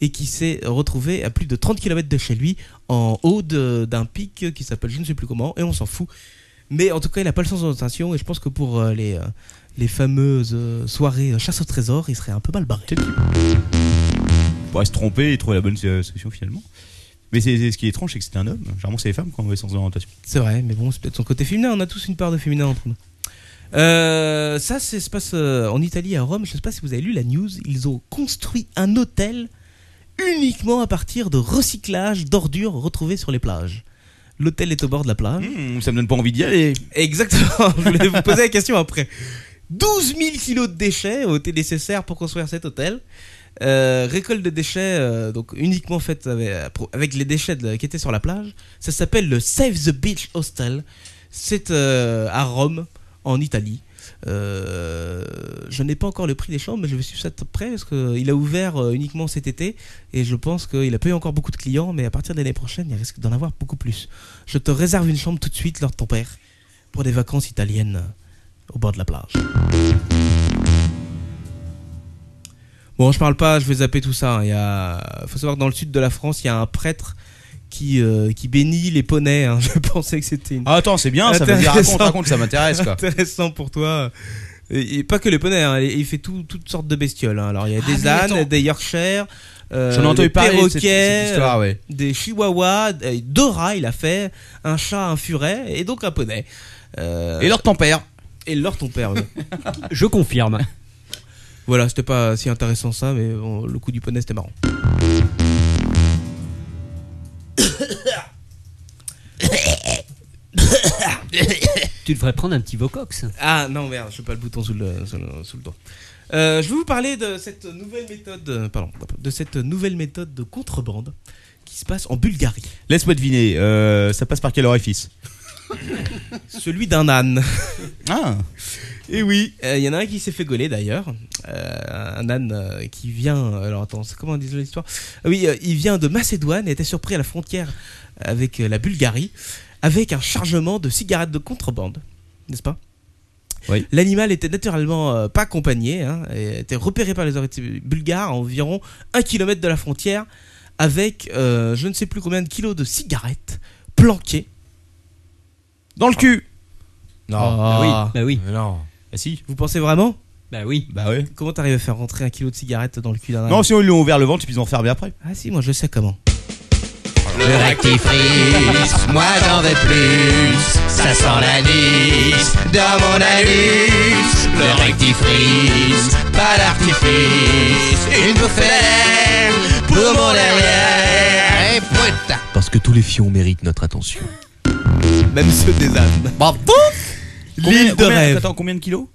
S6: et qui s'est retrouvé à plus de 30 km de chez lui en haut de- d'un pic qui s'appelle je ne sais plus comment et on s'en fout. Mais en tout cas, il n'a pas le sens d'orientation et je pense que pour euh, les, euh, les fameuses euh, soirées euh, chasse au trésor, il serait un peu mal barré.
S5: On pourrait Bah, se tromper et trouver la bonne euh, solution finalement. Mais c'est c'est- ce qui est étrange, c'est que c'est un homme. Généralement, c'est les femmes qui ont mauvais sens d'orientation.
S6: C'est vrai, mais bon, c'est peut-être son côté féminin. On a tous une part de féminin entre nous. Euh, ça, ça se passe euh, en Italie, à Rome. Je ne sais pas si vous avez lu la news. Ils ont construit un hôtel uniquement à partir de recyclage d'ordures retrouvées sur les plages. L'hôtel est au bord de la plage.
S5: ça me donne pas envie d'y aller.
S6: Exactement. [LAUGHS] Je voulais vous poser la question après. 12 000 kilos de déchets ont été nécessaires pour construire cet hôtel. Euh, récolte de déchets, euh, donc uniquement faite avec, euh, avec les déchets de- qui étaient sur la plage. Ça s'appelle le Save the Beach Hostel. C'est euh, à Rome, en Italie. Euh, je n'ai pas encore le prix des chambres, mais je vais suivre ça de près parce qu'il a ouvert euh, uniquement cet été et je pense qu'il a pas eu encore beaucoup de clients, mais à partir de l'année prochaine, il risque d'en avoir beaucoup plus. Je te réserve une chambre tout de suite lors de ton père pour des vacances italiennes euh, au bord de la plage. Bon, je parle pas, je vais zapper tout ça. hein. Il y a... faut savoir que dans le sud de la France, il y a un prêtre qui, euh, qui bénit les poneys. hein. [LAUGHS] Je pensais que c'était une.
S5: Ah, attends, c'est bien, ça veut dire, raconte,
S6: Intéressant.
S5: raconte, ça m'intéresse, quoi.
S6: [LAUGHS] Intéressant pour toi. Et, et pas que les poneys, hein, il il fait tout- toutes sortes de bestioles. hein. Alors, il y a des
S5: mais
S6: ânes,
S5: attends.
S6: des Yorkshire. euh,
S5: J'en ai entendu
S6: des
S5: parler de cette-
S6: perroquets,
S5: cette histoire,
S6: euh,
S5: ouais.
S6: des chihuahuas, euh, deux rats, il a fait, un chat, un furet, et donc un poney. Euh,
S5: Et leur ton père.
S6: Et leur ton père, Je confirme. [LAUGHS] Voilà, c'était pas si intéressant ça, mais bon, le coup du poney, c'était marrant.
S8: Tu devrais prendre un petit Vocox.
S6: Ah non, merde, je n'ai pas le bouton sous le, sous le- sous le doigt. Euh, je vais vous parler de cette nouvelle méthode, euh, pardon, de cette nouvelle méthode de contrebande qui se passe en Bulgarie.
S5: Laisse-moi deviner, euh, ça passe par quel orifice
S6: Celui d'un âne.
S5: Ah
S6: Et Eh oui, il Euh, y en a un qui s'est fait gauler d'ailleurs. Euh, un âne euh, qui vient. Alors attends, c'est comment on dit l'histoire Ah Oui, euh, il vient de Macédoine et était surpris à la frontière avec euh, la Bulgarie avec un chargement de cigarettes de contrebande, n'est-ce pas
S5: Oui.
S6: L'animal était naturellement euh, pas accompagné hein, et était repéré par les autorités bulgares à environ 1 km de la frontière avec euh, je ne sais plus combien de kilos de cigarettes planquées dans le cul.
S5: Non.
S6: Ah.
S5: Bah
S8: oui.
S5: Non. Bah si.
S6: Vous pensez vraiment
S8: Bah oui.
S5: Bah oui.
S6: Comment t'arrives à faire rentrer un kilo de cigarette dans le cul d'un
S5: Non,
S6: âne
S5: sinon ils lui ont ouvert le ventre et puis ils ont refermé après.
S6: Ah si, moi je sais comment.
S13: Le rectifrice, moi j'en veux plus. Ça sent l'anis dans mon anus. Le rectifrice, pas d'artifice. Une bouffée pour mon derrière. Et putain.
S1: Parce que tous les fions méritent notre attention.
S6: Même ceux des ânes.
S1: Bravo
S5: Bah, Combien-
S6: L'île de
S5: combien-
S6: rêve.
S5: Attends, combien de kilos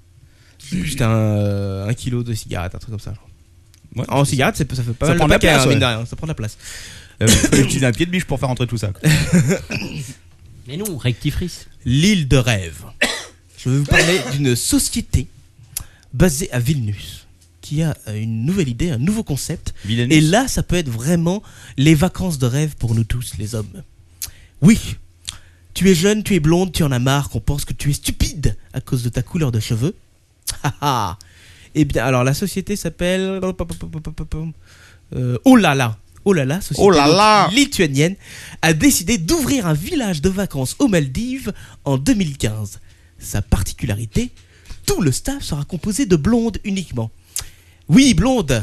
S6: Juste un, euh, un kilo de cigarette, un truc comme ça. Ah, genre. en cigarette, c'est- ça fait pas
S5: Ça
S6: mal
S5: prend
S6: de
S5: de la
S6: paquets,
S5: place,
S6: hein, mine
S5: ouais.
S6: de rien, ça prend de la place.
S5: Euh, faut utiliser un pied de biche pour faire rentrer tout ça. quoi.
S8: Mais non, rectifrice.
S6: L'île
S5: [COUGHS]
S6: de rêve. Je vais vous parler d'une société basée à Vilnius qui a euh, une nouvelle idée, un nouveau concept.
S5: Vilnius.
S6: Et là, ça peut être vraiment les vacances de rêve pour nous tous, les hommes. Oui, tu es jeune, tu es blonde, tu en as marre qu'on pense que tu es stupide à cause de ta couleur de cheveux. [LAUGHS] Ha ha. Eh bien, alors la société s'appelle. Euh, oh là là Oh là là, société
S5: Oh là là
S6: donc lituanienne a décidé d'ouvrir un village de vacances aux Maldives en 2015. Sa particularité, tout le staff sera composé de blondes uniquement. Oui, blondes,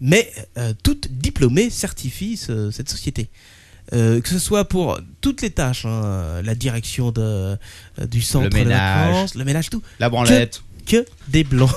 S6: mais euh, toutes diplômées certifient ce- cette société. Euh, que ce soit pour toutes les tâches, hein, euh, la direction de, euh, du centre de
S5: ménage.
S6: vacances, le ménage, tout.
S5: La branlette.
S6: Que, que
S13: [LAUGHS]
S6: des blondes.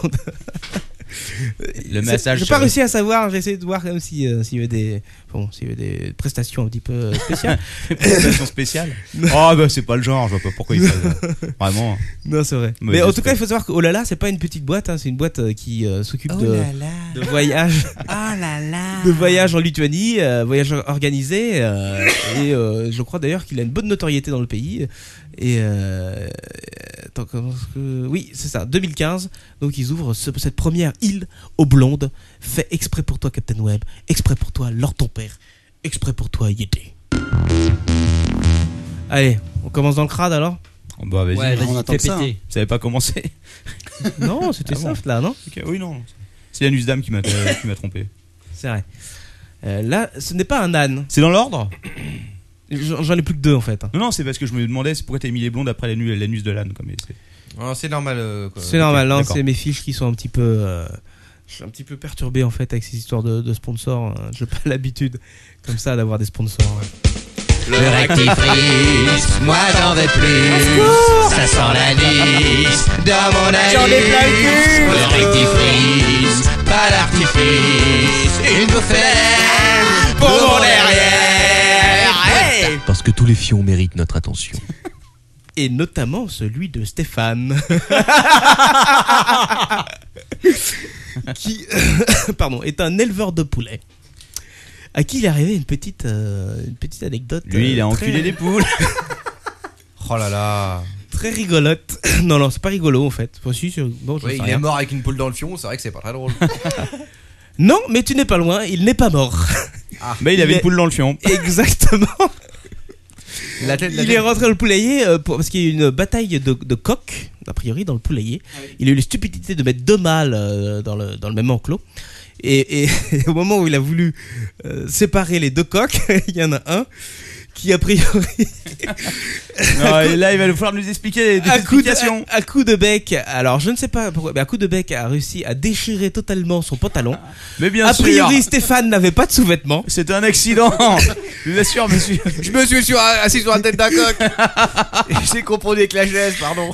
S5: Le
S6: C'est-
S5: massage.
S6: J'ai pas
S5: euh,
S6: réussi à savoir, j'ai essayé de voir comme si, euh, s'il y avait des, bon, s'il y avait des prestations un petit peu euh,
S13: [LAUGHS]
S6: spéciales.
S5: Des prestations [LAUGHS] spéciales Ah bah c'est pas le genre, je vois pas pourquoi ils font [LAUGHS] ça. Vraiment. hein.
S6: Non, c'est vrai. Mais en tout cas, il faut savoir que oh là là, c'est pas une petite boîte, hein, c'est une boîte euh, qui euh, s'occupe
S13: Oh
S6: de,
S13: là là.
S6: de
S13: [LAUGHS]
S6: voyages,
S3: Oh
S13: là
S2: Ah.
S13: là.
S6: de voyages en Lituanie, euh, voyages organisés. euh, et euh, je crois d'ailleurs qu'il a une bonne notoriété dans le pays. Et euh, attends, comment est-ce que- oui, c'est ça, 2015. Donc ils ouvrent ce- cette première île aux blondes, fait exprès pour toi, Captain Web, exprès pour toi, Lord ton père, exprès pour toi, Yeti. Allez, on commence dans le crade alors.
S5: Bah vas-y,
S6: Ouais, vas-y,
S5: on attend
S6: fais
S5: que ça. hein.
S6: péter.
S5: Ça avait pas commencé.
S6: Non, c'était
S5: Ah bon
S6: soft là, non
S5: Ok, Oui, non. C'est Yanus Dame qui m'a euh, qui m'a trompé.
S6: C'est vrai. Euh, là, ce n'est pas un âne.
S5: C'est dans l'ordre
S6: J'en j'en ai plus que deux en fait. hein.
S5: Non, non, c'est parce que je me demandais c'est pourquoi t'as mis les blondes après l'anu- l'anus de l'âne. quoi, mais c'est-
S9: [LAUGHS] Non, c'est normal. euh, quoi.
S6: C'est normal, hein,
S9: D'accord.
S6: c'est mes fiches qui sont un petit peu. euh, je suis un petit peu perturbé en fait avec ces histoires de, de sponsors. hein. J'ai pas [LAUGHS] l'habitude comme ça d'avoir des sponsors. hein.
S13: Le rectifrice, moi j'en veux plus. Ça sent l'anis dans mon anus.
S3: J'en ai plein le cul.
S13: Le rectifrice, pas
S3: [LAUGHS]
S13: d'artifice. Une bouffée pour mon derrière. Hey
S1: Parce que tous les fions méritent notre attention.
S6: Et notamment celui de Stéphane. [LAUGHS] qui euh, [COUGHS] pardon, est un éleveur de poulets. À qui il est arrivé une petite, euh, une petite anecdote.
S5: Lui, il a
S6: euh,
S5: enculé des [LAUGHS] poules.
S9: Oh là là.
S6: Très rigolote. [COUGHS] Non, non, c'est pas rigolo en fait. Enfin, si, c'est- bon, j'en
S9: Ouais,
S6: sais
S9: il
S6: rien.
S9: est mort avec une poule dans le fion, c'est vrai que c'est pas très drôle.
S6: Non, mais tu n'es pas loin, il n'est pas mort.
S5: Mais
S6: [LAUGHS]
S5: Bah, il avait
S6: est-
S5: une poule dans le [LAUGHS] fion.
S6: Exactement.
S9: La tête- la
S6: il
S9: tête-
S6: est rentré dans le poulailler euh, pour- parce qu'il y a eu une bataille de, de
S9: Ah
S6: coqs, a priori, dans le poulailler. Il a eu la stupidité de mettre deux mâles euh, dans, le, dans le même enclos. Et, [LAUGHS] et au moment où il a voulu euh, séparer les deux coques, [LAUGHS] il y en a un qui,
S9: [LAUGHS]
S6: a priori.
S5: Non, Ah, et là, il va nous falloir nous expliquer des
S6: à coup, de,
S5: explications.
S6: à- à coup de bec, alors je ne sais pas pourquoi, mais à coup de bec a réussi à déchirer totalement son pantalon.
S5: Mais
S9: Ah,
S5: bien
S6: a
S5: sûr.
S6: priori, Stéphane n'avait pas de sous-vêtements.
S5: C'était un [LAUGHS] accident. Bien sûr, monsieur.
S9: Je me suis sur, assis sur la tête d'un coq.
S5: [LAUGHS] J'ai compris avec la geste, pardon.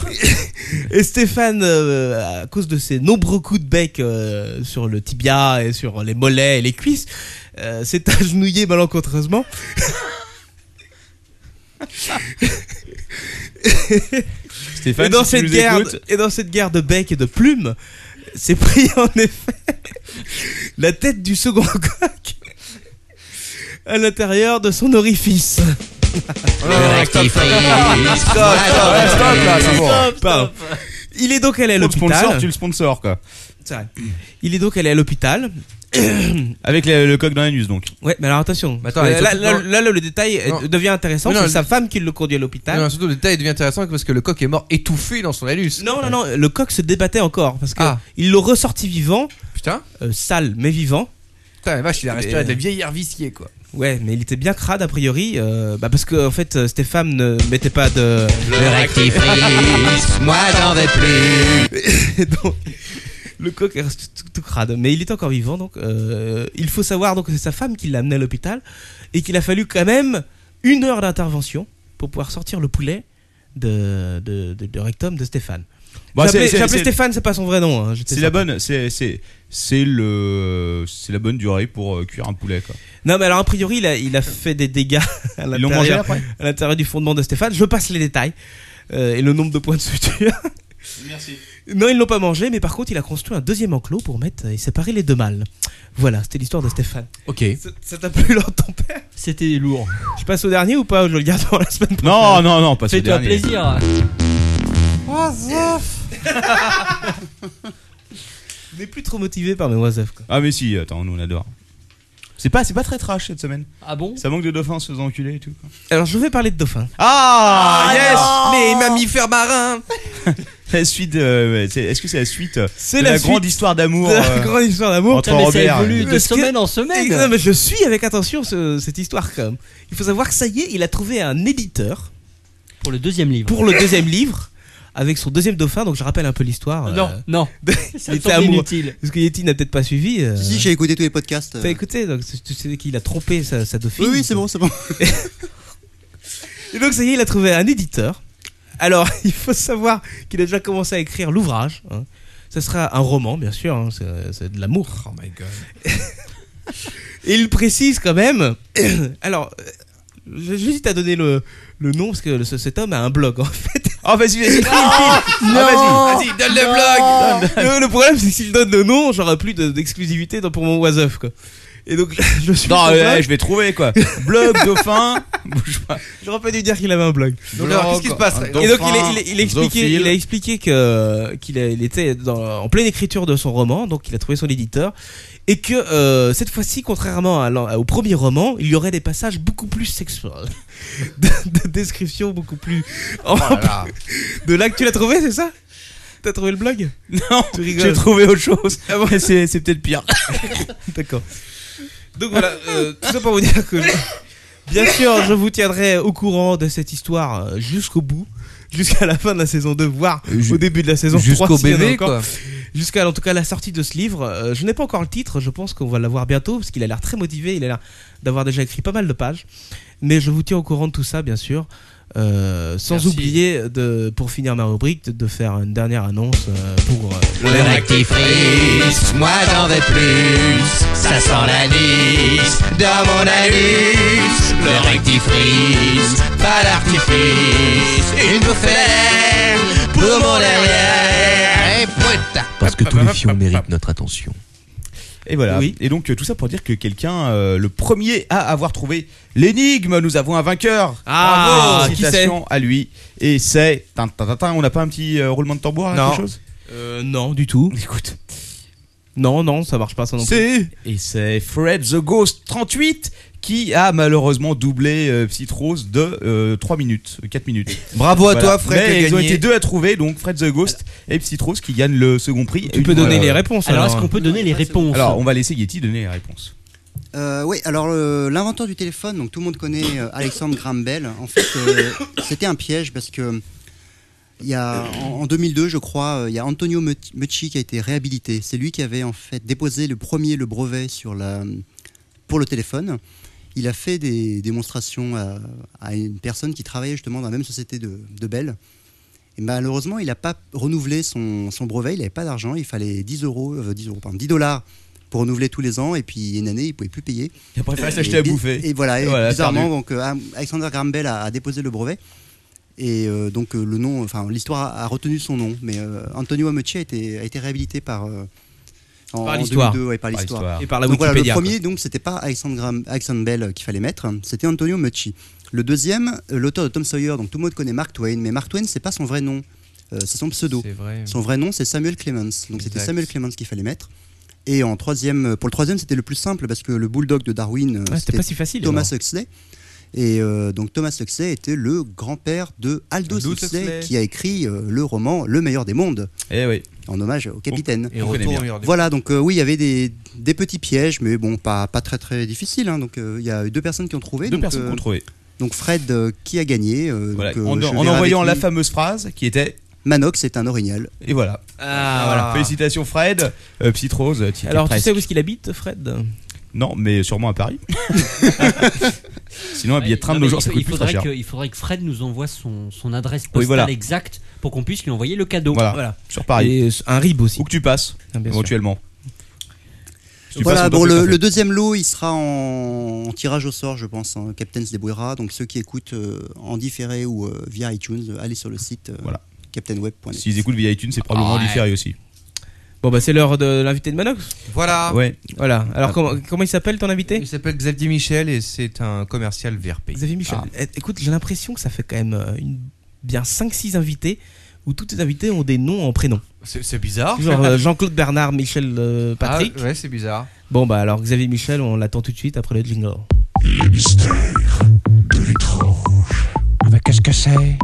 S6: Et Stéphane, euh, à cause de ses nombreux coups de bec euh, sur le tibia et sur les mollets et les cuisses, euh, s'est [LAUGHS] agenouillé malencontreusement.
S5: Stéphane,
S6: et dans
S5: si tu
S6: cette
S5: nous
S6: guerre,
S5: écoutes.
S6: et dans cette guerre de bec et de plumes, s'est pris [LAUGHS] en effet la tête du second [LAUGHS] coq à l'intérieur de son orifice.
S5: Ah,
S6: Pardon. Il est donc allé à
S5: Tu le sponsors,
S6: l'hôpital.
S5: tu le sponsors, quoi.
S6: C'est vrai. Il est donc allé à l'hôpital.
S5: Avec le, le coq dans l'anus, donc.
S6: Ouais, mais alors attention.
S9: attends,
S6: Euh,
S9: et
S6: là,
S9: surtout-
S6: là-
S9: non.
S6: là, le- le détail euh,
S9: Non.
S6: devient intéressant.
S9: Mais non,
S6: C'est
S9: le-
S6: sa femme qui le conduit à l'hôpital.
S9: Non, surtout le détail devient intéressant parce que le coq est mort étouffé dans son anus.
S6: Non, non, non, le coq se débattait encore parce que
S5: Ah.
S9: Ah.
S6: il le ressorti vivant. euh,
S9: Putain.
S6: sale, mais vivant.
S9: Putain, la vache, il a respiré
S6: Et-
S9: de la vieille air viciée, quoi.
S6: Ouais, mais il était bien crade a priori, euh, bah parce que en fait euh, Stéphane ne mettait pas de.
S13: Le
S6: [LAUGHS]
S13: rectifrice, moi j'en vais plus.
S6: Et donc, le coq est resté tout, tout crade, mais il est encore vivant donc. euh, il faut savoir donc que c'est sa femme qui l'a amené à l'hôpital et qu'il a fallu quand même une heure d'intervention pour pouvoir sortir le poulet de, de, de- du rectum de Stéphane.
S5: Bah,
S6: J'ai appelé-
S5: c'est- c'est-
S6: j'ai appelé
S5: c'est-
S6: Stéphane, c'est pas son vrai nom. hein, j'étais
S5: C'est la
S6: sympa.
S5: bonne, c'est c'est c'est le c'est la bonne durée pour euh, cuire un poulet quoi.
S6: Non, mais alors a priori, il a, il a fait des dégâts [LAUGHS] à
S5: l'ont mangé
S6: l'intérieur,
S5: après
S6: à l'intérieur du fondement de Stéphane. Je passe les détails euh, et le nombre de points de suture.
S5: Merci.
S6: Non, ils l'ont pas mangé, mais par contre, il a construit un deuxième enclos pour mettre et séparer les deux mâles. Voilà, c'était l'histoire de Stéphane.
S9: Ok.
S6: Ça- Ça t'a [LAUGHS] plu, Lord ton père
S8: C'était lourd.
S6: Je passe au dernier ou pas Je le garde pour la semaine prochaine.
S5: Non non non, pas ce
S8: Fais-toi
S5: dernier.
S8: plaisir.
S11: Oh, zaf
S6: On n'est plus trop motivé par mes oiseaux.
S5: Ah mais si, attends, nous on adore. C'est pas c'est pas très trash cette semaine.
S8: Ah bon
S5: Ça manque de dauphins se faisant enculer et tout. quoi.
S6: Alors, je vais parler de dauphins.
S5: Ah,
S6: Les mammifères marins
S5: yes. La suite euh, ouais, c'est- est-ce que c'est la suite euh,
S6: C'est
S5: de
S6: la
S5: la,
S6: suite
S5: grande histoire d'amour
S6: de la
S5: euh,
S6: grande histoire d'amour.
S5: entre Robert et-
S6: Parce que- Et- non, mais je suis avec attention ce- cette histoire quand même. Il faut savoir que ça y est, il a trouvé un éditeur
S8: Pour le deuxième livre.
S6: pour le deuxième livre avec son deuxième dauphin. Donc je rappelle un peu l'histoire. euh,
S8: Non, non.
S7: [LAUGHS]
S8: Ça me
S6: il était
S8: semble
S6: amoureux.
S8: inutile.
S6: Parce que Yeti n'a peut-être pas suivi. euh.
S7: Si, j'ai écouté tous les podcasts. euh.
S6: T'as écouté, donc tu- tu sais qu'il a trompé sa, sa dauphine.
S7: Oui, oui, c'est bon, c'est bon.
S6: Et donc ça y est, il a trouvé un éditeur. Alors, [LAUGHS] il faut savoir qu'il a déjà commencé à écrire l'ouvrage. hein. Ça sera un roman, bien sûr, hein, c'est- c'est de l'amour. Oh my god. [LAUGHS] Et il précise quand même. [CLEARS THROAT] Alors, euh, je- j'hésite à donner le, le nom parce que ce- cet homme a un blog hein. en fait.
S5: Oh, vas-y, vas-y,
S6: [LAUGHS] non,
S5: Non
S6: vas-y, donne le blog. Le, le problème, c'est que s'il donne le nom, j'aurai plus de- d'exclusivité dans- pour mon oiseuf quoi. Et donc, [LAUGHS] je suis.
S5: Non,
S6: sur
S5: euh,
S6: blog.
S5: je vais trouver quoi. Blog dauphin. [LAUGHS] Bouge pas.
S6: J'aurais pas dû dire qu'il avait un blog.
S5: Donc, alors, qu'est-ce qui se passe
S6: Et donc, il, a- il a- il a expliqué,
S5: Zophile.
S6: il a expliqué que, qu'il a- il était dans- en pleine écriture de son roman, donc il a trouvé son éditeur, et que euh, cette fois-ci, contrairement à l'an- au premier roman, il y aurait des passages beaucoup plus sexuels, [LAUGHS] de, de descriptions beaucoup plus
S5: Oh
S6: amples [LAUGHS] de là que tu l'as trouvé, c'est ça T'as trouvé le blog
S5: Non,
S6: Tu rigoles.
S5: j'ai trouvé autre chose.
S6: Ah
S5: Mais c'est c'est peut-être pire.
S6: D'accord. Donc voilà, euh, tout ça pour vous dire que je- bien sûr, je vous tiendrai au courant de cette histoire euh, jusqu'au bout, jusqu'à la fin de la saison 2, voire au début de la saison 3.
S9: jusqu'au
S6: s'il y en a
S9: bébé,
S6: encore.
S9: quoi.
S6: Jusqu'à en tout cas la sortie de ce livre. Euh, je n'ai pas encore le titre, je pense qu'on va l'avoir bientôt, parce qu'il a l'air très motivé, il a l'air d'avoir déjà écrit pas mal de pages. Mais je vous tiens au courant de tout ça, bien sûr. Euh, sans
S13: Merci.
S6: oublier, de, pour finir ma rubrique, de, de faire une dernière annonce euh, pour... euh,
S13: Le rectifrice, moi j'en vais plus. Ça sent la lisse dans mon anus. Le rectifrice, pas d'artifice. Une bouffée d'air pour mon derrière. Et putain.
S1: Parce que tous les fions méritent notre attention.
S5: Et voilà.
S1: Oui.
S5: Et donc euh, tout ça pour dire que quelqu'un, euh, le premier à avoir trouvé l'énigme, nous avons un vainqueur.
S6: Ah,
S5: Bravo,
S6: qui
S5: citation à lui. Et c'est, tin, tin, tin, tin. on n'a pas un petit euh, roulement de tambour, là,
S6: Non.
S5: quelque chose
S6: Euh, non, du tout.
S5: Écoute.
S6: Non, non, ça marche pas, ça non plus.
S5: C'est et c'est Fred the Ghost 38 qui a malheureusement doublé euh, Psytrose de 3 minutes, 4 minutes.
S12: Bravo à toi, Fred, qui a
S5: Mais ils ont
S12: gagné.
S5: été deux à trouver, donc Fred the Ghost et Psytrose qui gagnent le second prix.
S6: Tu peux
S5: Une-
S6: donner les réponses, Alors, hein. alors. est-ce qu'on peut
S8: donner les réponses
S5: Alors on va laisser Yeti donner les réponses.
S7: Euh, oui, alors euh, l'inventeur du téléphone, donc tout le monde connaît euh, Alexandre Graham Bell. En fait, euh, c'était un piège parce que il y a, en, en 2002, je crois, euh, il y a Antonio Meucci- Meucci qui a été réhabilité. C'est lui qui avait en fait déposé le premier le brevet sur la, pour le téléphone. Il a fait des démonstrations à, à une personne qui travaillait justement dans la même société de, de Bell. Et malheureusement, il n'a pas renouvelé son, son brevet, il n'avait pas d'argent, il fallait 10 euros, euh, 10 euros, pardon, 10 dollars pour renouveler tous les ans, et puis une année, il ne pouvait plus payer.
S5: Il a préféré s'acheter
S7: Et
S5: à
S7: bi-
S5: bouffer.
S7: Et voilà, et
S5: Et voilà,
S7: bizarrement,
S5: perdu.
S7: donc, euh, Alexander Graham Bell a, a déposé le brevet, et euh, donc euh, le nom, enfin l'histoire a, a retenu son nom, mais euh, Antonio Amechi a été, a été réhabilité par... euh, en,
S6: Par
S7: en
S6: l'histoire.
S7: 2002, ouais, par
S6: Par
S7: l'histoire.
S6: l'histoire. Et par la
S7: donc, voilà,
S6: Wikipédia,
S7: le premier, donc c'était pas Alexandre, Graham- Alexandre Bell euh, qu'il fallait mettre, c'était Antonio Mucci. Le deuxième, euh, l'auteur de Tom Sawyer, donc tout le monde connaît Mark Twain, mais Mark Twain c'est pas son vrai nom, euh, c'est son pseudo. Son vrai nom c'est Samuel Clemens, donc c'était
S12: Exact.
S7: Samuel Clemens qu'il fallait mettre. Et en troisième, euh, pour le troisième c'était le plus simple parce que le bulldog de Darwin, euh,
S6: Ah, c'était pas si facile,
S7: Thomas
S6: alors.
S7: Huxley. Et euh, donc Thomas Huxley était le grand-père de Aldous,
S5: Aldous
S7: Huxley,
S5: Huxley.
S7: qui a écrit euh, le roman Le meilleur des mondes.
S5: Eh oui.
S7: En hommage au capitaine.
S5: Et on connaît bien.
S7: Voilà, donc euh, oui, il y avait des, des petits pièges, mais bon, pas, pas très très difficiles. hein. donc euh, il y a eu deux personnes qui ont trouvé.
S5: Deux
S7: donc, euh,
S5: personnes qui ont trouvé.
S7: Donc Fred euh, qui a gagné. euh,
S5: Voilà,
S7: donc, euh,
S5: en-
S7: je
S5: en
S7: verrai
S5: envoyant
S7: avec
S5: la
S7: lui.
S5: fameuse phrase qui était
S7: Manox est un orignal.
S5: Et voilà.
S7: Ah,
S5: Voilà. Félicitations Fred, euh, Psytrose. t'y étais
S6: Alors, tu
S5: presque.
S6: sais où est-ce qu'il habite, Fred
S5: Non, mais sûrement à Paris. Sinon, un billet de train de nos jours, ça
S8: il,
S5: coûte plus très
S8: faudrait
S5: cher.
S8: que, il faudrait que Fred nous envoie son, son adresse postale
S5: Oui, voilà.
S8: exacte pour qu'on puisse lui envoyer le cadeau.
S5: Voilà. Sur Paris.
S6: Et euh, un rib aussi. Hein,
S5: Où que tu passes,
S6: bien sûr.
S5: éventuellement. Si tu passes,
S7: Voilà,
S5: on t'en
S7: bon,
S5: fait
S7: le,
S5: pas
S7: le
S5: fait.
S7: deuxième lot, il sera en, en tirage au sort, je pense. hein. Captain se débrouillera. Donc ceux qui écoutent euh, en différé ou euh, via iTunes, euh, allez sur le site euh, captainweb.net.
S5: S'ils écoutent via iTunes, c'est probablement
S7: Ouais.
S5: du ferry aussi.
S6: Bon, bah, c'est l'heure [LAUGHS] de l'invité de Manox.
S7: Ah.
S9: Voilà.
S5: Ouais.
S6: Voilà. Alors, comment, comment il s'appelle ton invité
S9: Il s'appelle Xavier Michel et c'est un commercial VRP.
S6: Xavier Michel. Eh, Écoute, j'ai l'impression que ça fait quand même euh, une- bien 5-6 invités où tous tes invités ont des noms en prénom.
S9: C'est c'est bizarre. [LAUGHS]
S6: Genre euh, Jean-Claude Bernard, Michel euh, Patrick.
S9: Ah, ouais, c'est bizarre.
S6: Bon, bah, alors Xavier Michel, on l'attend tout de suite après le jingle.
S11: Mais qu'est-ce que c'est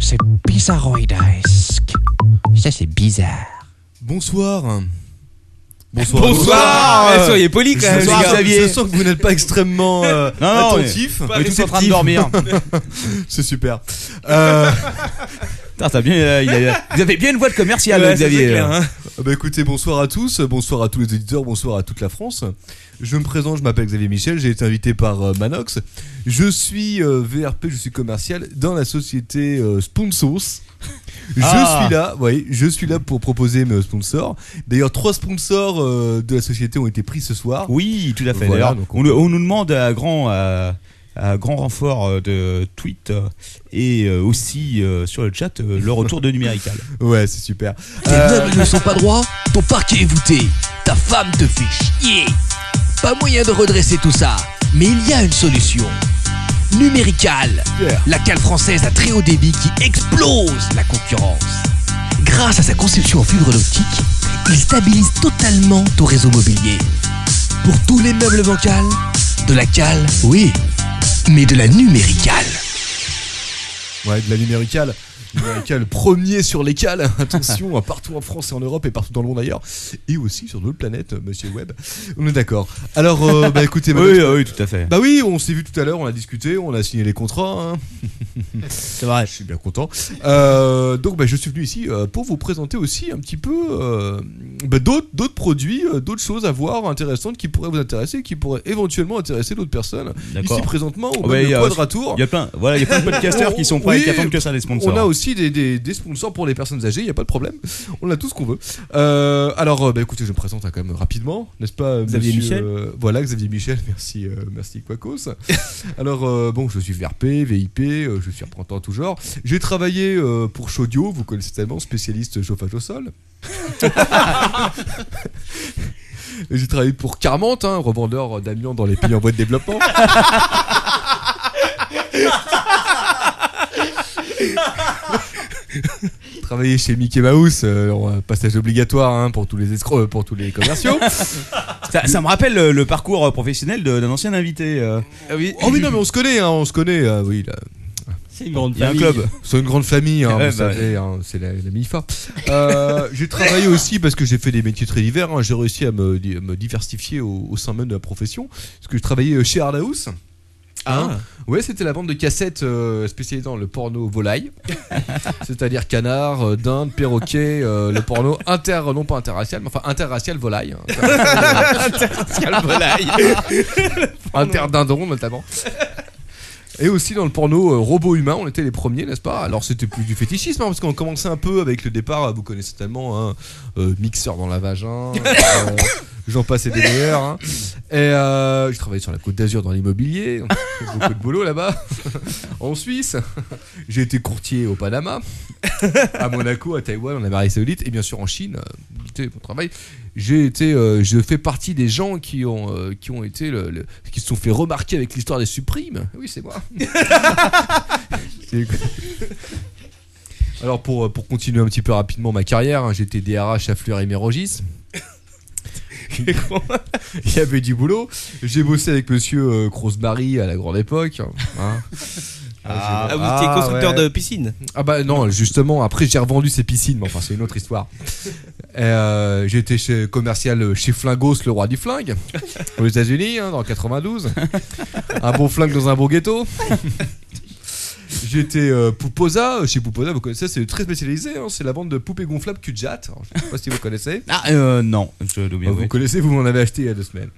S11: C'est bizarroidesque. Ça, c'est bizarre.
S9: Bonsoir. Bonsoir.
S11: Bonsoir.
S9: Eh,
S11: soyez polis quand même,
S9: Bonsoir,
S11: les gars.
S9: Xavier. Je sens que vous n'êtes pas extrêmement euh,
S11: [LAUGHS] Non, non,
S9: attentif.
S11: mais- On est tous en train de dormir.
S9: [LAUGHS] C'est super. Euh,
S5: Putain, t'as bien, euh, il a- vous avez bien une voix de commercial,
S9: Ouais, ça, c'est
S5: Xavier.
S9: clair, hein. Ah Bah écoutez, bonsoir à tous, bonsoir à tous les auditeurs, bonsoir à toute la France. Je me présente, je m'appelle Xavier Michel, j'ai été invité par euh, Manox. Je suis euh, VRP, je suis commercial dans la société euh, Sponsos. Je
S12: Ah.
S9: suis là, vous voyez, je suis là pour proposer mes sponsors. D'ailleurs, trois sponsors euh, de la société ont été pris ce soir.
S5: Oui, tout à fait.
S9: Voilà,
S5: D'ailleurs,
S9: donc
S5: on, le- on nous demande à grand, à, à grand renfort euh, de tweets euh, et euh, aussi euh, sur le chat euh, le retour de [LAUGHS] Numérical.
S9: Ouais, c'est super.
S2: Tes
S5: Euh.
S2: meubles ne sont pas droits, ton parquet est voûté, ta femme te fait chier. Pas moyen de redresser tout ça, mais il y a une solution. Numérical, la cale française à très haut débit qui explose la concurrence. Grâce à sa conception en fibre optique, il stabilise totalement ton réseau mobilier. Pour tous les meubles bancals, de la cale, oui, mais de la numéricale.
S9: Ouais, de la numéricale. Numéricale, premier sur les cales, [LAUGHS] attention, partout en France et en Europe et partout dans le monde d'ailleurs, et aussi sur d'autres planètes, monsieur Webb. On est d'accord. Alors, euh,
S5: [LAUGHS]
S9: bah écoutez,
S5: Oui,
S9: Manox-
S5: oui, tout à fait.
S9: Bah oui, on s'est vu tout à l'heure, on a discuté, on a signé les contrats.
S5: [LAUGHS]
S9: C'est vrai. Je suis bien content. Euh, donc, bah, je suis venu ici euh, pour vous présenter aussi un petit peu euh, bah, d'autres d'autres produits, euh, d'autres choses à voir intéressantes qui pourraient vous intéresser, qui pourraient éventuellement intéresser d'autres personnes
S5: D'accord.
S9: ici présentement au
S5: Oh, bah,
S9: même
S5: il y
S9: le
S5: a-
S9: Quadratour.
S5: il y a plein- voilà, il y a plein de podcasteurs qui sont prêts et qui attendent que ça, des sponsors.
S9: On a aussi des, des- des sponsors pour les personnes âgées, il n'y a pas de problème. On a tout ce qu'on veut. Euh, alors, euh, bah, écoutez, je me présente hein, quand même rapidement, n'est-ce pas, euh,
S6: Xavier
S9: monsieur,
S6: Michel
S9: euh, Voilà, Xavier Michel, [LAUGHS] merci, euh, merci Quacos. alors, euh, bon, je suis VRP, VIP, euh, je suis représentant en tout genre. J'ai travaillé euh, pour Chaudio, vous connaissez tellement, spécialiste chauffage au sol. [LAUGHS] J'ai travaillé pour Carmante, hein, revendeur d'amiante dans les pays en voie de développement. travailler chez Mickey Mouse, euh, alors, euh, passage obligatoire hein, pour tous les escrocs, euh, pour tous les commerciaux.
S5: ça, ça me rappelle euh, le, le parcours professionnel de- d'un ancien invité. euh.
S9: [LAUGHS] Oh oui, non, mais on se connaît, hein, on se connaît. ah oui, là.
S8: C'est une grande
S9: Il y a un
S8: famille.
S9: club. C'est une grande famille, hein,
S5: Ouais,
S9: vous
S5: bah
S9: savez, hein, c'est la, la MIFA. Euh, j'ai travaillé aussi parce que j'ai fait des métiers très divers. hein, j'ai réussi à me, di- me diversifier au, au sein même de la profession. Parce que je travaillais euh, chez Ardaus. Hein Ouais, c'était la vente de cassettes euh, spécialisée dans le porno [LAUGHS] volaille. C'est-à-dire canard, euh, dinde, perroquet, euh, le porno inter, non pas interracial, mais enfin interracial volaille. hein. Interracial
S5: [LAUGHS]
S9: volaille. [LAUGHS] Interdindon notamment. Et aussi dans le porno euh, robot humain, on était les premiers, n'est-ce pas Alors c'était plus du fétichisme, hein, parce qu'on commençait un peu avec le départ, euh, vous connaissez tellement, hein, euh, mixeur dans la vagin, euh, j'en passe et des meilleurs. hein. Et euh, je travaillais sur la côte d'Azur dans l'immobilier, donc j'ai fait beaucoup de boulot là-bas, [LAUGHS] en Suisse. J'ai été courtier au Panama, à Monaco, à Taïwan, en Amérique Saoudite, et bien sûr en Chine, euh, c'était mon travail. J'ai été, euh, je fais partie des gens qui ont, euh, qui ont été, le- le- qui se sont fait remarquer avec l'histoire des supprimes. Oui, c'est
S6: [LAUGHS]
S9: moi. C'est- Alors pour, euh, pour continuer un petit peu rapidement ma carrière, hein, j'étais DRH à Fleur et Mérogis. [LAUGHS] Il y avait du boulot. J'ai bossé avec monsieur euh, Crosby à la grande époque. hein.
S6: Ah,
S9: j'ai-
S6: vous étiez constructeur de
S9: piscine Ah bah non, justement, après j'ai revendu ces piscines, mais enfin c'est une autre histoire. Euh, J'étais chez- commercial chez Flingos, le roi du flingue, aux États-Unis, hein, dans 92. Un bon flingue dans un bon ghetto. J'étais euh, Pouposa, chez Pouposa, vous connaissez, c'est très spécialisé, hein, c'est la vente de poupées gonflables cul de jatte. Alors, Je sais pas si vous connaissez.
S5: Ah, euh, non, je dois bien
S9: Vous
S5: avouer.
S9: connaissez, vous m'en avez acheté il y a deux semaines.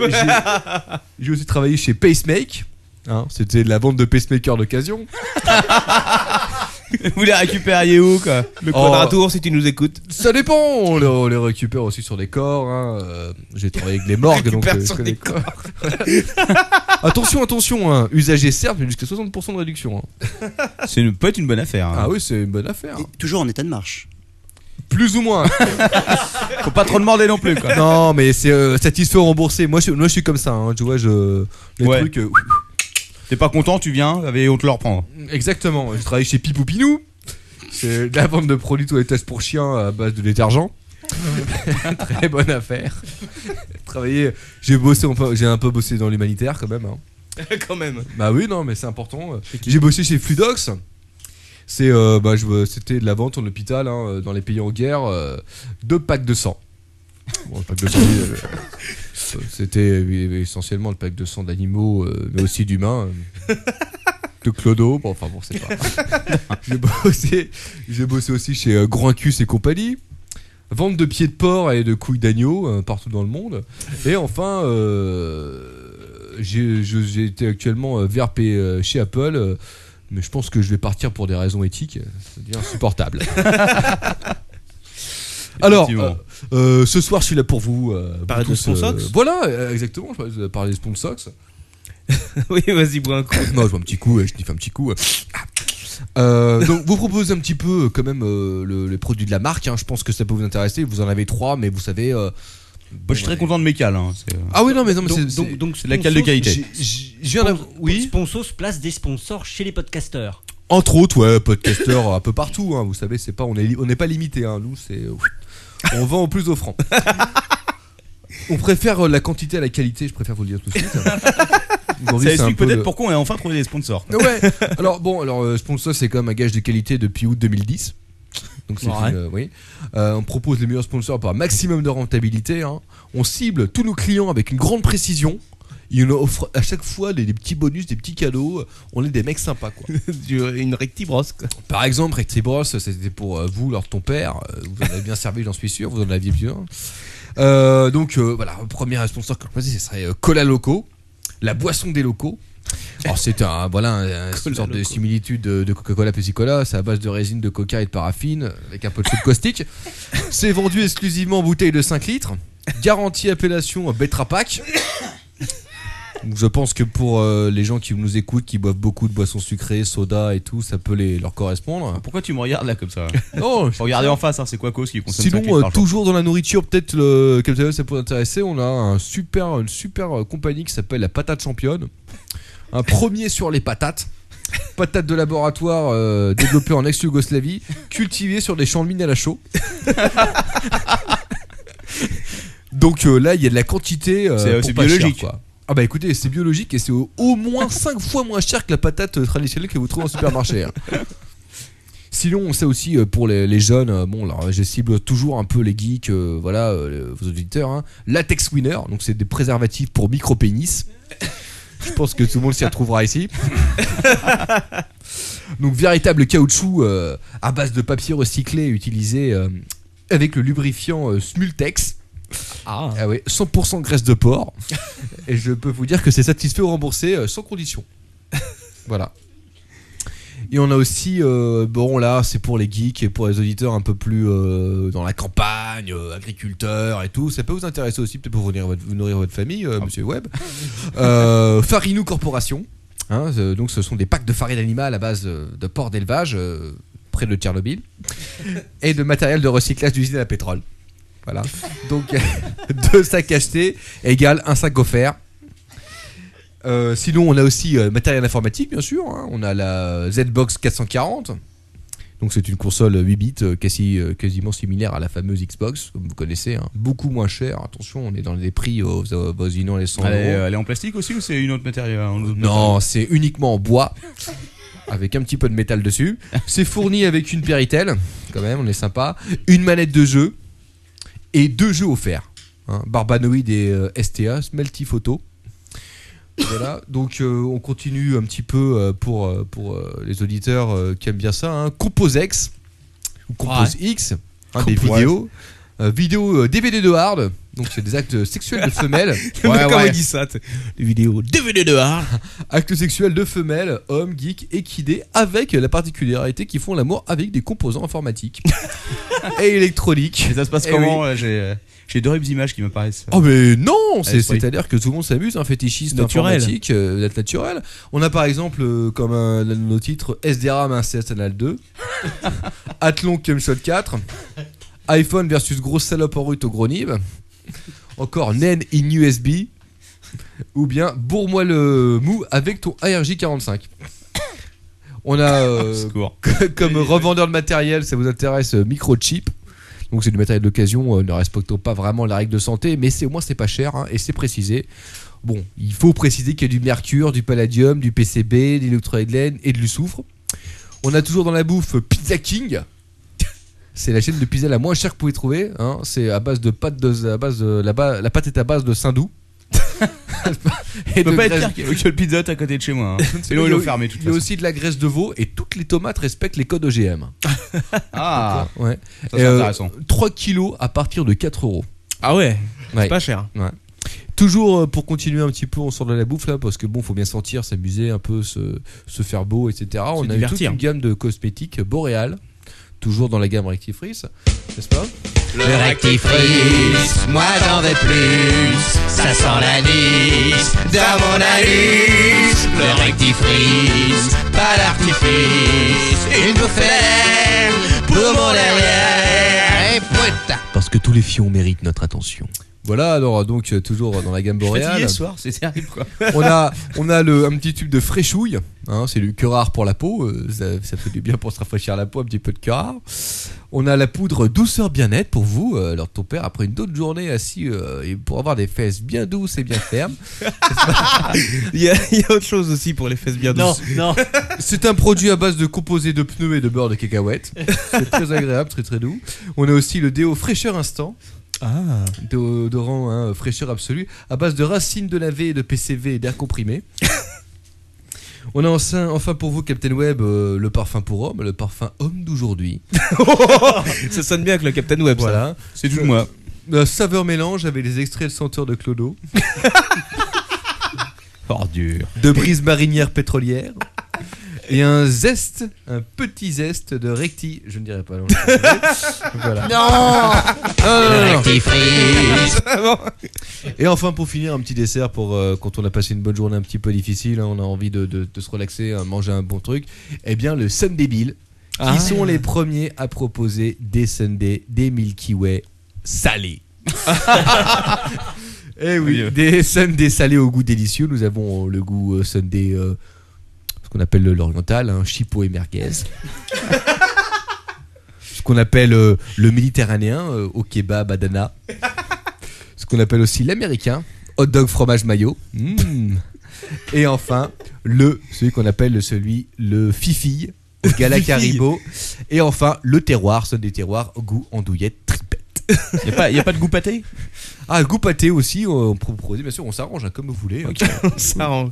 S9: Euh, j'ai- J'ai aussi travaillé chez Pacemake. hein, C'était de la vente de pacemakers d'occasion.
S5: Vous les récupériez où, quoi
S6: Le
S9: quadratour,
S6: quadratour, si tu nous écoutes.
S9: Ça dépend, on les, on les récupère aussi sur des corps. hein, euh, J'ai travaillé avec les morgues, donc
S6: [LAUGHS] Récupère
S9: euh, je
S6: sur
S9: connais
S6: des
S9: quoi. [LAUGHS] attention, attention, hein. usagers certes, mais jusqu'à 60% de réduction. hein.
S5: C'est une- peut être une bonne affaire. hein.
S9: Ah oui, c'est une bonne affaire.
S7: Toujours en état de marche.
S9: Plus ou moins.
S5: Faut pas trop demander non plus, [LAUGHS] quoi.
S9: [LAUGHS] Non, mais c'est euh, satisfait ou remboursé. Moi je, moi, je suis comme ça, hein, tu vois, je. Les
S5: Ouais.
S9: trucs. euh,
S5: T'es pas content, tu viens et on te le reprend.
S9: Exactement, je travaille chez Pipoupinou. C'est de la vente de produits toilettage pour chiens à base de détergent. [LAUGHS] Très bonne affaire. Travailler, j'ai bossé, un peu- j'ai un peu bossé dans l'humanitaire [LAUGHS] quand même. hein.
S6: Quand même.
S9: Bah oui, non, mais c'est important. J'ai bossé chez Fludox. C'est, euh, bah, je- c'était de la vente en hôpital hein, euh, dans les pays en guerre. euh, deux packs de sang. Bon, le pack de sang, euh, euh, c'était euh, essentiellement le pack de sang d'animaux, euh, mais aussi d'humains. euh, de Clodo, bon, enfin bon, c'est pas. j'ai bossé, j'ai bossé aussi chez euh, Grand Cus et compagnie. Vente de pieds de porc et de couilles d'agneau euh, partout dans le monde. Et enfin, euh, j'ai je- j'ai été actuellement euh, VRP euh, chez Apple, euh, mais je pense que je vais partir pour des raisons éthiques, euh, c'est-à-dire insupportable. Alors, euh, euh, ce soir, je suis là pour vous. euh,
S6: Parler
S9: vous
S6: de
S9: tous,
S6: Sponsox
S9: euh, Voilà, euh, exactement, je parlais de- parler de Sponsox.
S6: [LAUGHS] oui, vas-y, bois un coup.
S9: non, je bois un petit coup, euh, je sniffe un petit coup. euh. Euh, donc, vous proposez un petit peu euh, quand même euh, le- les produits de la marque. hein, je pense que ça peut vous intéresser. Vous en avez trois, mais vous savez. euh,
S5: Bah, je suis très content de mes cales. hein, c'est-
S9: Ah oui, non, mais non, mais
S5: Donc-
S9: c'est-
S5: donc-
S9: c'est-
S5: donc, c'est la cale de qualité.
S9: j'ai- j'ai- je viens d'avoir- Oui.
S8: Sponsos place des sponsors chez les podcasteurs.
S9: Entre autres, ouais, podcasteurs un peu partout. hein, vous savez, c'est pas, on n'est on n'est pas limité. Hein, nous, c'est. On vend au plus
S5: [LAUGHS]
S9: offrant. On préfère euh, la quantité à la qualité, je préfère vous le dire tout de suite.
S5: [LAUGHS]
S9: Aujourd'hui,
S5: Ça
S9: c'est un
S5: explique
S9: peu
S5: peut-être
S9: le-
S5: pourquoi on a enfin trouvé des sponsors.
S9: Ouais. Alors bon, alors euh, sponsor, c'est quand même un gage de qualité depuis août 2010. Donc c'est
S5: Ouais.
S9: une, euh, oui. Euh, on propose les meilleurs sponsors pour un maximum de rentabilité. hein. On cible tous nos clients avec une grande précision. Ils nous offrent à chaque fois des, des petits bonus, des petits cadeaux. On est des mecs sympas quoi.
S6: [LAUGHS] euh, Une rectibrosse, quoi. [LAUGHS]
S9: Par exemple, Rectibros, c'était pour euh, vous, leur ton père. Euh, Vous en avez bien servi, j'en suis sûr. Vous en aviez bien. Euh, donc euh, voilà, premier sponsor que je choisis, ce serait euh, Cola Loco, la boisson des locaux. Alors c'est un [LAUGHS] voilà un- un- une sorte de similitude de, de Coca-Cola Pepsi Cola, c'est à base de résine de coca et de paraffine avec un peu de sucre caustique. C'est vendu exclusivement en bouteille de 5 litres, garantie appellation Betra Pack. Donc, [COUGHS] Je pense que pour euh, les gens qui nous écoutent, qui boivent beaucoup de boissons sucrées, soda et tout, ça peut les, leur correspondre.
S5: Pourquoi tu me regardes là comme ça
S9: [LAUGHS] Non, je-
S5: Faut regarder en face, hein, c'est quoi cause qui consomme cinq
S9: Sinon,
S5: litres
S9: euh,
S5: par jour.
S9: toujours dans la nourriture, peut-être le Captain ça pourrait intéresser. On a un super, [LAUGHS] une super euh, compagnie qui s'appelle la Patate Championne. Un premier sur les patates. Patate de laboratoire euh, développée en ex-Yougoslavie, cultivée sur des champs de mine à la chaux. [LAUGHS] Donc euh, là, il y a de la quantité. euh,
S5: C'est-
S9: pour
S5: c'est
S9: pas cher,
S5: biologique.
S9: quoi. Ah bah écoutez, c'est biologique et c'est au, au moins 5 fois moins cher que la patate euh, traditionnelle que vous trouvez en supermarché. hein. [LAUGHS] Sinon, on sait aussi euh, pour les, les jeunes, euh, bon, alors je cible toujours un peu les geeks, euh, voilà, euh, vos auditeurs, hein. latex winner, donc c'est des préservatifs pour micro-pénis. Je pense que tout le monde s'y retrouvera ici. [LAUGHS] donc, véritable caoutchouc euh, à base de papier recyclé utilisé euh, avec le lubrifiant euh, Smultex. Ah. oui, 100% graisse de porc. Et je peux vous dire que c'est satisfait ou remboursé euh, sans condition. Voilà. Et on a aussi, euh, bon là, c'est pour les geeks et pour les auditeurs un peu plus euh, dans la campagne, euh, agriculteurs et tout. Ça peut vous intéresser aussi, peut-être pour vous nourrir votre, vous nourrir votre famille, euh, monsieur Webb. Euh, Farinou Corporation. Hein, euh, donc ce sont des packs de farine animale à base euh, de porc d'élevage euh, près de Tchernobyl et de matériel de recyclage d'usine à pétrole. Voilà. Donc [LAUGHS] deux sacs achetés égale un sac offert. Euh, sinon, on a aussi euh, matériel informatique, bien sûr. hein. On a la ZBox 440. Donc, c'est une console 8 bits euh, quasi, euh, quasiment similaire à la fameuse Xbox, comme vous connaissez. hein. Beaucoup moins cher. Attention, on est dans des prix euh, aux- aux- avoisinant les 100
S5: Elle est, euh,
S9: euros.
S5: elle est en plastique aussi ou c'est une autre matériel un autre
S9: Non, c'est uniquement en bois, avec un petit peu de métal dessus. C'est fourni avec une Péritel, quand même, on est sympa. Une manette de jeu et deux jeux offerts. hein, Barbanoid et euh, STA, Smelty Photo. Voilà, donc euh, on continue un petit peu euh, pour, euh, pour euh, les auditeurs euh, qui aiment bien ça. hein. Composex ou Compose X, hein, des
S5: Compose.
S9: vidéos. Euh, vidéo euh, DVD de hard, donc c'est des actes sexuels de
S5: [LAUGHS]
S9: femelles.
S6: Le mec, comment il dit
S9: ça Les vidéos DVD de hard. Actes sexuels de femelles, hommes, geeks, équidés, avec la particularité qu'ils font l'amour avec des composants informatiques et électroniques.
S5: Et ça se passe
S9: Eh
S5: comment
S9: oui.
S5: euh, J'ai euh, j'ai d'horribles images qui euh, m'apparaissent.
S9: Oh mais non, c'est-
S5: Esprit.
S9: c'est-à-dire que tout le monde s'amuse, un fétichisme
S5: Naturel.
S9: informatique, euh, d'être naturel. On a par exemple euh, comme un, nos titres SDRAM Incest Anal 2, [LAUGHS] Athlon Cumshot 4, iPhone versus grosse salope en route au gros nib, encore Nen in USB, ou bien bourre-moi le mou avec ton ARJ 45. On a euh, [LAUGHS] comme revendeur de matériel, ça vous intéresse euh, Microchip. Donc c'est du matériel d'occasion, euh, ne respectant pas vraiment la règle de santé, mais c'est au moins c'est pas cher hein, et c'est précisé. Bon, il faut préciser qu'il y a du mercure, du palladium, du PCB, de l'électrohydrène et du soufre. On a toujours dans la bouffe euh, Pizza King. [LAUGHS] C'est la chaîne de pizza la moins chère que vous pouvez trouver. hein. C'est à base de pâte de, à base de- la, ba- la pâte est à base de
S5: [LAUGHS]
S9: Sindou.
S5: Et peut
S9: de
S5: pas être
S9: graisse-
S5: pire que, que le pizza Hut à côté de
S9: [LAUGHS]
S5: chez moi. Hein.
S9: il
S5: Et
S9: y
S5: l'eau,
S9: a-
S5: il est fermé de toute
S9: il y a
S5: façon.
S9: aussi de la graisse de veau et toutes les tomates respectent les codes OGM.
S5: Ah,
S9: D'accord, ouais.
S5: Ça, c'est
S9: Et, euh,
S5: intéressant.
S9: 3 kilos à partir de 4 euros. Ah ouais,
S6: c'est pas cher.
S9: Ouais. Toujours euh, pour continuer un petit peu, on sort de la bouffe là parce que bon, faut bien sortir, s'amuser un peu, se, se faire beau, etc. On a eu toute
S6: divertir.
S9: une gamme de cosmétiques boréales, toujours dans la gamme rectifrice, n'est-ce pas
S13: Le rectifrice, moi j'en veux plus, ça sent l'anis dans mon anus. Le rectifrice, pas d'artifice, il nous fait pour mon derrière. Et putain.
S1: Parce que tous les fions méritent notre attention.
S9: Voilà, alors donc euh, toujours dans la gamme
S5: Je suis
S9: boréale.
S5: fatigué ce soir, c'est terrible quoi.
S9: on a, on a le, un petit tube de fraîchouille, hein, c'est du curare pour la peau, euh, ça, ça fait du bien pour se rafraîchir la peau, un petit peu de curare. On a la poudre douceur bien-être pour vous, euh, alors ton père après une autre journée assis euh, et pour avoir des fesses bien douces et bien fermes.
S6: Il y, a, il y a autre chose aussi pour les fesses
S8: Ah,
S6: bien douces.
S9: C'est un produit à base de composés de pneus et de beurre de cacahuète. C'est très agréable, très très doux. On a aussi le déo fraîcheur instant. Ah. Déodorant hein, fraîcheur absolue à base de racines de la V et de PCV et d'air comprimé. On a enfin, enfin pour vous, Captain Web, euh, le parfum pour homme, le parfum homme d'aujourd'hui.
S6: ça sonne bien avec le Captain Web. ça.
S9: Voilà.
S5: C'est tout de moi.
S9: Un Euh, saveur mélange avec les extraits de senteur de Clodo.
S5: Ordure.
S9: de brise marinière pétrolière et un zeste, un petit zeste de recti. Je ne dirais pas. non. voilà.
S13: Non
S9: Non, non, non, non.
S13: Le
S9: [LAUGHS]
S13: rectifrice.
S9: Et enfin, pour finir, un petit dessert pour euh, quand on a passé une bonne journée un petit peu difficile, hein, on a envie de, de- de se relaxer, hein, manger un bon truc. Eh bien, le Sunday Bill,
S6: Ah.
S9: qui sont les premiers à proposer des Sundays, des Milky Way [LAUGHS] salés. Eh oui, des Sundays salés au goût délicieux. Nous avons euh, le goût euh, Sunday euh, ce qu'on appelle le- l'oriental, hein, chipot et merguez. ce qu'on appelle euh, le méditerranéen, euh, au kebab, badana. ce qu'on appelle aussi l'américain, hot dog, fromage, mayo. Mm. Et enfin, le, celui qu'on appelle celui, le fifi, au gala
S5: Fifi.
S9: Caribo. Et enfin, le terroir, ce des terroirs, goût andouillette, tripette. Il n'y a, pas de goût pâté Ah, goût pâté aussi, on propose, bien sûr, on s'arrange, hein, comme vous voulez. hein.
S6: on, s'arrange.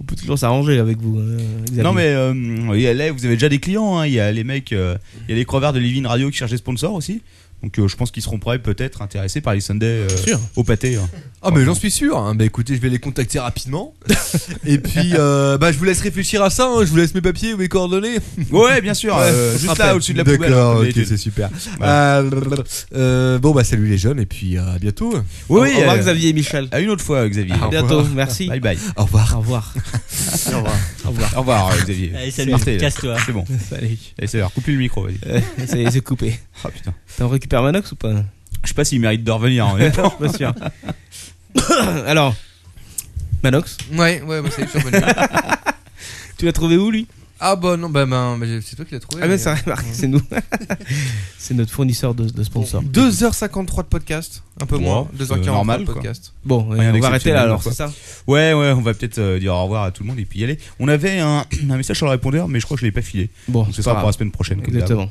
S6: On peut toujours s'arranger avec vous. euh, Xavier.
S5: Non mais euh, il y a là, vous avez déjà des clients, hein. il y a les mecs, euh, il y a les crevards de Living Radio qui cherchent des sponsors aussi. Donc euh, je pense qu'ils seront prêts peut-être intéressés par les Sunday euh,
S9: sûr.
S5: au pâté. hein.
S9: Ah mais j'en suis sûr. hein. Bah écoutez, je vais les contacter rapidement. Et puis euh, bah je vous laisse réfléchir à ça. hein. Je vous laisse mes papiers, mes coordonnées.
S5: [LAUGHS] Ouais, bien sûr, euh,
S9: on se
S5: juste
S9: rappelle.
S5: là, au-dessus de la poubelle, hein,
S9: D'accord,
S5: comme
S9: ok,
S5: d'habitude.
S9: c'est super.
S5: Voilà.
S9: Euh, euh, bon bah salut les jeunes et puis euh, à bientôt.
S5: Oui, oui, euh,
S6: Xavier et Michel.
S5: À une autre fois Xavier.
S9: À bientôt, merci.
S5: Bye bye.
S9: Au revoir.
S6: Au revoir.
S5: Au revoir.
S6: Au revoir.
S5: Au [LAUGHS] revoir euh, Xavier.
S6: Allez, salut,
S5: Partez, là.
S6: casse-toi.
S5: C'est
S6: [LAUGHS]
S5: bon.
S6: Salut.
S5: Allez, c'est l'heure. Coupez le micro, vas-y.
S6: Euh, ça y est, c'est coupé.
S5: Ah putain.
S6: T'en récupères Manox ou pas [COUGHS]
S5: Je sais pas s'il mérite de revenir. hein,
S6: Je
S5: [LAUGHS]
S6: suis pas sûr. Alors, Manox
S9: Ouais, ouais, bah, c'est survenu.
S13: [LAUGHS]
S6: Tu l'as trouvé où lui
S9: Ah bah non, bah, ben, bah, c'est toi qui l'as trouvé.
S6: Ah,
S9: mais-
S6: mais ça remarque, c'est nous. [LAUGHS] c'est notre fournisseur de, de sponsors.
S9: 2h53 de podcast, un peu moins. 2h43
S5: normal,
S9: de
S5: quoi.
S9: podcast.
S6: Bon,
S5: Rien
S6: on va arrêter
S5: d'exceptionnel,
S6: là alors,
S5: quoi.
S6: c'est ça
S5: Ouais, ouais, on va peut-être euh, dire au revoir à tout le monde et puis y aller. On avait un, [CLEARS THROAT] un message sur le répondeur, mais je crois que je l'ai pas filé.
S6: Bon,
S5: Donc,
S6: c'est
S5: ce sera
S6: pas
S5: pour la
S6: grave.
S5: semaine prochaine. comme
S6: Exactement.
S5: d'hab.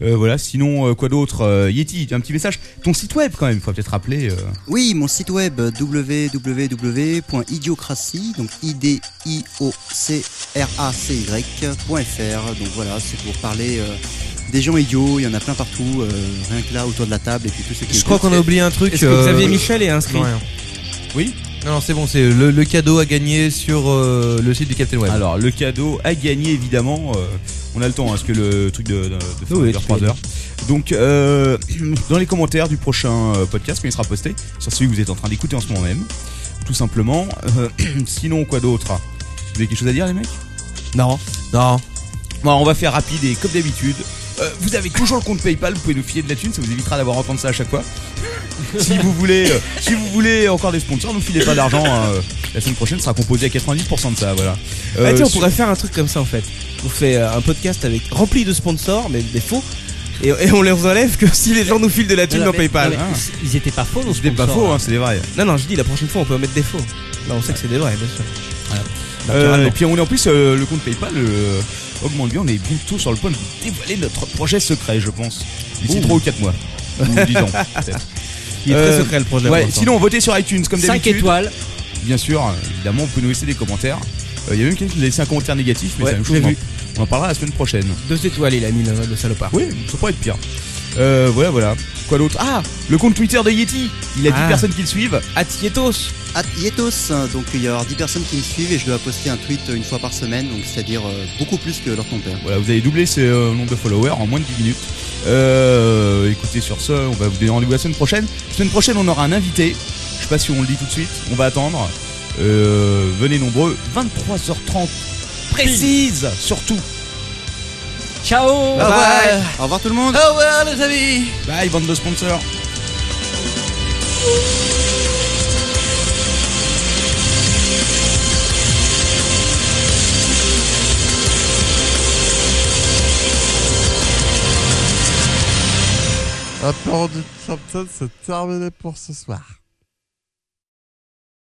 S5: Euh, voilà, sinon, euh, quoi d'autre Euh, Yeti, un petit message. Ton site web, quand même, il faut peut-être rappeler. euh,
S7: Oui, mon site web www.idiocratie, donc i d i o c r a c y.fr. Donc voilà, c'est pour parler euh, des gens idiots, il y en a plein partout, euh, rien que là autour de la table et puis tout ce qui
S9: Je crois qu'on a oublié un truc. euh,
S7: Est-ce que Xavier Michel est inscrit
S5: Oui
S9: Non, non, c'est bon, c'est le, le cadeau à gagner sur euh, le site du Captain Web.
S5: Alors, le cadeau à gagner, évidemment. euh, on a le temps, hein, parce que le truc de, de, de faire
S9: Oui,
S5: une heure,
S9: tu
S5: trois
S9: peux
S5: heures. Donc, euh, [CLEARS THROAT] dans les commentaires du prochain euh, podcast, quand il sera posté, sur celui que vous êtes en train d'écouter en ce moment même, tout simplement. Euh, [CLEARS THROAT] sinon, quoi d'autre hein Vous avez quelque chose à dire, les mecs
S6: Non.
S9: Non.
S5: Bon, on va faire rapide et comme d'habitude. euh, vous avez toujours le compte PayPal, vous pouvez nous filer de la thune, ça vous évitera d'avoir à entendre ça à chaque
S6: [LAUGHS]
S5: fois. si vous voulez, euh, si vous voulez encore des sponsors, nous filez pas d'argent. hein, euh, La semaine prochaine sera composée à 90% de ça, voilà.
S6: ah,
S5: Euh,
S6: tiens, on
S5: sur-
S6: pourrait faire un truc comme ça en fait. On fait euh, un podcast avec rempli de sponsors, mais des faux. Et, et on les enlève que si les gens nous filent de la thune
S5: Non,
S6: dans
S5: mais-
S6: PayPal.
S5: non, mais
S8: Ah. ils étaient pas faux, nos
S5: Ils étaient pas sponsors, faux, hein, hein. c'est des vrais.
S6: Non, non, je dis la prochaine fois on peut en mettre des faux. Là, on sait que c'est des vrais, bien sûr.
S5: Euh,
S6: Naturellement.
S5: et puis on est en plus euh, le compte PayPal euh, augmente bien. On est bientôt sur le point de vous dévoiler notre projet secret, je pense. D'ici
S6: Ouh.
S5: 3 ou 4 mois. Ou 10 ans, [LAUGHS] peut-être. Euh,
S6: Il est très
S9: Euh,
S6: secret, le projet,
S5: ouais,
S6: pour l'instant.
S5: sinon, votez sur iTunes comme
S6: Cinq
S5: d'habitude. étoiles. Bien sûr, euh, évidemment, vous pouvez nous laisser des commentaires. Euh, Il y a même quelqu'un qui a laissé un commentaire négatif, mais
S6: Ouais,
S5: c'est la même
S6: je
S5: chose.
S6: l'ai
S5: On en-
S6: vu.
S5: On en parlera la semaine prochaine.
S6: Deux étoiles, il a mis le, le salopard.
S5: Oui, ça pourrait être pire. Euh, voilà, voilà. Quoi d'autre Ah, le compte Twitter de Yeti. Il a 10
S7: Ah.
S5: personnes qui le suivent.
S6: At Yetos.
S7: At Yetos, hein, donc il y a 10 personnes qui me suivent et je dois poster un tweet euh, une fois par semaine, donc c'est-à-dire euh, beaucoup plus que leur compère.
S5: Voilà, vous avez doublé ce euh, nombre de followers en moins de 10 minutes. Euh, écoutez, sur ce, on va vous donner rendez-vous la semaine prochaine. La semaine prochaine, on aura un invité. Je sais pas si on le dit tout de suite, on va attendre. Euh, venez nombreux, 23h30 précise, surtout.
S8: Ciao
S5: Bye bye.
S7: Au revoir tout le monde
S9: Au revoir les amis
S5: Bye, bande de sponsors
S12: La période de Simpson, c'est terminé pour ce soir.